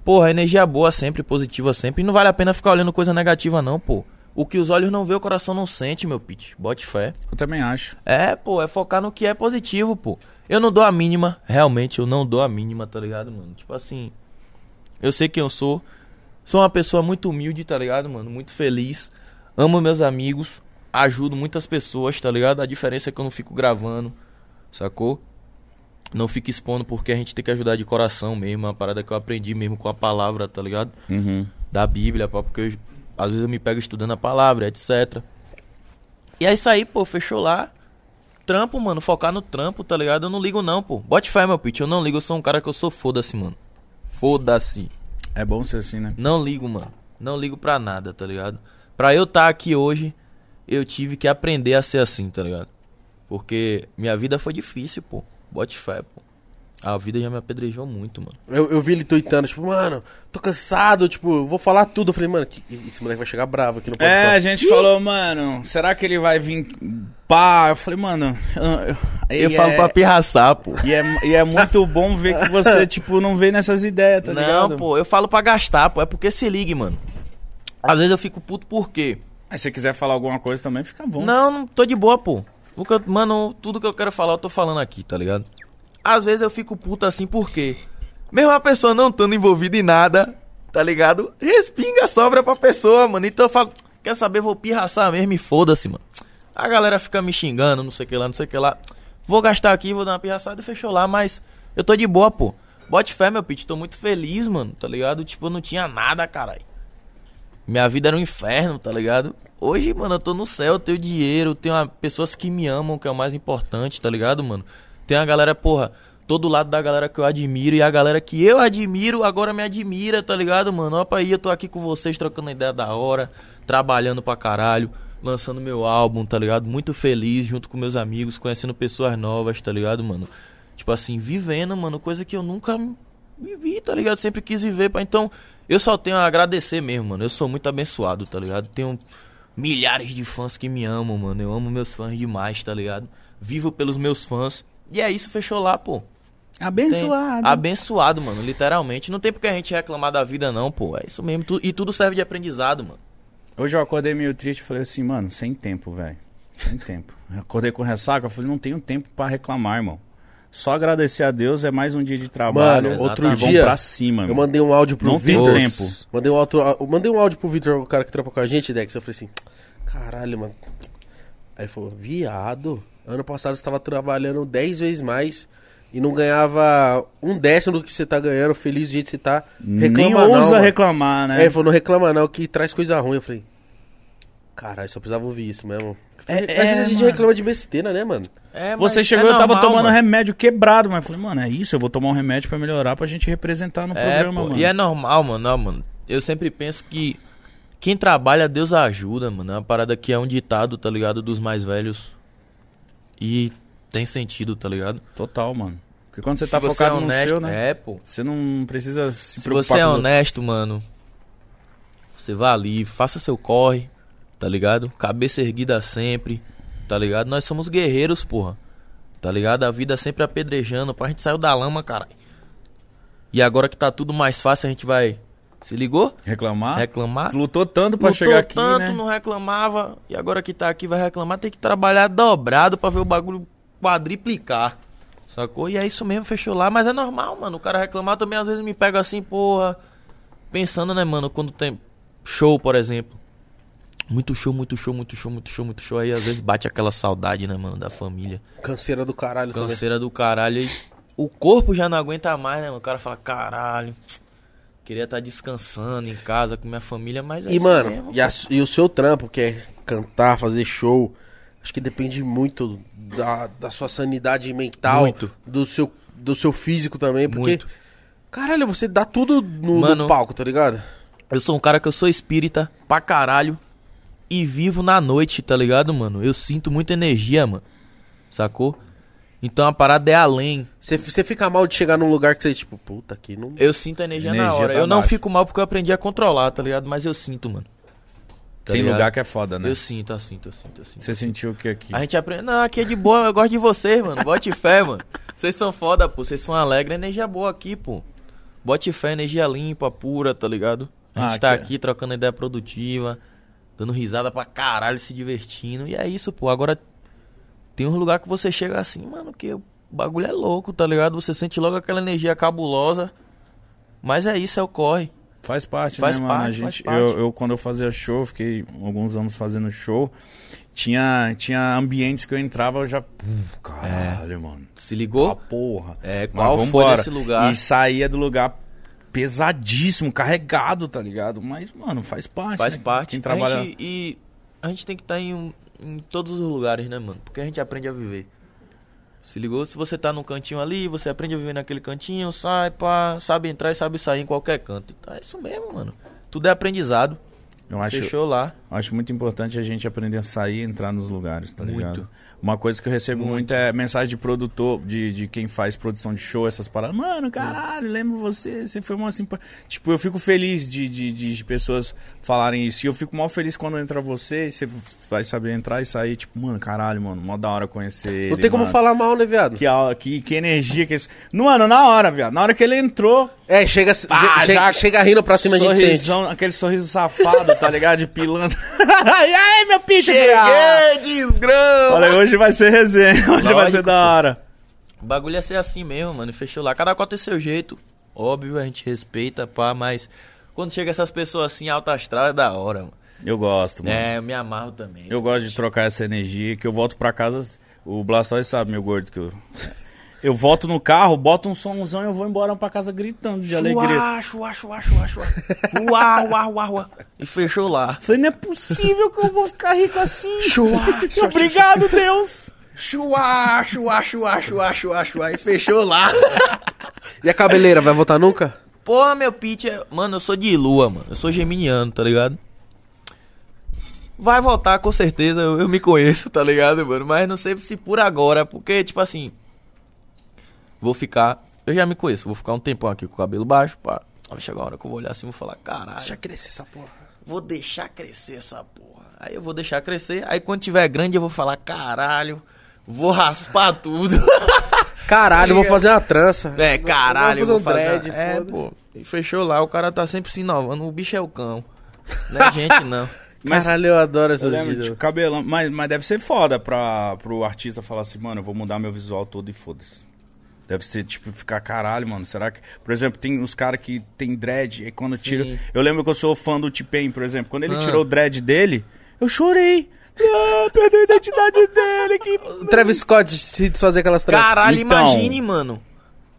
Speaker 4: Porra, energia boa sempre, positiva sempre. E não vale a pena ficar olhando coisa negativa, não, pô. O que os olhos não vê, o coração não sente, meu pitch. Bote fé.
Speaker 1: Eu também acho.
Speaker 4: É, pô, é focar no que é positivo, pô. Eu não dou a mínima, realmente, eu não dou a mínima, tá ligado, mano? Tipo assim, eu sei quem eu sou. Sou uma pessoa muito humilde, tá ligado, mano? Muito feliz. Amo meus amigos. Ajudo muitas pessoas, tá ligado? A diferença é que eu não fico gravando, sacou? Não fico expondo porque a gente tem que ajudar de coração mesmo. É uma parada que eu aprendi mesmo com a palavra, tá ligado?
Speaker 1: Uhum.
Speaker 4: da Bíblia, pá, porque eu- às vezes eu me pego estudando a palavra, etc. E é isso aí, pô, fechou lá. Trampo, mano, focar no trampo, tá ligado? Eu não ligo não, pô. Bote fé, meu pitch, eu não ligo, eu sou um cara que eu sou foda-se, mano. Foda-se.
Speaker 1: É bom ser assim, né?
Speaker 4: Não ligo, mano. Não ligo pra nada, tá ligado? Pra eu estar aqui hoje, eu tive que aprender a ser assim, tá ligado? Porque minha vida foi difícil, pô. Bote fé, pô. A vida já me apedrejou muito, mano.
Speaker 3: Eu, eu vi ele tweetando, tipo, mano, tô cansado, tipo, vou falar tudo. Eu falei, mano, que- esse moleque vai chegar bravo aqui
Speaker 1: É,
Speaker 3: no
Speaker 1: a
Speaker 3: podcast.
Speaker 1: gente falou, mano, será que ele vai vir pá? Eu falei, mano, eu, eu-
Speaker 4: Eu
Speaker 1: e
Speaker 4: falo
Speaker 1: é-
Speaker 4: pra pirraçar, pô.
Speaker 1: e é, e é muito bom ver que você, tipo, não vem nessas ideias, tá
Speaker 4: não,
Speaker 1: ligado?
Speaker 4: pô, eu falo pra gastar, pô. É porque se ligue, mano. Às vezes eu fico puto por quê?
Speaker 1: Mas se você quiser falar alguma coisa também, fica bom.
Speaker 4: Não, não tô de boa, pô. O que eu- mano, tudo que eu quero falar, eu tô falando aqui, tá ligado? Às vezes eu fico puto assim por quê? Mesmo a pessoa não estando envolvida em nada, tá ligado? Respinga, sobra pra pessoa, mano. Então eu falo, quer saber, vou pirraçar mesmo e foda-se, mano. A galera fica me xingando, não sei o que lá, não sei o que lá. Vou gastar aqui, vou dar uma pirraçada e fechou lá, mas eu tô de boa, pô. Bote fé, meu pitch, tô muito feliz, mano, tá ligado? Tipo, eu não tinha nada, caralho. Minha vida era um inferno, tá ligado? Hoje, mano, eu tô no céu, eu tenho dinheiro, eu tenho a- pessoas que me amam, que é o mais importante, tá ligado, mano? Tem a galera, porra, todo lado da galera que eu admiro e a galera que eu admiro agora me admira, tá ligado, mano? Opa aí, eu tô aqui com vocês trocando ideia da hora, trabalhando pra caralho, lançando meu álbum, tá ligado? Muito feliz, junto com meus amigos, conhecendo pessoas novas, tá ligado, mano? Tipo assim, vivendo, mano, coisa que eu nunca vivi, tá ligado? Sempre quis viver, pá. Então, eu só tenho a agradecer mesmo, mano. Eu sou muito abençoado, tá ligado? Tenho milhares de fãs que me amam, mano. Eu amo meus fãs demais, tá ligado? Vivo pelos meus fãs. E é isso, fechou lá, pô. Tem-
Speaker 1: Abençoado.
Speaker 4: Abençoado, mano, literalmente. Não tem porque a gente reclamar da vida, não, pô. É isso mesmo. Tu- E tudo serve de aprendizado, mano.
Speaker 1: Hoje eu acordei meio triste e falei assim, mano, sem tempo, velho. Sem tempo. Eu acordei com ressaca, eu falei, não tenho tempo pra reclamar, irmão. Só agradecer a Deus, é mais um dia de trabalho.
Speaker 4: Mano,
Speaker 1: e
Speaker 4: outro
Speaker 1: vamos
Speaker 3: dia,
Speaker 1: pra cima,
Speaker 3: Eu
Speaker 1: mano.
Speaker 3: mandei um áudio pro
Speaker 1: Não tem
Speaker 3: Vitor.
Speaker 1: tempo.
Speaker 3: Mandei um, outro, eu mandei um áudio pro Vitor, o cara que trampa com a gente, Dex. Eu falei assim, caralho, mano. Aí ele falou, viado, ano passado você tava trabalhando 10 vezes mais e não ganhava um décimo do que você tá ganhando, feliz do jeito que você tá.
Speaker 1: Nem
Speaker 3: Reclama não,
Speaker 1: ousa
Speaker 3: mano." É,
Speaker 1: reclamar,
Speaker 3: Aí
Speaker 1: né?
Speaker 3: ele falou, não reclama não, que traz coisa ruim. Eu falei, caralho, só precisava ouvir isso mesmo.
Speaker 1: É,
Speaker 3: Às vezes a gente
Speaker 1: mano.
Speaker 3: reclama de besteira, né, mano?
Speaker 4: É,
Speaker 1: Você
Speaker 4: mas
Speaker 1: chegou,
Speaker 4: é
Speaker 1: eu tava
Speaker 4: normal,
Speaker 1: tomando um
Speaker 4: mano.
Speaker 1: remédio quebrado, mas eu falei, mano, é isso, eu vou tomar um remédio pra melhorar, pra gente representar no
Speaker 4: É,
Speaker 1: programa,
Speaker 4: pô,
Speaker 1: mano.
Speaker 4: E é normal, mano. Não, mano. Eu sempre penso que quem trabalha, Deus ajuda, mano. É uma parada que é um ditado, tá ligado? Dos mais velhos. E tem sentido, tá ligado?
Speaker 1: Total, mano. Porque quando você
Speaker 4: Se
Speaker 1: tá
Speaker 4: você
Speaker 1: focado
Speaker 4: é
Speaker 1: no
Speaker 4: honesto,
Speaker 1: seu, né?
Speaker 4: É, pô.
Speaker 1: Você não precisa se,
Speaker 4: Se
Speaker 1: preocupar
Speaker 4: você é
Speaker 1: com os outros.
Speaker 4: honesto, mano, você vá ali, faça seu corre, tá ligado? Cabeça erguida sempre, tá ligado? Nós somos guerreiros, porra. Tá ligado? A vida sempre apedrejando, pô, a gente saiu da lama, caralho. E agora que tá tudo mais fácil, a gente vai. Se ligou?
Speaker 1: reclamar.
Speaker 4: Reclamar?
Speaker 1: Lutou tanto pra
Speaker 4: Lutou
Speaker 1: chegar aqui,
Speaker 4: tanto,
Speaker 1: né?
Speaker 4: não reclamava. E agora que tá aqui vai reclamar, tem que trabalhar dobrado pra ver o bagulho quadriplicar. Sacou? E é isso mesmo, fechou lá. Mas é normal, mano. O cara reclamar também às vezes me pega assim, porra. Pensando, né, mano, quando tem show, por exemplo. Muito show, muito show, muito show, muito show, muito show. Aí às vezes bate aquela saudade, né, mano, da família.
Speaker 3: Canseira do caralho também.
Speaker 4: Canseira do caralho. E o corpo já não aguenta mais, né, mano? O cara fala, caralho. Queria estar descansando em casa com minha família, mas é
Speaker 3: E,
Speaker 4: isso
Speaker 3: mano,
Speaker 4: mesmo,
Speaker 3: e, a su- e o seu trampo, que é cantar, fazer show, acho que depende muito da, da sua sanidade mental,
Speaker 4: Muito.
Speaker 3: do seu do seu físico também, porque
Speaker 4: Muito.
Speaker 3: caralho, você dá tudo no, no
Speaker 4: Mano.
Speaker 3: palco, tá ligado?
Speaker 4: Eu sou um cara que eu sou espírita pra caralho e vivo na noite, tá ligado, mano? Eu sinto muita energia, mano. Sacou? Então a parada é além.
Speaker 3: Você, você fica mal de chegar num lugar que você tipo, puta, aqui não
Speaker 4: Eu sinto a energia, na
Speaker 1: Energia
Speaker 4: hora.
Speaker 1: tá
Speaker 4: eu não
Speaker 1: baixa.
Speaker 4: fico mal porque eu aprendi a controlar, tá ligado? Mas eu sinto, mano. Tá
Speaker 1: Tem
Speaker 4: ligado?
Speaker 1: lugar que é foda, né?
Speaker 4: Eu sinto, eu sinto, eu sinto, eu sinto.
Speaker 1: Você sentiu o que aqui?
Speaker 4: A gente aprende. Não, aqui é de boa, eu gosto de vocês, mano. Bote fé, mano. Vocês são foda, pô. Vocês são alegres. Energia boa aqui, pô. Bote fé, energia limpa, pura, tá ligado? A gente
Speaker 1: Ah,
Speaker 4: tá
Speaker 1: que-
Speaker 4: aqui trocando ideia produtiva, dando risada pra caralho, se divertindo. E é isso, pô. Agora tem um lugar que você chega assim, mano, que o bagulho é louco, tá ligado? Você sente logo aquela energia cabulosa. Mas é isso, é o corre.
Speaker 1: Faz parte,
Speaker 4: Faz
Speaker 1: né, mano?
Speaker 4: parte,
Speaker 1: a gente,
Speaker 4: faz parte.
Speaker 1: Eu, eu, quando eu fazia show, fiquei alguns anos fazendo show, tinha, tinha ambientes que eu entrava, eu já... Pum,
Speaker 4: É.
Speaker 1: Caralho, mano.
Speaker 4: Se ligou?
Speaker 1: Ah, porra.
Speaker 4: É,
Speaker 1: Mas
Speaker 4: qual foi
Speaker 1: vambora.
Speaker 4: esse lugar?
Speaker 1: E saía do lugar pesadíssimo, carregado, tá ligado? Mas, mano, faz parte.
Speaker 4: Faz
Speaker 1: né?
Speaker 4: parte.
Speaker 1: Quem trabalha...
Speaker 4: A gente, e a gente tem que estar em, um- em todos os lugares, né, mano? Porque a gente aprende a viver. Se ligou? Se você tá num cantinho ali, você aprende a viver naquele cantinho, sai, pá, sabe entrar e sabe sair em qualquer canto. Então é isso mesmo, mano. Tudo é aprendizado.
Speaker 1: Eu acho,
Speaker 4: Fechou lá.
Speaker 1: acho muito importante a gente aprender a sair e entrar nos lugares, tá
Speaker 4: Muito.
Speaker 1: ligado? Uma coisa que eu recebo muito, é mensagem de produtor, de, de quem faz produção de show, essas paradas. Mano, caralho, lembro você, você foi uma simpa... Tipo, eu fico feliz de, de, de pessoas falarem isso. E eu fico mal feliz quando entra você, e você vai saber entrar e sair. Tipo, mano, caralho, mano, mó da hora conhecer ele.
Speaker 3: Não tem como
Speaker 1: mano.
Speaker 3: falar mal, né, viado?
Speaker 1: Que, a- que, que energia que esse... No, Mano, na hora, viado. Na hora que ele entrou,
Speaker 3: É, chega, che-
Speaker 1: Ah,
Speaker 3: che-
Speaker 1: já-
Speaker 3: chega rindo pra cima a gente sente.
Speaker 1: sorrisão, aquele sorriso safado, tá ligado? De pilantra. e aí, meu picho, viado?
Speaker 5: Cheguei, desgrama!
Speaker 1: Olha, hoje vai ser resenha, hoje vai ser
Speaker 4: Lógico,
Speaker 1: da hora.
Speaker 4: O bagulho é ser assim mesmo, mano. Fechou lá. Cada qual tem seu jeito. Óbvio, a gente respeita, pá, mas quando chega essas pessoas assim, alta astral, é da hora, mano.
Speaker 1: Eu gosto, mano.
Speaker 4: É, eu me amarro também.
Speaker 1: Eu gosto de trocar essa energia, que eu volto pra casa. O Blastoise sabe, meu gordo, que eu. Eu volto no carro, boto um somzão e eu vou embora pra casa gritando de alegria.
Speaker 4: Uá, chuá, chuá, chuá, chuá. Uá, uá, uá, uá. E fechou lá.
Speaker 1: Falei, não é possível que eu vou ficar rico assim.
Speaker 4: Chuá.
Speaker 1: Obrigado, Deus.
Speaker 5: Chua, chua, chua, chua, chua, chua, e fechou lá.
Speaker 3: E a cabeleira, vai voltar nunca?
Speaker 4: Porra, meu pitch é... Mano, eu sou de lua, mano. Eu sou geminiano, tá ligado? Vai voltar, com certeza. Eu, eu me conheço, tá ligado, mano? Mas não sei se por agora, porque, tipo assim... Vou ficar... Eu já me conheço. Vou ficar um tempão aqui com o cabelo baixo, pá. Vai chegar uma hora que eu vou olhar assim e vou falar, caralho.
Speaker 5: crescer essa porra.
Speaker 4: vou deixar crescer essa porra. Aí eu vou deixar crescer, aí quando tiver grande eu vou falar, caralho, vou raspar tudo.
Speaker 3: Caralho, eu vou fazer uma trança.
Speaker 4: É, caralho, eu vou
Speaker 3: fazer um
Speaker 4: fazer.
Speaker 3: dread,
Speaker 4: é,
Speaker 3: foda-se.
Speaker 4: pô. E fechou lá, o cara tá sempre se inovando. O bicho é o cão. Não é gente, não.
Speaker 1: Mas-
Speaker 3: Caralho, eu adoro essas
Speaker 1: Eu lembro,
Speaker 3: gírias.
Speaker 1: tipo, cabelão. Mas, mas deve ser foda pra, pro artista falar assim, mano, eu vou mudar meu visual todo e foda-se. Deve ser, tipo, ficar caralho, mano. Será que. Por exemplo, tem uns caras que tem dread e quando tira. Eu lembro que eu sou fã do T-Pain, por exemplo. Quando ele
Speaker 4: Ah.
Speaker 1: tirou o dread dele, eu chorei. Ah, perdeu a identidade dele. Que...
Speaker 3: O Travis Scott se desfazer aquelas tranças.
Speaker 4: Caralho,
Speaker 1: Então.
Speaker 4: imagine, mano.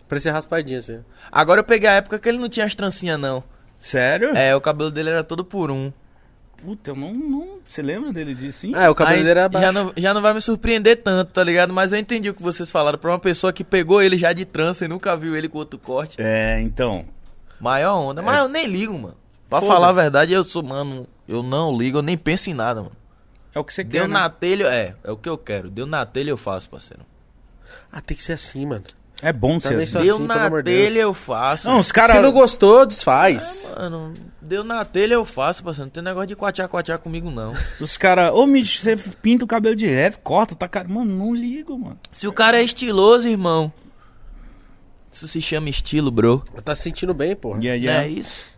Speaker 3: Parecia raspadinha, assim.
Speaker 4: Agora eu peguei a época que ele não tinha as trancinhas, não.
Speaker 1: Sério?
Speaker 4: É, o cabelo dele era todo por um.
Speaker 1: Puta, eu não, não. Você lembra dele disso, hein?
Speaker 3: Ah, o cabelo
Speaker 4: Aí
Speaker 3: dele era baixo.
Speaker 4: já não, já não vai me surpreender tanto, tá ligado? Mas eu entendi o que vocês falaram. Pra uma pessoa que pegou ele já de trança e nunca viu ele com outro corte.
Speaker 1: É, então.
Speaker 4: Maior onda. Mas eu nem ligo, mano. Pra
Speaker 1: Foda-se.
Speaker 4: falar a verdade, eu sou, mano, eu não ligo, eu nem penso em nada, mano.
Speaker 1: É o que você quer.
Speaker 4: Deu
Speaker 1: né?
Speaker 4: na telha, é, é o que eu quero. Deu na telha eu faço, parceiro.
Speaker 3: Ah, tem que ser assim, mano.
Speaker 1: É bom ser
Speaker 3: Também
Speaker 1: assim.
Speaker 3: só-
Speaker 4: Deu
Speaker 3: assim, pelo
Speaker 4: na
Speaker 3: amor de
Speaker 4: telha
Speaker 3: Deus.
Speaker 4: eu faço. É,
Speaker 1: Não, os caras.
Speaker 3: Se não gostou, desfaz.
Speaker 4: Mano, deu na telha eu faço, parceiro. Não tem negócio de quatiar, quatiar comigo, não.
Speaker 1: Os caras. Ô, Mitch, você pinta o cabelo direto, corta, tá cara. Mano, não ligo, mano.
Speaker 4: Se o cara é estiloso, irmão. Isso se chama estilo, bro.
Speaker 3: tá se sentindo bem, porra.
Speaker 1: Yeah,
Speaker 4: Não é
Speaker 1: yeah.
Speaker 4: isso?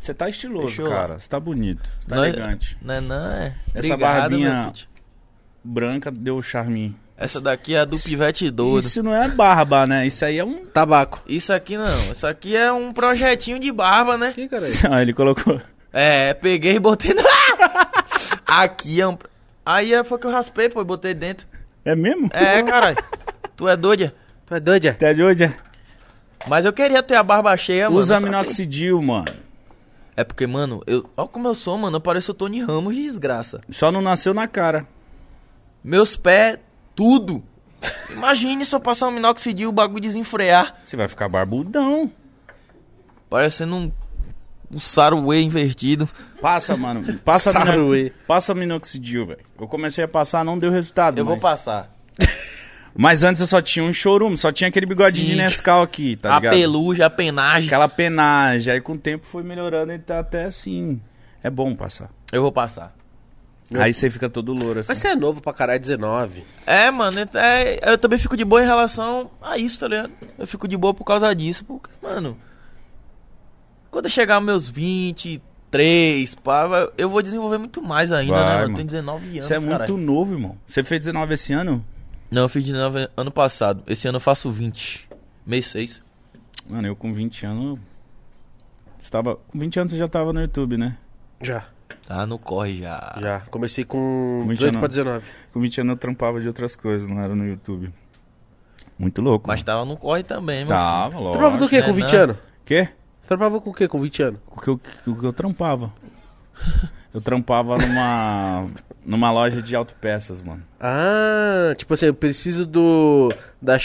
Speaker 1: Você tá estiloso,
Speaker 4: Fechou.
Speaker 1: cara. Você tá bonito. Você tá
Speaker 4: não, é-
Speaker 1: elegante.
Speaker 4: Não é, não é.
Speaker 1: Essa barbinha-
Speaker 4: meu pute.
Speaker 1: Branca deu o charminho.
Speaker 4: Essa daqui é a do pivete doido. Isso.
Speaker 1: Isso não é barba, né? Isso aí é um.
Speaker 3: Tabaco.
Speaker 4: aqui não. Isso aqui é um projetinho de barba, né?
Speaker 3: Que caralho?
Speaker 1: Ah, ele colocou.
Speaker 4: É, peguei e botei na... aqui é um... Aí é, foi que eu raspei, pô, e botei dentro.
Speaker 1: É mesmo?
Speaker 4: É, caralho. Tu é doida?
Speaker 3: Tu é doida?
Speaker 1: Até de hoje
Speaker 4: Tá
Speaker 1: é.
Speaker 4: Mas eu queria ter a barba cheia, mano.
Speaker 1: Usa
Speaker 4: só que-
Speaker 1: minoxidil, mano.
Speaker 4: É porque, mano, eu... Olha como eu sou, mano. Eu pareço o Tony Ramos de desgraça.
Speaker 1: Só não nasceu na cara.
Speaker 4: Meus pés, tudo. Imagine se eu passar um minoxidil, o bagulho desenfrear.
Speaker 1: Você vai ficar barbudão.
Speaker 4: Parecendo um, um saruê invertido.
Speaker 1: Passa, mano. Passa,
Speaker 3: Saruê.
Speaker 1: mino... Passa minoxidil, velho. Eu comecei a passar, não deu resultado.
Speaker 4: Eu vou
Speaker 1: mas-
Speaker 4: passar.
Speaker 1: Mas antes eu só tinha um chorume, só tinha aquele bigodinho de
Speaker 4: Sim.
Speaker 1: Nescau aqui, tá
Speaker 4: a
Speaker 1: ligado?
Speaker 4: peluja, a penagem.
Speaker 1: Aquela penagem. Aí com o tempo foi melhorando e tá até assim. É bom passar.
Speaker 4: Eu vou passar.
Speaker 1: Aí você fica todo louro assim.
Speaker 3: Mas você é novo pra caralho, 19.
Speaker 4: É, mano, é- eu também fico de boa em relação a isso, tá ligado? Eu fico de boa por causa disso, porque, mano. Quando eu chegar aos meus 23, pá, vai- eu vou desenvolver muito mais ainda,
Speaker 1: Vai,
Speaker 4: né? mano? Eu
Speaker 1: mano.
Speaker 4: tenho 19 anos,
Speaker 1: Você é muito
Speaker 4: caralho.
Speaker 1: novo, irmão. Você fez 19 esse ano?
Speaker 4: Não, eu fiz 19 ano passado. Esse ano eu faço 20. Mês 6.
Speaker 1: Mano, eu com 20 anos. Você tava. Com 20 anos você já tava no YouTube, né?
Speaker 3: Já.
Speaker 4: Tá no corre já.
Speaker 3: Já. Comecei com
Speaker 1: 20
Speaker 3: 18
Speaker 1: anos.
Speaker 3: pra 19.
Speaker 1: Com 20 anos eu trampava de outras coisas, não era no YouTube. Muito louco.
Speaker 4: Mas tava no corre também, mano.
Speaker 1: Tava, logo.
Speaker 3: Trampava do quê
Speaker 4: né,
Speaker 3: com 20
Speaker 4: não?
Speaker 3: anos?
Speaker 1: Quê?
Speaker 3: Trampava com o quê com 20 anos?
Speaker 1: O que eu, o que eu trampava. Eu trampava numa. numa loja de autopeças, mano.
Speaker 3: Ah, tipo assim, eu preciso do. da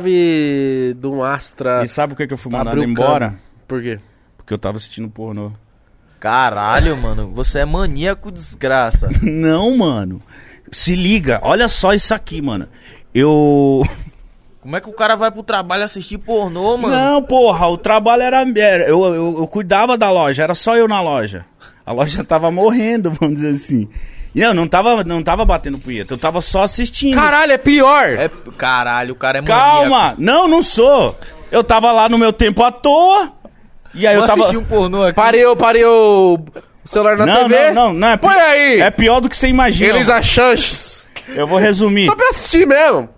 Speaker 3: chave de um Astra.
Speaker 1: E sabe por que, que eu fui
Speaker 3: Abriu
Speaker 1: mandado
Speaker 3: o
Speaker 1: embora?
Speaker 3: cano. Por quê?
Speaker 1: Porque eu tava assistindo pornô.
Speaker 4: Caralho, mano. Você é maníaco desgraça.
Speaker 1: Não, mano. Se liga, olha só isso aqui, mano. Eu.
Speaker 4: Como é que o cara vai pro trabalho assistir pornô, mano?
Speaker 1: Não, porra, o trabalho era. era- Eu, eu, eu cuidava da loja, era só eu na loja. A loja tava morrendo, vamos dizer assim. E eu não tava, não tava batendo punheta, eu tava só assistindo.
Speaker 3: Caralho, é pior!
Speaker 4: É, caralho, o cara é maníaco.
Speaker 1: Calma! Não, não sou! Eu tava lá no meu tempo à toa. E aí
Speaker 4: Vou
Speaker 1: eu tava.
Speaker 4: assistir um pornô aqui.
Speaker 3: Parei, o- parei o o celular na
Speaker 1: Não,
Speaker 3: TV.
Speaker 1: não, não, não é pi-
Speaker 3: Põe aí!
Speaker 1: É pior do que você imagina.
Speaker 3: Eles achans.
Speaker 1: Eu vou resumir.
Speaker 3: Só pra assistir mesmo.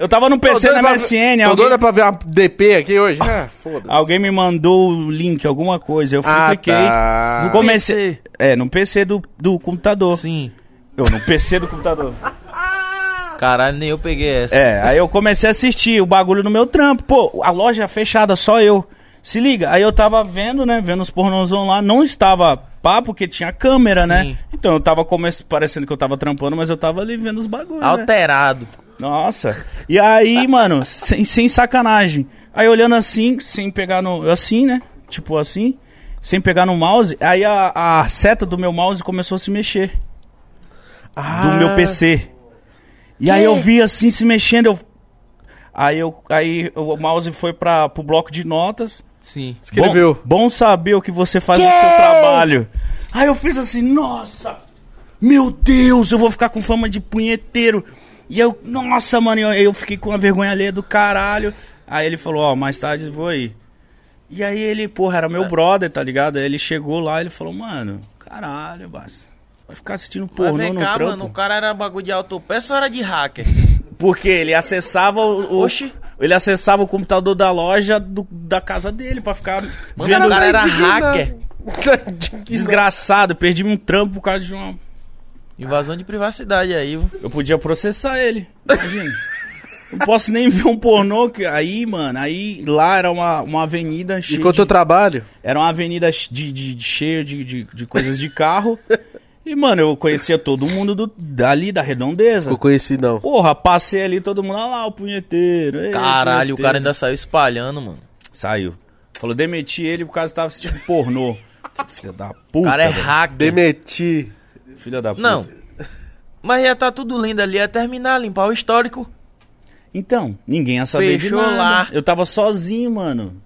Speaker 1: Eu tava no
Speaker 3: Tô
Speaker 1: PC
Speaker 3: doido
Speaker 1: na
Speaker 3: pra-
Speaker 1: MSN,
Speaker 3: Tô
Speaker 1: alguém,
Speaker 3: doida pra ver uma DP aqui hoje. Ah, foda-se.
Speaker 1: alguém me mandou o link, alguma coisa. Eu fui,
Speaker 3: Ah,
Speaker 1: cliquei.
Speaker 3: tá.
Speaker 1: No
Speaker 3: No
Speaker 1: comecei. É, no PC do, do computador.
Speaker 4: Sim.
Speaker 1: Eu, no PC do computador.
Speaker 4: Caralho, nem eu peguei essa.
Speaker 1: É, aí eu comecei a assistir o bagulho no meu trampo. Pô, a loja fechada, só eu. Se liga, aí eu tava vendo, né? Vendo os pornozão lá, não estava pá, porque tinha câmera,
Speaker 4: Sim.
Speaker 1: né? Então eu tava come... parecendo que eu tava trampando, mas eu tava ali vendo os bagulhos. Né?
Speaker 4: Alterado.
Speaker 1: Nossa. E aí, mano, sem, sem sacanagem. Aí olhando assim, sem pegar no. Assim, né? Tipo assim. Sem pegar no mouse. Aí a, a seta do meu mouse começou a se mexer. Ah, Do
Speaker 3: Ah.
Speaker 1: meu PC. E aí eu vi assim se mexendo. Eu... Aí, eu, aí o mouse foi pra, pro bloco de notas.
Speaker 4: Sim.
Speaker 3: Escreveu.
Speaker 1: Bom, bom saber o que você faz no seu trabalho. Aí eu fiz assim, nossa, meu Deus, eu vou ficar com fama de punheteiro. E eu, nossa, mano, eu, eu fiquei com uma vergonha alheia do caralho. Aí ele falou, ó, mais tarde eu vou aí. E aí ele, porra, era
Speaker 4: É.
Speaker 1: meu brother, tá ligado? Aí ele chegou lá ele falou, mano, caralho, basta. Vai ficar assistindo
Speaker 4: Mas
Speaker 1: pornô
Speaker 4: vem
Speaker 1: no
Speaker 4: cá,
Speaker 1: trampo.
Speaker 4: mano, o cara era bagulho de autopeça ou era de hacker?
Speaker 1: Porque ele acessava o. o-
Speaker 4: Oxi.
Speaker 1: Ele acessava o computador da loja do- da casa dele pra ficar
Speaker 4: Mano,
Speaker 3: Ah,
Speaker 1: vendo.
Speaker 4: o cara era
Speaker 5: indignado.
Speaker 4: hacker.
Speaker 1: Desgraçado, perdi um trampo por causa de uma.
Speaker 4: Invasão de privacidade aí, viu?
Speaker 1: Eu podia processar ele. Imagina. Não posso nem ver um pornô. Que... Aí, mano, aí lá era uma, uma avenida cheia.
Speaker 3: Enquanto eu
Speaker 1: de-
Speaker 3: trabalho,
Speaker 1: Era uma avenida de, de, de- cheia de, de, de coisas de carro. E, mano, eu conhecia todo mundo do, dali, da redondeza.
Speaker 3: eu conheci não.
Speaker 1: Porra, passei ali todo mundo. Olha lá o punheteiro. ei,
Speaker 4: Caralho, o
Speaker 1: punheteiro.
Speaker 4: cara ainda saiu espalhando, mano.
Speaker 1: Saiu. Falou, demiti ele por causa que tava assistindo pornô. Filha da
Speaker 4: O
Speaker 1: puta.
Speaker 4: cara é
Speaker 1: velho.
Speaker 4: hacker.
Speaker 3: Demeti.
Speaker 1: Filha da puta.
Speaker 4: Não. Mas ia tá tudo lindo ali, ia terminar, limpar o histórico.
Speaker 1: Então, ninguém ia saber
Speaker 4: Fechou
Speaker 1: de nada.
Speaker 4: lá.
Speaker 1: Eu tava sozinho, mano.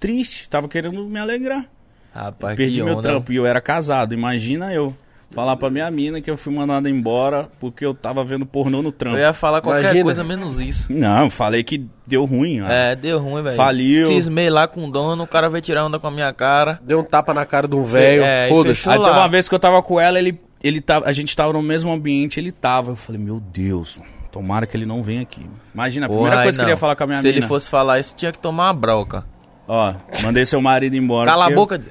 Speaker 1: Triste, tava querendo me alegrar.
Speaker 4: Rapaz,
Speaker 1: Perdi
Speaker 4: que
Speaker 1: meu
Speaker 4: onda.
Speaker 1: trampo e eu era casado. Imagina eu falar pra minha mina que eu fui mandado embora porque eu tava vendo pornô no
Speaker 4: Eu
Speaker 1: trampo.
Speaker 4: ia falar qualquer
Speaker 3: Imagina.
Speaker 4: coisa menos isso.
Speaker 1: Não, falei que deu ruim. ó.
Speaker 4: É, deu ruim, velho.
Speaker 1: Faliu.
Speaker 4: Cismei lá com o dono, o cara veio tirar onda com a minha cara.
Speaker 3: Deu um tapa na cara de um velho.
Speaker 4: É, e
Speaker 3: Foda-se.
Speaker 4: fechou
Speaker 1: Aí
Speaker 4: lá.
Speaker 1: teve uma vez que eu tava com ela, ele, ele tava, a gente tava no mesmo ambiente, ele tava. Eu falei, meu Deus, mano, tomara que ele não venha aqui. Imagina, a primeira
Speaker 4: Porra,
Speaker 1: coisa
Speaker 4: aí
Speaker 1: que eu ia
Speaker 4: não.
Speaker 1: falar com a minha
Speaker 4: Se
Speaker 1: mina.
Speaker 4: ele fosse falar isso, tinha que tomar uma broca.
Speaker 1: Ó, mandei seu marido embora.
Speaker 4: Cala a
Speaker 1: porque-
Speaker 4: boca. de-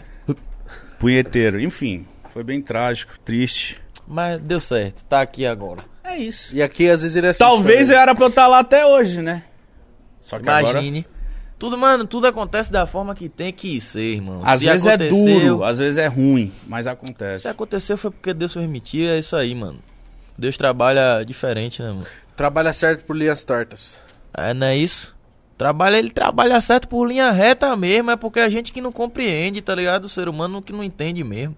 Speaker 1: Punheteiro. Enfim, foi bem trágico, triste.
Speaker 4: Mas deu certo, tá aqui agora.
Speaker 1: É isso.
Speaker 3: E aqui às vezes ele assiste.
Speaker 1: Talvez eu
Speaker 3: né?
Speaker 1: era pra eu estar lá até hoje, né? Só que agora...
Speaker 4: Imagine. Tudo, mano, tudo acontece da forma que tem que ser, irmão.
Speaker 1: Às
Speaker 4: Se
Speaker 1: vezes é
Speaker 4: aconteceu- é-
Speaker 1: duro, às vezes é ruim, mas acontece.
Speaker 4: Se aconteceu foi porque Deus permitiu, é isso aí, mano. Deus trabalha diferente, né, mano?
Speaker 3: Trabalha certo por linhas tortas.
Speaker 4: É, não é isso? Trabalha, ele trabalha certo por linha reta mesmo, é porque a gente que não compreende, tá ligado? O ser humano que não entende mesmo.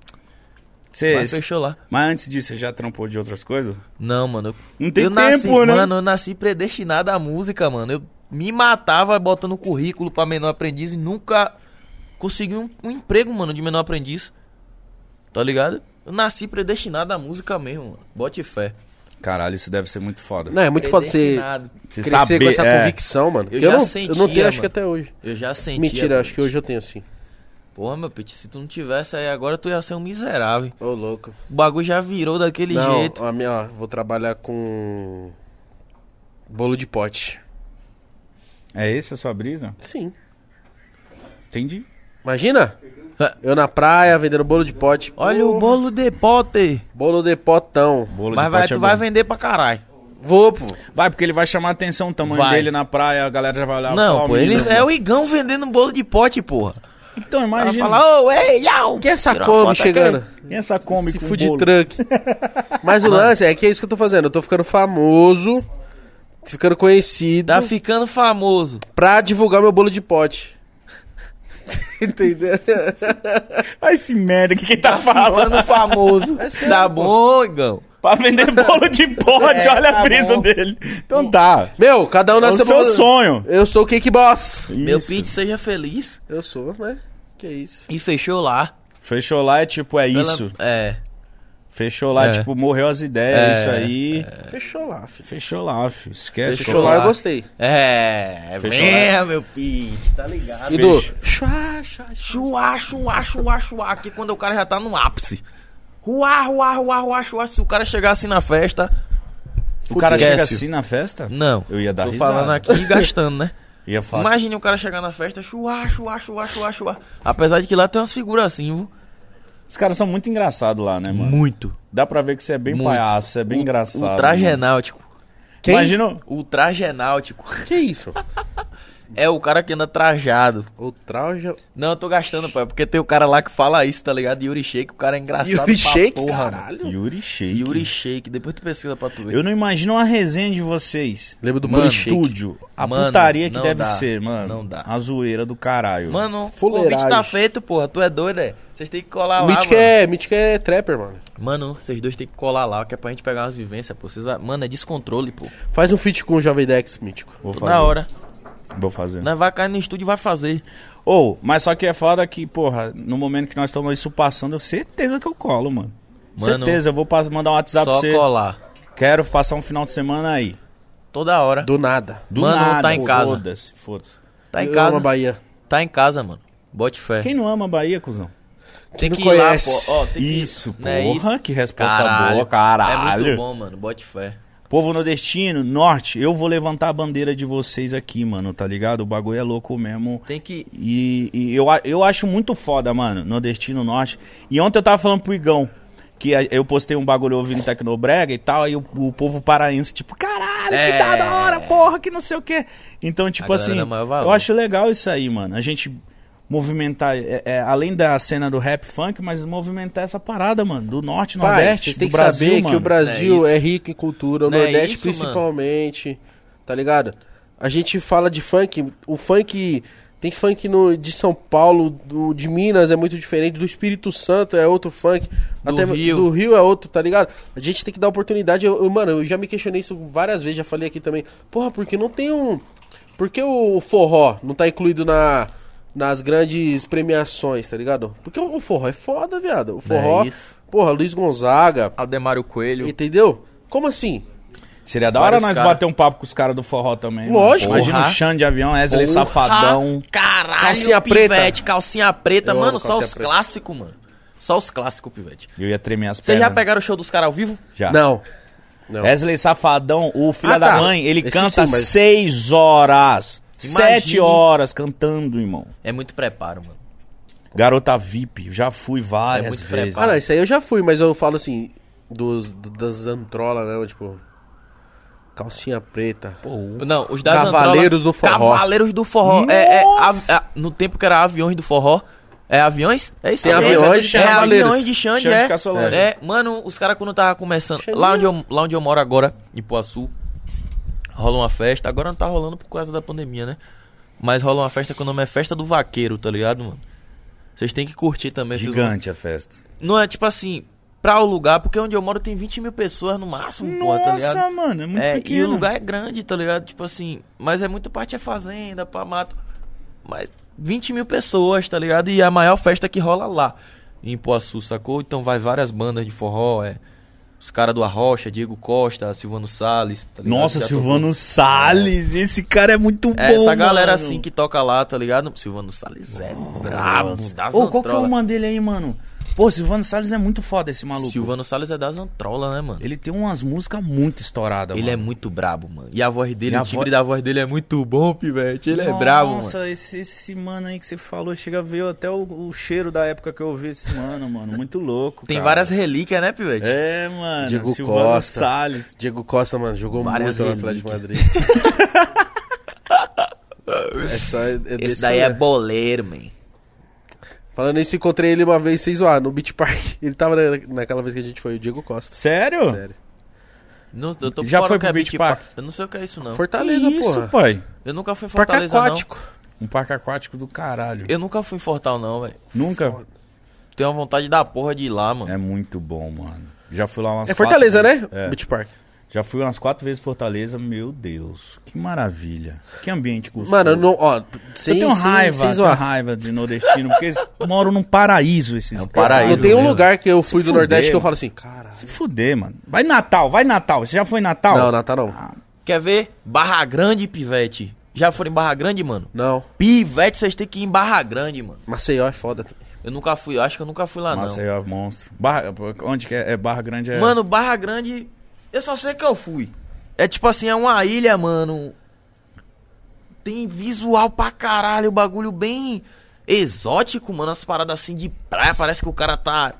Speaker 1: Cê-
Speaker 4: Mas fechou lá.
Speaker 1: Mas antes disso, você já trampou de outras coisas?
Speaker 4: Não, mano. eu-
Speaker 1: Não tem
Speaker 4: eu
Speaker 1: tempo,
Speaker 4: nasci,
Speaker 1: né?
Speaker 4: Mano, eu nasci predestinado à música, mano. Eu me matava botando currículo pra menor aprendiz e nunca consegui um, um emprego, mano, de menor aprendiz. Tá ligado? Eu nasci predestinado à música mesmo, mano. Bote fé.
Speaker 1: Caralho, isso deve ser muito foda.
Speaker 3: Não, é muito foda você
Speaker 4: Predestinado.
Speaker 1: Você
Speaker 3: crescer com essa
Speaker 1: é.
Speaker 3: convicção, mano.
Speaker 4: Eu
Speaker 3: Que Eu,
Speaker 4: já
Speaker 3: não, eu não
Speaker 4: sentia,
Speaker 3: tenho, acho que
Speaker 4: mano.
Speaker 3: até hoje.
Speaker 4: Eu já senti.
Speaker 3: Mentira, acho que hoje eu tenho sim.
Speaker 4: Porra, meu pit, se tu não tivesse aí agora, tu ia ser um miserável.
Speaker 3: Ô, louco.
Speaker 4: O bagulho já virou daquele
Speaker 3: não,
Speaker 4: jeito.
Speaker 3: a minha, ó, vou trabalhar com bolo de pote.
Speaker 1: É essa a sua brisa?
Speaker 3: Sim.
Speaker 1: Entendi.
Speaker 3: Imagina? Eu na praia vendendo bolo de pote.
Speaker 4: Olha o bolo de pote.
Speaker 3: Bolo de potão.
Speaker 1: Bolo
Speaker 4: Mas
Speaker 1: de
Speaker 4: vai,
Speaker 1: pote é
Speaker 4: tu vai
Speaker 1: bom.
Speaker 4: vender pra caralho.
Speaker 3: Vou, pô.
Speaker 1: Vai, porque ele vai chamar a atenção o tamanho
Speaker 4: Vai.
Speaker 1: dele na praia, a galera já vai olhar.
Speaker 4: não,
Speaker 1: "Qual
Speaker 4: pô, ele
Speaker 1: menino?"
Speaker 4: é o Igão vendendo bolo de pote, porra.
Speaker 1: Então,
Speaker 4: Pra
Speaker 1: imagina. é
Speaker 4: falar, ô, ei, iau.
Speaker 3: Que essa
Speaker 4: Tira uma
Speaker 3: Kombi
Speaker 4: foto
Speaker 3: Tá
Speaker 4: é
Speaker 3: chegando?
Speaker 4: aqui.
Speaker 1: E essa Kombi
Speaker 3: Esse
Speaker 1: com
Speaker 3: food
Speaker 1: bolo?
Speaker 3: truck. Mas o lance é que é isso que eu tô fazendo. Eu tô ficando famoso, ficando conhecido
Speaker 4: Tá ficando famoso.
Speaker 3: pra divulgar meu bolo de pote. Entendeu?
Speaker 1: Ai, esse merda, o que que tá falando?
Speaker 4: Ficando famoso. tá bom, Igão.
Speaker 1: pra vender bolo de pote,
Speaker 4: É,
Speaker 1: olha a
Speaker 4: tá
Speaker 1: brisa
Speaker 4: bom.
Speaker 1: dele. Então tá.
Speaker 3: Meu, cada um
Speaker 1: É o
Speaker 3: nasce
Speaker 1: seu sonho.
Speaker 3: Eu sou o Cake Boss.
Speaker 4: Meu
Speaker 1: Isso.
Speaker 4: pit, seja feliz.
Speaker 3: Eu sou, né? Que isso.
Speaker 4: E fechou lá.
Speaker 1: Fechou lá é tipo, é
Speaker 4: Pela-
Speaker 1: isso.
Speaker 4: É.
Speaker 1: Fechou lá,
Speaker 4: É.
Speaker 1: tipo, morreu as ideias,
Speaker 4: É,
Speaker 1: isso aí.
Speaker 3: Fechou lá, filho.
Speaker 1: Fechou lá, filho. Esquece.
Speaker 3: Fechou lá, eu gostei.
Speaker 4: É.
Speaker 1: Fechou
Speaker 4: é, meu pit.
Speaker 3: E do...
Speaker 4: Chuá, chuá, chuá, chuá. Que quando o cara já tá no ápice. Ruá, ruá, ruá, ruá, chuá. Se o cara chegar assim na festa.
Speaker 1: O cara
Speaker 4: Esquece.
Speaker 1: chega assim na festa?
Speaker 4: Não.
Speaker 1: Eu ia dar
Speaker 4: Tô
Speaker 1: risada.
Speaker 4: falando aqui e gastando, né?
Speaker 1: Ia falar.
Speaker 4: Imagine o cara chegar na festa, chuá, chuá, chuá, chuá, chuá. Apesar de que lá tem umas figuras assim, viu?
Speaker 1: Os caras são muito engraçados lá, né, mano?
Speaker 4: Muito.
Speaker 1: Dá pra ver que você é bem
Speaker 4: Muito.
Speaker 1: palhaço, você é bem engraçado.
Speaker 4: O traje é
Speaker 1: mano.
Speaker 4: náutico.
Speaker 1: Quem? Imagina.
Speaker 4: O traje é náutico.
Speaker 3: Que isso?
Speaker 4: É o cara que anda trajado.
Speaker 3: O Trauja...
Speaker 4: Não, eu tô gastando, pai, porque tem o cara lá que fala isso, tá ligado? Yuri Shake, o cara é engraçado
Speaker 3: Yuri
Speaker 4: pra
Speaker 3: Shake,
Speaker 4: porra. mano.
Speaker 3: caralho.
Speaker 1: Yuri Shake.
Speaker 4: Yuri Shake, depois tu pesquisa pra tu ver.
Speaker 1: Eu não imagino uma resenha de vocês.
Speaker 3: Lembra do
Speaker 1: No
Speaker 3: Mano,
Speaker 1: estúdio. A
Speaker 4: Mano,
Speaker 1: putaria que
Speaker 4: não
Speaker 1: deve
Speaker 4: dá.
Speaker 1: ser, mano.
Speaker 4: Não dá.
Speaker 1: A zoeira do caralho.
Speaker 4: Mano, o
Speaker 3: Fuleiragem.
Speaker 4: convite tá feito, porra. Tu é doido, é? Vocês têm que colar lá,
Speaker 3: Mítico
Speaker 4: mano.
Speaker 3: é, Mítico é trapper, mano.
Speaker 4: Mano, vocês dois têm que colar lá, que é pra gente pegar umas vivências, pô. Vocês vai... Mano, é descontrole, pô.
Speaker 3: Faz um feat com o Jovem Dex, Mítico.
Speaker 1: Vou fazer.
Speaker 4: Na hora.
Speaker 1: Vou fazer.
Speaker 4: Nós vai cair no estúdio e vai fazer.
Speaker 1: Ou, mas só que é foda que, porra, no momento que nós estamos isso passando, eu certeza que eu colo, mano.
Speaker 4: Mano,
Speaker 1: certeza, eu vou pas- mandar um WhatsApp pra
Speaker 4: Só
Speaker 1: você.
Speaker 4: colar.
Speaker 1: Quero passar um final de semana aí.
Speaker 4: Toda hora.
Speaker 3: Do nada.
Speaker 1: Do
Speaker 4: Mano, não
Speaker 1: nada,
Speaker 4: tá em casa.
Speaker 1: Foda-se, foda-se.
Speaker 4: Tá em
Speaker 3: Eu
Speaker 4: casa.
Speaker 3: amo a Bahia.
Speaker 4: Tá em casa, mano. Bote fé.
Speaker 1: Quem não ama a Bahia, cuzão?
Speaker 4: tem
Speaker 3: não
Speaker 4: que ir lá,
Speaker 3: conhece?
Speaker 4: pô. Ó, tem que-
Speaker 1: Isso,
Speaker 4: Não é
Speaker 1: porra,
Speaker 4: isso?
Speaker 1: que resposta boa, caralho.
Speaker 4: É muito bom, mano. Bote fé.
Speaker 1: Povo nordestino, norte, eu vou levantar a bandeira de vocês aqui, mano, tá ligado? O bagulho é louco mesmo.
Speaker 4: Tem que.
Speaker 1: E, e eu, a- eu acho muito foda, mano, Nordestino Norte. E ontem eu tava falando pro Igão, que a- eu postei um bagulho ouvindo Tecnobrega e tal, aí o, o povo paraense, tipo, caralho, que
Speaker 4: É.
Speaker 1: tá da hora, porra, que não sei o quê. Então, tipo
Speaker 4: galera
Speaker 1: assim,
Speaker 4: dá maior valor.
Speaker 1: eu acho legal isso aí, mano. A gente movimentar, é- é, além da cena do rap funk, mas movimentar essa parada, mano, do Norte,
Speaker 3: Pai,
Speaker 1: Nordeste,
Speaker 3: vocês têm
Speaker 1: do
Speaker 3: que
Speaker 1: Brasil,
Speaker 3: saber que
Speaker 1: mano.
Speaker 3: o Brasil
Speaker 4: Não é
Speaker 3: é, rico em cultura, o
Speaker 4: Não é
Speaker 3: Nordeste
Speaker 4: isso, mano.
Speaker 3: principalmente, tá ligado? A gente fala de funk, o funk... Tem funk no, de São Paulo, do, de Minas é muito diferente, do Espírito Santo é outro funk.
Speaker 4: Do Rio.
Speaker 3: do Rio é outro, tá ligado? A gente tem que dar oportunidade. Eu, eu, mano, eu já me questionei isso várias vezes, já falei aqui também. Porra, porque não tem um. Por que o forró não tá incluído na, nas grandes premiações, tá ligado? Porque o, o forró é foda, viado. O forró.
Speaker 4: É isso.
Speaker 3: Porra, Luiz Gonzaga,
Speaker 4: Aldemário Coelho.
Speaker 3: entendeu? Como assim?
Speaker 1: Seria da hora
Speaker 4: Vários
Speaker 1: nós
Speaker 4: cara-
Speaker 1: bater um papo com os caras do forró também. mano.
Speaker 3: Lógico.
Speaker 1: Imagina o
Speaker 4: Porra.
Speaker 1: Xande de Avião, Wesley
Speaker 3: Porra.
Speaker 1: tá Safadão.
Speaker 4: Ah, Caralho,
Speaker 3: Calcinha
Speaker 4: pivete, calcinha preta,
Speaker 3: Eu amo
Speaker 4: mano, só
Speaker 3: calcinha
Speaker 4: os
Speaker 3: preta.
Speaker 4: clássicos, mano. Só os clássicos, pivete.
Speaker 1: Eu ia tremer as
Speaker 4: Vocês
Speaker 1: pernas.
Speaker 4: já pegaram o show dos caras ao vivo?
Speaker 1: Já. É
Speaker 3: Não. Não.
Speaker 1: Wesley Safadão, o filho
Speaker 3: Ah,
Speaker 1: da
Speaker 3: tá.
Speaker 1: mãe, ele
Speaker 3: Esse
Speaker 1: canta
Speaker 3: sim, mas-
Speaker 1: seis horas.
Speaker 4: Imagine.
Speaker 1: Sete horas cantando, irmão.
Speaker 4: É muito preparo, mano.
Speaker 1: Garota VIP, já fui várias
Speaker 4: É muito
Speaker 1: vezes.
Speaker 3: Ah, não, isso aí eu já fui, mas eu falo assim, dos, das antrolas, né? Tipo. Calcinha preta.
Speaker 4: Não, os das
Speaker 3: Cavaleiros
Speaker 4: Antrola-
Speaker 3: do forró.
Speaker 4: Cavaleiros do forró. É, é,
Speaker 1: Nossa!
Speaker 4: a- a- no tempo que era aviões do forró. É aviões? É isso
Speaker 3: Tem
Speaker 4: mesmo.
Speaker 3: aviões,
Speaker 4: é,
Speaker 3: tem
Speaker 4: do Xande. é
Speaker 3: cavaleiros.
Speaker 4: aviões de Xande,
Speaker 1: Xande
Speaker 4: é.
Speaker 1: de Caçolândia.
Speaker 4: É, mano, os caras quando tava começando. Lá onde, eu, lá onde eu moro agora, em Poaçu, rola uma festa. Agora não tá rolando por causa da pandemia, né? Mas rola uma festa que o nome é Festa do Vaqueiro, tá ligado, mano? Vocês têm que curtir também. vocês vão-
Speaker 1: Gigante a festa.
Speaker 4: Não é tipo assim, pra o lugar, porque onde eu moro tem 20 mil pessoas no máximo, porra, tá ligado?
Speaker 1: Nossa, mano, é muito
Speaker 4: É,
Speaker 1: pequeno.
Speaker 4: e o lugar é grande, tá ligado? Tipo assim, mas é muita parte é fazenda, pá, mato. Mas 20 mil pessoas, tá ligado? E é a maior festa que rola lá, em Poaçu, sacou? Então vai várias bandas de forró, é. Os caras do Arrocha, Diego Costa, Silvano Salles, tá ligado?
Speaker 1: Nossa,
Speaker 4: Já
Speaker 1: Silvano Salles, esse cara é muito bom,
Speaker 4: tocou- É, essa galera
Speaker 1: mano.
Speaker 4: assim que toca lá, tá ligado? Silvano Salles é brabo, das
Speaker 1: Ô, qual que é o
Speaker 4: Antrola.
Speaker 1: mano dele aí, mano? Pô, Silvano Salles é muito foda esse maluco.
Speaker 4: Silvano Salles é das Antrola, né, mano?
Speaker 1: Ele tem umas músicas muito estouradas,
Speaker 4: Ele é
Speaker 1: mano.
Speaker 4: muito brabo, mano. E a voz dele,
Speaker 1: E a
Speaker 4: o
Speaker 1: voz-
Speaker 4: timbre da voz dele é muito bom, pivete. Ele é brabo, mano.
Speaker 1: Nossa, esse, esse mano aí que você falou, chega a ver até o, o cheiro da época que eu ouvi esse mano, mano. Muito louco.
Speaker 4: Tem
Speaker 1: cara.
Speaker 4: várias relíquias, né, pivete?
Speaker 1: É, mano.
Speaker 3: Diego
Speaker 1: Silvano
Speaker 3: Costa.
Speaker 1: Salles.
Speaker 3: Diego Costa, mano, jogou
Speaker 4: Várias
Speaker 3: muito no Atlético de Madrid. é só, é
Speaker 4: Esse
Speaker 3: desse
Speaker 4: daí é
Speaker 3: cara.
Speaker 4: boleiro, man.
Speaker 3: Falando isso, encontrei ele uma vez, vocês zoar, no Beach Park. Ele tava na- naquela vez que a gente foi, o Diego Costa.
Speaker 1: Sério?
Speaker 3: Sério.
Speaker 4: Não, eu tô
Speaker 1: Já
Speaker 4: fora
Speaker 1: foi
Speaker 4: o que é
Speaker 1: pro Beach
Speaker 4: Beach
Speaker 1: Park?
Speaker 4: Park. Eu não sei o que é isso, não.
Speaker 3: Fortaleza,
Speaker 1: que isso,
Speaker 3: porra.
Speaker 1: pai.
Speaker 4: Eu nunca fui em
Speaker 3: Parque
Speaker 4: Fortaleza, não.
Speaker 3: aquático. É
Speaker 1: Um parque aquático do caralho.
Speaker 4: Eu nunca fui em Fortal, não, velho.
Speaker 1: Nunca?
Speaker 4: Tenho uma vontade da porra de ir lá, mano.
Speaker 1: É muito bom, mano. Já fui lá umas
Speaker 3: É Fortaleza,
Speaker 1: quatro
Speaker 3: né?
Speaker 1: vezes. É.
Speaker 3: Beach Park.
Speaker 1: Já fui umas quatro vezes Fortaleza. Meu Deus. Que maravilha. Que ambiente gostoso.
Speaker 3: Mano, eu não, ó,
Speaker 1: Eu
Speaker 3: sem,
Speaker 1: tenho
Speaker 3: sem-
Speaker 1: raiva,
Speaker 3: sem
Speaker 1: eu tenho
Speaker 3: zoar.
Speaker 1: raiva de nordestino, porque eles moram num paraíso esses
Speaker 4: um paraíso.
Speaker 3: Eu tenho um
Speaker 4: mesmo.
Speaker 3: lugar que eu fui do
Speaker 1: fuder,
Speaker 3: Nordeste que eu
Speaker 1: mano.
Speaker 3: falo assim, caralho.
Speaker 1: Se fuder, mano. Vai Natal, vai Natal. Você já foi em Natal?
Speaker 3: Não, Natal não.
Speaker 1: Ah,
Speaker 4: Quer ver? Barra Grande, pivete. Já foram em Barra Grande, mano?
Speaker 3: Não.
Speaker 4: Pivete, vocês têm que ir em Barra Grande, mano.
Speaker 3: Maceió é foda.
Speaker 4: Eu nunca fui, eu acho que eu nunca fui lá,
Speaker 1: Nossa, aí é monstro. Barra, onde que é? é Barra Grande é.
Speaker 4: não. Mano, Barra Grande, eu só sei que eu fui. É tipo assim, é uma ilha, mano. Tem visual pra caralho, o bagulho bem exótico, mano. As paradas assim de praia, parece que o cara tá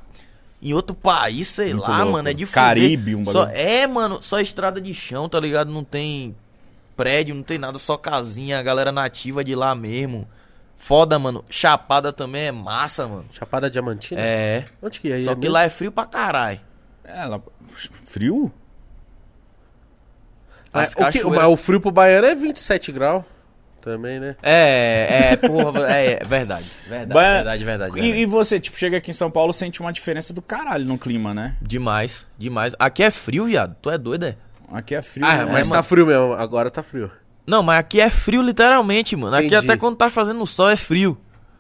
Speaker 4: em outro país, sei
Speaker 1: Muito
Speaker 4: lá,
Speaker 1: louco.
Speaker 4: mano. É de fuder.
Speaker 1: Caribe, um
Speaker 4: só,
Speaker 1: bagulho.
Speaker 4: É, mano, só estrada de chão, tá ligado? Não tem prédio, não tem nada, só casinha, a galera nativa de lá mesmo. Foda, mano. Chapada também é massa, mano.
Speaker 3: Chapada Diamantina?
Speaker 4: É.
Speaker 3: Onde que é?
Speaker 4: Só
Speaker 3: É
Speaker 4: que
Speaker 3: mesmo?
Speaker 4: lá é frio pra caralho.
Speaker 1: É, Ela... Frio?
Speaker 3: Ah,
Speaker 4: As
Speaker 3: o, que,
Speaker 4: cachoeiras-
Speaker 3: mas o frio pro baiano é 27 graus. Também, né?
Speaker 4: É, é, porra, é, é verdade. Verdade,
Speaker 1: Ba-
Speaker 4: verdade, verdade.
Speaker 1: E,
Speaker 4: verdade.
Speaker 1: e você, tipo, chega aqui em São Paulo, sente uma diferença do caralho no clima, né?
Speaker 4: Demais, demais. Aqui é frio, viado. Tu é doido, é?
Speaker 1: Aqui é frio.
Speaker 3: Ah,
Speaker 1: né?
Speaker 3: mas tá
Speaker 4: mano.
Speaker 3: frio mesmo. Agora tá frio.
Speaker 4: Não, mas aqui é frio literalmente, mano. Aqui
Speaker 3: Entendi.
Speaker 4: até quando tá fazendo sol é frio.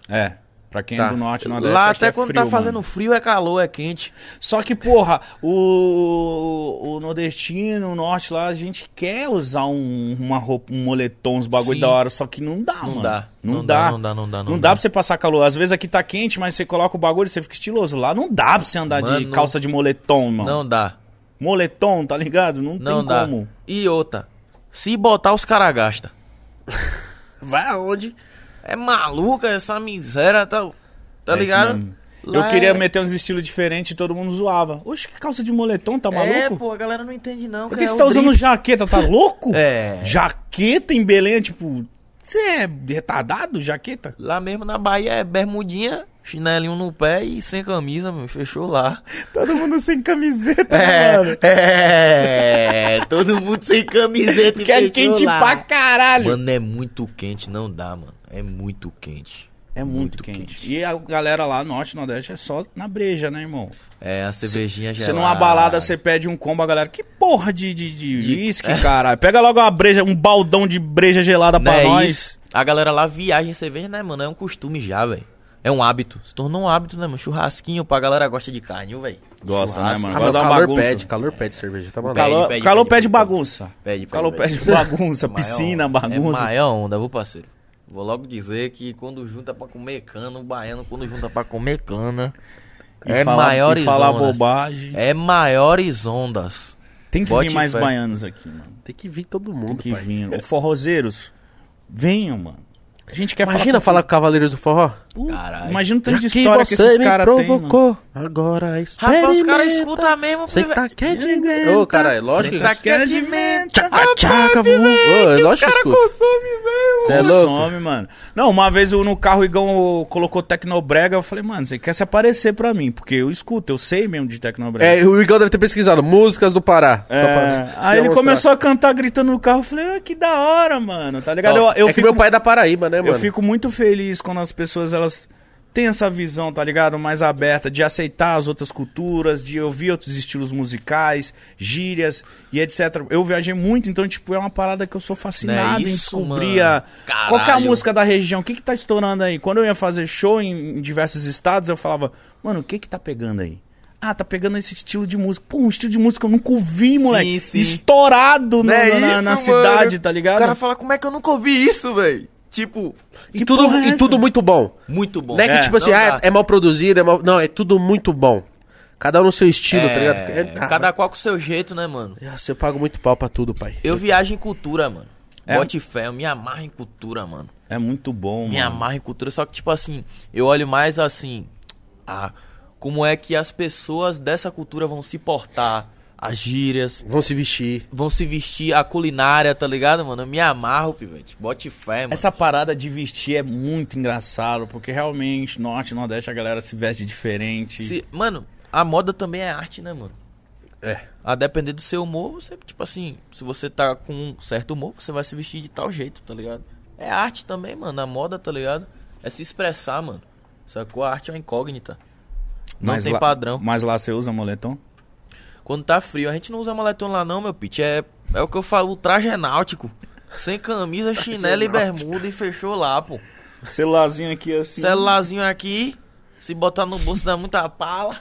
Speaker 1: É. Pra quem é
Speaker 3: Tá.
Speaker 1: do norte, nordeste,
Speaker 4: Lá
Speaker 1: acho que
Speaker 4: até
Speaker 1: é
Speaker 4: quando
Speaker 1: frio,
Speaker 4: tá fazendo
Speaker 1: mano.
Speaker 4: frio é calor, é quente.
Speaker 1: Só que, porra, o, o nordestino, o norte lá, a gente quer usar um, uma roupa, um moletom, uns bagulho
Speaker 4: Sim.
Speaker 1: da hora, só que não dá,
Speaker 4: Não
Speaker 1: Ah, mano.
Speaker 4: dá.
Speaker 1: Não,
Speaker 4: Não dá,
Speaker 1: dá.
Speaker 4: não dá, não dá, não
Speaker 1: Não
Speaker 4: dá.
Speaker 1: dá pra você passar calor. Às vezes aqui tá quente, mas você coloca o bagulho e você fica estiloso. Lá não dá pra você andar de
Speaker 4: Mano,
Speaker 1: calça de moletom, mano.
Speaker 4: Não dá.
Speaker 1: Moletom, tá ligado? Não,
Speaker 4: Não
Speaker 1: tem
Speaker 4: dá.
Speaker 1: como.
Speaker 4: E outra, se botar os caras gastam.
Speaker 3: Vai aonde?
Speaker 4: É maluca essa miséria, tá, tá
Speaker 1: É isso
Speaker 4: ligado?
Speaker 1: mesmo.
Speaker 4: Lá
Speaker 1: Eu queria
Speaker 4: é-
Speaker 1: meter uns estilos diferentes e todo mundo zoava. Oxe, que calça de moletom, tá maluco?
Speaker 4: É, pô, a galera não entende não.
Speaker 1: Por
Speaker 4: cara,
Speaker 1: que você
Speaker 4: é
Speaker 1: tá
Speaker 4: o
Speaker 1: usando
Speaker 4: drip.
Speaker 1: jaqueta? Tá louco?
Speaker 4: É.
Speaker 1: Jaqueta em Belém, é tipo. Você é retardado, jaqueta?
Speaker 4: Lá mesmo na Bahia é bermudinha, chinelinho no pé e sem camisa, meu. Fechou lá.
Speaker 1: Todo mundo sem camiseta, né, mano.
Speaker 4: É, é, todo mundo sem camiseta e
Speaker 1: Que é
Speaker 4: fechou
Speaker 1: quente
Speaker 4: lá.
Speaker 1: pra caralho.
Speaker 4: Mano, é muito quente, não dá, mano. É muito quente.
Speaker 1: é muito,
Speaker 4: muito
Speaker 1: quente.
Speaker 4: quente.
Speaker 1: E a galera lá, norte, nordeste, é só na breja, né, irmão?
Speaker 4: É, a cervejinha
Speaker 1: Você
Speaker 4: gelada.
Speaker 1: numa balada, você pede um combo, a galera. Que porra de de de uísque, caralho. Pega logo uma breja, um baldão de breja gelada
Speaker 4: É. Não
Speaker 1: pra
Speaker 4: é
Speaker 1: nós.
Speaker 4: isso. A galera lá viaja em cerveja, né, mano? É um costume já, velho. É um hábito. Se tornou um hábito, né, mano? Churrasquinho pra galera gosta de carne, velho.
Speaker 1: Gosta, né, mano? Gosta
Speaker 3: Ah, mas
Speaker 1: de uma
Speaker 3: calor
Speaker 1: bagunça.
Speaker 3: pede, calor pede cerveja, tá maluco.
Speaker 1: Calor,
Speaker 4: pede,
Speaker 1: calor
Speaker 4: pede,
Speaker 1: pede
Speaker 4: pede.
Speaker 1: bagunça.
Speaker 4: Pede, pede,
Speaker 1: calor
Speaker 4: pede. É
Speaker 1: pede bagunça, piscina,
Speaker 4: Maior-
Speaker 1: bagunça.
Speaker 4: É maior onda, viu, parceiro? Vou logo dizer que quando junta pra comer cana, o baiano quando junta pra comer cana...
Speaker 1: E
Speaker 4: é
Speaker 1: falar-
Speaker 4: maiores
Speaker 1: e falar
Speaker 4: ondas.
Speaker 1: bobagem.
Speaker 4: É maiores ondas.
Speaker 1: Tem que
Speaker 4: Bote
Speaker 1: vir mais
Speaker 4: fé.
Speaker 1: baianos aqui, mano.
Speaker 3: Tem que vir todo
Speaker 1: Tem
Speaker 3: mundo,
Speaker 1: que
Speaker 3: pai.
Speaker 1: vir. O forrozeiros, venham, mano. A gente quer falar.
Speaker 3: Imagina falar com Cavaleiros do Forró.
Speaker 1: com-
Speaker 4: Caralho.
Speaker 1: Imagina o tanto de
Speaker 3: Já
Speaker 1: história que,
Speaker 3: você
Speaker 1: esses
Speaker 3: me
Speaker 1: caras têm, mano.
Speaker 3: provocou, agora experimenta.
Speaker 4: Rapaz, os caras escutam mesmo,
Speaker 3: Você
Speaker 4: porque,
Speaker 3: tá
Speaker 4: velho,
Speaker 3: quieto, Ô, caralho, lógico que...
Speaker 4: Você tá quieto de
Speaker 3: Tchaca, tchaca, vum. Ô, é lógico que escuta. Você é louco?
Speaker 1: Consome, mano. Não, uma vez eu, no carro o Igão colocou Tecnobrega, eu falei, mano, você quer se aparecer pra mim, porque eu escuto, eu sei mesmo de Tecnobrega.
Speaker 3: É, o Igão deve ter pesquisado músicas do Pará.
Speaker 1: É, aí ele começou a cantar gritando no carro, eu falei, ah, que da hora, mano, tá ligado?
Speaker 3: Eu,
Speaker 1: Eu, eu
Speaker 3: é que meu pai é da Paraíba, né, mano?
Speaker 1: Eu fico muito feliz quando as pessoas elas têm essa visão, tá ligado? Mais aberta de aceitar as outras culturas, de ouvir outros estilos musicais, gírias e etc. Eu viajei muito, então tipo, é uma parada que eu sou fascinado
Speaker 4: Não é
Speaker 1: em
Speaker 4: isso,
Speaker 1: descobrir
Speaker 4: mano?
Speaker 1: a... qual que é a
Speaker 4: Caralho.
Speaker 1: música da região, o que que tá estourando aí. Quando eu ia fazer show em, em diversos estados, eu falava: "Mano, o que que tá pegando aí?" Ah, tá pegando esse estilo de música. Pô, um estilo de música que eu nunca ouvi, moleque.
Speaker 5: sim.
Speaker 1: Estourado no-
Speaker 5: Não é
Speaker 1: na, na
Speaker 5: isso, mano?
Speaker 1: cidade, tá ligado?
Speaker 5: O cara fala, como é que eu nunca ouvi isso, velho? Tipo,
Speaker 3: E, tudo,
Speaker 1: porra é
Speaker 3: e
Speaker 1: essa?
Speaker 3: tudo muito bom.
Speaker 4: Muito bom.
Speaker 3: Não é que,
Speaker 1: É,
Speaker 3: tipo assim,
Speaker 4: não
Speaker 3: ah,
Speaker 4: dá.
Speaker 3: é mal produzido, é mal... Não, é tudo muito bom. Cada um no seu estilo, tá ligado?
Speaker 4: É,
Speaker 3: É- ah,
Speaker 4: cada qual com o seu jeito, né, mano?
Speaker 3: Nossa, eu pago muito pau pra tudo, pai.
Speaker 4: Eu viajo em cultura, mano.
Speaker 1: É?
Speaker 4: Bote fé, eu me amarro em cultura, mano.
Speaker 1: É muito bom,
Speaker 4: Me
Speaker 1: mano.
Speaker 4: amarro em cultura, só que, tipo assim, eu olho mais assim. Ah, como é que as pessoas dessa cultura vão se portar? As gírias,
Speaker 3: Vão se vestir.
Speaker 4: vão se vestir, a culinária, tá ligado, mano? Eu me amarro, pivete. Bote fé, mano.
Speaker 1: Essa parada de vestir é muito engraçado, porque realmente norte e nordeste a galera se veste diferente.
Speaker 4: Se- mano, a moda também é arte, né, mano?
Speaker 3: É.
Speaker 4: A depender do seu humor, você, tipo assim, se você tá com um certo humor, você vai se vestir de tal jeito, tá ligado? É arte também, mano. A moda, tá ligado? É se expressar, mano. Sacou? A arte é uma incógnita. Não tem
Speaker 1: lá-
Speaker 4: padrão.
Speaker 1: Mas lá você usa moletom?
Speaker 4: Quando tá frio, a gente não usa moletom lá não, meu pitch. É, é o que eu falo, o traje é náutico. Sem camisa,
Speaker 1: é
Speaker 4: chinelo e bermuda e fechou lá, pô.
Speaker 1: Celularzinho aqui assim.
Speaker 4: Celularzinho aqui, se botar no bolso dá muita pala.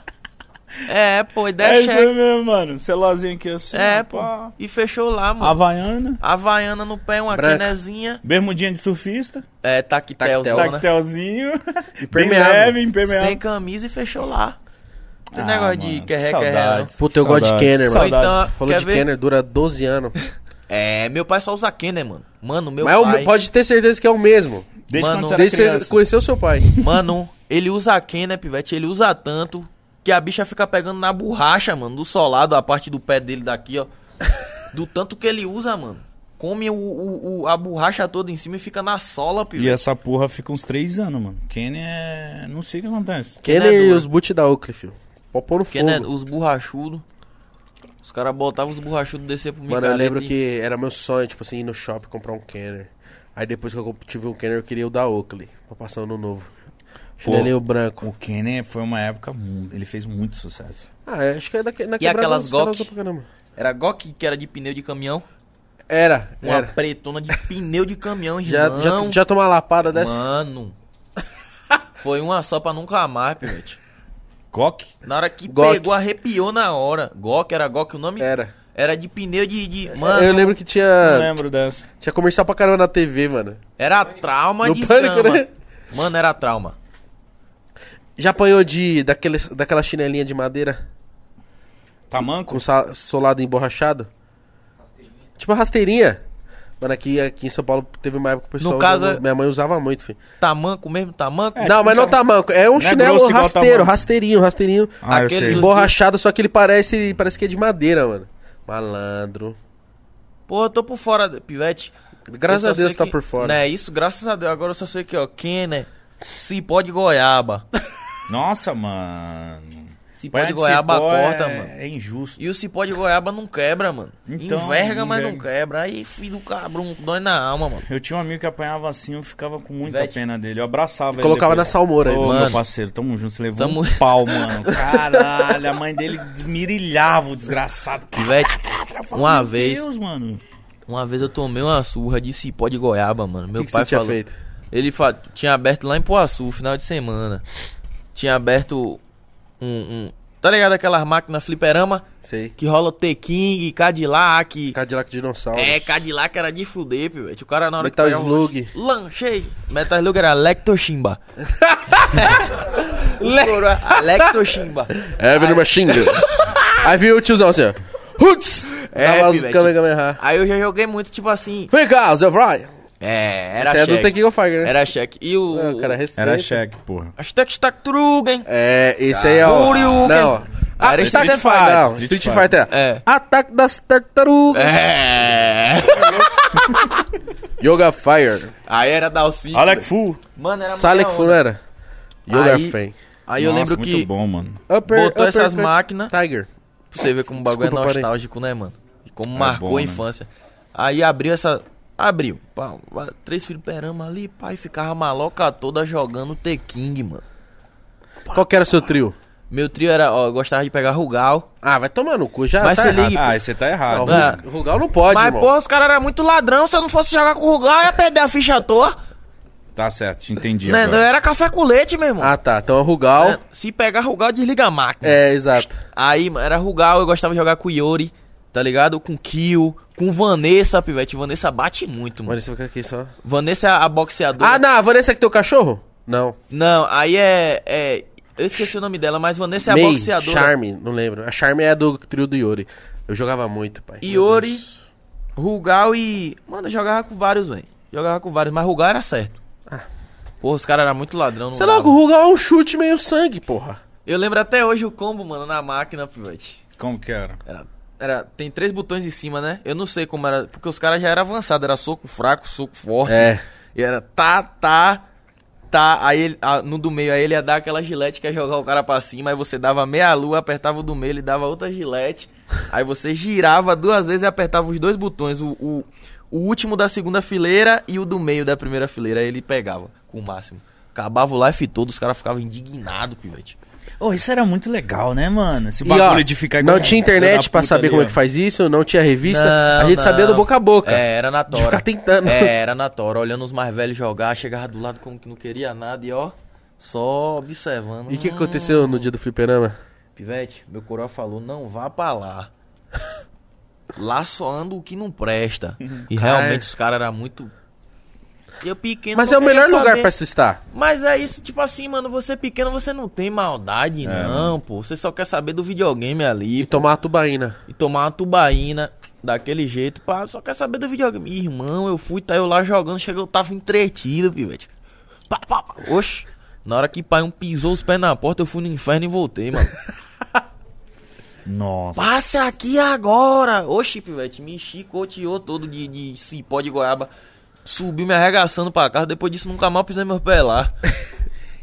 Speaker 4: É, pô, e
Speaker 1: É
Speaker 4: der
Speaker 1: isso
Speaker 4: cheque.
Speaker 1: mesmo, mano. Celularzinho aqui assim.
Speaker 4: É,
Speaker 1: ó,
Speaker 4: pô.
Speaker 1: pá.
Speaker 4: E fechou lá, mano.
Speaker 1: Havaiana.
Speaker 4: Havaiana no pé, uma
Speaker 3: Branca.
Speaker 4: canezinha.
Speaker 1: Bermudinha de surfista.
Speaker 4: É, taquitelzona.
Speaker 1: Tactelzinho. Bem
Speaker 3: Impermeável.
Speaker 1: leve, impermeável.
Speaker 4: Sem camisa e fechou lá. Tem
Speaker 1: Ah,
Speaker 4: negócio de é
Speaker 1: mano,
Speaker 4: querré,
Speaker 1: que
Speaker 4: querré. não.
Speaker 1: saudades.
Speaker 3: Puta, eu gosto de
Speaker 1: Saudades,
Speaker 3: Kenner,
Speaker 1: que
Speaker 3: mano.
Speaker 1: saudades.
Speaker 4: Então,
Speaker 3: Falou
Speaker 4: quer
Speaker 3: de
Speaker 4: ver?
Speaker 3: Kenner, dura 12 anos.
Speaker 4: É, meu pai só usa Kenner, mano. Mano, meu
Speaker 3: Mas é o-
Speaker 4: pai...
Speaker 3: pode ter certeza que é o mesmo.
Speaker 1: Desde
Speaker 4: Então, Mano,
Speaker 1: quando você era
Speaker 3: Desde que você
Speaker 1: criança.
Speaker 3: conheceu seu pai.
Speaker 4: Mano, ele usa quem, né, pivete? Ele usa tanto que a bicha fica pegando na borracha, mano, do solado, a parte do pé dele daqui, ó. Do tanto que ele usa, mano. Come o, o- o- a borracha toda em cima e fica na
Speaker 1: E
Speaker 4: sola,
Speaker 3: é
Speaker 4: pivete.
Speaker 1: essa porra fica uns três anos, mano. Kenny é... Não sei o que acontece.
Speaker 3: Kenner
Speaker 4: é
Speaker 3: e
Speaker 4: duro.
Speaker 3: os boot da Oakley, filho. Pode pôr no
Speaker 4: Porque, né,
Speaker 3: fogo.
Speaker 4: os borrachudos. Os caras botavam os borrachudos descer pro
Speaker 3: Mano, eu
Speaker 4: micareta
Speaker 3: lembro
Speaker 4: e-
Speaker 3: que era meu sonho, tipo assim, ir no shopping comprar um Kenner. Aí depois que eu tive um Kenner, eu queria o da Oakley, pra passar ano novo. Chinelinho branco.
Speaker 1: O Kenny foi uma época... mu- Ele fez muito sucesso.
Speaker 3: Ah, é, acho que é da, na quebrada
Speaker 4: aquelas
Speaker 3: os caras
Speaker 4: Gok?
Speaker 3: usam pra caramba.
Speaker 4: Era Gok, que era de pneu de caminhão.
Speaker 3: Era,
Speaker 4: Uma
Speaker 3: era.
Speaker 4: pretona de pneu de caminhão,
Speaker 3: Já,
Speaker 4: irmão.
Speaker 3: já, já tomou uma lapada dessa?
Speaker 4: Mano. Foi uma só pra nunca mais, Pivete.
Speaker 1: Coque?
Speaker 4: Na hora que
Speaker 3: Gok.
Speaker 4: pegou, arrepiou na hora. Gok, era Gok o nome?
Speaker 3: Era.
Speaker 4: Era de pneu de. de- mano,
Speaker 3: eu lembro que
Speaker 1: Não
Speaker 3: tinha,
Speaker 1: lembro dessa.
Speaker 3: tinha comercial pra caramba na TV, mano.
Speaker 4: era trauma
Speaker 3: No
Speaker 4: de
Speaker 3: Pânico,
Speaker 4: trama.
Speaker 3: né?
Speaker 4: Mano, era trauma.
Speaker 3: Já apanhou de, daquele, daquela chinelinha de madeira
Speaker 1: Tamanco?
Speaker 3: com sa- solado emborrachado? Tipo a rasteirinha. Mano, aqui, aqui em São Paulo teve uma época que o pessoal...
Speaker 4: No caso,
Speaker 3: usava- minha mãe usava muito, filho.
Speaker 4: Tamanco mesmo, tamanco.
Speaker 3: não, mas não tamanco. É um
Speaker 1: é
Speaker 3: chinelo
Speaker 1: grosso igual
Speaker 3: rasteiro,
Speaker 1: tamanco.
Speaker 3: rasteirinho, rasteirinho.
Speaker 1: Ah, eu
Speaker 4: Aquele
Speaker 1: sei.
Speaker 4: do-
Speaker 3: Emborrachado, só que ele parece, parece que é de madeira, mano. Malandro.
Speaker 4: Porra, eu tô por fora, Pivete.
Speaker 3: Graças
Speaker 4: Eu só
Speaker 3: a Deus
Speaker 4: sei
Speaker 3: tá
Speaker 4: que-
Speaker 3: por fora.
Speaker 4: Né, isso, graças a Deus. Agora eu só sei que, ó, Kenner, cipó de goiaba.
Speaker 1: Nossa, mano.
Speaker 4: Cipó
Speaker 1: Banha
Speaker 4: de goiaba
Speaker 1: cipó
Speaker 4: corta,
Speaker 1: é-
Speaker 4: mano.
Speaker 1: É injusto.
Speaker 4: E o cipó de goiaba não quebra, mano.
Speaker 1: Então,
Speaker 4: Enverga,
Speaker 1: não
Speaker 4: mas não
Speaker 1: enverga.
Speaker 4: quebra. Aí, filho do cabrão, dói na alma, mano.
Speaker 1: Eu tinha um amigo que apanhava assim, eu ficava com muita
Speaker 4: Vete.
Speaker 1: pena dele. Eu abraçava
Speaker 3: Colocava na
Speaker 1: depois.
Speaker 3: salmoura aí.
Speaker 1: Ô,
Speaker 4: Mano.
Speaker 1: meu parceiro, tamo junto, você levou
Speaker 4: Tamo-
Speaker 1: um pau, mano. Caralho, a mãe dele desmirilhava o desgraçado.
Speaker 4: Pivete, uma vez,
Speaker 1: Meu Deus, mano.
Speaker 4: uma vez eu tomei uma surra de cipó de goiaba, mano.
Speaker 3: O
Speaker 4: Meu
Speaker 3: que, que
Speaker 4: pai
Speaker 3: você tinha
Speaker 4: falou.
Speaker 3: feito?
Speaker 4: Ele fa- tinha aberto lá em Poaçu, final de semana. Tinha aberto um. um- tá ligado aquelas máquinas fliperama
Speaker 3: Sei.
Speaker 4: que rola T-King, Cadillac.
Speaker 3: Cadillac Dinossauro.
Speaker 4: É, Cadillac era de fuder, pivete. O cara na hora
Speaker 3: Metal
Speaker 4: que pegava um
Speaker 3: Slug.
Speaker 4: lanche- Lanchei. Metal Slug era Lectoshimba. Lectoshimba.
Speaker 3: É, vira uma xinga. Aí viu o tiozão assim, ó. Huts!
Speaker 4: É,
Speaker 3: Dava os
Speaker 4: pivete.
Speaker 3: Kamehameha.
Speaker 4: Aí eu já joguei muito, tipo assim.
Speaker 3: Vem cá, Zé Brian.
Speaker 4: É, era
Speaker 3: Essa é do
Speaker 4: cheque.
Speaker 3: Tekken Fighter, né?
Speaker 4: Era cheque. E o.
Speaker 3: Ah, o cara respeita.
Speaker 1: Era cheque, porra.
Speaker 4: Hashtag Stacktrugen.
Speaker 3: É, esse aí é o...
Speaker 4: Shoryuken.
Speaker 3: Não, ó. Ah,
Speaker 4: Era
Speaker 3: Street
Speaker 4: Street
Speaker 3: Fighter.
Speaker 4: Fighter,
Speaker 3: Não,
Speaker 1: Street
Speaker 3: Street
Speaker 1: Fighter.
Speaker 3: Fighter.
Speaker 4: É.
Speaker 3: Ataque das tartarugas.
Speaker 4: É.
Speaker 3: Yoga Fire.
Speaker 4: Aí era Dalcy.
Speaker 1: Alec Fu.
Speaker 4: Mano, era
Speaker 3: Salek
Speaker 4: muita
Speaker 3: Fu, não
Speaker 4: onda.
Speaker 3: era? Yoga
Speaker 4: Aí-
Speaker 3: Fame.
Speaker 4: Aí eu
Speaker 1: Nossa,
Speaker 4: lembro que
Speaker 1: muito bom, mano.
Speaker 3: Upper,
Speaker 4: botou essas
Speaker 3: uppercut
Speaker 4: máquinas.
Speaker 3: Tiger.
Speaker 4: Pra você ver como o bagulho
Speaker 3: Desculpa,
Speaker 4: é
Speaker 3: parei.
Speaker 4: nostálgico, né, mano? E como
Speaker 1: É
Speaker 4: marcou
Speaker 1: bom,
Speaker 4: a
Speaker 1: né?
Speaker 4: infância. Aí abriu essa. Abriu. Pá, vá- três filhos perama ali, pai, ficava a maloca toda jogando T-King, mano.
Speaker 3: Qual que era o seu trio?
Speaker 4: Meu trio era, ó, eu gostava de pegar Rugal.
Speaker 3: Ah, vai tomar no cu, já
Speaker 4: Mas
Speaker 3: tá
Speaker 4: se
Speaker 3: errado.
Speaker 4: liga, Ah.
Speaker 1: Ah, você tá errado.
Speaker 3: Não, Ru- Rugal não pode,
Speaker 4: Mas,
Speaker 3: irmão.
Speaker 4: porra, os caras eram muito ladrão. Se eu não fosse jogar com o Rugal, eu ia perder a ficha à toa. é.
Speaker 1: Tá certo, entendi
Speaker 4: Né? Eu
Speaker 1: agora.
Speaker 4: era café com leite, meu irmão.
Speaker 3: Ah, tá. Então é Rugal.
Speaker 4: Né? Se pegar Rugal, desliga a máquina.
Speaker 3: É, exato.
Speaker 4: Aí, mano, era Rugal, eu gostava de jogar com Yori, tá ligado? Com Kill, com Vanessa, pivete. Vanessa bate muito, mano.
Speaker 3: Vanessa fica aqui só.
Speaker 4: Vanessa é a boxeadora.
Speaker 3: Ah, não. A Vanessa é que tem o cachorro? Não.
Speaker 4: Não, aí é, é- Eu esqueci o nome dela, mas Vanessa é a
Speaker 3: May,
Speaker 4: boxeadora.
Speaker 3: Charme, não lembro. A Charme é a do trio do Yori. Eu jogava muito, pai. Meu
Speaker 4: Yori.
Speaker 3: Deus.
Speaker 4: Rugal e. Mano, eu jogava com vários, velho. Jogava com vários, mas Rugal era certo. Porra, os caras eram muito ladrão. não
Speaker 3: Sei lá,
Speaker 4: dava.
Speaker 3: o Rugal Ah. é um chute meio sangue, porra.
Speaker 4: Eu lembro até hoje o combo, mano, na máquina, pivete.
Speaker 1: Como que era?
Speaker 4: Era. Era, tem três botões em cima, né? Eu não sei como era, porque os caras já eram avançados, era soco fraco, soco forte.
Speaker 3: É.
Speaker 4: E era tá, tá, tá. Aí ele- ah, no do meio, aí ele ia dar aquela gilete que ia jogar o cara pra cima. Aí você dava meia lua, apertava o do meio, ele dava outra gilete. Aí você girava duas vezes e apertava os dois botões. O, o, o último da segunda fileira e o do meio da primeira fileira. Aí ele pegava com o máximo. Acabava o life todo, os caras ficavam indignados, pivete.
Speaker 1: Ô, isso era muito legal, né, mano? Esse
Speaker 3: E, ó,
Speaker 1: bagulho de ficar igual
Speaker 3: não
Speaker 1: um
Speaker 3: tinha
Speaker 1: filho
Speaker 3: internet
Speaker 1: da
Speaker 3: pra
Speaker 1: puta
Speaker 3: saber
Speaker 1: ali,
Speaker 3: como
Speaker 1: ó.
Speaker 3: é que faz isso, não tinha revista. a
Speaker 4: Não,
Speaker 3: gente sabia do
Speaker 4: não.
Speaker 3: boca a boca.
Speaker 4: É, era na
Speaker 3: De
Speaker 4: tora.
Speaker 3: ficar tentando.
Speaker 4: É, era na tora, olhando os mais velhos jogar, chegava do lado como que não queria nada e ó, só observando.
Speaker 3: E o que
Speaker 4: Hum.
Speaker 3: aconteceu no dia do fliperama?
Speaker 4: Pivete, meu coroa falou, não vá pra lá. Lá só anda o que não presta.
Speaker 3: Uhum.
Speaker 4: E realmente os caras eram muito. Eu pequeno.
Speaker 3: é. Mas
Speaker 4: não
Speaker 3: é o
Speaker 4: queria
Speaker 3: melhor lugar
Speaker 4: saber.
Speaker 3: pra se estar.
Speaker 4: Mas é isso, tipo assim, mano, você pequeno, você não tem maldade, não, pô. Você só quer saber do videogame ali
Speaker 3: É. E tomar a tubaína.
Speaker 4: e tomar uma tubaína daquele jeito, pá, só quer saber do videogame. Irmão, eu fui, tá eu lá jogando, chega eu tava entretido, pivete. Pá, pá, pá. Oxe, na hora que pai um pisou os pés na porta, eu fui no inferno e voltei, mano.
Speaker 1: Nossa.
Speaker 4: Passe aqui agora! Oxi, pivete, me chicoteou todo de, de cipó de goiaba. Subiu me arregaçando pra casa, depois disso nunca mais pisei meus pés lá.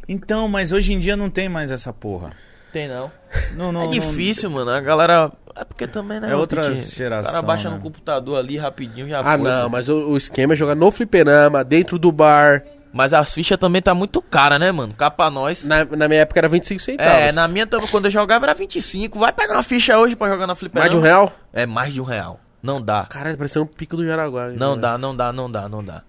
Speaker 1: Então, mas hoje em dia não tem mais essa porra.
Speaker 4: Tem não.
Speaker 1: Não, não,
Speaker 4: É
Speaker 1: não-
Speaker 4: difícil, mano. A galera. É porque também, né?
Speaker 1: É
Speaker 4: meu
Speaker 1: outra
Speaker 4: Pitinho? O
Speaker 1: geração,
Speaker 4: cara baixa
Speaker 1: né?
Speaker 4: no computador ali rapidinho já
Speaker 3: Ah,
Speaker 4: foi.
Speaker 3: não,
Speaker 4: pô.
Speaker 3: mas o, o esquema é jogar no fliperama, dentro do bar.
Speaker 4: Mas as fichas também tá muito cara, né, mano? Cá pra nós.
Speaker 3: Na, na minha época era 25 centavos.
Speaker 4: É, na minha tam- quando eu jogava era 25. Vai pegar uma ficha hoje pra jogar na fliperama.
Speaker 3: Mais de um real?
Speaker 4: É, mais de um real. Não dá.
Speaker 3: Caralho, parecendo um pico do Jaraguá.
Speaker 4: Não dá, não dá, não dá, não dá.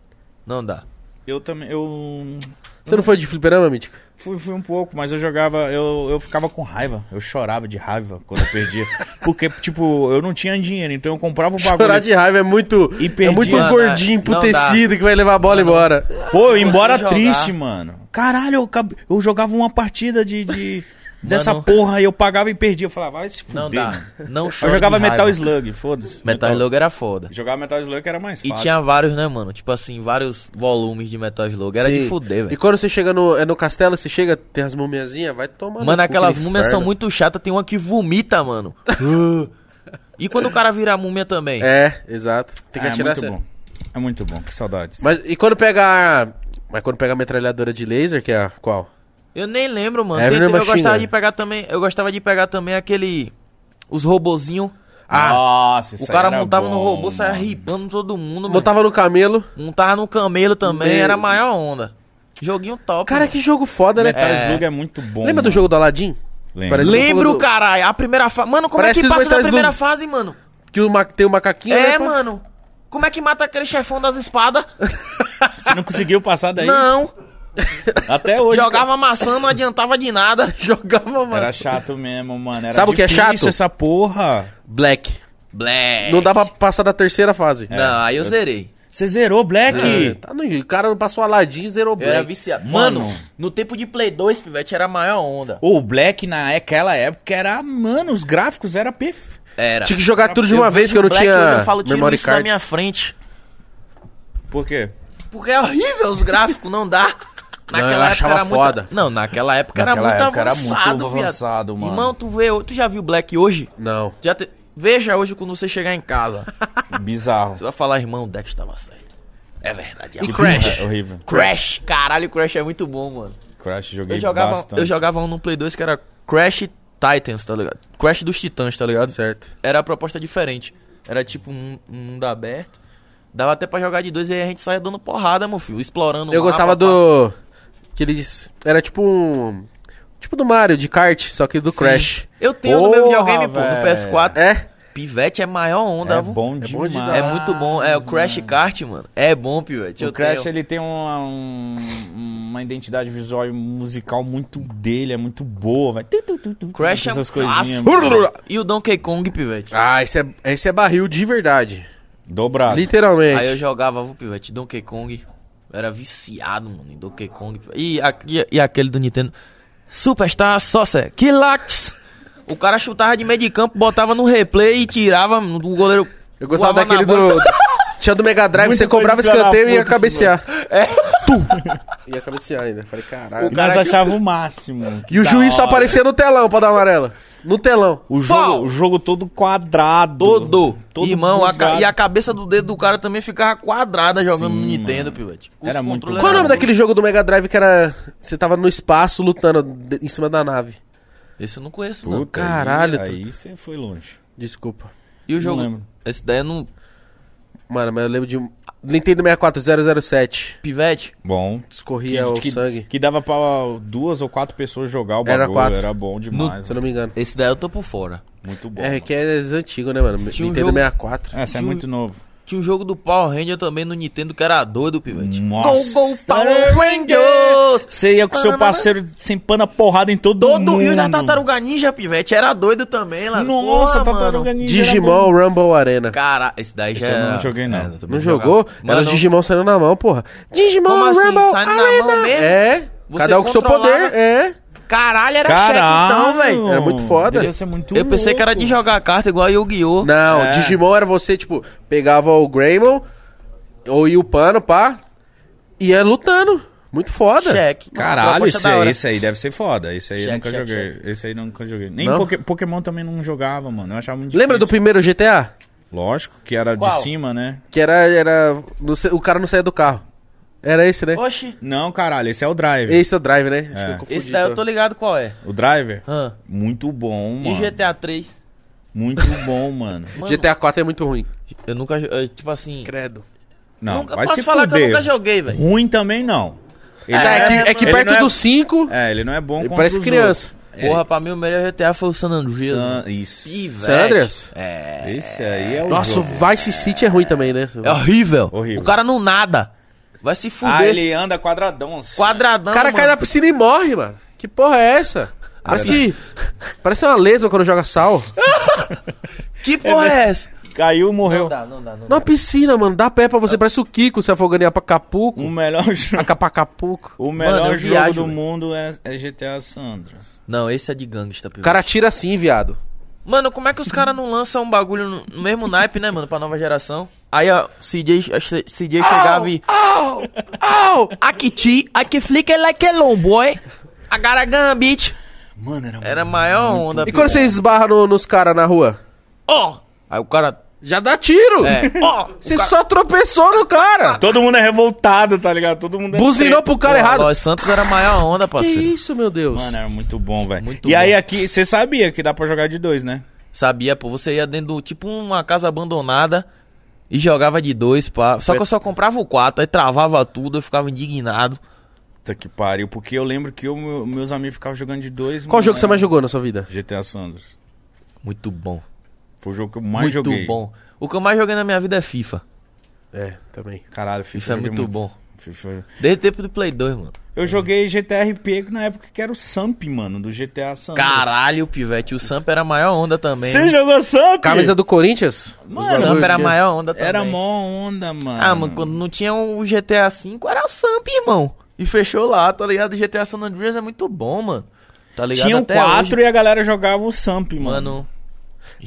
Speaker 4: Não dá.
Speaker 1: Eu também. Eu.
Speaker 3: Você não foi de fliperama, Mítico?
Speaker 1: Fui, fui um pouco, mas eu jogava, eu, eu ficava com raiva. Eu chorava de raiva quando eu perdia. Porque, tipo, eu não tinha dinheiro, então eu comprava o
Speaker 4: Um
Speaker 1: bagulho.
Speaker 3: Chorar de raiva é muito,
Speaker 1: E
Speaker 3: é
Speaker 1: perdi.
Speaker 3: muito
Speaker 1: Mano,
Speaker 3: gordinho,
Speaker 4: não dá.
Speaker 3: emputecido, que vai levar a bola embora.
Speaker 1: Pô, eu
Speaker 4: Se
Speaker 1: ia embora
Speaker 4: você jogar-
Speaker 1: triste, mano. Caralho, eu, acab- eu jogava uma partida de. de- Dessa
Speaker 4: Mano.
Speaker 1: porra, e eu pagava e perdia. Eu falava, "Ah, vai se fuder.
Speaker 4: Não
Speaker 1: mano.
Speaker 4: dá. Não
Speaker 1: Eu
Speaker 4: chora
Speaker 1: jogava
Speaker 4: de raiva.
Speaker 1: Metal Slug, foda-se.
Speaker 4: Metal Slug era foda.
Speaker 1: Jogava Metal Slug era mais
Speaker 4: E
Speaker 1: fácil.
Speaker 4: tinha vários, né, mano? Tipo assim, vários volumes de Metal Slug. Era
Speaker 3: Sim.
Speaker 4: é de fuder,
Speaker 3: E
Speaker 4: velho.
Speaker 3: quando você chega no, é no castelo, você chega, tem as mumiazinhas, vai tomar. no
Speaker 4: Mano,
Speaker 3: cu,
Speaker 4: aquelas
Speaker 3: que
Speaker 4: múmias
Speaker 3: inferno.
Speaker 4: são muito chatas. Tem uma que vomita, mano. e quando o cara vira múmia também?
Speaker 3: É, exato. Tem que
Speaker 1: é,
Speaker 3: atirar
Speaker 1: muito
Speaker 3: essa-
Speaker 1: bom. É muito bom, que saudades.
Speaker 3: Mas e quando pega a. Mas quando pega a metralhadora de laser, que é a qual?
Speaker 4: Eu nem lembro, mano.
Speaker 3: É,
Speaker 4: Tem-
Speaker 3: vira
Speaker 4: eu
Speaker 3: machine
Speaker 4: gostava
Speaker 3: gun.
Speaker 4: de pegar também. Eu gostava de pegar também aquele. Os robozinhos.
Speaker 1: Nossa,
Speaker 4: ah, O
Speaker 1: isso aí
Speaker 4: cara
Speaker 1: era
Speaker 4: montava no
Speaker 1: bom,
Speaker 4: robô, saia
Speaker 1: mano.
Speaker 4: ripando todo mundo, mano.
Speaker 3: Montava no camelo.
Speaker 4: Montava no camelo também,
Speaker 3: Meu.
Speaker 4: era a maior onda. Joguinho top.
Speaker 3: Cara,
Speaker 4: mano.
Speaker 3: que jogo foda, né?
Speaker 1: Metal
Speaker 3: É.
Speaker 1: Slug é muito bom.
Speaker 3: Lembra do
Speaker 1: mano.
Speaker 3: jogo do Aladdin?
Speaker 1: Lembro.
Speaker 3: Parece-
Speaker 4: Lembro,
Speaker 3: do-
Speaker 4: caralho. A primeira fase. Mano, como
Speaker 3: Parece
Speaker 4: é que
Speaker 3: do
Speaker 4: passa
Speaker 3: Metal
Speaker 4: da primeira
Speaker 3: Slug.
Speaker 4: fase, mano?
Speaker 3: Que o ma- tem o macaquinho. né,
Speaker 4: É,
Speaker 3: pá?
Speaker 4: mano. Como é que mata aquele chefão das espadas?
Speaker 1: Você não conseguiu passar daí?
Speaker 4: Não.
Speaker 1: Até hoje. tá-
Speaker 4: Jogava maçã, não adiantava de nada.
Speaker 3: Jogava,
Speaker 1: cara.
Speaker 3: mano.
Speaker 1: Era chato mesmo, mano. Era
Speaker 3: Sabe o que é
Speaker 1: difícil
Speaker 3: chato?
Speaker 1: essa porra.
Speaker 3: Black.
Speaker 4: Black.
Speaker 3: Não dá pra passar da terceira fase.
Speaker 4: É.
Speaker 1: É.
Speaker 4: Não, aí eu zerei.
Speaker 1: Você zerou, Black?
Speaker 3: É, tá no- O cara não passou Aladdin e zerou
Speaker 4: Eu era
Speaker 3: Black.
Speaker 4: viciado.
Speaker 1: Mano.
Speaker 4: Mano, no tempo de Play 2, Pivete, era a maior onda.
Speaker 1: Ô, O Black naquela época era, mano, os gráficos eram perfeitos.
Speaker 4: Era.
Speaker 3: Tinha que jogar tudo de uma vez, que eu não
Speaker 4: Black, hoje
Speaker 3: tinha
Speaker 4: Eu falo, tira
Speaker 3: memory
Speaker 4: isso da
Speaker 3: card.
Speaker 4: minha frente.
Speaker 1: Por quê?
Speaker 4: Porque é horrível os gráficos, não dá.
Speaker 3: Não, eu achava
Speaker 4: muito-
Speaker 3: foda.
Speaker 4: Não, naquela época era
Speaker 1: Naquela
Speaker 4: muito
Speaker 1: época era muito
Speaker 4: avançado, viado.
Speaker 1: avançado, mano.
Speaker 4: Irmão, tu, vê, tu já viu Black hoje?
Speaker 3: Não.
Speaker 4: Já te- Veja hoje quando você chegar em casa.
Speaker 1: Bizarro.
Speaker 4: Você vai falar, irmão, o Dex estava certo. É verdade. E
Speaker 1: É horrível.
Speaker 4: Crash. Caralho, Crash é muito bom, mano.
Speaker 1: Crash joguei
Speaker 4: Eu jogava,
Speaker 1: bastante.
Speaker 4: eu jogava um no Play 2 que era Crash Titans, tá ligado? Crash dos Titãs, tá ligado?
Speaker 3: Certo.
Speaker 4: Era a proposta diferente. Era tipo um, um mundo aberto. Dava até pra jogar de dois e aí a gente saia dando porrada, meu filho. Explorando o
Speaker 3: Eu
Speaker 4: mapa,
Speaker 3: gostava
Speaker 4: pá.
Speaker 3: do. Que eles. Era tipo um. Tipo do Mario, de kart, só que do Crash.
Speaker 4: Eu tenho no
Speaker 1: Porra,
Speaker 4: meu videogame, pô,
Speaker 1: velho.
Speaker 4: no PS4.
Speaker 3: É?
Speaker 4: Pivete é maior onda,
Speaker 1: É
Speaker 4: viu?
Speaker 1: bom
Speaker 3: de
Speaker 1: demais.
Speaker 4: É muito bom. É o Crash Kart, mano. É bom, Pivete.
Speaker 1: O
Speaker 4: eu
Speaker 1: Crash, é
Speaker 4: tenho.
Speaker 1: ele tem uma, um- uma identidade visual e musical muito dele, é muito boa, velho. Tu, tu, tu, tu,
Speaker 4: Crash é um
Speaker 1: essas coisinhas.
Speaker 4: clássico. E o Donkey Kong, Pivete?
Speaker 3: Ah, esse é, esse é barril de verdade.
Speaker 1: Dobrado.
Speaker 3: Literalmente.
Speaker 4: Aí eu jogava, viu, Pivete? Donkey Kong. Eu era viciado, mano, em Donkey Kong. E, aqui- e aquele do Nintendo. Superstar Saucer. Kilax. O cara chutava de meio de campo, botava no replay e tirava. O goleiro.
Speaker 3: Eu gostava
Speaker 4: voava na
Speaker 3: daquele
Speaker 4: bola.
Speaker 3: do. Tinha do Mega Drive,
Speaker 1: Muito
Speaker 3: você cobrava
Speaker 1: coisa de filha
Speaker 3: escanteio e
Speaker 1: da
Speaker 3: ia
Speaker 1: puta, assim,
Speaker 3: cabecear. É. Ia cabecear ainda. Falei, caralho.
Speaker 1: E nós achava o máximo. Que
Speaker 3: E o
Speaker 1: da
Speaker 3: juiz só
Speaker 1: hora.
Speaker 3: aparecia no telão pra dar amarela. No telão.
Speaker 1: O jogo,
Speaker 4: Pau!
Speaker 1: o jogo todo quadrado.
Speaker 4: Todo. Irmão, a ca-
Speaker 1: bugado.
Speaker 4: e a cabeça do dedo do cara também ficava quadrada jogando no
Speaker 1: Sim, mano.
Speaker 4: Nintendo, Pivete.
Speaker 1: Era muito bom.
Speaker 4: controles
Speaker 3: Qual é o
Speaker 4: eram
Speaker 3: nome daquele jogo do Mega Drive que era. Você tava no espaço lutando de- em cima da nave?
Speaker 4: Esse eu não conheço, não.
Speaker 1: Puta,
Speaker 3: Caralho,
Speaker 1: Aí aí você foi longe.
Speaker 3: Desculpa.
Speaker 4: E o jogo?
Speaker 1: lembro.
Speaker 4: Esse daí é no
Speaker 3: Mano, mas eu lembro de. um- Nintendo 64007.
Speaker 4: Pivete?
Speaker 1: Bom.
Speaker 3: Escorria É o sangue.
Speaker 1: que dava pra duas ou quatro pessoas jogar o bagulho.
Speaker 3: Era
Speaker 1: Era,
Speaker 3: quatro.
Speaker 1: bom demais.
Speaker 3: Se eu não me engano.
Speaker 4: Esse daí eu tô por fora.
Speaker 1: Muito bom.
Speaker 3: É,
Speaker 1: mano.
Speaker 3: que é antigo, né, mano?
Speaker 4: Tinha um
Speaker 3: Nintendo
Speaker 4: jogo-
Speaker 3: 64.
Speaker 1: É, você é
Speaker 4: Ju-
Speaker 1: muito novo.
Speaker 4: Tinha um jogo do Power Ranger também no Nintendo que era doido, Pivete.
Speaker 1: Nossa.
Speaker 4: Go, go, Power Rangers!
Speaker 1: Você ia com seu parceiro sempando a porrada em todo,
Speaker 4: Todo
Speaker 1: mundo.
Speaker 4: Rio da Tartaruga Ninja, Pivete, era doido também lá.
Speaker 1: Nossa,
Speaker 4: Ah,
Speaker 1: tá
Speaker 4: Porra,
Speaker 1: Tartaruga
Speaker 4: mano.
Speaker 1: Ninja. era bom.
Speaker 3: Digimon Rumble Arena.
Speaker 4: Cara, esse daí já
Speaker 1: eu não
Speaker 4: era-
Speaker 1: joguei, não.
Speaker 4: É, eu também
Speaker 3: Não jogou?
Speaker 4: jogava.
Speaker 3: Era os
Speaker 4: Mano,
Speaker 3: Digimon saindo na mão, porra. Digimon
Speaker 4: Como assim?
Speaker 3: Rumble
Speaker 4: Saindo na
Speaker 3: Arena.
Speaker 4: mão mesmo?
Speaker 3: É.
Speaker 4: Você
Speaker 3: Cada um com seu
Speaker 4: controlava-
Speaker 3: poder. É.
Speaker 4: Caralho, era
Speaker 1: Caralho.
Speaker 4: cheque então, velho.
Speaker 3: Era muito foda.
Speaker 1: Devia ser é muito
Speaker 4: Eu pensei que era de
Speaker 1: louco.
Speaker 4: jogar carta igual a Yu-Gi-Oh!
Speaker 3: Não,
Speaker 1: É.
Speaker 3: Digimon era você, tipo, pegava o Greymon, ou ia o pano, pá, e ia lutando. Muito foda.
Speaker 4: Cheque.
Speaker 1: Caralho,
Speaker 4: Proposta
Speaker 1: esse
Speaker 4: da hora.
Speaker 1: aí, esse aí deve ser foda. Esse aí eu
Speaker 4: Cheque,
Speaker 1: nunca
Speaker 4: cheque,
Speaker 1: joguei. Esse aí nunca joguei. Nem
Speaker 3: Não?
Speaker 1: Poké- Pokémon também não jogava, mano. Eu achava muito
Speaker 3: Lembra do
Speaker 1: difícil.
Speaker 3: primeiro GTA?
Speaker 1: Lógico, que era
Speaker 4: Qual?
Speaker 1: de cima, né?
Speaker 3: Que era. era não sei- o cara não saía do carro. Era esse,
Speaker 1: é
Speaker 3: né?
Speaker 4: Oxi,
Speaker 1: Não, caralho, esse é o Drive.
Speaker 3: Esse é o Drive, né? Acho
Speaker 1: É.
Speaker 3: que eu confundi,
Speaker 4: esse daí eu tô ligado qual é.
Speaker 1: O Driver?
Speaker 4: Hã?
Speaker 1: Muito bom,
Speaker 4: E
Speaker 1: mano.
Speaker 4: o GTA 3?
Speaker 1: Muito bom, mano.
Speaker 4: Mano.
Speaker 3: GTA 4 é muito ruim.
Speaker 4: Eu nunca. jo- eu, tipo assim.
Speaker 3: Credo.
Speaker 1: Não,
Speaker 4: nunca
Speaker 1: vai
Speaker 4: posso
Speaker 1: se
Speaker 4: falar que eu
Speaker 1: fuder.
Speaker 4: nunca joguei, velho.
Speaker 1: Ruim também não. Ele
Speaker 3: É,
Speaker 1: não
Speaker 3: que, é que
Speaker 1: ele
Speaker 3: perto
Speaker 1: não é-
Speaker 3: do 5,
Speaker 1: É, ele não é bom
Speaker 3: ele
Speaker 1: contra
Speaker 3: parece
Speaker 1: os
Speaker 3: criança.
Speaker 4: Porra, pra mim o melhor GTA foi o San
Speaker 1: outros.
Speaker 4: Andreas. mano.
Speaker 1: É. San- Isso.
Speaker 4: Pivete.
Speaker 3: San Andreas?
Speaker 4: É.
Speaker 1: Esse aí é o
Speaker 3: Nossa, o
Speaker 1: jogo.
Speaker 3: Vice City é ruim também, né?
Speaker 4: É horrível.
Speaker 1: Horrível.
Speaker 4: O cara não nada. Vai se fuder.
Speaker 1: Ah, ele anda quadradão. assim.
Speaker 4: Quadradão,
Speaker 3: O cara
Speaker 4: mano.
Speaker 3: cai na piscina e morre, mano. Que porra é essa? Parece que. Parece uma lesma quando joga sal.
Speaker 4: Que porra é essa?
Speaker 1: Caiu, morreu.
Speaker 4: dá, não dá, não
Speaker 3: Na piscina, mano, dá pé pra você. Parece o Kiko se afogando em Apacapuco.
Speaker 1: O melhor jogo,
Speaker 3: Acapacapuco.
Speaker 1: o melhor
Speaker 4: Mano, eu
Speaker 1: jogo
Speaker 4: viajo,
Speaker 1: do
Speaker 4: velho.
Speaker 1: mundo é, é GTA Sandras.
Speaker 4: Não, esse é de gangsta,
Speaker 3: O
Speaker 4: pivete.
Speaker 3: cara tira assim, viado.
Speaker 4: Mano, como é que os caras não lançam um bagulho no, no mesmo naipe, né, mano, pra nova geração? Aí, ó, CJ, a C- CJ chegava e... Oh, oh, Akiti, Akiflick,
Speaker 3: é
Speaker 4: like a long boy. Agaragan, bitch.
Speaker 1: Mano, era,
Speaker 4: Era a maior onda,
Speaker 3: E quando você esbarra no- nos caras na rua?
Speaker 4: Ó! Aí o cara...
Speaker 3: Já dá tiro!
Speaker 4: É, ó!
Speaker 3: Você só tropeçou no cara!
Speaker 1: Todo mundo é revoltado, tá ligado? Todo mundo é
Speaker 3: Buzinou pro cara errado.
Speaker 4: Los Santos era a maior onda,
Speaker 3: Que
Speaker 4: parceiro.
Speaker 3: isso, meu Deus?
Speaker 1: Mano, é era muito bom, velho. E
Speaker 4: Muito
Speaker 1: aí
Speaker 4: bom.
Speaker 1: aqui, você sabia que dá pra jogar de dois, né?
Speaker 4: Sabia, pô, você ia dentro do, tipo uma casa abandonada e jogava de dois, pá. Só que eu só comprava o quatro, aí travava tudo, eu ficava indignado.
Speaker 1: Puta que pariu, porque eu lembro que eu, meu- meus amigos ficavam jogando de dois.
Speaker 3: Qual
Speaker 1: mano,
Speaker 3: jogo você
Speaker 1: era
Speaker 3: mais jogou na sua vida?
Speaker 1: GTA Sandras.
Speaker 4: Muito bom.
Speaker 1: Foi o jogo que eu mais
Speaker 4: muito
Speaker 1: joguei.
Speaker 4: bom. O que eu mais joguei na minha vida é FIFA.
Speaker 3: É, também.
Speaker 1: Caralho, FIFA,
Speaker 4: FIFA é
Speaker 1: eu joguei
Speaker 4: muito bom.
Speaker 1: FIFA-
Speaker 4: Desde o tempo do Play 2, mano.
Speaker 1: Eu joguei GTRP na época que era o Samp, mano, do GTA Sandras.
Speaker 4: Caralho, pivete. O Samp era a maior onda também.
Speaker 1: Você jogou Samp?
Speaker 3: Camisa do Corinthians?
Speaker 1: Mano,
Speaker 4: O Samp era a
Speaker 3: Tinha-
Speaker 4: maior onda também.
Speaker 1: Era mó onda, mano.
Speaker 4: Ah, mano, quando não tinha o GTA V, era o Samp, irmão. E fechou lá, tá ligado? O GTA San Andreas é muito bom, mano. Tá ligado?
Speaker 1: Tinha um o
Speaker 4: Até
Speaker 1: 4
Speaker 4: hoje,
Speaker 1: e a galera jogava o Samp, mano.
Speaker 4: mano.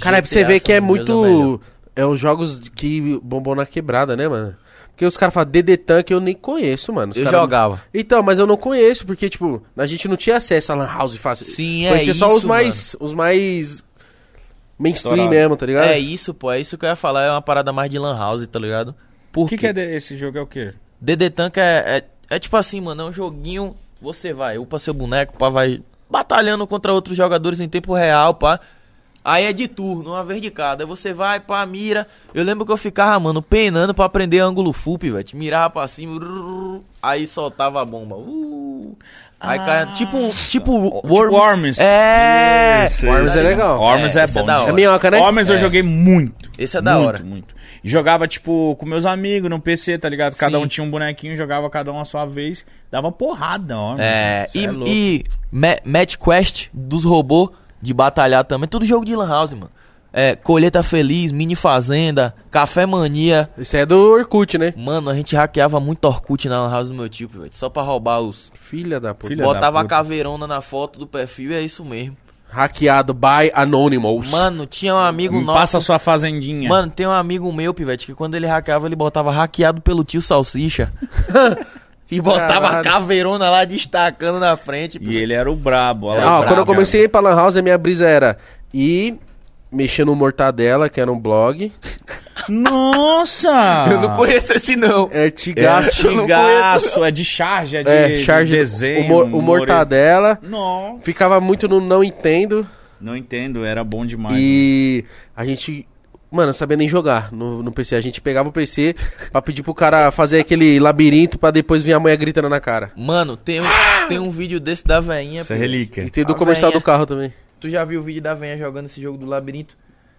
Speaker 3: Cara, é pra você
Speaker 4: GTA
Speaker 3: ver que é
Speaker 4: San Andreas o melhor.
Speaker 3: muito. É os jogos que bombam na quebrada, né, mano? Porque os caras falam DD Tank, eu nem conheço, mano. Os
Speaker 4: Eu
Speaker 3: cara-
Speaker 4: jogava.
Speaker 3: Então, mas eu não conheço, porque, tipo, a gente não tinha acesso a Lan House fácil.
Speaker 4: Sim, é
Speaker 3: Conhecia só os
Speaker 4: isso,
Speaker 3: mais. Os mais. mainstream
Speaker 1: Estourado.
Speaker 3: mesmo, tá ligado?
Speaker 4: É isso, pô. É isso que eu ia falar. É uma parada mais de Lan House, tá ligado? Por
Speaker 1: O que,
Speaker 4: quê?
Speaker 1: que é de- esse jogo? É o quê?
Speaker 4: DD Tank é, é, é tipo assim, mano, é um joguinho. Você vai, upa seu boneco, pá, vai batalhando contra outros jogadores em tempo real, pá. Aí é de turno, uma vez de cada. Aí você vai, pá, mira. Eu lembro que eu ficava, mano, penando pra aprender ângulo full, pivete. Mirava pra cima, rrr, aí soltava a bomba. Uh, aí caia. Tipo, um- tipo
Speaker 1: Tipo
Speaker 4: Worms.
Speaker 1: Worms.
Speaker 4: É.
Speaker 3: Worms é legal.
Speaker 1: Worms é,
Speaker 4: É, esse é
Speaker 1: bom.
Speaker 4: da
Speaker 1: de-
Speaker 4: hora.
Speaker 3: É minhoca, né?
Speaker 1: Worms eu joguei muito.
Speaker 4: Esse é da
Speaker 1: muito,
Speaker 4: hora.
Speaker 1: Muito, E Jogava, tipo, com meus amigos no PC, tá ligado? Cada
Speaker 4: Sim.
Speaker 1: um tinha um bonequinho, jogava cada um a sua vez. Dava porrada, Worms.
Speaker 4: É,
Speaker 1: Cê
Speaker 4: e,
Speaker 1: louco.
Speaker 4: e Ma- Match Quest dos robôs de batalhar também. Tudo jogo de Lan House, mano. É, Colheita Feliz, Mini Fazenda, Café Mania.
Speaker 3: Esse é do Orkut, né?
Speaker 4: Mano, a gente hackeava muito Orkut na Lan House do meu tipo, velho. Só pra roubar os.
Speaker 3: Filha da puta.
Speaker 1: Filha-
Speaker 4: Botava
Speaker 1: da
Speaker 4: a
Speaker 1: puta.
Speaker 4: caveirona na foto do perfil e é isso mesmo.
Speaker 3: Hackeado by Anonymous.
Speaker 4: Mano, tinha um amigo
Speaker 1: Me
Speaker 4: nosso.
Speaker 1: Passa a sua fazendinha.
Speaker 4: Mano, tem um amigo meu, pivete, que quando ele hackeava, ele botava hackeado pelo tio Salsicha. e botava a
Speaker 3: Caralho.
Speaker 4: caveirona lá destacando na frente.
Speaker 1: E ele era o brabo. olha lá,
Speaker 3: Ah,
Speaker 1: o
Speaker 3: quando
Speaker 1: brabo.
Speaker 3: eu comecei a ir pra Lan House, a minha brisa era ir mexer no Mortadela, que era um blog.
Speaker 4: É,
Speaker 1: Nossa!
Speaker 4: Eu não conheço esse não.
Speaker 3: É Tigaço.
Speaker 1: É
Speaker 4: não
Speaker 1: antigaço, é de charge, é de,
Speaker 3: É,
Speaker 1: charge,
Speaker 3: charge. é.
Speaker 1: desenho.
Speaker 3: o, mor- o
Speaker 1: humorista.
Speaker 3: Mortadela.
Speaker 1: Não.
Speaker 3: Ficava muito no Não Entendo.
Speaker 1: Não entendo, era bom demais. é.
Speaker 3: E a gente. Mano, não sabia nem jogar no, no PC. A gente pegava o PC pra pedir pro cara fazer aquele labirinto pra depois vir a mulher gritando na cara.
Speaker 4: Mano, tem um, tem um vídeo desse da veinha.
Speaker 1: Isso é
Speaker 4: pô.
Speaker 1: relíquia.
Speaker 3: E tem do
Speaker 4: A
Speaker 3: comercial
Speaker 4: véia.
Speaker 3: do carro também.
Speaker 4: Tu já viu o vídeo da veinha jogando esse jogo do labirinto?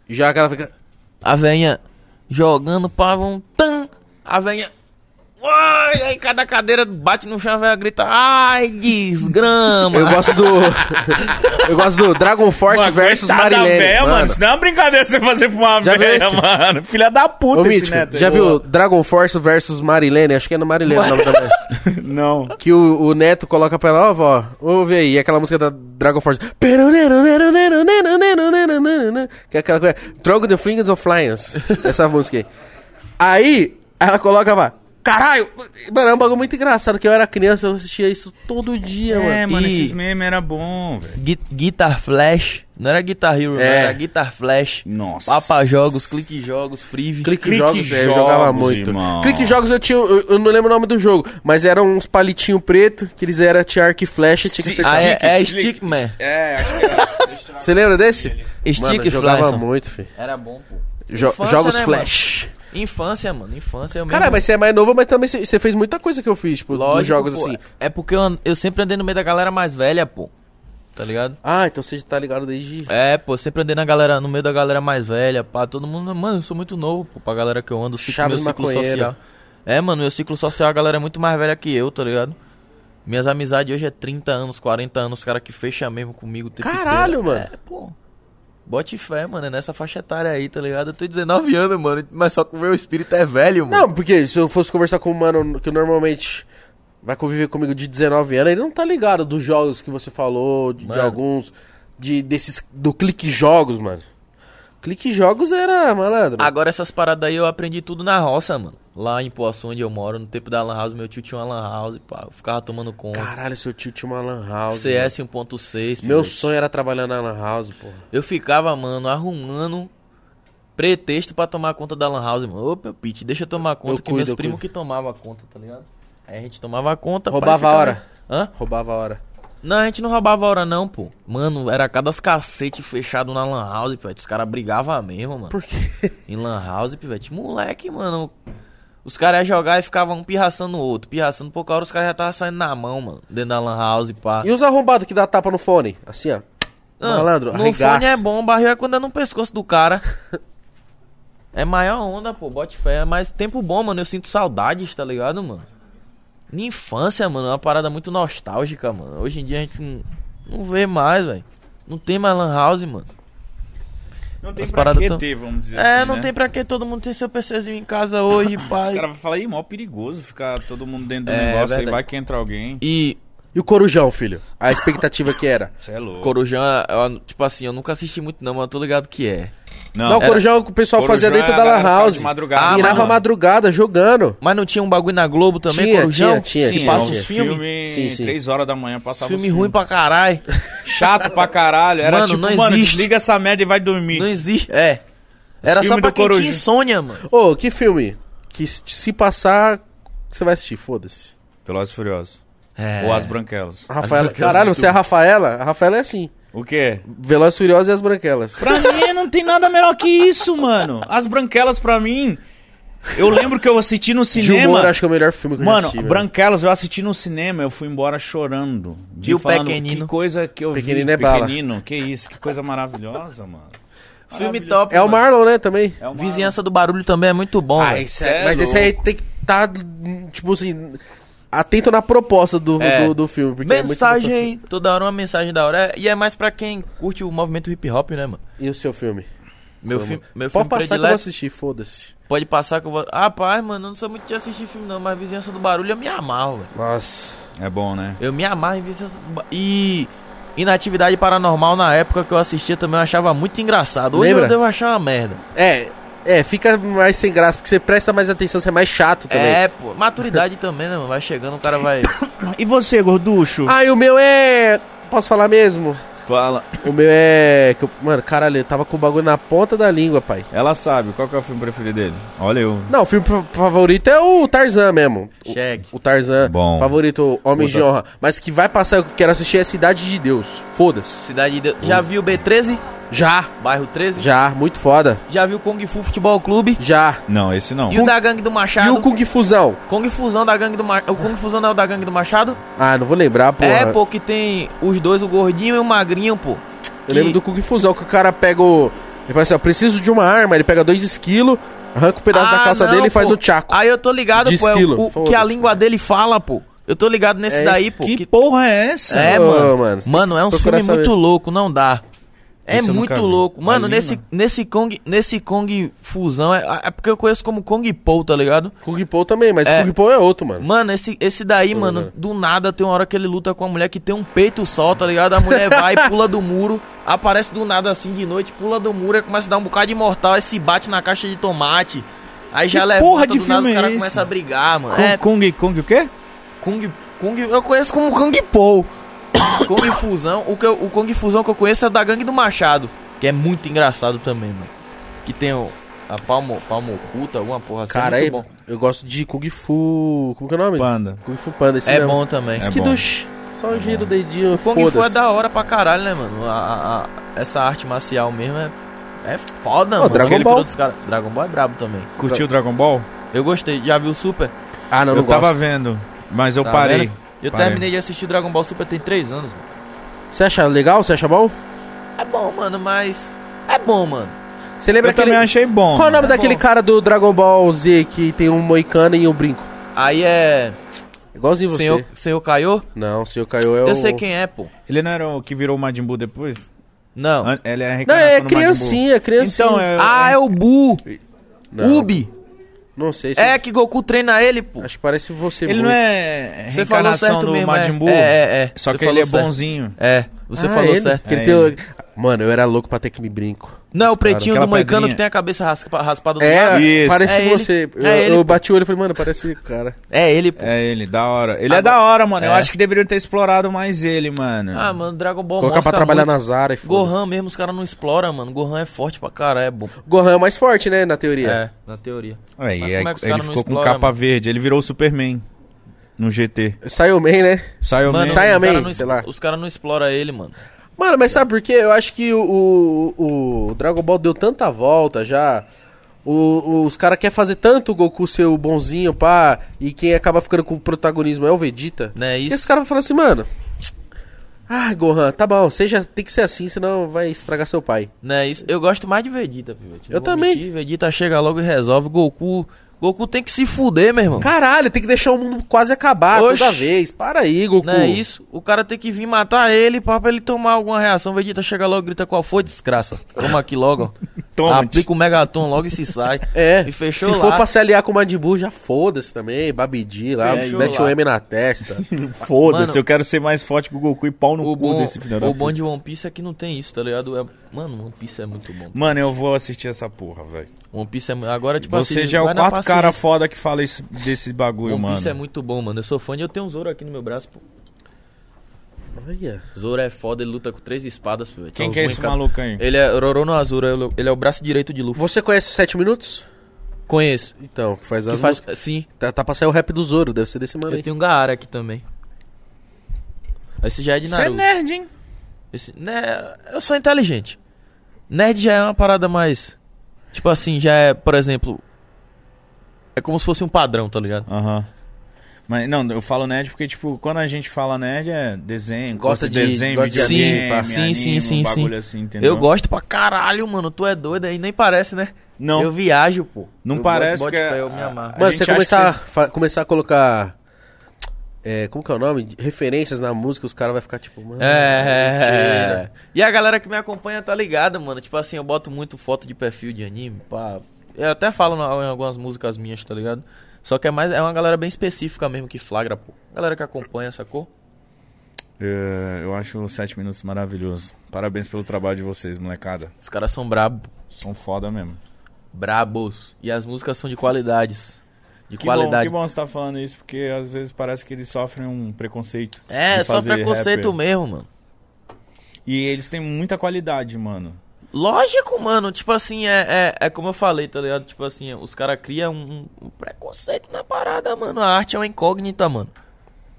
Speaker 3: Já aquela fica.
Speaker 4: A veinha jogando pavão tan. A veinha. Ai, aí cada cadeira bate no chão, a velha grita. Ai, desgrama.
Speaker 3: Eu gosto do. eu gosto do Dragon Force
Speaker 1: Mano,
Speaker 3: Então, versus
Speaker 1: coitada da
Speaker 3: Marilene.
Speaker 1: véia,
Speaker 3: mano.
Speaker 1: mano. Isso não é uma brincadeira você fazer pra uma
Speaker 3: Já viu
Speaker 1: véia,
Speaker 3: esse?
Speaker 1: mano. Filha da puta
Speaker 3: Ô,
Speaker 1: esse
Speaker 3: Mítico,
Speaker 1: neto. aí.
Speaker 3: já viu Dragon Force versus Marilene? Acho que é no Marilene o nome da mulher.
Speaker 1: Não.
Speaker 3: Que o, o Neto coloca pra ela, ó, vó, ouve aí, é aquela música da Dragon Force. Que é aquela coisa. Drogo the Fingers of Lions. Essa música aí. Aí, ela coloca lá. Caralho! Mano, é um bagulho muito engraçado, que eu era criança, eu assistia isso todo dia,
Speaker 1: É,
Speaker 3: mano.
Speaker 1: mano,
Speaker 4: E-
Speaker 1: esses memes era bom, velho.
Speaker 4: Gui- Guitar Flash. Não era Guitar Hero, não,
Speaker 3: É.
Speaker 4: era Guitar Flash.
Speaker 1: Nossa.
Speaker 4: Papa Jogos, Clique Jogos, Free.
Speaker 3: Clique,
Speaker 1: Clique
Speaker 3: Jogos, é, eu
Speaker 1: Jogos,
Speaker 3: jogava muito.
Speaker 1: irmão.
Speaker 3: Clique Jogos eu tinha. Eu, eu não lembro o nome do jogo, mas eram uns palitinhos preto que eles eram tinha arco e flecha, tinha que
Speaker 1: Sim,
Speaker 3: ser.
Speaker 4: Ah, é, é
Speaker 1: Stick,
Speaker 4: Stickman.
Speaker 1: É, acho que
Speaker 3: Você lembra desse? Mano,
Speaker 4: Stick
Speaker 3: eu jogava
Speaker 4: Flash.
Speaker 3: muito, filho.
Speaker 4: Era bom, pô.
Speaker 3: Jo-
Speaker 4: Infância,
Speaker 3: jogos
Speaker 4: né,
Speaker 3: Flash.
Speaker 4: Infância, mano. Infância eu mesmo.
Speaker 3: Caralho, mas você é mais novo, mas também você você fez muita coisa que eu fiz, tipo,
Speaker 4: Lógico,
Speaker 3: dos jogos
Speaker 4: pô.
Speaker 3: assim.
Speaker 4: É porque eu, an- eu sempre andei no meio da galera mais velha, pô. Tá ligado?
Speaker 3: Ah, então você já tá ligado desde.
Speaker 4: É, pô, sempre andei na galera, no meio da galera mais velha, pá. Todo mundo, mano, eu sou muito novo, pô, pra galera que eu ando, ciclo,
Speaker 3: Chaves
Speaker 4: meu ciclo
Speaker 3: maconheiro.
Speaker 4: social. É, mano, meu ciclo social, a galera é muito mais velha que eu, tá ligado? Minhas amizades hoje é 30 anos, 40 anos, cara que fecha mesmo comigo. o tempo
Speaker 3: Caralho,
Speaker 4: inteiro.
Speaker 3: mano.
Speaker 4: É, pô. Bote fé, mano, é nessa faixa etária aí, tá ligado? Eu tô 19 anos, mano, mas só que o meu espírito é velho, mano.
Speaker 3: Não, porque se eu fosse conversar com um mano que normalmente vai conviver comigo de 19 anos, ele não tá ligado dos jogos que você falou, de, de
Speaker 4: Mano.
Speaker 3: alguns, de, desses, do clique jogos, mano. Clique jogos era, malandro.
Speaker 4: Agora essas paradas aí eu aprendi tudo na roça, mano. Lá em Poaçu, onde eu moro, no tempo da Lan House, meu tio tinha uma Lan House, pá. Eu ficava tomando conta. um
Speaker 3: Caralho, seu tio tinha uma lan house. mano.
Speaker 4: CS 1.6.
Speaker 3: Meu
Speaker 4: pivete.
Speaker 3: sonho era trabalhar na lan house, porra.
Speaker 4: Eu ficava, mano, arrumando pretexto pra tomar conta da Lan House, mano. Ô, meu Pete, deixa eu tomar conta, que
Speaker 3: cuido,
Speaker 4: meus
Speaker 3: eu
Speaker 4: primos
Speaker 3: cuido.
Speaker 4: que tomavam a conta, tá ligado? Aí a gente tomava a conta. pai,
Speaker 3: Roubava a
Speaker 4: ficava-
Speaker 3: hora.
Speaker 4: Hã?
Speaker 3: Roubava a hora.
Speaker 4: Não, a gente não roubava a hora, não, pô. Mano, era cada cacete fechado na Lan House, pivete. Os caras brigavam mesmo, mano.
Speaker 3: Por quê?
Speaker 4: Em Lan House, pivete. Moleque, mano. Os caras iam jogar e ficavam um pirraçando o outro. Pirraçando, pouca hora os caras já estavam saindo na mão, mano. Dentro da Lan House, pá.
Speaker 3: E os arrombados que dá tapa no fone? Assim, ó.
Speaker 4: Não,
Speaker 3: Malandro,
Speaker 4: no fone
Speaker 3: arregaça.
Speaker 4: é bom, o barril é quando é no pescoço do cara. é maior onda, pô, bote fé. Mas tempo bom, mano, eu sinto saudades, tá ligado, mano? Minha infância, mano, é uma parada muito nostálgica, mano. Hoje em dia a gente não, não vê mais, velho. Não tem mais lan house, mano.
Speaker 1: Não tem
Speaker 4: As
Speaker 1: pra
Speaker 4: paradas
Speaker 1: que
Speaker 4: tão-
Speaker 1: ter, vamos dizer assim.
Speaker 4: É, não
Speaker 1: né?
Speaker 4: tem pra que todo mundo ter seu PCzinho em casa hoje,
Speaker 1: Os
Speaker 4: pai.
Speaker 1: caras vão falar, ih, mó perigoso ficar todo mundo dentro do
Speaker 4: É,
Speaker 1: negócio aí,
Speaker 4: verdade.
Speaker 1: vai que entra alguém.
Speaker 4: E
Speaker 3: E o corujão, filho? A expectativa que era?
Speaker 1: Você é louco.
Speaker 4: Corujão, eu- tipo assim, eu nunca assisti muito não, mas eu tô ligado que é.
Speaker 1: Não,
Speaker 3: Não, o corujão que o pessoal
Speaker 1: Corujão
Speaker 3: fazia
Speaker 1: é
Speaker 3: dentro
Speaker 1: a
Speaker 3: da lan
Speaker 1: galera que
Speaker 3: house.
Speaker 1: fala de madrugada.
Speaker 4: Ah,
Speaker 3: Virava
Speaker 4: mano.
Speaker 3: madrugada jogando.
Speaker 4: Mas não tinha um bagulho na Globo também,
Speaker 3: Tinha,
Speaker 4: Corujão?
Speaker 3: tinha, tinha,
Speaker 4: Que
Speaker 1: sim,
Speaker 4: passa
Speaker 1: não,
Speaker 3: tinha.
Speaker 4: os
Speaker 1: os
Speaker 4: filmes.
Speaker 1: filme,
Speaker 3: Sim, sim.
Speaker 1: três horas da manhã passava
Speaker 4: Filme
Speaker 1: os
Speaker 4: ruim pra caralho.
Speaker 1: Chato pra caralho. Era
Speaker 4: Mano,
Speaker 1: tipo,
Speaker 4: não
Speaker 1: mano,
Speaker 4: existe.
Speaker 1: desliga essa merda e vai dormir.
Speaker 4: Não existe. É. Era
Speaker 1: filme
Speaker 4: só pra
Speaker 1: do
Speaker 4: quem
Speaker 1: Coruja.
Speaker 4: tinha insônia, mano.
Speaker 3: Ô, que filme? Que se- se passar, você vai assistir, foda-se.
Speaker 1: Velozes e Furiosos.
Speaker 4: É.
Speaker 1: Ou As Branquelas.
Speaker 3: A Rafaela.
Speaker 4: Branquelas
Speaker 3: Caralho,
Speaker 4: muito
Speaker 3: você é a Rafaela? A Rafaela é assim.
Speaker 1: O quê?
Speaker 3: Velozes Furiosos e as Branquelas.
Speaker 1: Pra mim não tem nada melhor que isso, mano. As Branquelas pra mim... Eu lembro que eu assisti no
Speaker 3: De
Speaker 1: cinema...
Speaker 3: humor, acho que é o melhor filme que eu já
Speaker 1: Mano,
Speaker 3: assisti. velho.
Speaker 1: Branquelas eu assisti no cinema, eu fui embora chorando. De
Speaker 4: E o
Speaker 1: falando,
Speaker 4: Pequenino?
Speaker 1: Que coisa que eu
Speaker 3: Pequenino
Speaker 1: vi.
Speaker 3: é bala.
Speaker 1: Pequenino, que isso, que coisa maravilhosa, mano.
Speaker 4: Filme top.
Speaker 3: É o
Speaker 4: mano.
Speaker 3: Marlon, né, também?
Speaker 1: É uma-
Speaker 4: Vizinhança do Barulho também é muito bom,
Speaker 3: Ah,
Speaker 4: velho.
Speaker 3: esse
Speaker 1: cê
Speaker 3: é-
Speaker 1: é
Speaker 3: mas esse aí tem que estar, tipo assim, atento na proposta do,
Speaker 4: É.
Speaker 3: do, do filme. Porque é muito importante.
Speaker 4: Mensagem, toda hora uma mensagem da hora. É- E é mais pra quem curte o movimento hip hop, né, mano?
Speaker 3: E o seu filme?
Speaker 4: Meu,
Speaker 3: Seu
Speaker 4: fi meu filme
Speaker 3: Pode passar que eu vou
Speaker 4: predileto.
Speaker 3: assistir, foda-se.
Speaker 4: Pode passar que eu vou. Ah, pai, mano, eu não sou muito de assistir filme, não, mas Vizinhança do Barulho eu me amarro, velho.
Speaker 3: Nossa.
Speaker 1: É bom, né?
Speaker 4: Eu me amarro em Vizinhança do Barulho. E. Inatividade Paranormal na época que eu assistia também eu achava muito engraçado. Hoje
Speaker 3: Lembra?
Speaker 4: eu devo achar uma merda.
Speaker 3: É, é, fica mais sem graça, porque você presta mais atenção, você é mais chato também.
Speaker 4: É, pô. Maturidade também, né, mano? Vai chegando, o cara vai.
Speaker 1: E você, gorducho?
Speaker 3: Ah, e o meu é. Posso falar mesmo?
Speaker 1: Fala.
Speaker 3: O meu é. que eu- Mano, caralho, eu tava com o bagulho na ponta da língua, pai.
Speaker 1: Ela sabe, qual que é o filme preferido dele? Olha eu.
Speaker 3: Não, o filme fa- favorito é o Tarzan mesmo. O-
Speaker 4: Chegue.
Speaker 3: O Tarzan,
Speaker 1: Bom.
Speaker 3: favorito, Homem de
Speaker 4: Puta.
Speaker 3: Honra. Mas que vai passar, eu quero assistir é Cidade de Deus. Foda-se.
Speaker 4: Cidade de Deus. Já viu o B13?
Speaker 3: Já,
Speaker 4: Bairro 13?
Speaker 3: já, muito foda.
Speaker 4: Já viu o Kung Fu Futebol Clube?
Speaker 3: Já.
Speaker 1: Não, esse não.
Speaker 4: E o da Gangue do
Speaker 3: E
Speaker 4: Machado?
Speaker 3: o Kung Fusão?
Speaker 4: Kung Fusão da Gangue do Machado. O Kung Fusão não é o da Gangue do Machado?
Speaker 3: Ah, não vou lembrar, porra.
Speaker 4: É, pô, que tem os dois, o gordinho e o magrinho, pô.
Speaker 3: Eu lembro do Kung Fusão, que o cara pega o... Ele fala assim, ó, preciso de uma arma. Ele pega dois esquilos, arranca o pedaço da
Speaker 4: Ah,
Speaker 3: calça
Speaker 4: não,
Speaker 3: dele e faz
Speaker 4: pô.
Speaker 3: o tchaco.
Speaker 4: Aí eu tô ligado,
Speaker 3: De
Speaker 4: pô, é o-
Speaker 3: esquilo.
Speaker 4: o, que a
Speaker 3: Foda-se,
Speaker 4: língua
Speaker 3: mano.
Speaker 4: dele fala, pô. Eu tô ligado nesse
Speaker 3: É
Speaker 4: daí,
Speaker 3: esse
Speaker 4: pô.
Speaker 1: que
Speaker 4: que-
Speaker 1: porra é essa?
Speaker 4: É,
Speaker 3: Ô,
Speaker 4: mano.
Speaker 3: mano, você
Speaker 4: Mano, é um
Speaker 3: procurar
Speaker 4: filme
Speaker 3: saber.
Speaker 4: muito louco, não dá. É
Speaker 1: Esse eu
Speaker 4: muito
Speaker 1: nunca vi.
Speaker 4: louco. Mano,
Speaker 1: Ali,
Speaker 4: nesse,
Speaker 1: mano.
Speaker 4: nesse Kong, nesse Kong Fusão, é, é porque eu conheço como Kong Po, tá ligado?
Speaker 3: Kung Po também, mas
Speaker 4: É.
Speaker 3: Kung Po é outro, mano.
Speaker 4: Mano, esse, esse daí,
Speaker 3: Tô
Speaker 1: né?
Speaker 4: mano,
Speaker 3: ligado.
Speaker 4: do nada tem uma hora que ele luta com uma mulher que tem um peito só, tá ligado? A mulher vai, pula do muro, aparece do nada assim de noite, pula do muro, aí começa a dar um bocado de mortal, aí se bate na caixa de tomate. Aí já
Speaker 1: Que
Speaker 4: levanta
Speaker 1: porra de
Speaker 4: do nada,
Speaker 1: filme
Speaker 4: os
Speaker 1: é
Speaker 4: caras
Speaker 1: esse?
Speaker 4: começam a brigar, mano.
Speaker 1: Kung,
Speaker 4: é,
Speaker 1: Kung, Kung o quê?
Speaker 4: Kung, Kung, eu conheço como Kung Po. Kung Fusão, o, que eu- o Kung Fusão que eu conheço é da Gangue do Machado, que é muito engraçado também, mano. Que tem o, a palmo, palmo oculta, alguma porra assim,
Speaker 3: Cara,
Speaker 4: é
Speaker 3: aí,
Speaker 4: muito bom.
Speaker 3: eu gosto de Kung Fu... Como que é o nome?
Speaker 1: Panda.
Speaker 3: Kung Fu Panda, esse
Speaker 4: É
Speaker 3: mesmo.
Speaker 4: bom também.
Speaker 1: É
Speaker 3: que
Speaker 1: bom.
Speaker 3: do sh- Só o giro o dedinho,
Speaker 4: Kung Fu é
Speaker 3: foda-se.
Speaker 4: da hora pra caralho, né, mano? A- a- a- essa arte marcial mesmo é, é foda, mano.
Speaker 3: Dragon
Speaker 4: Aquele
Speaker 3: Ball.
Speaker 4: período Dos caras. Dragon Ball é brabo também.
Speaker 1: Curtiu o Dragon Ball?
Speaker 4: Eu gostei, já viu o Super?
Speaker 3: Ah, não,
Speaker 1: Eu,
Speaker 3: não gosto.
Speaker 1: tava vendo, mas eu
Speaker 4: Tá
Speaker 1: parei.
Speaker 4: vendo? Eu
Speaker 1: Parei.
Speaker 4: terminei de assistir Dragon Ball Super tem 3 anos. mano.
Speaker 3: Você acha legal? Você acha bom?
Speaker 4: É bom, mano, mas. É bom, mano.
Speaker 3: Você lembra
Speaker 1: Eu também achei bom.
Speaker 3: Qual o nome
Speaker 4: É
Speaker 3: daquele
Speaker 4: bom.
Speaker 3: cara do Dragon Ball Z que tem um moicano e um brinco?
Speaker 4: Aí é.
Speaker 3: Igualzinho você.
Speaker 4: Senhor, senhor Kaiô?
Speaker 3: Não, o senhor Caio é o...
Speaker 4: Eu sei quem é, pô.
Speaker 1: Ele não era o que virou o Majin Buu depois?
Speaker 4: Não.
Speaker 1: An- Ele é a
Speaker 3: Não,
Speaker 1: reencarnação
Speaker 3: é
Speaker 1: do Majin Buu.
Speaker 3: criancinha, criancinha.
Speaker 1: Então, é...
Speaker 4: Ah, é o Bu.
Speaker 3: Não,
Speaker 4: Ubi.
Speaker 3: Não sei. se-
Speaker 4: É que Goku treina ele, pô.
Speaker 3: Acho que parece você
Speaker 1: Ele
Speaker 3: muito.
Speaker 1: não é
Speaker 4: Você falou
Speaker 1: reencarnação
Speaker 4: certo
Speaker 1: do
Speaker 4: mesmo,
Speaker 1: Majin
Speaker 4: é.
Speaker 1: Buu?
Speaker 4: É, é, é.
Speaker 1: Só
Speaker 4: Você
Speaker 1: que ele é
Speaker 4: falou certo.
Speaker 1: bonzinho.
Speaker 4: É, você
Speaker 3: Ah,
Speaker 4: falou
Speaker 3: ele?
Speaker 4: certo.
Speaker 3: Que ele
Speaker 1: É
Speaker 3: tem o- Mano, eu era louco pra ter aquele brinco.
Speaker 4: Não é o pretinho
Speaker 1: aquela
Speaker 4: do moicano
Speaker 1: pedrinha.
Speaker 4: que tem a cabeça raspa- raspada do
Speaker 3: É,
Speaker 4: lado?
Speaker 1: Isso.
Speaker 3: parece
Speaker 4: É ele.
Speaker 3: você. Eu,
Speaker 4: É ele,
Speaker 3: eu
Speaker 4: pô.
Speaker 3: bati o olho e falei, mano, parece o cara.
Speaker 4: É ele, pô.
Speaker 1: É ele, da hora. Ele é
Speaker 4: Agora-
Speaker 1: da hora, mano. Eu
Speaker 4: É.
Speaker 1: acho que deveriam ter explorado mais ele, mano.
Speaker 4: Ah, mano, Dragon Ball
Speaker 3: Colocar pra
Speaker 4: mostra
Speaker 3: trabalhar
Speaker 4: muito.
Speaker 3: na Zara e foda-se.
Speaker 4: Gohan mesmo, os caras não exploram, mano. Gohan é forte pra caralho, é bom.
Speaker 3: Gohan é o mais forte, né, na teoria.
Speaker 4: É, na teoria.
Speaker 1: Ué, e
Speaker 4: Mas
Speaker 1: aí
Speaker 4: como é que os
Speaker 1: ele
Speaker 4: caras não
Speaker 1: ficou com
Speaker 4: exploram,
Speaker 1: capa verde. Ele virou o Superman no GT.
Speaker 3: Saiu Man, né?
Speaker 1: Saiu
Speaker 4: Mano,
Speaker 1: mesmo.
Speaker 3: sai
Speaker 4: os
Speaker 3: amém,
Speaker 4: cara não
Speaker 3: sei
Speaker 4: es-
Speaker 3: lá.
Speaker 4: Os caras não exploram ele, mano.
Speaker 3: Mano, mas sabe por quê? Eu acho que o, o, o Dragon Ball deu tanta volta já. O- os caras querem fazer tanto o Goku ser o bonzinho, pá. E quem acaba ficando com o protagonismo é o Vegeta.
Speaker 4: Né,
Speaker 3: E
Speaker 4: isso.
Speaker 3: esse cara vai falar assim, mano. Ah, Gohan, tá bom, seja, tem que ser assim, senão vai estragar seu pai.
Speaker 4: Né, isso. Eu gosto mais de Vegeta, pivete. não vou
Speaker 3: Eu também.
Speaker 4: mentir. Vegeta chega logo e resolve. Goku. Goku tem que se fuder, meu irmão.
Speaker 3: Caralho, tem que deixar o mundo quase acabar
Speaker 4: Oxi.
Speaker 3: toda vez. Para aí, Goku.
Speaker 4: Não é isso? O cara tem que vir matar ele pra, pra ele tomar alguma reação. Vegeta chega logo e grita qual foi, desgraça. Toma aqui logo, ó.
Speaker 1: Toma,
Speaker 4: Aplica o Megaton logo e se sai.
Speaker 3: É,
Speaker 4: E fechou
Speaker 3: se
Speaker 4: lá.
Speaker 3: for pra se aliar com o Madibu, já foda-se também, Babidi lá,
Speaker 4: Fechou
Speaker 3: mete
Speaker 4: lá.
Speaker 3: o M na testa.
Speaker 1: Foda-se,
Speaker 4: Mano,
Speaker 1: eu quero ser mais forte que o Goku e pau no
Speaker 4: O
Speaker 1: cu
Speaker 4: bom,
Speaker 1: desse filho da
Speaker 4: o bom
Speaker 1: puta.
Speaker 4: de One Piece é que não tem isso, tá ligado? É- mano, One Piece é muito bom.
Speaker 1: Mano, eu vou assistir essa porra, velho.
Speaker 4: One Piece é mu- agora tipo
Speaker 1: Você
Speaker 4: assim,
Speaker 1: já é o
Speaker 4: vai na
Speaker 1: quarto cara
Speaker 4: paciência.
Speaker 1: foda que fala isso, desse bagulho,
Speaker 4: One
Speaker 1: mano.
Speaker 4: Piece é muito bom, mano. Eu sou fã e eu tenho um Zoro aqui no meu braço, pô.
Speaker 3: Olha.
Speaker 4: Zoro é foda, ele luta com três espadas, pô.
Speaker 1: Quem
Speaker 4: Tá
Speaker 1: que é
Speaker 4: os
Speaker 1: esse
Speaker 4: ruim, cara.
Speaker 1: maluco aí?
Speaker 4: Ele é Rorono Azura, ele- ele é o braço direito de Luffy.
Speaker 3: Você conhece 7 minutos?
Speaker 4: Conheço.
Speaker 3: Então, que faz
Speaker 4: Que
Speaker 3: as
Speaker 4: faz
Speaker 3: músicas.
Speaker 4: sim.
Speaker 3: Tá, tá pra sair o rap do Zoro, deve ser desse mano
Speaker 4: Eu
Speaker 3: aí.
Speaker 4: tenho um Gaara aqui também. Esse já é de
Speaker 1: Você é
Speaker 4: Naruto.
Speaker 1: nerd, hein?
Speaker 4: Esse- né, eu sou inteligente. Nerd já é uma parada mais. Tipo assim, já é, por exemplo. É como se fosse um padrão, tá ligado?
Speaker 1: Aham. Mas não, eu falo nerd porque, tipo, quando a gente fala nerd é desenho,
Speaker 3: Gosta
Speaker 1: curte
Speaker 3: de-
Speaker 1: desenho,
Speaker 3: gosta de
Speaker 1: videogame,
Speaker 4: anime, sim,
Speaker 1: anime, um
Speaker 4: sim, sim, sim.
Speaker 1: bagulho assim, entendeu?
Speaker 4: Eu gosto pra caralho, mano. Tu é doido aí, nem parece, né?
Speaker 1: Não,
Speaker 4: Eu viajo, pô.
Speaker 1: não
Speaker 4: Eu
Speaker 1: parece
Speaker 4: boto- boto
Speaker 1: porque... é Ah.
Speaker 4: fé, eu me amarro.
Speaker 1: a
Speaker 3: Mano,
Speaker 1: gente
Speaker 3: você
Speaker 1: acha que
Speaker 3: começar,
Speaker 1: você-
Speaker 3: fa- começar a colocar. é, como que é o nome? De- Referências na música, os caras vão ficar tipo, mano.
Speaker 4: É. E a galera que me acompanha tá ligada, mano. Tipo assim, eu boto muito foto de perfil de anime, pá. Eu até falo na- em algumas músicas minhas, tá ligado? Só que é mais é uma galera bem específica mesmo que flagra, pô. Galera que acompanha, sacou?
Speaker 1: É, eu acho os 7 minutos maravilhoso. Parabéns pelo trabalho de vocês, molecada.
Speaker 4: Os caras são brabo,
Speaker 1: São foda mesmo.
Speaker 4: brabos. E as músicas são de qualidades. De
Speaker 1: Que bom,
Speaker 4: qualidade.
Speaker 1: que bom você tá falando isso, porque às vezes parece que eles sofrem um preconceito.
Speaker 4: É,
Speaker 1: de
Speaker 4: só
Speaker 1: fazer
Speaker 4: preconceito
Speaker 1: rapper.
Speaker 4: mesmo, mano.
Speaker 1: E eles têm muita qualidade, mano.
Speaker 4: Lógico, mano. Tipo assim, é, é, é como eu falei, tá ligado? Tipo assim, os caras criam um, um preconceito na parada, mano. A arte é uma incógnita, mano.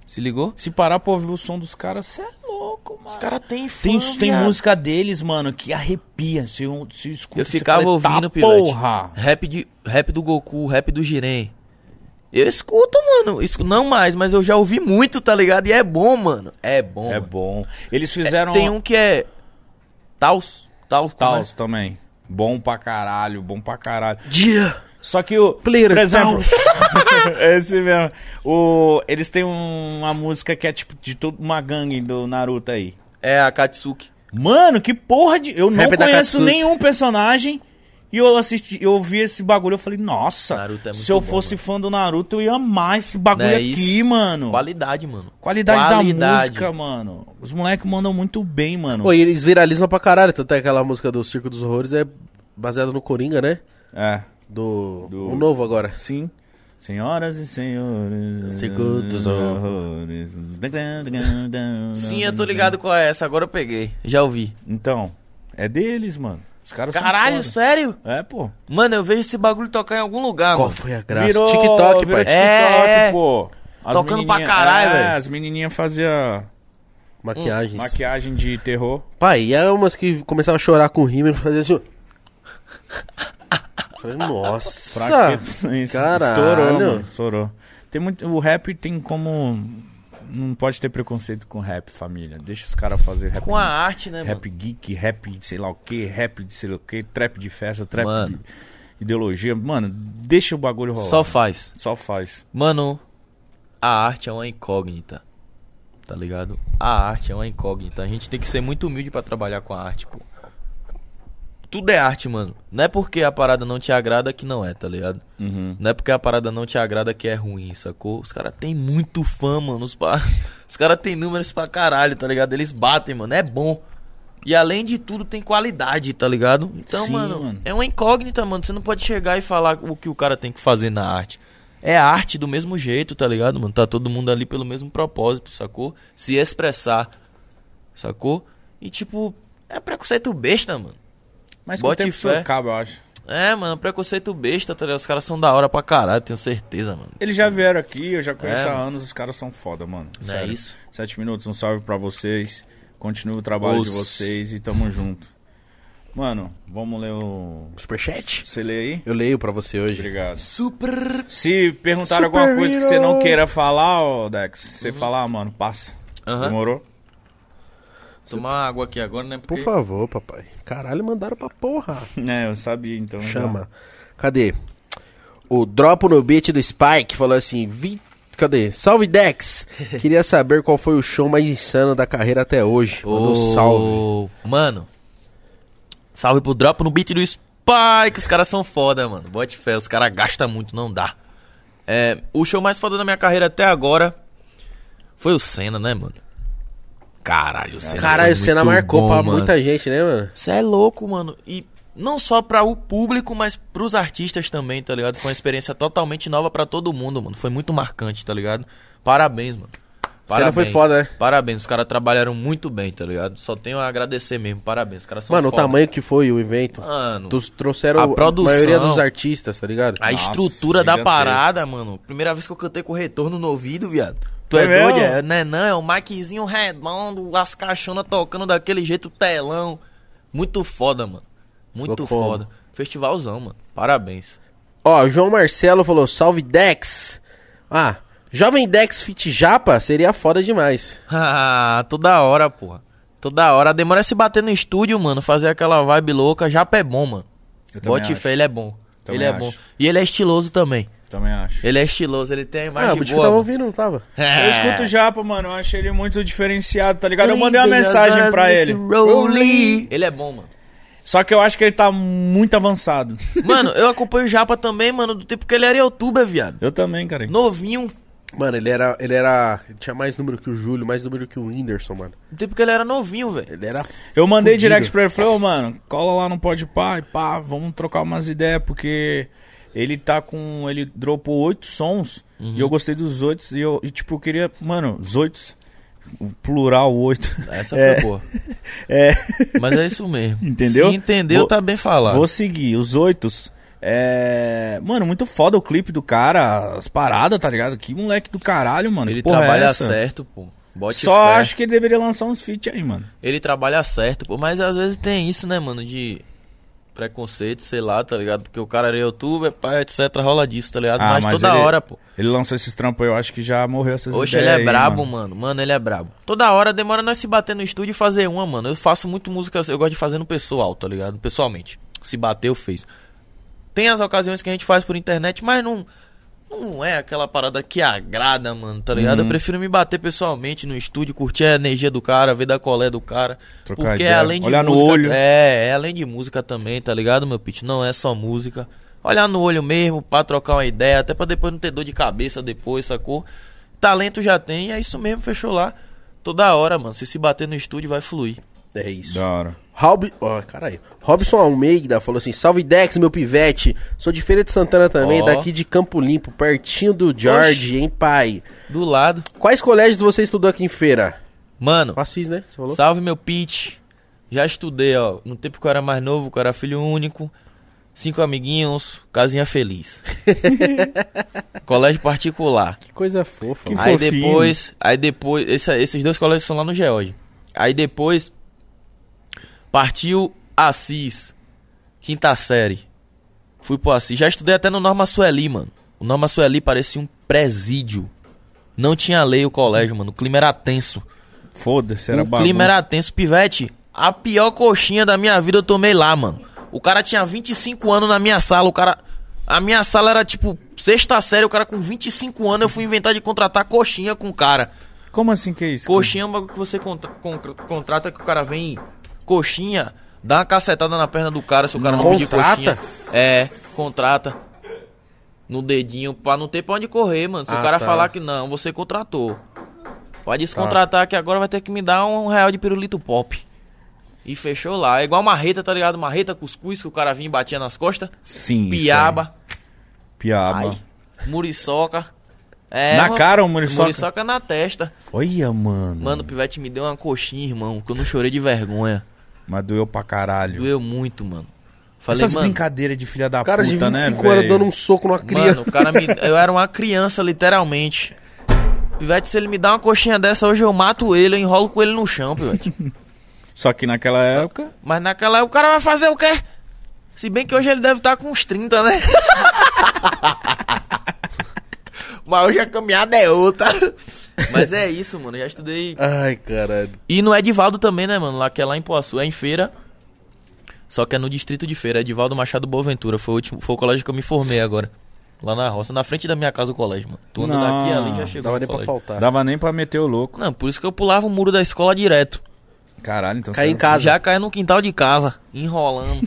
Speaker 4: Se ligou?
Speaker 1: Se parar pra ouvir o som dos caras, você é louco, mano.
Speaker 4: Os caras têm fã,
Speaker 1: Tem, tem
Speaker 4: um viado.
Speaker 1: música deles, mano, que arrepia. Se, eu- se um escuta,
Speaker 4: Eu
Speaker 1: você
Speaker 4: ficava
Speaker 1: fala, "Tá
Speaker 4: ouvindo, Pivete.
Speaker 1: porra!
Speaker 4: Rap, de, rap do Goku, rap do Jiren. Eu escuto, mano. Escu- não mais, mas eu já ouvi muito, tá ligado? E é bom, mano. É bom.
Speaker 1: É
Speaker 4: mano.
Speaker 1: bom. Eles
Speaker 4: É,
Speaker 1: fizeram
Speaker 4: tem um que é. Taos. Taos. como é?
Speaker 1: Taos também. Bom pra caralho, bom pra caralho.
Speaker 3: Dia!
Speaker 1: Só que o.
Speaker 3: Player
Speaker 1: por exemplo. esse mesmo. O, eles têm um- uma música que é tipo de toda uma gangue do Naruto aí.
Speaker 4: É, é a Katsuki.
Speaker 1: Mano, que porra de. Eu não
Speaker 3: Rap da
Speaker 1: conheço
Speaker 3: Katsuki.
Speaker 1: nenhum personagem. E eu assisti, eu vi esse bagulho, eu falei, nossa,
Speaker 4: Naruto é muito
Speaker 1: se eu
Speaker 4: bom,
Speaker 1: fosse fã do Naruto, eu ia amar esse bagulho
Speaker 4: Né,
Speaker 1: aqui,
Speaker 4: isso.
Speaker 1: mano.
Speaker 4: Qualidade, mano.
Speaker 1: Qualidade, da
Speaker 4: Qualidade.
Speaker 1: música, mano. Os moleques mandam muito bem, mano.
Speaker 3: Pô, e eles viralizam pra caralho, tanto é que aquela música do Circo dos Horrores é baseada no Coringa, né?
Speaker 1: É,
Speaker 3: Do.
Speaker 1: Do-
Speaker 3: O novo agora.
Speaker 1: sim. Senhoras e senhores.
Speaker 3: Segundos, ó.
Speaker 1: horrores.
Speaker 4: Sim, eu tô ligado qual é essa, agora eu peguei. Já ouvi.
Speaker 1: Então, é deles, mano. Os caras
Speaker 4: Caralho,
Speaker 1: são foda.
Speaker 4: sério?
Speaker 1: É, pô.
Speaker 4: Mano, eu vejo esse bagulho tocar em algum lugar,
Speaker 3: Qual
Speaker 4: mano.
Speaker 3: foi a graça? TikTok,
Speaker 1: Ah, virou
Speaker 3: pai.
Speaker 1: TikTok,
Speaker 4: É, é.
Speaker 1: pô. As
Speaker 4: Tocando pra
Speaker 1: menininha-
Speaker 4: caralho,
Speaker 1: é,
Speaker 4: velho.
Speaker 1: as menininhas faziam Hum,
Speaker 3: Maquiagens.
Speaker 1: maquiagem de terror.
Speaker 3: Pai, e aí umas que começavam a chorar com rima e faziam assim. ó. Falei, nossa.
Speaker 1: Pra que tudo isso?
Speaker 3: caralho.
Speaker 1: Estourou, mano. Estourou. Tem muito, o rap tem como não pode ter preconceito com rap, família. Deixa os caras fazer rap.
Speaker 4: Com a arte, né, mano?
Speaker 1: Rap geek, rap de sei lá o que, rap de sei lá o que, trap de festa, trap
Speaker 4: Mano.
Speaker 1: de ideologia. Mano, deixa o bagulho rolar.
Speaker 4: Só faz.
Speaker 1: Só faz.
Speaker 4: Mano, a arte é uma incógnita. Tá ligado? A arte é uma incógnita. A gente tem que ser muito humilde pra trabalhar com a arte, pô. Tudo é arte, mano. Não é porque a parada não te agrada que não é, tá ligado?
Speaker 1: Uhum.
Speaker 4: Não é porque a parada não te agrada que é ruim, sacou? Os caras têm muito fã, mano. Os, pa... Os caras têm números pra caralho, tá ligado? Eles batem, mano. É bom. E além de tudo, tem qualidade, tá ligado? Então,
Speaker 1: Sim,
Speaker 4: mano,
Speaker 1: mano.
Speaker 4: é uma incógnita, mano. Você não pode chegar e falar o que o cara tem que fazer na arte. É arte do mesmo jeito, tá ligado, mano? Tá todo mundo ali pelo mesmo propósito, sacou? Se expressar, sacou? E, tipo, é preconceito besta, mano.
Speaker 1: Mas com o
Speaker 4: Bote
Speaker 1: tempo isso
Speaker 4: fé.
Speaker 1: acaba, eu acho.
Speaker 4: É, mano, preconceito besta, tá ligado? Os caras são da hora pra caralho, tenho certeza, mano.
Speaker 1: Eles já vieram aqui, eu já conheço
Speaker 4: É,
Speaker 1: há
Speaker 4: mano.
Speaker 1: anos, os caras são foda, mano.
Speaker 4: Não é
Speaker 1: Sério.
Speaker 4: isso?
Speaker 1: Sete minutos, um salve pra vocês. Continua o trabalho de
Speaker 4: Os-
Speaker 1: vocês e tamo junto. Mano, vamos ler o.
Speaker 3: Superchat?
Speaker 1: Você lê aí?
Speaker 3: Eu leio pra você hoje.
Speaker 1: Obrigado.
Speaker 5: Super.
Speaker 1: Se perguntar alguma
Speaker 3: Super
Speaker 1: coisa que
Speaker 3: hero.
Speaker 1: você não queira falar, ô Dex, você falar, mano, passa.
Speaker 4: Uhum. Aham.
Speaker 1: Demorou?
Speaker 4: Tomar água aqui agora, né?
Speaker 3: Por
Speaker 4: Porque...
Speaker 3: favor, papai. Caralho, mandaram pra porra.
Speaker 1: É, eu sabia, então. já-
Speaker 3: Chama. Cadê? O Dropo no Beat do Spike falou assim: "Vi- Cadê? Salve Dex! Queria saber qual foi o show mais insano da carreira até hoje. Mandou um
Speaker 4: Ô,
Speaker 3: salve.
Speaker 4: Mano, salve pro Drop no beat do Spike. Os caras são foda, mano. Bote fé, os caras gastam muito, não dá. É, o show mais foda da minha carreira até agora foi o Senna, né, mano? Caralho, o Senna.
Speaker 3: Caralho, o
Speaker 4: foi
Speaker 3: Senna
Speaker 4: muito
Speaker 3: marcou
Speaker 4: bom,
Speaker 3: pra
Speaker 4: mano.
Speaker 3: muita gente, né, mano?
Speaker 4: Você é louco, mano. E não só pra o público, mas pros artistas também, tá ligado? Foi uma experiência totalmente nova pra todo mundo, mano. Foi muito marcante, tá ligado? Parabéns, mano.
Speaker 3: Senna foi foda, né?
Speaker 4: Parabéns, os caras trabalharam muito bem, tá ligado? Só tenho a agradecer mesmo, parabéns. Os caras são
Speaker 3: Mano,
Speaker 4: foda.
Speaker 3: o tamanho que foi o evento.
Speaker 4: Mano,
Speaker 3: Dos- trouxeram
Speaker 4: a
Speaker 3: a,
Speaker 4: produção.
Speaker 3: maioria dos artistas, tá ligado?
Speaker 4: a estrutura da
Speaker 1: gigantesco.
Speaker 4: parada, mano. Primeira vez que eu cantei com retorno no ouvido, viado. Tu
Speaker 1: É
Speaker 4: é,
Speaker 1: mesmo?
Speaker 4: doido? É, né, não, é um miczinho redondo, as caixonas tocando daquele jeito, telão. Muito foda, mano. Muito
Speaker 3: Socorro.
Speaker 4: foda. Festivalzão, mano. Parabéns.
Speaker 3: Ó, João Marcelo falou: Salve Dex! Ah, Jovem Dex Fit Japa seria foda demais.
Speaker 4: Ah, Toda hora, porra. Toda hora. Demora se bater no estúdio, mano. Fazer aquela vibe louca. Japa é bom, mano.
Speaker 1: Eu também
Speaker 4: Bote
Speaker 1: acho.
Speaker 4: fé, ele é bom.
Speaker 1: Também
Speaker 4: ele é
Speaker 1: acho.
Speaker 4: bom. E ele é estiloso também.
Speaker 1: Também acho.
Speaker 4: Ele é estiloso, ele tem a
Speaker 3: Ah, o
Speaker 4: imagem
Speaker 3: Butico
Speaker 4: boa.
Speaker 3: tava
Speaker 4: mano.
Speaker 3: ouvindo, não tava?
Speaker 4: É.
Speaker 1: Eu escuto o Japa, mano. Eu achei ele muito diferenciado, tá ligado? Eu mandei uma
Speaker 4: Lindo,
Speaker 1: mensagem
Speaker 4: as
Speaker 1: pra
Speaker 4: horas
Speaker 1: ele.
Speaker 4: desse Rolly. Ele é bom, mano.
Speaker 1: Só que eu acho que ele tá muito avançado.
Speaker 4: Mano, eu acompanho o Japa também, mano, do tempo que ele era youtuber, viado.
Speaker 1: Eu também, cara.
Speaker 4: Novinho,
Speaker 3: Mano, ele era. Ele era. Ele tinha mais número que o Júlio, mais número que o Whindersson, mano.
Speaker 4: do tempo que ele era novinho, velho.
Speaker 3: Ele era.
Speaker 1: Eu mandei
Speaker 3: Fudido.
Speaker 1: direct pra ele, falei, ô mano, cola lá no Pode Pá e pá, vamos trocar umas ideias, porque ele tá com. Ele dropou oito sons e
Speaker 4: Uhum.
Speaker 1: eu gostei dos oito e eu, e, tipo, eu queria, mano, os oito, o plural oito.
Speaker 4: Ah, Essa
Speaker 1: É.
Speaker 4: foi boa.
Speaker 1: É,
Speaker 4: Mas é isso mesmo.
Speaker 1: Entendeu?
Speaker 4: Se entendeu,
Speaker 1: Vou-
Speaker 4: tá bem falado.
Speaker 1: vou seguir, os oitos. É. Mano, muito foda o clipe do cara, as paradas, tá ligado? Que moleque do caralho, mano.
Speaker 4: Ele
Speaker 1: que porra é
Speaker 4: trabalha
Speaker 1: essa?
Speaker 4: certo, pô. Bote
Speaker 1: Só
Speaker 4: fé.
Speaker 1: acho que ele deveria lançar uns feat aí, mano.
Speaker 4: Ele trabalha certo, pô. Mas às vezes tem isso, né, mano, de preconceito, sei lá, tá ligado? Porque o cara era youtuber, pai, etc, rola disso, tá ligado?
Speaker 1: Ah,
Speaker 4: mas,
Speaker 1: mas
Speaker 4: toda
Speaker 1: ele-
Speaker 4: hora, pô.
Speaker 1: Ele lançou esses trampos aí, eu acho que já morreu essas
Speaker 4: Oxe, ele
Speaker 1: ideias
Speaker 4: é
Speaker 1: aí,
Speaker 4: brabo, mano. mano. ele é brabo. Toda hora demora nós se bater no estúdio e fazer uma, mano. Eu faço muito música, eu gosto de fazer no pessoal, tá ligado? Pessoalmente. Se bateu, fez. Tem as ocasiões que a gente faz por internet, mas não. Não é aquela parada que agrada, mano, tá ligado?
Speaker 1: Uhum.
Speaker 4: Eu prefiro me bater pessoalmente no estúdio, curtir a energia do cara, ver da colé do cara.
Speaker 1: Trocar
Speaker 4: porque é
Speaker 1: ideia,
Speaker 4: além de
Speaker 1: olhar no
Speaker 4: música.
Speaker 1: olho.
Speaker 4: É, é além de música também, tá ligado, meu pitch? Não é só música. Olhar no olho mesmo, pra trocar uma ideia, até pra depois não ter dor de cabeça depois, sacou? Talento já tem, é isso mesmo, fechou lá. Toda hora, mano. Se se bater no estúdio, vai fluir.
Speaker 3: É isso.
Speaker 1: Da hora.
Speaker 3: Rob... ó, caralho. Robson Almeida falou assim: Salve Dex, meu pivete. Sou de Feira de Santana também,
Speaker 4: Ó.
Speaker 3: daqui de Campo Limpo, pertinho do George, hein, pai?
Speaker 4: Do lado.
Speaker 3: Quais colégios você estudou aqui em feira?
Speaker 4: Mano,
Speaker 3: O Assis, né? Você falou?
Speaker 4: Salve meu pitch. Já estudei, ó. No tempo que eu era mais novo, que eu era filho único. Cinco amiguinhos, casinha feliz. Colégio particular.
Speaker 3: Que coisa fofa.
Speaker 1: Que
Speaker 3: mano.
Speaker 4: aí
Speaker 1: fofinho.
Speaker 4: depois. Aí depois. essa- esses dois colégios são lá no George. Aí depois. Partiu Assis. Quinta série. Fui pro Assis. Já estudei até no Norma Sueli, mano. O Norma Sueli parecia um presídio. Não tinha lei o colégio, mano. O clima era tenso.
Speaker 1: Foda-se, era
Speaker 4: o clima era tenso. Pivete, a pior coxinha da minha vida eu tomei lá, mano. O cara tinha 25 anos na minha sala, o cara. A minha sala era tipo sexta série, o cara com 25 anos eu fui inventar de contratar coxinha com o cara.
Speaker 1: Como assim que é isso?
Speaker 4: Coxinha é um bagulho que você contra- con- contrata que o cara vem. Coxinha, dá uma cacetada na perna do cara se o cara não, pedir
Speaker 3: Contrata?
Speaker 4: coxinha. É, contrata. No dedinho, pra não ter pra onde correr, mano. Se
Speaker 3: Ah,
Speaker 4: o cara
Speaker 3: tá.
Speaker 4: falar que não, você contratou. Pode
Speaker 1: Tá.
Speaker 4: descontratar que agora vai ter que me dar um real de pirulito pop. E fechou lá. É igual marreta, tá ligado? Marreta, cuscuz, que o cara vinha e batia nas costas.
Speaker 1: Sim. isso
Speaker 4: Piaba,
Speaker 1: aí. Piaba.
Speaker 4: ai, muriçoca. É,
Speaker 1: Na
Speaker 4: mano,
Speaker 1: cara ou muriçoca?
Speaker 4: Muriçoca na testa.
Speaker 1: Olha, mano.
Speaker 4: Mano, o pivete me deu uma coxinha, irmão, que eu não chorei de vergonha.
Speaker 1: Mas doeu pra caralho.
Speaker 4: Doeu muito, mano. Falei,
Speaker 1: Essas
Speaker 4: mano,
Speaker 1: brincadeiras de filha da
Speaker 3: O cara
Speaker 1: puta,
Speaker 3: de 25
Speaker 1: né,
Speaker 3: anos
Speaker 1: velho?
Speaker 3: dando um soco numa criança.
Speaker 4: mano, o cara me... Eu era uma criança, literalmente. Pivete, se ele me dá uma coxinha dessa, hoje eu mato ele, eu enrolo com ele no chão, pivete.
Speaker 1: Só que naquela
Speaker 3: Ah.
Speaker 1: época.
Speaker 4: Mas naquela época o cara vai fazer o quê? Se bem que hoje ele deve estar com uns 30, né?
Speaker 5: Mas hoje a caminhada é outra.
Speaker 4: Mas é isso, mano, eu já estudei...
Speaker 3: Ai, caralho.
Speaker 4: E no Edivaldo também, né, mano, lá que é lá em Poaçu, é em Feira. Só que é no distrito de Feira, Edivaldo Machado Boaventura, foi o, último, foi o colégio que eu me formei agora. Lá na roça, na frente da minha casa o colégio, mano. Tu anda
Speaker 1: Não.
Speaker 4: daqui ali já chegou.
Speaker 3: Dava
Speaker 4: no
Speaker 3: nem pra
Speaker 4: colégio.
Speaker 3: faltar.
Speaker 1: Dava nem pra meter o louco.
Speaker 4: Não, por isso que eu pulava o muro da escola direto.
Speaker 1: Caralho, então
Speaker 3: Caí
Speaker 1: você
Speaker 3: em casa.
Speaker 4: Já caía no quintal de casa, enrolando.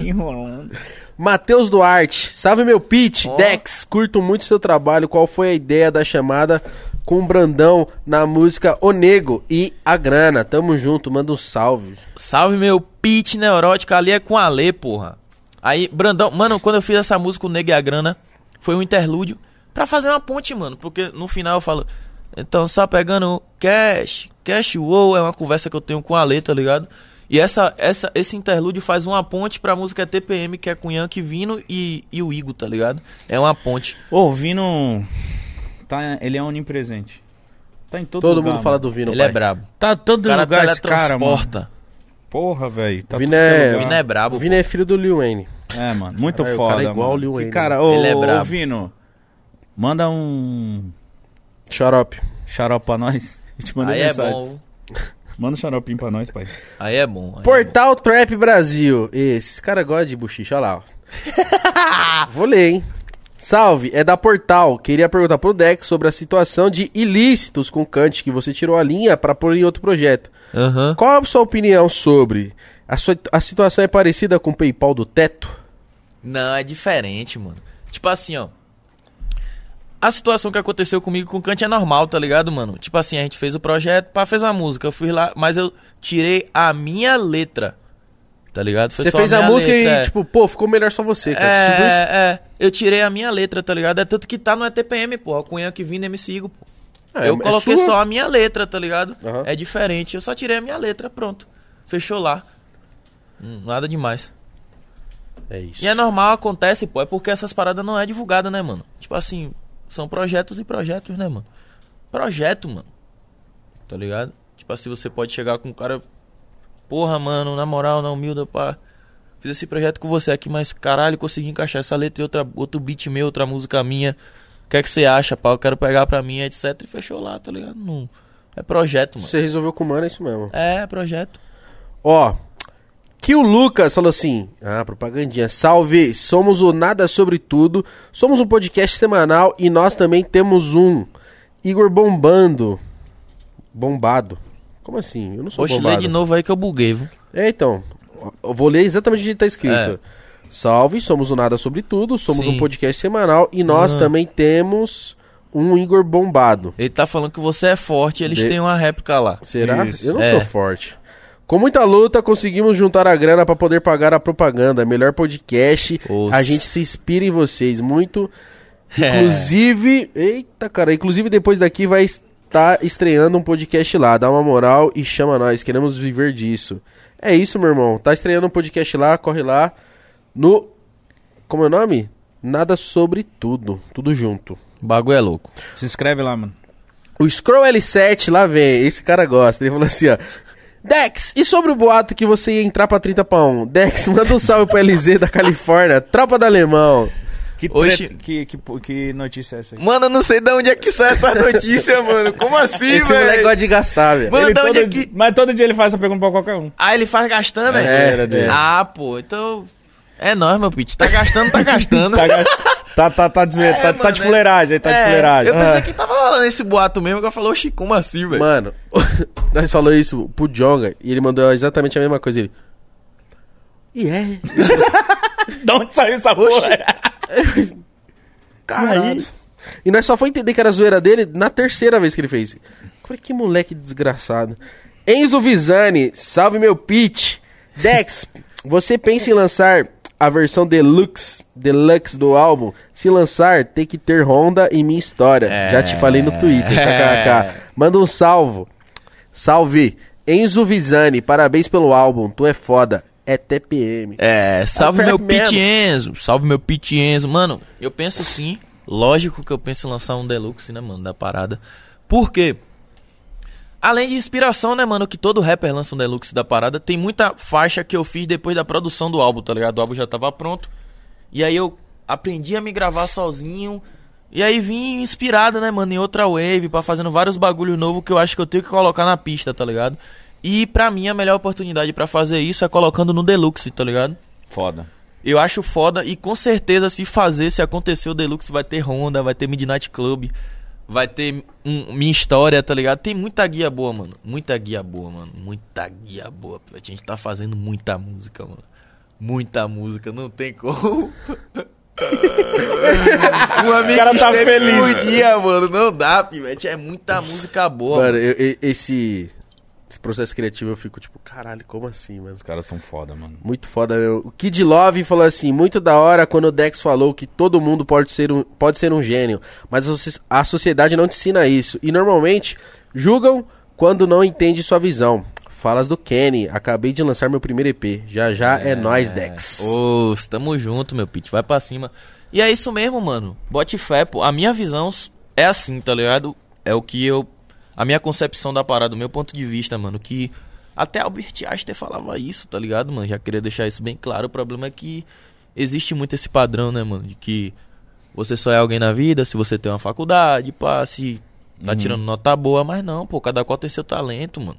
Speaker 1: enrolando.
Speaker 3: Matheus Duarte, salve meu pitch,
Speaker 4: Ó.
Speaker 3: Dex, curto muito seu trabalho. Qual foi a ideia da chamada com o Brandão na música O Nego e a Grana? Tamo junto, manda um salve.
Speaker 4: Salve meu pit neurótico, ali é com a Lê, porra. Aí, Brandão, mano, quando eu fiz essa música, o Nego e a Grana, foi um interlúdio pra fazer uma ponte, mano. Porque no final eu falo, então só pegando cash, cash wow, é uma conversa que eu tenho com a Lê, tá ligado? E essa, essa, esse interlúdio faz uma ponte pra música TPM, que é com Yankee Vino e, e o Igo, tá ligado? É uma ponte.
Speaker 1: Ouvindo. Tá, ele é onipresente. Tá em todo,
Speaker 3: Todo
Speaker 1: lugar,
Speaker 3: mundo fala
Speaker 1: mano.
Speaker 3: do Vino,
Speaker 4: Ele
Speaker 3: pai.
Speaker 4: é brabo.
Speaker 1: Tá todo
Speaker 4: O cara
Speaker 1: lugar esse cara, mano.
Speaker 4: teletransporta.
Speaker 1: Porra, velho. Tá
Speaker 3: Vino
Speaker 1: tudo que
Speaker 3: é,
Speaker 1: lugar.
Speaker 4: Vino é brabo.
Speaker 3: O Vino é filho do Lil Wayne.
Speaker 1: É, mano, muito
Speaker 3: Caralho, o
Speaker 1: foda.
Speaker 3: cara é igual
Speaker 1: mano.
Speaker 3: o Lil
Speaker 1: Que
Speaker 3: Wayne,
Speaker 1: cara, ô,
Speaker 4: Ele é
Speaker 1: ô,
Speaker 4: brabo.
Speaker 1: Vino, manda um
Speaker 3: Xarope.
Speaker 1: xarope pra nós. Eu te mandei
Speaker 4: Aí é
Speaker 1: mensagem.
Speaker 4: bom.
Speaker 1: Manda um xaropinho pra nós, pai.
Speaker 4: Aí é bom. aí é bom.
Speaker 3: Portal Trap Brasil. Esses caras gostam de bochicha, olha lá. ó. Vou ler, hein? Salve, é da Portal. Queria perguntar pro Dex sobre a situação de ilícitos com Kant, que você tirou a linha pra pôr em outro projeto.
Speaker 4: Aham.
Speaker 3: Qual a sua opinião sobre? A, sua, a situação é parecida com o PayPal do teto?
Speaker 4: Não, é diferente, mano. Tipo assim, ó. A situação que aconteceu comigo com o Kant é normal, tá ligado, mano? Tipo assim, a gente fez o projeto, pá, fez uma música, eu fui lá, mas eu tirei a minha letra. Tá ligado? Foi
Speaker 3: Você
Speaker 4: só
Speaker 3: fez a
Speaker 4: minha
Speaker 3: música
Speaker 4: letra,
Speaker 3: e,
Speaker 4: é.
Speaker 3: tipo, pô, ficou melhor só você, cara.
Speaker 4: É,
Speaker 3: Tipo isso?
Speaker 4: é, eu tirei a minha letra, tá ligado? É tanto que tá no ETPM, porra. Cunha que vindo MC Igor, pô.
Speaker 3: É,
Speaker 4: eu
Speaker 3: é
Speaker 4: coloquei
Speaker 3: sua.
Speaker 4: só a minha letra, tá ligado?
Speaker 3: Aham.
Speaker 4: É diferente. Eu só tirei a minha letra, pronto. Fechou lá. Hum, Nada demais.
Speaker 3: É isso.
Speaker 4: E é normal, acontece, pô, é porque essas paradas não é divulgada, né, mano? Tipo assim, são projetos e projetos, né, mano? Projeto, mano. Tá ligado? Tipo assim, você pode chegar com um cara. Porra, mano, na moral, na humilde, pá. Fiz esse projeto com você aqui, mas caralho, consegui encaixar essa letra e outra, outro beat meu, outra música minha. O que é que você acha, pá? Eu quero pegar pra mim, etc. E fechou lá, tá ligado? Não. É projeto, mano.
Speaker 3: Você resolveu com o mano, é isso mesmo.
Speaker 4: É, projeto.
Speaker 3: Ó, que o Lucas falou assim: Ah, propagandinha. Salve, somos o Nada Sobre Tudo. Somos um podcast semanal e nós também temos um. Igor Bombando. Bombado. Como assim? Eu não sou
Speaker 4: Oxe, lê
Speaker 3: bombado.
Speaker 4: de novo aí que eu buguei, viu?
Speaker 3: É, então. Eu vou ler exatamente o que está escrito.
Speaker 4: É.
Speaker 3: Salve, somos o Nada Sobre Tudo, somos
Speaker 4: Sim.
Speaker 3: um podcast semanal e nós
Speaker 4: Ah.
Speaker 3: também temos um Igor bombado.
Speaker 4: Ele tá falando que você é forte, eles
Speaker 3: De-
Speaker 4: têm uma réplica lá.
Speaker 3: Será?
Speaker 1: Isso.
Speaker 3: Eu não
Speaker 4: É.
Speaker 3: sou forte. Com muita luta, conseguimos juntar a grana para poder pagar a propaganda. Melhor podcast.
Speaker 4: Os-
Speaker 3: A gente se inspira em vocês muito.
Speaker 4: É.
Speaker 3: Inclusive, eita cara, inclusive depois daqui vai estar estreando um podcast lá. Dá uma moral e chama nós, queremos viver disso. É isso, meu irmão. Tá estreando um podcast lá, corre lá no Como é o nome? Nada sobre tudo, tudo junto.
Speaker 4: O bagulho é louco.
Speaker 1: Se inscreve lá, mano.
Speaker 3: O Scroll L7, lá vem, esse cara gosta. Ele falou assim, ó. Dex, e sobre o boato que um você ia entrar pra 30 pra 1? Dex, manda um salve pro LZ da Califórnia, tropa do alemão.
Speaker 1: Que,
Speaker 4: Hoje-
Speaker 1: treta- que, que, que notícia é essa aí?
Speaker 5: Mano, eu não sei de onde é que sai essa notícia, mano. Como assim,
Speaker 3: Esse moleque
Speaker 5: velho?
Speaker 3: gosta de gastar, velho.
Speaker 5: Mano,
Speaker 1: Ele
Speaker 5: da onde
Speaker 1: todo
Speaker 5: é que-
Speaker 1: di- Mas todo dia ele faz essa pergunta pra qualquer um.
Speaker 4: Ah, ele faz gastando,
Speaker 1: É,
Speaker 4: é?
Speaker 1: zoeira dele.
Speaker 4: Ah, pô, então. É nóis, meu pitch. Tá gastando, tá gastando.
Speaker 1: Tá, gas- tá, tá, tá, de, zoeira, tá, tá de
Speaker 4: mano, é-
Speaker 1: fuleiragem, tá de
Speaker 4: É,
Speaker 1: fuleiragem.
Speaker 4: Eu pensei que tava rolando esse boato mesmo, que eu falei, oxi, como assim, velho?
Speaker 3: Mano, nós falou isso pro Jonga e ele mandou exatamente a mesma coisa. Ele. E é?
Speaker 1: De onde saiu essa porra?
Speaker 3: Caralho. E nós só foi entender que era zoeira dele na terceira vez que ele fez. Eu falei, que moleque desgraçado. Enzo Visani, salve meu pitch. Dex, você pensa em lançar a versão deluxe, deluxe do álbum? Se lançar, tem que ter Honda e minha história. Já te falei no Twitter, kkk. Manda um salvo. Salve. Enzo Visani, parabéns pelo álbum. Tu é foda. É TPM.
Speaker 4: É, salve
Speaker 3: É
Speaker 4: meu
Speaker 3: rap mesmo.
Speaker 4: Pit Enzo, salve meu Pit Enzo. Mano, eu penso sim, lógico que eu penso em lançar um deluxe, né, mano, da parada. Por quê? Além de inspiração, né, mano, que todo rapper lança um deluxe da parada, tem muita faixa que eu fiz depois da produção do álbum, tá ligado? O álbum já tava pronto. E aí eu aprendi a me gravar sozinho. E aí vim inspirado, né, mano, em outra wave, pra fazendo vários bagulho novo que eu acho que eu tenho que colocar na pista, tá ligado? E pra mim a melhor oportunidade pra fazer isso é colocando no deluxe, tá ligado?
Speaker 1: Foda.
Speaker 4: Eu acho foda e com certeza se fazer, se acontecer o Deluxe, vai ter Honda, vai ter Midnight Club, vai ter um- Minha História, tá ligado? Tem muita guia boa, mano. Muita guia boa, mano. Muita guia boa. pivete. A gente tá fazendo muita música, mano. Muita música, não tem como.
Speaker 5: Um amigo
Speaker 1: cara tá
Speaker 5: escreve
Speaker 1: feliz.
Speaker 5: por dia, mano. Não
Speaker 4: um Não dá, pivete. É muita música boa,
Speaker 3: Mano,
Speaker 4: mano.
Speaker 3: eu- eu- esse, esse processo criativo eu fico tipo, caralho, como assim, mano?
Speaker 1: Os caras são foda, mano.
Speaker 3: Muito foda. meu. O Kid Love falou assim: muito da hora quando o Dex falou que todo mundo pode ser um, pode ser um gênio, mas você- a sociedade não te ensina isso. E normalmente julgam quando não entende sua visão. Falas do Kenny, acabei de lançar meu primeiro EP. Já já é, nóis, Dex.
Speaker 4: Ô, tamo junto, meu pitch. Vai pra cima. E é isso mesmo, mano. Bote fé, pô. A minha visão s- é assim, tá ligado? É o que eu. A minha concepção da parada, o meu ponto de vista, mano. Que até Albert Einstein falava isso, tá ligado, mano? Já queria deixar isso bem claro. O problema é que existe muito esse padrão, né, mano? De que você só é alguém na vida se você tem uma faculdade, pá, se tá
Speaker 3: Uhum.
Speaker 4: tirando nota boa. Mas não, pô. Cada qual tem seu talento, mano.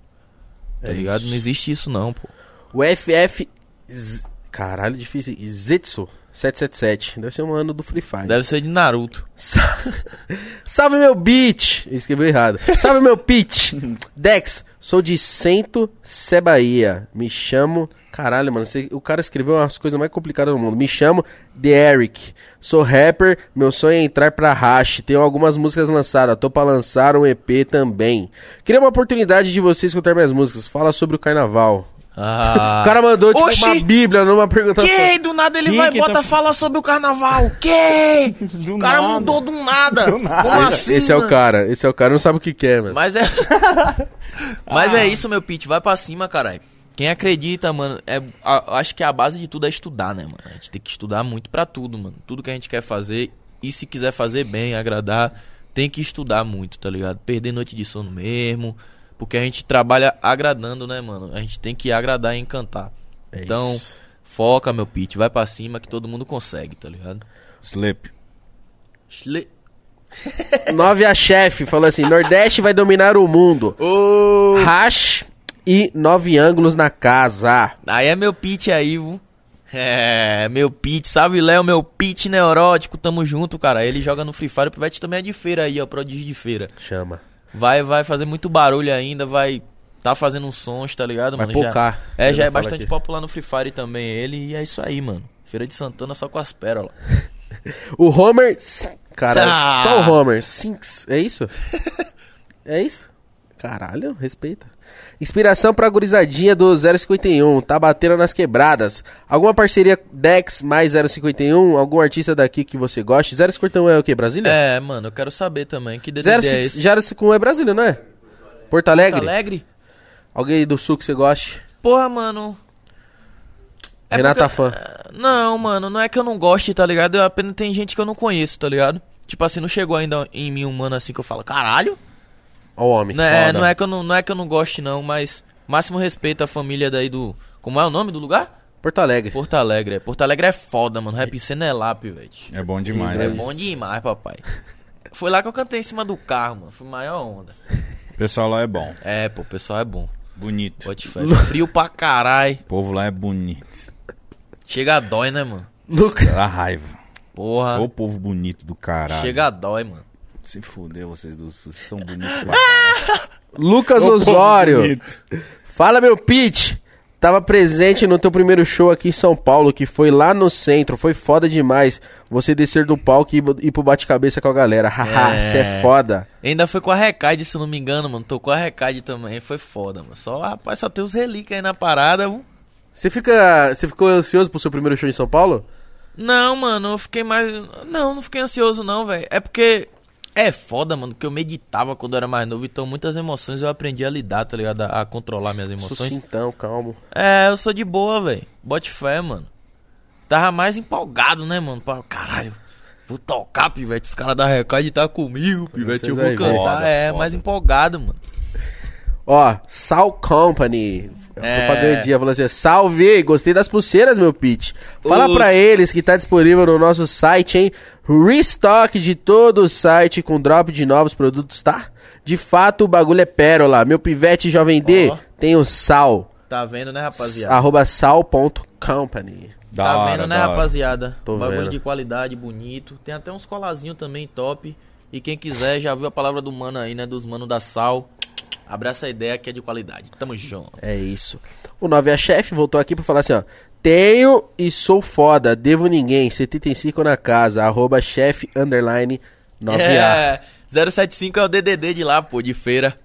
Speaker 4: Tá
Speaker 3: É
Speaker 4: ligado?
Speaker 3: isso.
Speaker 4: Não existe isso, não, pô.
Speaker 3: O FF. Z- Caralho, difícil. Zetsu 777. Deve ser um ano do Free Fire.
Speaker 4: Deve ser de Naruto.
Speaker 3: Sa- Salve meu beat! Ele escreveu errado. Salve meu pitch! Dex, sou de Cento Sé Bahia. Me chamo. Caralho, mano, você- o cara escreveu as coisas mais complicadas do mundo. Me chamo The Eric. Sou rapper, meu sonho é entrar pra Rash. Tenho algumas músicas lançadas. Tô pra lançar um EP também. Queria uma oportunidade de você escutar minhas músicas. Fala sobre o carnaval.
Speaker 4: Ah.
Speaker 3: O cara mandou tipo,
Speaker 4: Oxi!
Speaker 3: uma bíblia numa pergunta.
Speaker 4: Que? Do nada ele
Speaker 1: Que
Speaker 4: vai e
Speaker 1: que
Speaker 4: bota
Speaker 1: tá-
Speaker 4: fala sobre o carnaval. Que?
Speaker 1: Do
Speaker 4: o cara
Speaker 1: nada.
Speaker 4: mudou do nada.
Speaker 1: Do nada.
Speaker 4: Como
Speaker 3: Esse-
Speaker 4: assim?
Speaker 3: Esse é o
Speaker 4: mano?
Speaker 3: cara, esse é o cara, não sabe o que quer, mano.
Speaker 4: Mas é. Mas
Speaker 3: Ah.
Speaker 4: é isso, meu pitch. Vai pra cima, caralho. Quem acredita, mano, é, a- acho que a base de tudo é estudar, né, mano? A gente tem que estudar muito pra tudo, mano. Tudo que a gente quer fazer, e se quiser fazer bem, agradar, tem que estudar muito, tá ligado? Perder noite de sono mesmo, porque a gente trabalha agradando, né, mano? A gente tem que agradar e encantar.
Speaker 3: É
Speaker 4: então,
Speaker 3: isso.
Speaker 4: foca, meu pitch, vai pra cima que todo mundo consegue, tá ligado?
Speaker 1: Slip.
Speaker 4: Chle-
Speaker 3: 9 a chefe falou assim: Nordeste vai dominar o mundo.
Speaker 5: Ô,
Speaker 3: Rash e nove ângulos na casa.
Speaker 4: Aí é meu pitch aí, vô. É, meu pitch, salve Léo, meu pitch neurótico, tamo junto, cara. Ele joga no Free Fire, o Pivete também é de feira aí, ó, prodígio de feira.
Speaker 3: Chama.
Speaker 4: Vai, vai fazer muito barulho ainda, vai tá fazendo uns sons, tá ligado,
Speaker 3: Vai
Speaker 4: mano? Já-
Speaker 3: poucar.
Speaker 4: é,
Speaker 3: Eu
Speaker 4: já é
Speaker 3: falo
Speaker 4: bastante
Speaker 3: aqui.
Speaker 4: popular no Free Fire também ele, e é isso aí, mano. Feira de Santana só com as pérolas.
Speaker 3: O Homer. Caralho,
Speaker 4: Ah.
Speaker 3: só o Homer. Sinks. É isso? é isso? Caralho, respeita. Inspiração pra gurizadinha do 051. Tá batendo nas quebradas. Alguma parceria Dex mais 051? Algum artista daqui que você goste? 051 é o quê? Brasília?
Speaker 4: É, mano, eu quero saber também, que DDD é esse?
Speaker 3: 051 é Brasília, não é? Porto
Speaker 4: Porto
Speaker 3: Alegre?
Speaker 4: Alegre?
Speaker 3: Alguém do sul que você goste?
Speaker 4: Porra, mano... É
Speaker 3: Renata
Speaker 4: porque-
Speaker 3: Fã.
Speaker 4: Não, mano, não é que eu não goste, tá ligado? Eu apenas tem gente que eu não conheço, tá ligado? Tipo assim, não chegou ainda em mim um mano assim que eu falo, caralho.
Speaker 3: Ó o homem.
Speaker 4: Não é,
Speaker 3: foda.
Speaker 4: não é que eu não, não é que eu não goste não, mas máximo respeito à família daí do, como é o nome do lugar?
Speaker 3: Porto Alegre.
Speaker 4: Porto Alegre, é. Porto Alegre é foda, mano. Rap cena é lá, pivete.
Speaker 1: É bom demais.
Speaker 4: É
Speaker 1: né?
Speaker 4: bom demais, papai. Foi lá que eu cantei em cima do carro, mano. Foi a maior onda.
Speaker 1: O pessoal lá é bom.
Speaker 4: É, pô, o pessoal é bom.
Speaker 1: Bonito.
Speaker 4: Bote fé. Frio pra caralho.
Speaker 1: O povo lá é bonito.
Speaker 4: Chega dói, né, mano?
Speaker 3: Lucas.
Speaker 1: Dá raiva.
Speaker 4: Porra.
Speaker 1: Ô povo bonito do caralho.
Speaker 4: Ah. Chega dói, mano.
Speaker 1: Se fuder, vocês dois vocês são bonitos pra caralho.
Speaker 3: Lucas
Speaker 1: Ô, povo
Speaker 3: Osório.
Speaker 1: bonito.
Speaker 3: Fala, meu Pete. Tava presente no teu primeiro show aqui em São Paulo, que foi lá no centro. Foi foda demais. Você descer do palco e ir pro bate-cabeça com a galera. Haha,
Speaker 4: É.
Speaker 3: você é foda.
Speaker 4: Ainda foi com a Recaide, se eu não me engano, mano. Tocou a Recaide também. Foi foda, mano. Só, rapaz, só tem os relíquias aí na parada. viu?
Speaker 3: Você fica, você ficou ansioso pro seu primeiro show em São Paulo?
Speaker 4: Não, mano, eu fiquei mais. Não, não fiquei ansioso, não, velho. É porque. É foda, mano, que eu meditava quando eu era mais novo, então muitas emoções eu aprendi a lidar, tá ligado? A, a controlar minhas emoções.
Speaker 3: Sucintão, então, calmo.
Speaker 4: É, eu sou de boa, velho. Bote fé, mano. Tava mais empolgado, né, mano? Pra- Caralho, vou tocar, pivete. Os caras da Recaide tá comigo, pivete. Eu
Speaker 3: Vocês
Speaker 4: vou
Speaker 3: aí,
Speaker 4: cantar.
Speaker 3: velho.
Speaker 1: Foda,
Speaker 4: é,
Speaker 1: foda.
Speaker 4: mais empolgado, mano.
Speaker 3: Ó, Sal Company.
Speaker 4: É.
Speaker 3: Propaganda dia falou assim: salve, gostei das pulseiras, meu Pete. Fala
Speaker 4: Os-
Speaker 3: pra eles que tá disponível no nosso site, hein? Restock de todo o site com drop de novos produtos, tá? De fato, o bagulho é pérola. Meu pivete Jovem D
Speaker 4: Ó.
Speaker 3: tem o sal.
Speaker 4: Tá vendo, né, rapaziada?
Speaker 3: Arroba sal.company.
Speaker 1: Da
Speaker 4: tá
Speaker 1: hora,
Speaker 4: vendo, né,
Speaker 1: da hora.
Speaker 4: rapaziada?
Speaker 3: Tô
Speaker 4: Bagulho
Speaker 3: vendo.
Speaker 4: de qualidade, bonito. Tem até uns colazinhos também top. E quem quiser, já viu a palavra do mano aí, né? Dos mano da sal. Abraça a ideia que é de qualidade. Tamo junto.
Speaker 3: É isso. O 9 é chefe, voltou aqui pra falar assim, ó. Tenho e sou foda, devo ninguém, 75 na casa, arroba chefe, underline, 9A.
Speaker 4: É, 075 é o DDD de lá, pô, de feira.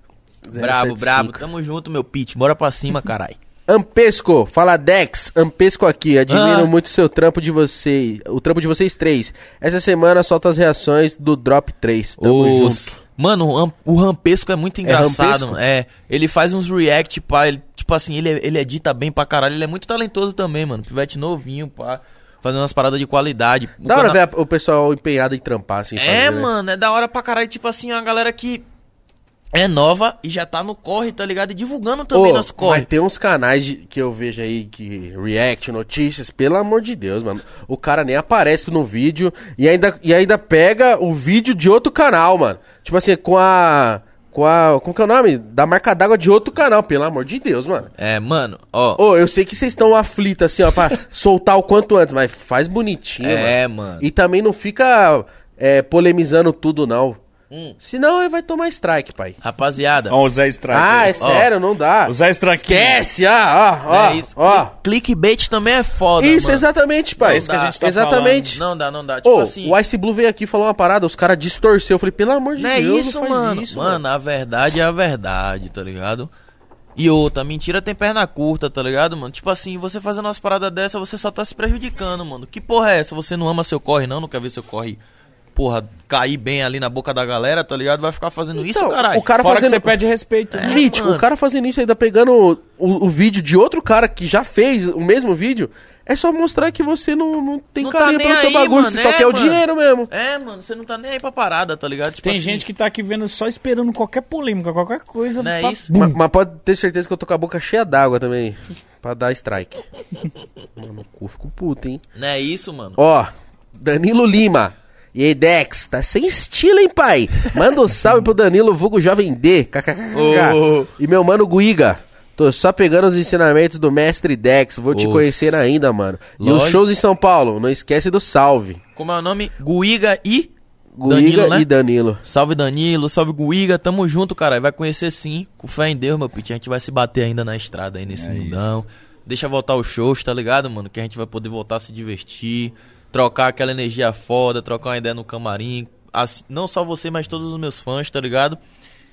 Speaker 4: Brabo,
Speaker 3: 075.
Speaker 4: brabo. Tamo junto, meu pitch. Bora pra cima, carai.
Speaker 3: Ampesco, fala Dex, Ampesco aqui, admiro
Speaker 4: Ah.
Speaker 3: muito o seu trampo de vocês, o trampo de vocês três. Essa semana solta as reações do Drop 3, tamo
Speaker 4: Os-
Speaker 3: junto.
Speaker 4: Mano, o Ram- o Rampesco é muito engraçado,
Speaker 3: Rampesco?
Speaker 4: mano. É, ele faz uns react, pá. Ele, tipo assim, ele, ele edita bem pra caralho. Ele é muito talentoso também, mano. Pivete novinho, pá. Fazendo umas paradas de qualidade. O
Speaker 3: Da hora
Speaker 4: cana-
Speaker 3: ver a- o pessoal empenhado em trampar,
Speaker 4: É,
Speaker 3: assim. fazer, né?
Speaker 4: mano, é da hora pra caralho. Tipo assim, é uma galera que é nova e já tá no corre, tá ligado? E divulgando também
Speaker 3: Ô,
Speaker 4: nosso corre.
Speaker 3: Mas tem uns canais de- que eu vejo aí que react, notícias, pelo amor de Deus, mano. O cara nem aparece no vídeo e ainda, e ainda pega o vídeo de outro canal, mano. Tipo assim, com a. Com a. Como que é o nome? Da marca d'água de outro canal, pelo amor de Deus, mano.
Speaker 4: É, mano, ó.
Speaker 3: Ô, eu sei que vocês estão aflitos assim, ó, pra soltar o quanto antes, mas faz bonitinho, mano.
Speaker 4: é, mano.
Speaker 3: E também não fica é, polemizando tudo, não.
Speaker 4: Hum.
Speaker 3: Senão ele vai tomar strike, pai.
Speaker 4: Rapaziada,
Speaker 1: Ó, o Zé Straque.
Speaker 3: Ah, é
Speaker 1: Ah,
Speaker 3: sério, não dá.
Speaker 1: o Zé Straque.
Speaker 3: Esquece, ah, ó, ó,
Speaker 4: é isso.
Speaker 3: ó.
Speaker 4: Cli- Clickbait também é foda,
Speaker 3: Isso,
Speaker 4: mano.
Speaker 3: exatamente, pai.
Speaker 1: É isso que a gente tá
Speaker 3: Exatamente.
Speaker 4: Não dá, não dá. Tipo
Speaker 3: Ô,
Speaker 4: assim.
Speaker 3: o Ice Blue veio aqui e falou uma parada, os caras distorceu. Eu falei, pelo amor de
Speaker 4: Não é
Speaker 3: Deus,
Speaker 4: isso,
Speaker 3: não faz
Speaker 4: mano.
Speaker 3: isso,
Speaker 4: mano, a verdade é a verdade, tá ligado? E outra, mentira tem perna curta, tá ligado, mano? Tipo assim, você fazendo umas paradas dessa, você só tá se prejudicando, mano. Que porra é essa? Você não ama seu corre, não? Não quer ver seu corre, porra, cair bem ali na boca da galera, tá ligado? Vai ficar fazendo isso,
Speaker 3: Então,
Speaker 4: caralho?
Speaker 3: o cara
Speaker 1: Fora que
Speaker 3: fazendo...
Speaker 1: você perde respeito. né?
Speaker 3: Mítico,
Speaker 4: É, mano.
Speaker 3: o cara fazendo isso ainda pegando o, o- o vídeo de outro cara que já fez o mesmo vídeo, é só mostrar que você não, não tem
Speaker 4: Não tá
Speaker 3: carinha
Speaker 4: nem
Speaker 3: pelo seu
Speaker 4: aí,
Speaker 3: bagulho,
Speaker 4: mano,
Speaker 3: você só
Speaker 4: é,
Speaker 3: quer o
Speaker 4: mano.
Speaker 3: dinheiro mesmo.
Speaker 4: É, mano, você não tá nem aí pra parada, tá ligado? Tipo
Speaker 1: Tem
Speaker 4: assim,
Speaker 1: gente que tá aqui vendo só esperando qualquer polêmica, qualquer coisa.
Speaker 4: Não é
Speaker 1: pra-
Speaker 4: isso?
Speaker 3: Ma- Mas, pode ter certeza que eu tô com a boca cheia d'água também, pra dar strike. mano, eu fico puto, hein.
Speaker 4: Não é isso, mano.
Speaker 3: Ó, Danilo Lima. E aí, Dex, tá sem estilo, hein, pai? Manda um salve pro Danilo Vulgo Jovem D. KKKK.
Speaker 4: Ô.
Speaker 3: E meu mano Guiga. Tô só pegando os ensinamentos do mestre Dex. Vou te
Speaker 4: Ô.
Speaker 3: conhecer ainda, mano. E
Speaker 4: Lógico.
Speaker 3: os shows em São Paulo. Não esquece do salve.
Speaker 4: Como é o nome? Guiga e.
Speaker 3: Guiga
Speaker 4: Danilo, né?
Speaker 3: e Danilo.
Speaker 4: Salve Danilo, salve Guiga, tamo junto, cara. Vai conhecer sim, com fé em Deus, meu pit. A gente vai se bater ainda na estrada aí
Speaker 3: É
Speaker 4: nesse mundão. Deixa voltar os shows, tá ligado, mano? Que a gente vai poder voltar a se divertir, trocar aquela energia foda, trocar uma ideia no camarim. As- não só você, mas todos os meus fãs, tá ligado?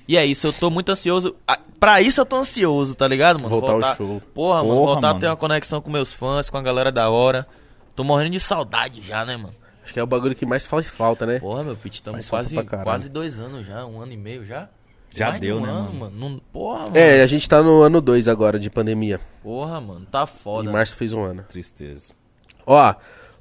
Speaker 4: E é isso, eu tô muito ansioso. Ah, Pra isso eu tô ansioso, tá ligado, mano?
Speaker 3: Voltar ao show.
Speaker 4: Porra, mano,
Speaker 1: Porra,
Speaker 4: voltar a ter
Speaker 1: mano.
Speaker 4: uma conexão com meus fãs, com a galera da hora. Tô morrendo de saudade já, né, mano?
Speaker 3: Acho que é o bagulho que mais faz falta, né?
Speaker 4: Porra, meu Pete, estamos
Speaker 3: Mas falta
Speaker 4: quase,
Speaker 3: pra caralho.
Speaker 4: quase dois anos já, um ano e meio já.
Speaker 1: Já
Speaker 4: Mais de
Speaker 1: deu,
Speaker 4: um
Speaker 1: né,
Speaker 4: ano,
Speaker 1: mano?
Speaker 4: Não- porra, mano.
Speaker 3: É, a gente tá no ano 2 agora de pandemia.
Speaker 4: Porra, mano, tá
Speaker 3: Em
Speaker 4: foda.
Speaker 3: março fez um ano.
Speaker 1: Tristeza.
Speaker 3: Ó,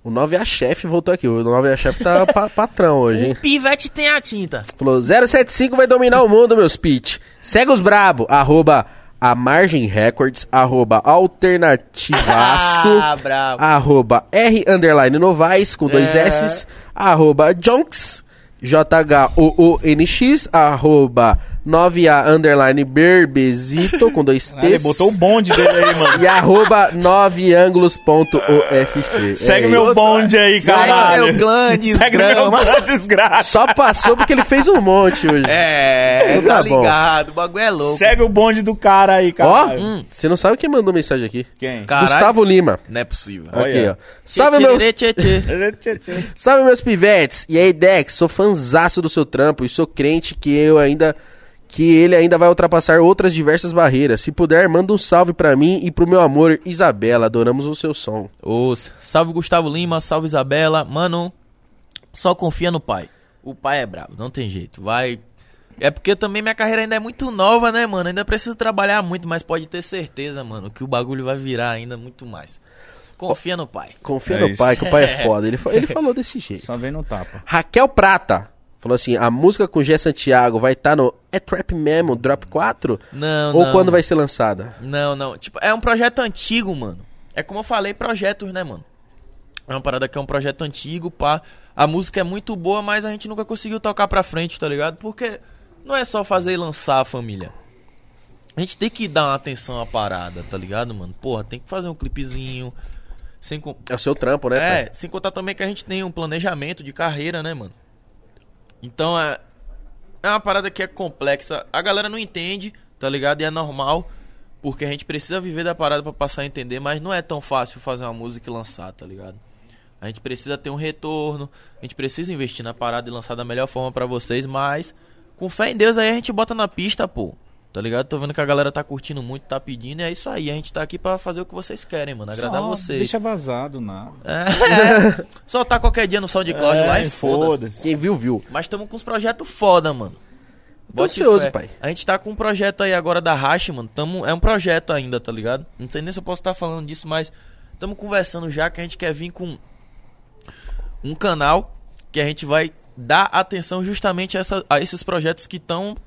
Speaker 3: o 9A chefe voltou aqui. O 9A chefe tá pa- patrão hoje, hein?
Speaker 4: O pivete tem a tinta.
Speaker 3: Falou, 075 vai dominar o mundo, meus pitch. Segue os brabo, arroba a Margem Records, arroba Alternativaço,
Speaker 4: Ah, bravo.
Speaker 3: arroba R underline Novaes, com dois
Speaker 4: É.
Speaker 3: S, arroba Jonks, J-H-O-O-N-X, arroba 9A underline Berbezito, com dois T's.
Speaker 1: Ah, Ele botou um o bonde dele aí, mano.
Speaker 3: E arroba 9angulos.ofc. É
Speaker 1: Segue
Speaker 3: isso.
Speaker 1: meu bonde aí,
Speaker 5: Segue meu
Speaker 1: caralho.
Speaker 5: clã,
Speaker 1: Segue meu
Speaker 5: desgrama.
Speaker 1: bonde, desgraça.
Speaker 3: Só passou porque ele fez um monte hoje.
Speaker 5: É,
Speaker 3: Então tá
Speaker 5: tá
Speaker 3: bom.
Speaker 5: ligado, o bagulho é louco.
Speaker 1: Segue o bonde do cara aí,
Speaker 3: Ó, Hum.
Speaker 1: caralho.
Speaker 3: você não sabe quem mandou mensagem aqui.
Speaker 1: Quem?
Speaker 4: Caralho.
Speaker 3: Gustavo Lima.
Speaker 5: Não é possível.
Speaker 1: Olha.
Speaker 3: Aqui, ó. Salve meus,
Speaker 4: Tchê, tchê, tchê.
Speaker 3: salve meus pivetes. E aí, Dex, sou fanzaço do seu trampo e sou crente que eu ainda que ele ainda vai ultrapassar outras diversas barreiras. Se puder, manda um salve pra mim e pro meu amor Isabela. Adoramos o seu som.
Speaker 4: Os- Salve Gustavo Lima, salve Isabela. Mano, só confia no pai. O pai é brabo, não tem jeito. Vai. É porque também minha carreira ainda é muito nova, né, mano? Ainda preciso trabalhar muito, mas pode ter certeza, mano, que o bagulho vai virar ainda muito mais. Confia no pai.
Speaker 3: Confia
Speaker 1: É
Speaker 3: no
Speaker 1: isso.
Speaker 3: pai, que o pai é foda. Ele, fa- ele falou desse jeito.
Speaker 1: Só vem no tapa.
Speaker 3: Raquel Prata falou assim: a música com G Santiago vai estar no É Trap Memo Drop 4?
Speaker 4: Não,
Speaker 3: Ou
Speaker 4: não.
Speaker 3: quando vai ser lançada?
Speaker 4: Não, não. Tipo, é um projeto antigo, mano. É como eu falei, projetos, né, mano? É uma parada que é um projeto antigo, pá. A música é muito boa, mas a gente nunca conseguiu tocar pra frente, tá ligado? Porque não é só fazer e lançar a família. A gente tem que dar uma atenção à parada, tá ligado, mano? Porra, tem que fazer um clipezinho. Sem com-
Speaker 3: É o seu trampo, né?
Speaker 4: é,
Speaker 3: pai?
Speaker 4: sem contar também que a gente tem um planejamento de carreira, né, mano? Então é, é uma parada que é complexa. A galera não entende, tá ligado? E é normal, porque a gente precisa viver da parada pra passar a entender, mas não é tão fácil fazer uma música e lançar, tá ligado? A gente precisa ter um retorno, a gente precisa investir na parada e lançar da melhor forma pra vocês, mas com fé em Deus aí a gente bota na pista, pô. Tá ligado? Tô vendo que a galera tá curtindo muito, tá pedindo, e é isso aí. A gente tá aqui pra fazer o que vocês querem, mano. Agradar
Speaker 1: Só
Speaker 4: vocês.
Speaker 1: Deixa vazado, nada.
Speaker 4: É. Soltar qualquer dia no SoundCloud
Speaker 3: É,
Speaker 4: lá
Speaker 1: É,
Speaker 4: e foda-se.
Speaker 1: foda-se.
Speaker 3: Quem viu, viu.
Speaker 4: Mas estamos com uns projetos foda, mano.
Speaker 3: Tô
Speaker 4: Bote
Speaker 3: ansioso,
Speaker 4: fé.
Speaker 3: pai.
Speaker 4: A gente tá com um projeto aí agora da Rash, mano. Tamo, é um projeto ainda, tá ligado? Não sei nem se eu posso estar falando disso, mas estamos conversando já que a gente quer vir com um canal que a gente vai dar atenção justamente a, essa- a esses projetos que estão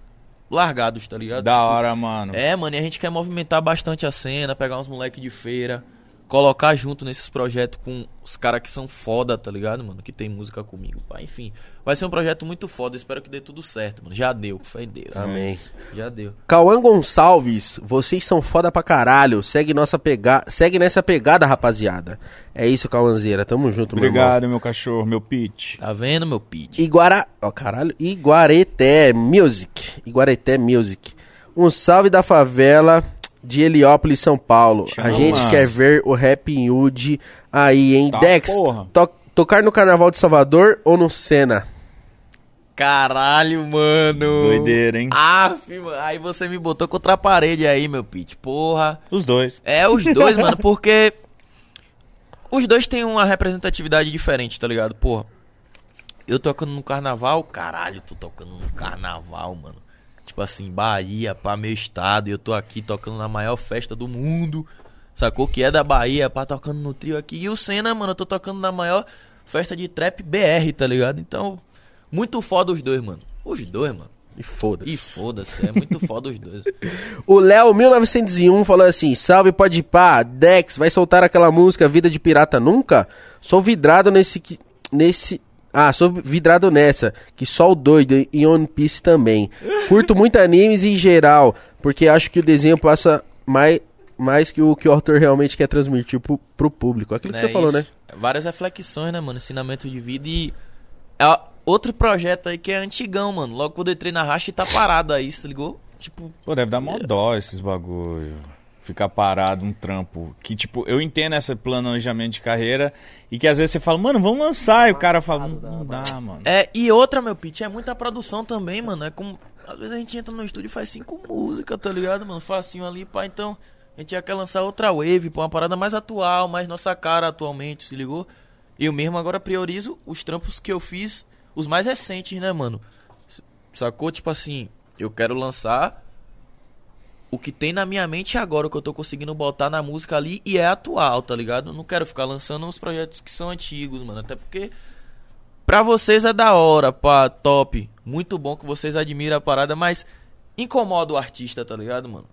Speaker 4: largados, tá ligado?
Speaker 1: Da
Speaker 4: Tipo,
Speaker 1: hora, mano.
Speaker 4: é, mano, e a gente quer movimentar bastante a cena, pegar uns moleque de feira, colocar junto nesses projetos com os caras que são foda, tá ligado, mano? Que tem música comigo, pá. Enfim, vai ser um projeto muito foda, espero que dê tudo certo, mano. Já deu, foi Deus.
Speaker 3: Amém.
Speaker 4: Já deu.
Speaker 3: Cauã Gonçalves, vocês são foda pra caralho. Segue, nossa pega... Segue nessa pegada, rapaziada. É isso, Cauãzeira. Tamo junto, meu irmão.
Speaker 1: Obrigado, meu cachorro, meu pitch.
Speaker 4: Tá vendo, meu pitch?
Speaker 3: Iguara... Ó, caralho. Iguareté Music. Iguareté Music. Um salve da favela de Heliópolis, São Paulo. A
Speaker 1: Chama.
Speaker 3: gente quer ver o Rap em Hood aí, hein?
Speaker 1: Tá,
Speaker 3: Dex,
Speaker 1: porra.
Speaker 3: to- tocar no Carnaval de Salvador ou no Senna?
Speaker 4: Caralho, mano.
Speaker 1: Doideira,
Speaker 4: Ah.
Speaker 1: hein?
Speaker 4: Aff, mano. Aí você me botou contra a parede aí, meu pitch. Porra.
Speaker 1: Os dois.
Speaker 4: É, os dois, mano, porque. Os dois têm uma representatividade diferente, tá ligado? Porra. Eu tocando no carnaval, caralho, tô tocando no carnaval, mano. Tipo assim, Bahia, pá, meu estado, e eu tô aqui tocando na maior festa do mundo, sacou? Que é da Bahia, pá, tocando no trio aqui. E o Senna, mano, eu tô tocando na maior festa de trap BR, tá ligado? Então, muito foda os dois, mano. Os dois, mano.
Speaker 3: E foda-se.
Speaker 4: E foda-se, é muito foda os dois.
Speaker 3: O Léo 1901 falou assim: Salve pode pá, Dex, vai soltar aquela música Vida de Pirata nunca? Sou vidrado nesse que- nesse Ah, sou vidrado nessa, que só o doido e One Piece também. Curto muito animes em geral, porque acho que o desenho passa mais mais que o que o autor realmente quer transmitir pro, pro público. Aquilo que
Speaker 1: É
Speaker 4: Né,
Speaker 3: você falou,
Speaker 4: isso.
Speaker 3: né?
Speaker 4: Várias reflexões, né, mano? Ensinamento de vida e. é outro projeto aí que é antigão, mano. Logo quando eu entrei na racha tá parado aí, se ligou? Tipo,
Speaker 1: Pô, deve dar mó dó esses bagulho. Ficar parado um trampo. Que, tipo, eu entendo esse planejamento de carreira e que às vezes você fala, mano, vamos lançar. E o cara fala, não, não dá, mano.
Speaker 4: é. E outra, meu pitch, é muita produção também, mano. É como. Às vezes a gente entra no estúdio e faz cinco músicas, tá ligado, mano? Facinho ali, pá. Então, a gente já quer lançar outra wave, pô, uma parada mais atual, mais nossa cara atualmente, se ligou? Eu mesmo agora priorizo os trampos que eu fiz, os mais recentes, né, mano? Sacou? Tipo assim, eu quero lançar o que tem na minha mente agora, o que eu tô conseguindo botar na música ali e é atual, tá ligado? Eu Não quero ficar lançando uns projetos que são antigos, mano. Até porque pra vocês é da hora, pá, top. Muito bom que vocês admiram a parada, mas incomoda o artista, tá ligado, mano?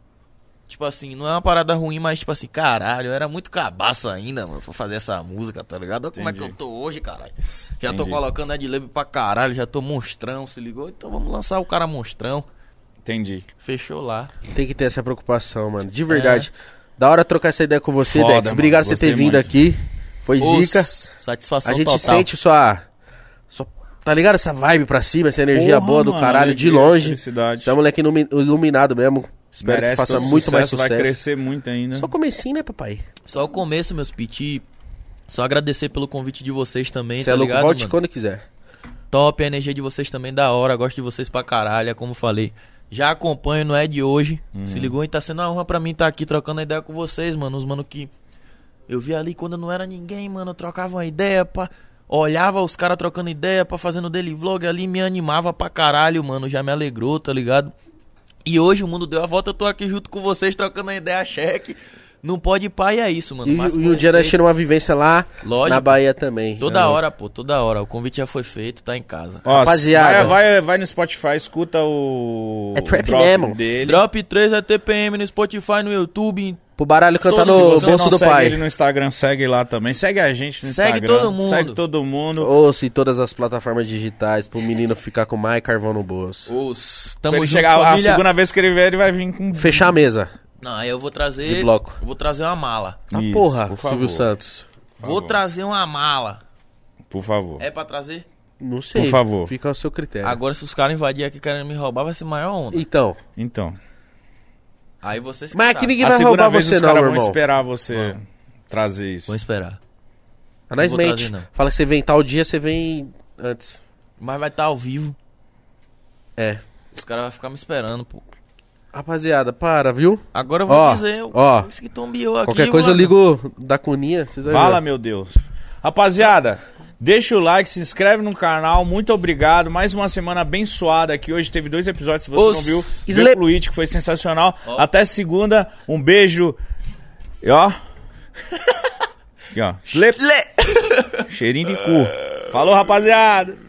Speaker 4: Tipo assim, não é uma parada ruim, mas tipo assim, caralho, eu era muito cabaço ainda, mano, pra fazer essa música, tá ligado? Olha Como é que eu tô hoje, caralho? Já tô
Speaker 1: Entendi.
Speaker 4: colocando Ed Lab pra caralho, já tô monstrão, se ligou? Então vamos lançar o cara monstrão.
Speaker 1: Entendi.
Speaker 4: Fechou lá.
Speaker 3: Tem que ter essa preocupação, mano. De verdade. Da hora trocar essa ideia com você,
Speaker 1: É. Foda,
Speaker 3: Dex. Obrigado
Speaker 1: mano.
Speaker 3: por você ter
Speaker 1: Gostei
Speaker 3: vindo
Speaker 1: muito.
Speaker 3: aqui. Foi dica.
Speaker 4: Os- Satisfação
Speaker 3: A gente
Speaker 4: total.
Speaker 3: sente sua, sua. Tá ligado? Essa vibe pra cima, essa energia
Speaker 1: Porra,
Speaker 3: boa do
Speaker 1: mano,
Speaker 3: caralho,
Speaker 1: alegria,
Speaker 3: de longe.
Speaker 1: felicidade.
Speaker 3: Você é um moleque ilumi- iluminado mesmo. Espero
Speaker 1: Merece
Speaker 3: que faça
Speaker 1: todo
Speaker 3: muito mais
Speaker 1: Vai
Speaker 3: sucesso.
Speaker 1: crescer muito ainda.
Speaker 3: Só comecinho, né, papai?
Speaker 4: Só o começo, meus piti. Só agradecer pelo convite de vocês também,
Speaker 3: Você
Speaker 4: tá
Speaker 3: é louco,
Speaker 4: ligado?
Speaker 3: volte
Speaker 4: mano?
Speaker 3: quando quiser.
Speaker 4: Top, a energia de vocês também é da hora. Gosto de vocês pra caralho, é como falei. Já acompanho, não é de hoje.
Speaker 3: Uhum.
Speaker 4: Se ligou e tá sendo uma honra pra mim estar aqui trocando ideia com vocês, mano. Os mano que eu vi ali quando não era ninguém, mano. Eu trocava uma ideia, pá. Olhava os caras trocando ideia, pá, fazendo daily vlog ali, me animava pra caralho, mano. Já me alegrou, tá ligado? E hoje o mundo deu a volta, eu tô aqui junto com vocês trocando a ideia, cheque. Não pode pá, e é isso, mano.
Speaker 3: E,
Speaker 4: Máximo
Speaker 3: e um dia nós
Speaker 4: respeito.
Speaker 3: tiramos uma vivência lá
Speaker 4: Lógico.
Speaker 3: na Bahia também. Cê é
Speaker 4: Toda
Speaker 3: louco.
Speaker 4: hora, pô, toda hora. O convite já foi feito, tá em casa.
Speaker 1: Ó,
Speaker 3: Rapaziada.
Speaker 1: Vai, vai, vai no Spotify, escuta o.
Speaker 3: É trap
Speaker 1: o drop
Speaker 3: mesmo.
Speaker 1: Dele.
Speaker 4: Drop 3 é TPM no Spotify, no YouTube. em-
Speaker 3: Pro baralho cantar
Speaker 1: Se
Speaker 3: tá no
Speaker 1: você
Speaker 3: bolso
Speaker 1: não
Speaker 3: do
Speaker 1: segue
Speaker 3: pai.
Speaker 1: ele no Instagram, segue lá também. Segue a gente no
Speaker 4: Segue
Speaker 1: Instagram.
Speaker 4: todo mundo.
Speaker 1: Segue todo mundo.
Speaker 3: Ou se todas as plataformas digitais pro menino ficar com mais carvão no bolso.
Speaker 1: Os...
Speaker 4: Tamo
Speaker 1: ele
Speaker 4: junto,
Speaker 1: chegar, a
Speaker 4: família.
Speaker 1: segunda vez que ele vier, ele vai vir com.
Speaker 3: Fechar a mesa.
Speaker 4: Não, aí eu vou
Speaker 3: De
Speaker 4: trazer.
Speaker 3: bloco.
Speaker 4: eu Vou trazer uma mala.
Speaker 3: Ah,
Speaker 1: Isso,
Speaker 3: porra,
Speaker 1: por favor.
Speaker 3: Silvio Santos.
Speaker 4: Vou trazer uma mala.
Speaker 1: Por favor.
Speaker 4: É pra trazer?
Speaker 3: Não sei.
Speaker 1: Por favor.
Speaker 3: Fica ao seu critério.
Speaker 4: É. Agora, se os caras invadirem aqui querendo me roubar, vai ser maior onda.
Speaker 3: Então.
Speaker 1: Então.
Speaker 4: Aí vocês. que
Speaker 3: Mas
Speaker 4: sabem.
Speaker 3: aqui ninguém
Speaker 1: a
Speaker 3: vai
Speaker 1: segunda
Speaker 3: roubar
Speaker 1: vez
Speaker 3: você
Speaker 1: os
Speaker 3: não,
Speaker 1: caras
Speaker 3: meu
Speaker 1: vão
Speaker 3: irmão.
Speaker 1: esperar você trazer isso.
Speaker 4: Vou esperar.
Speaker 3: Ah, nós
Speaker 4: Não vou
Speaker 3: mente.
Speaker 4: trazer, não.
Speaker 3: Fala que você vem tal dia, você vem antes.
Speaker 4: Mas vai estar ao vivo.
Speaker 3: É.
Speaker 4: Os caras vão ficar me esperando, pô.
Speaker 3: Rapaziada, para, viu?
Speaker 4: Agora eu vou
Speaker 3: Ó,
Speaker 4: dizer. eu-
Speaker 3: ó.
Speaker 4: Isso que tombiou aqui.
Speaker 3: Qualquer coisa eu
Speaker 4: mano.
Speaker 3: ligo da Cuninha, vocês vão
Speaker 1: Fala,
Speaker 3: ver.
Speaker 1: meu Deus. Rapaziada, deixa o like, se inscreve no canal. Muito obrigado. Mais uma semana abençoada aqui. Hoje teve dois episódios, se você
Speaker 4: Os
Speaker 1: não viu,
Speaker 3: Slap.
Speaker 1: vê pro It, que foi sensacional. Até segunda. Um beijo. E ó. Aqui, ó. Slap. Cheirinho de cu. Falou, rapaziada.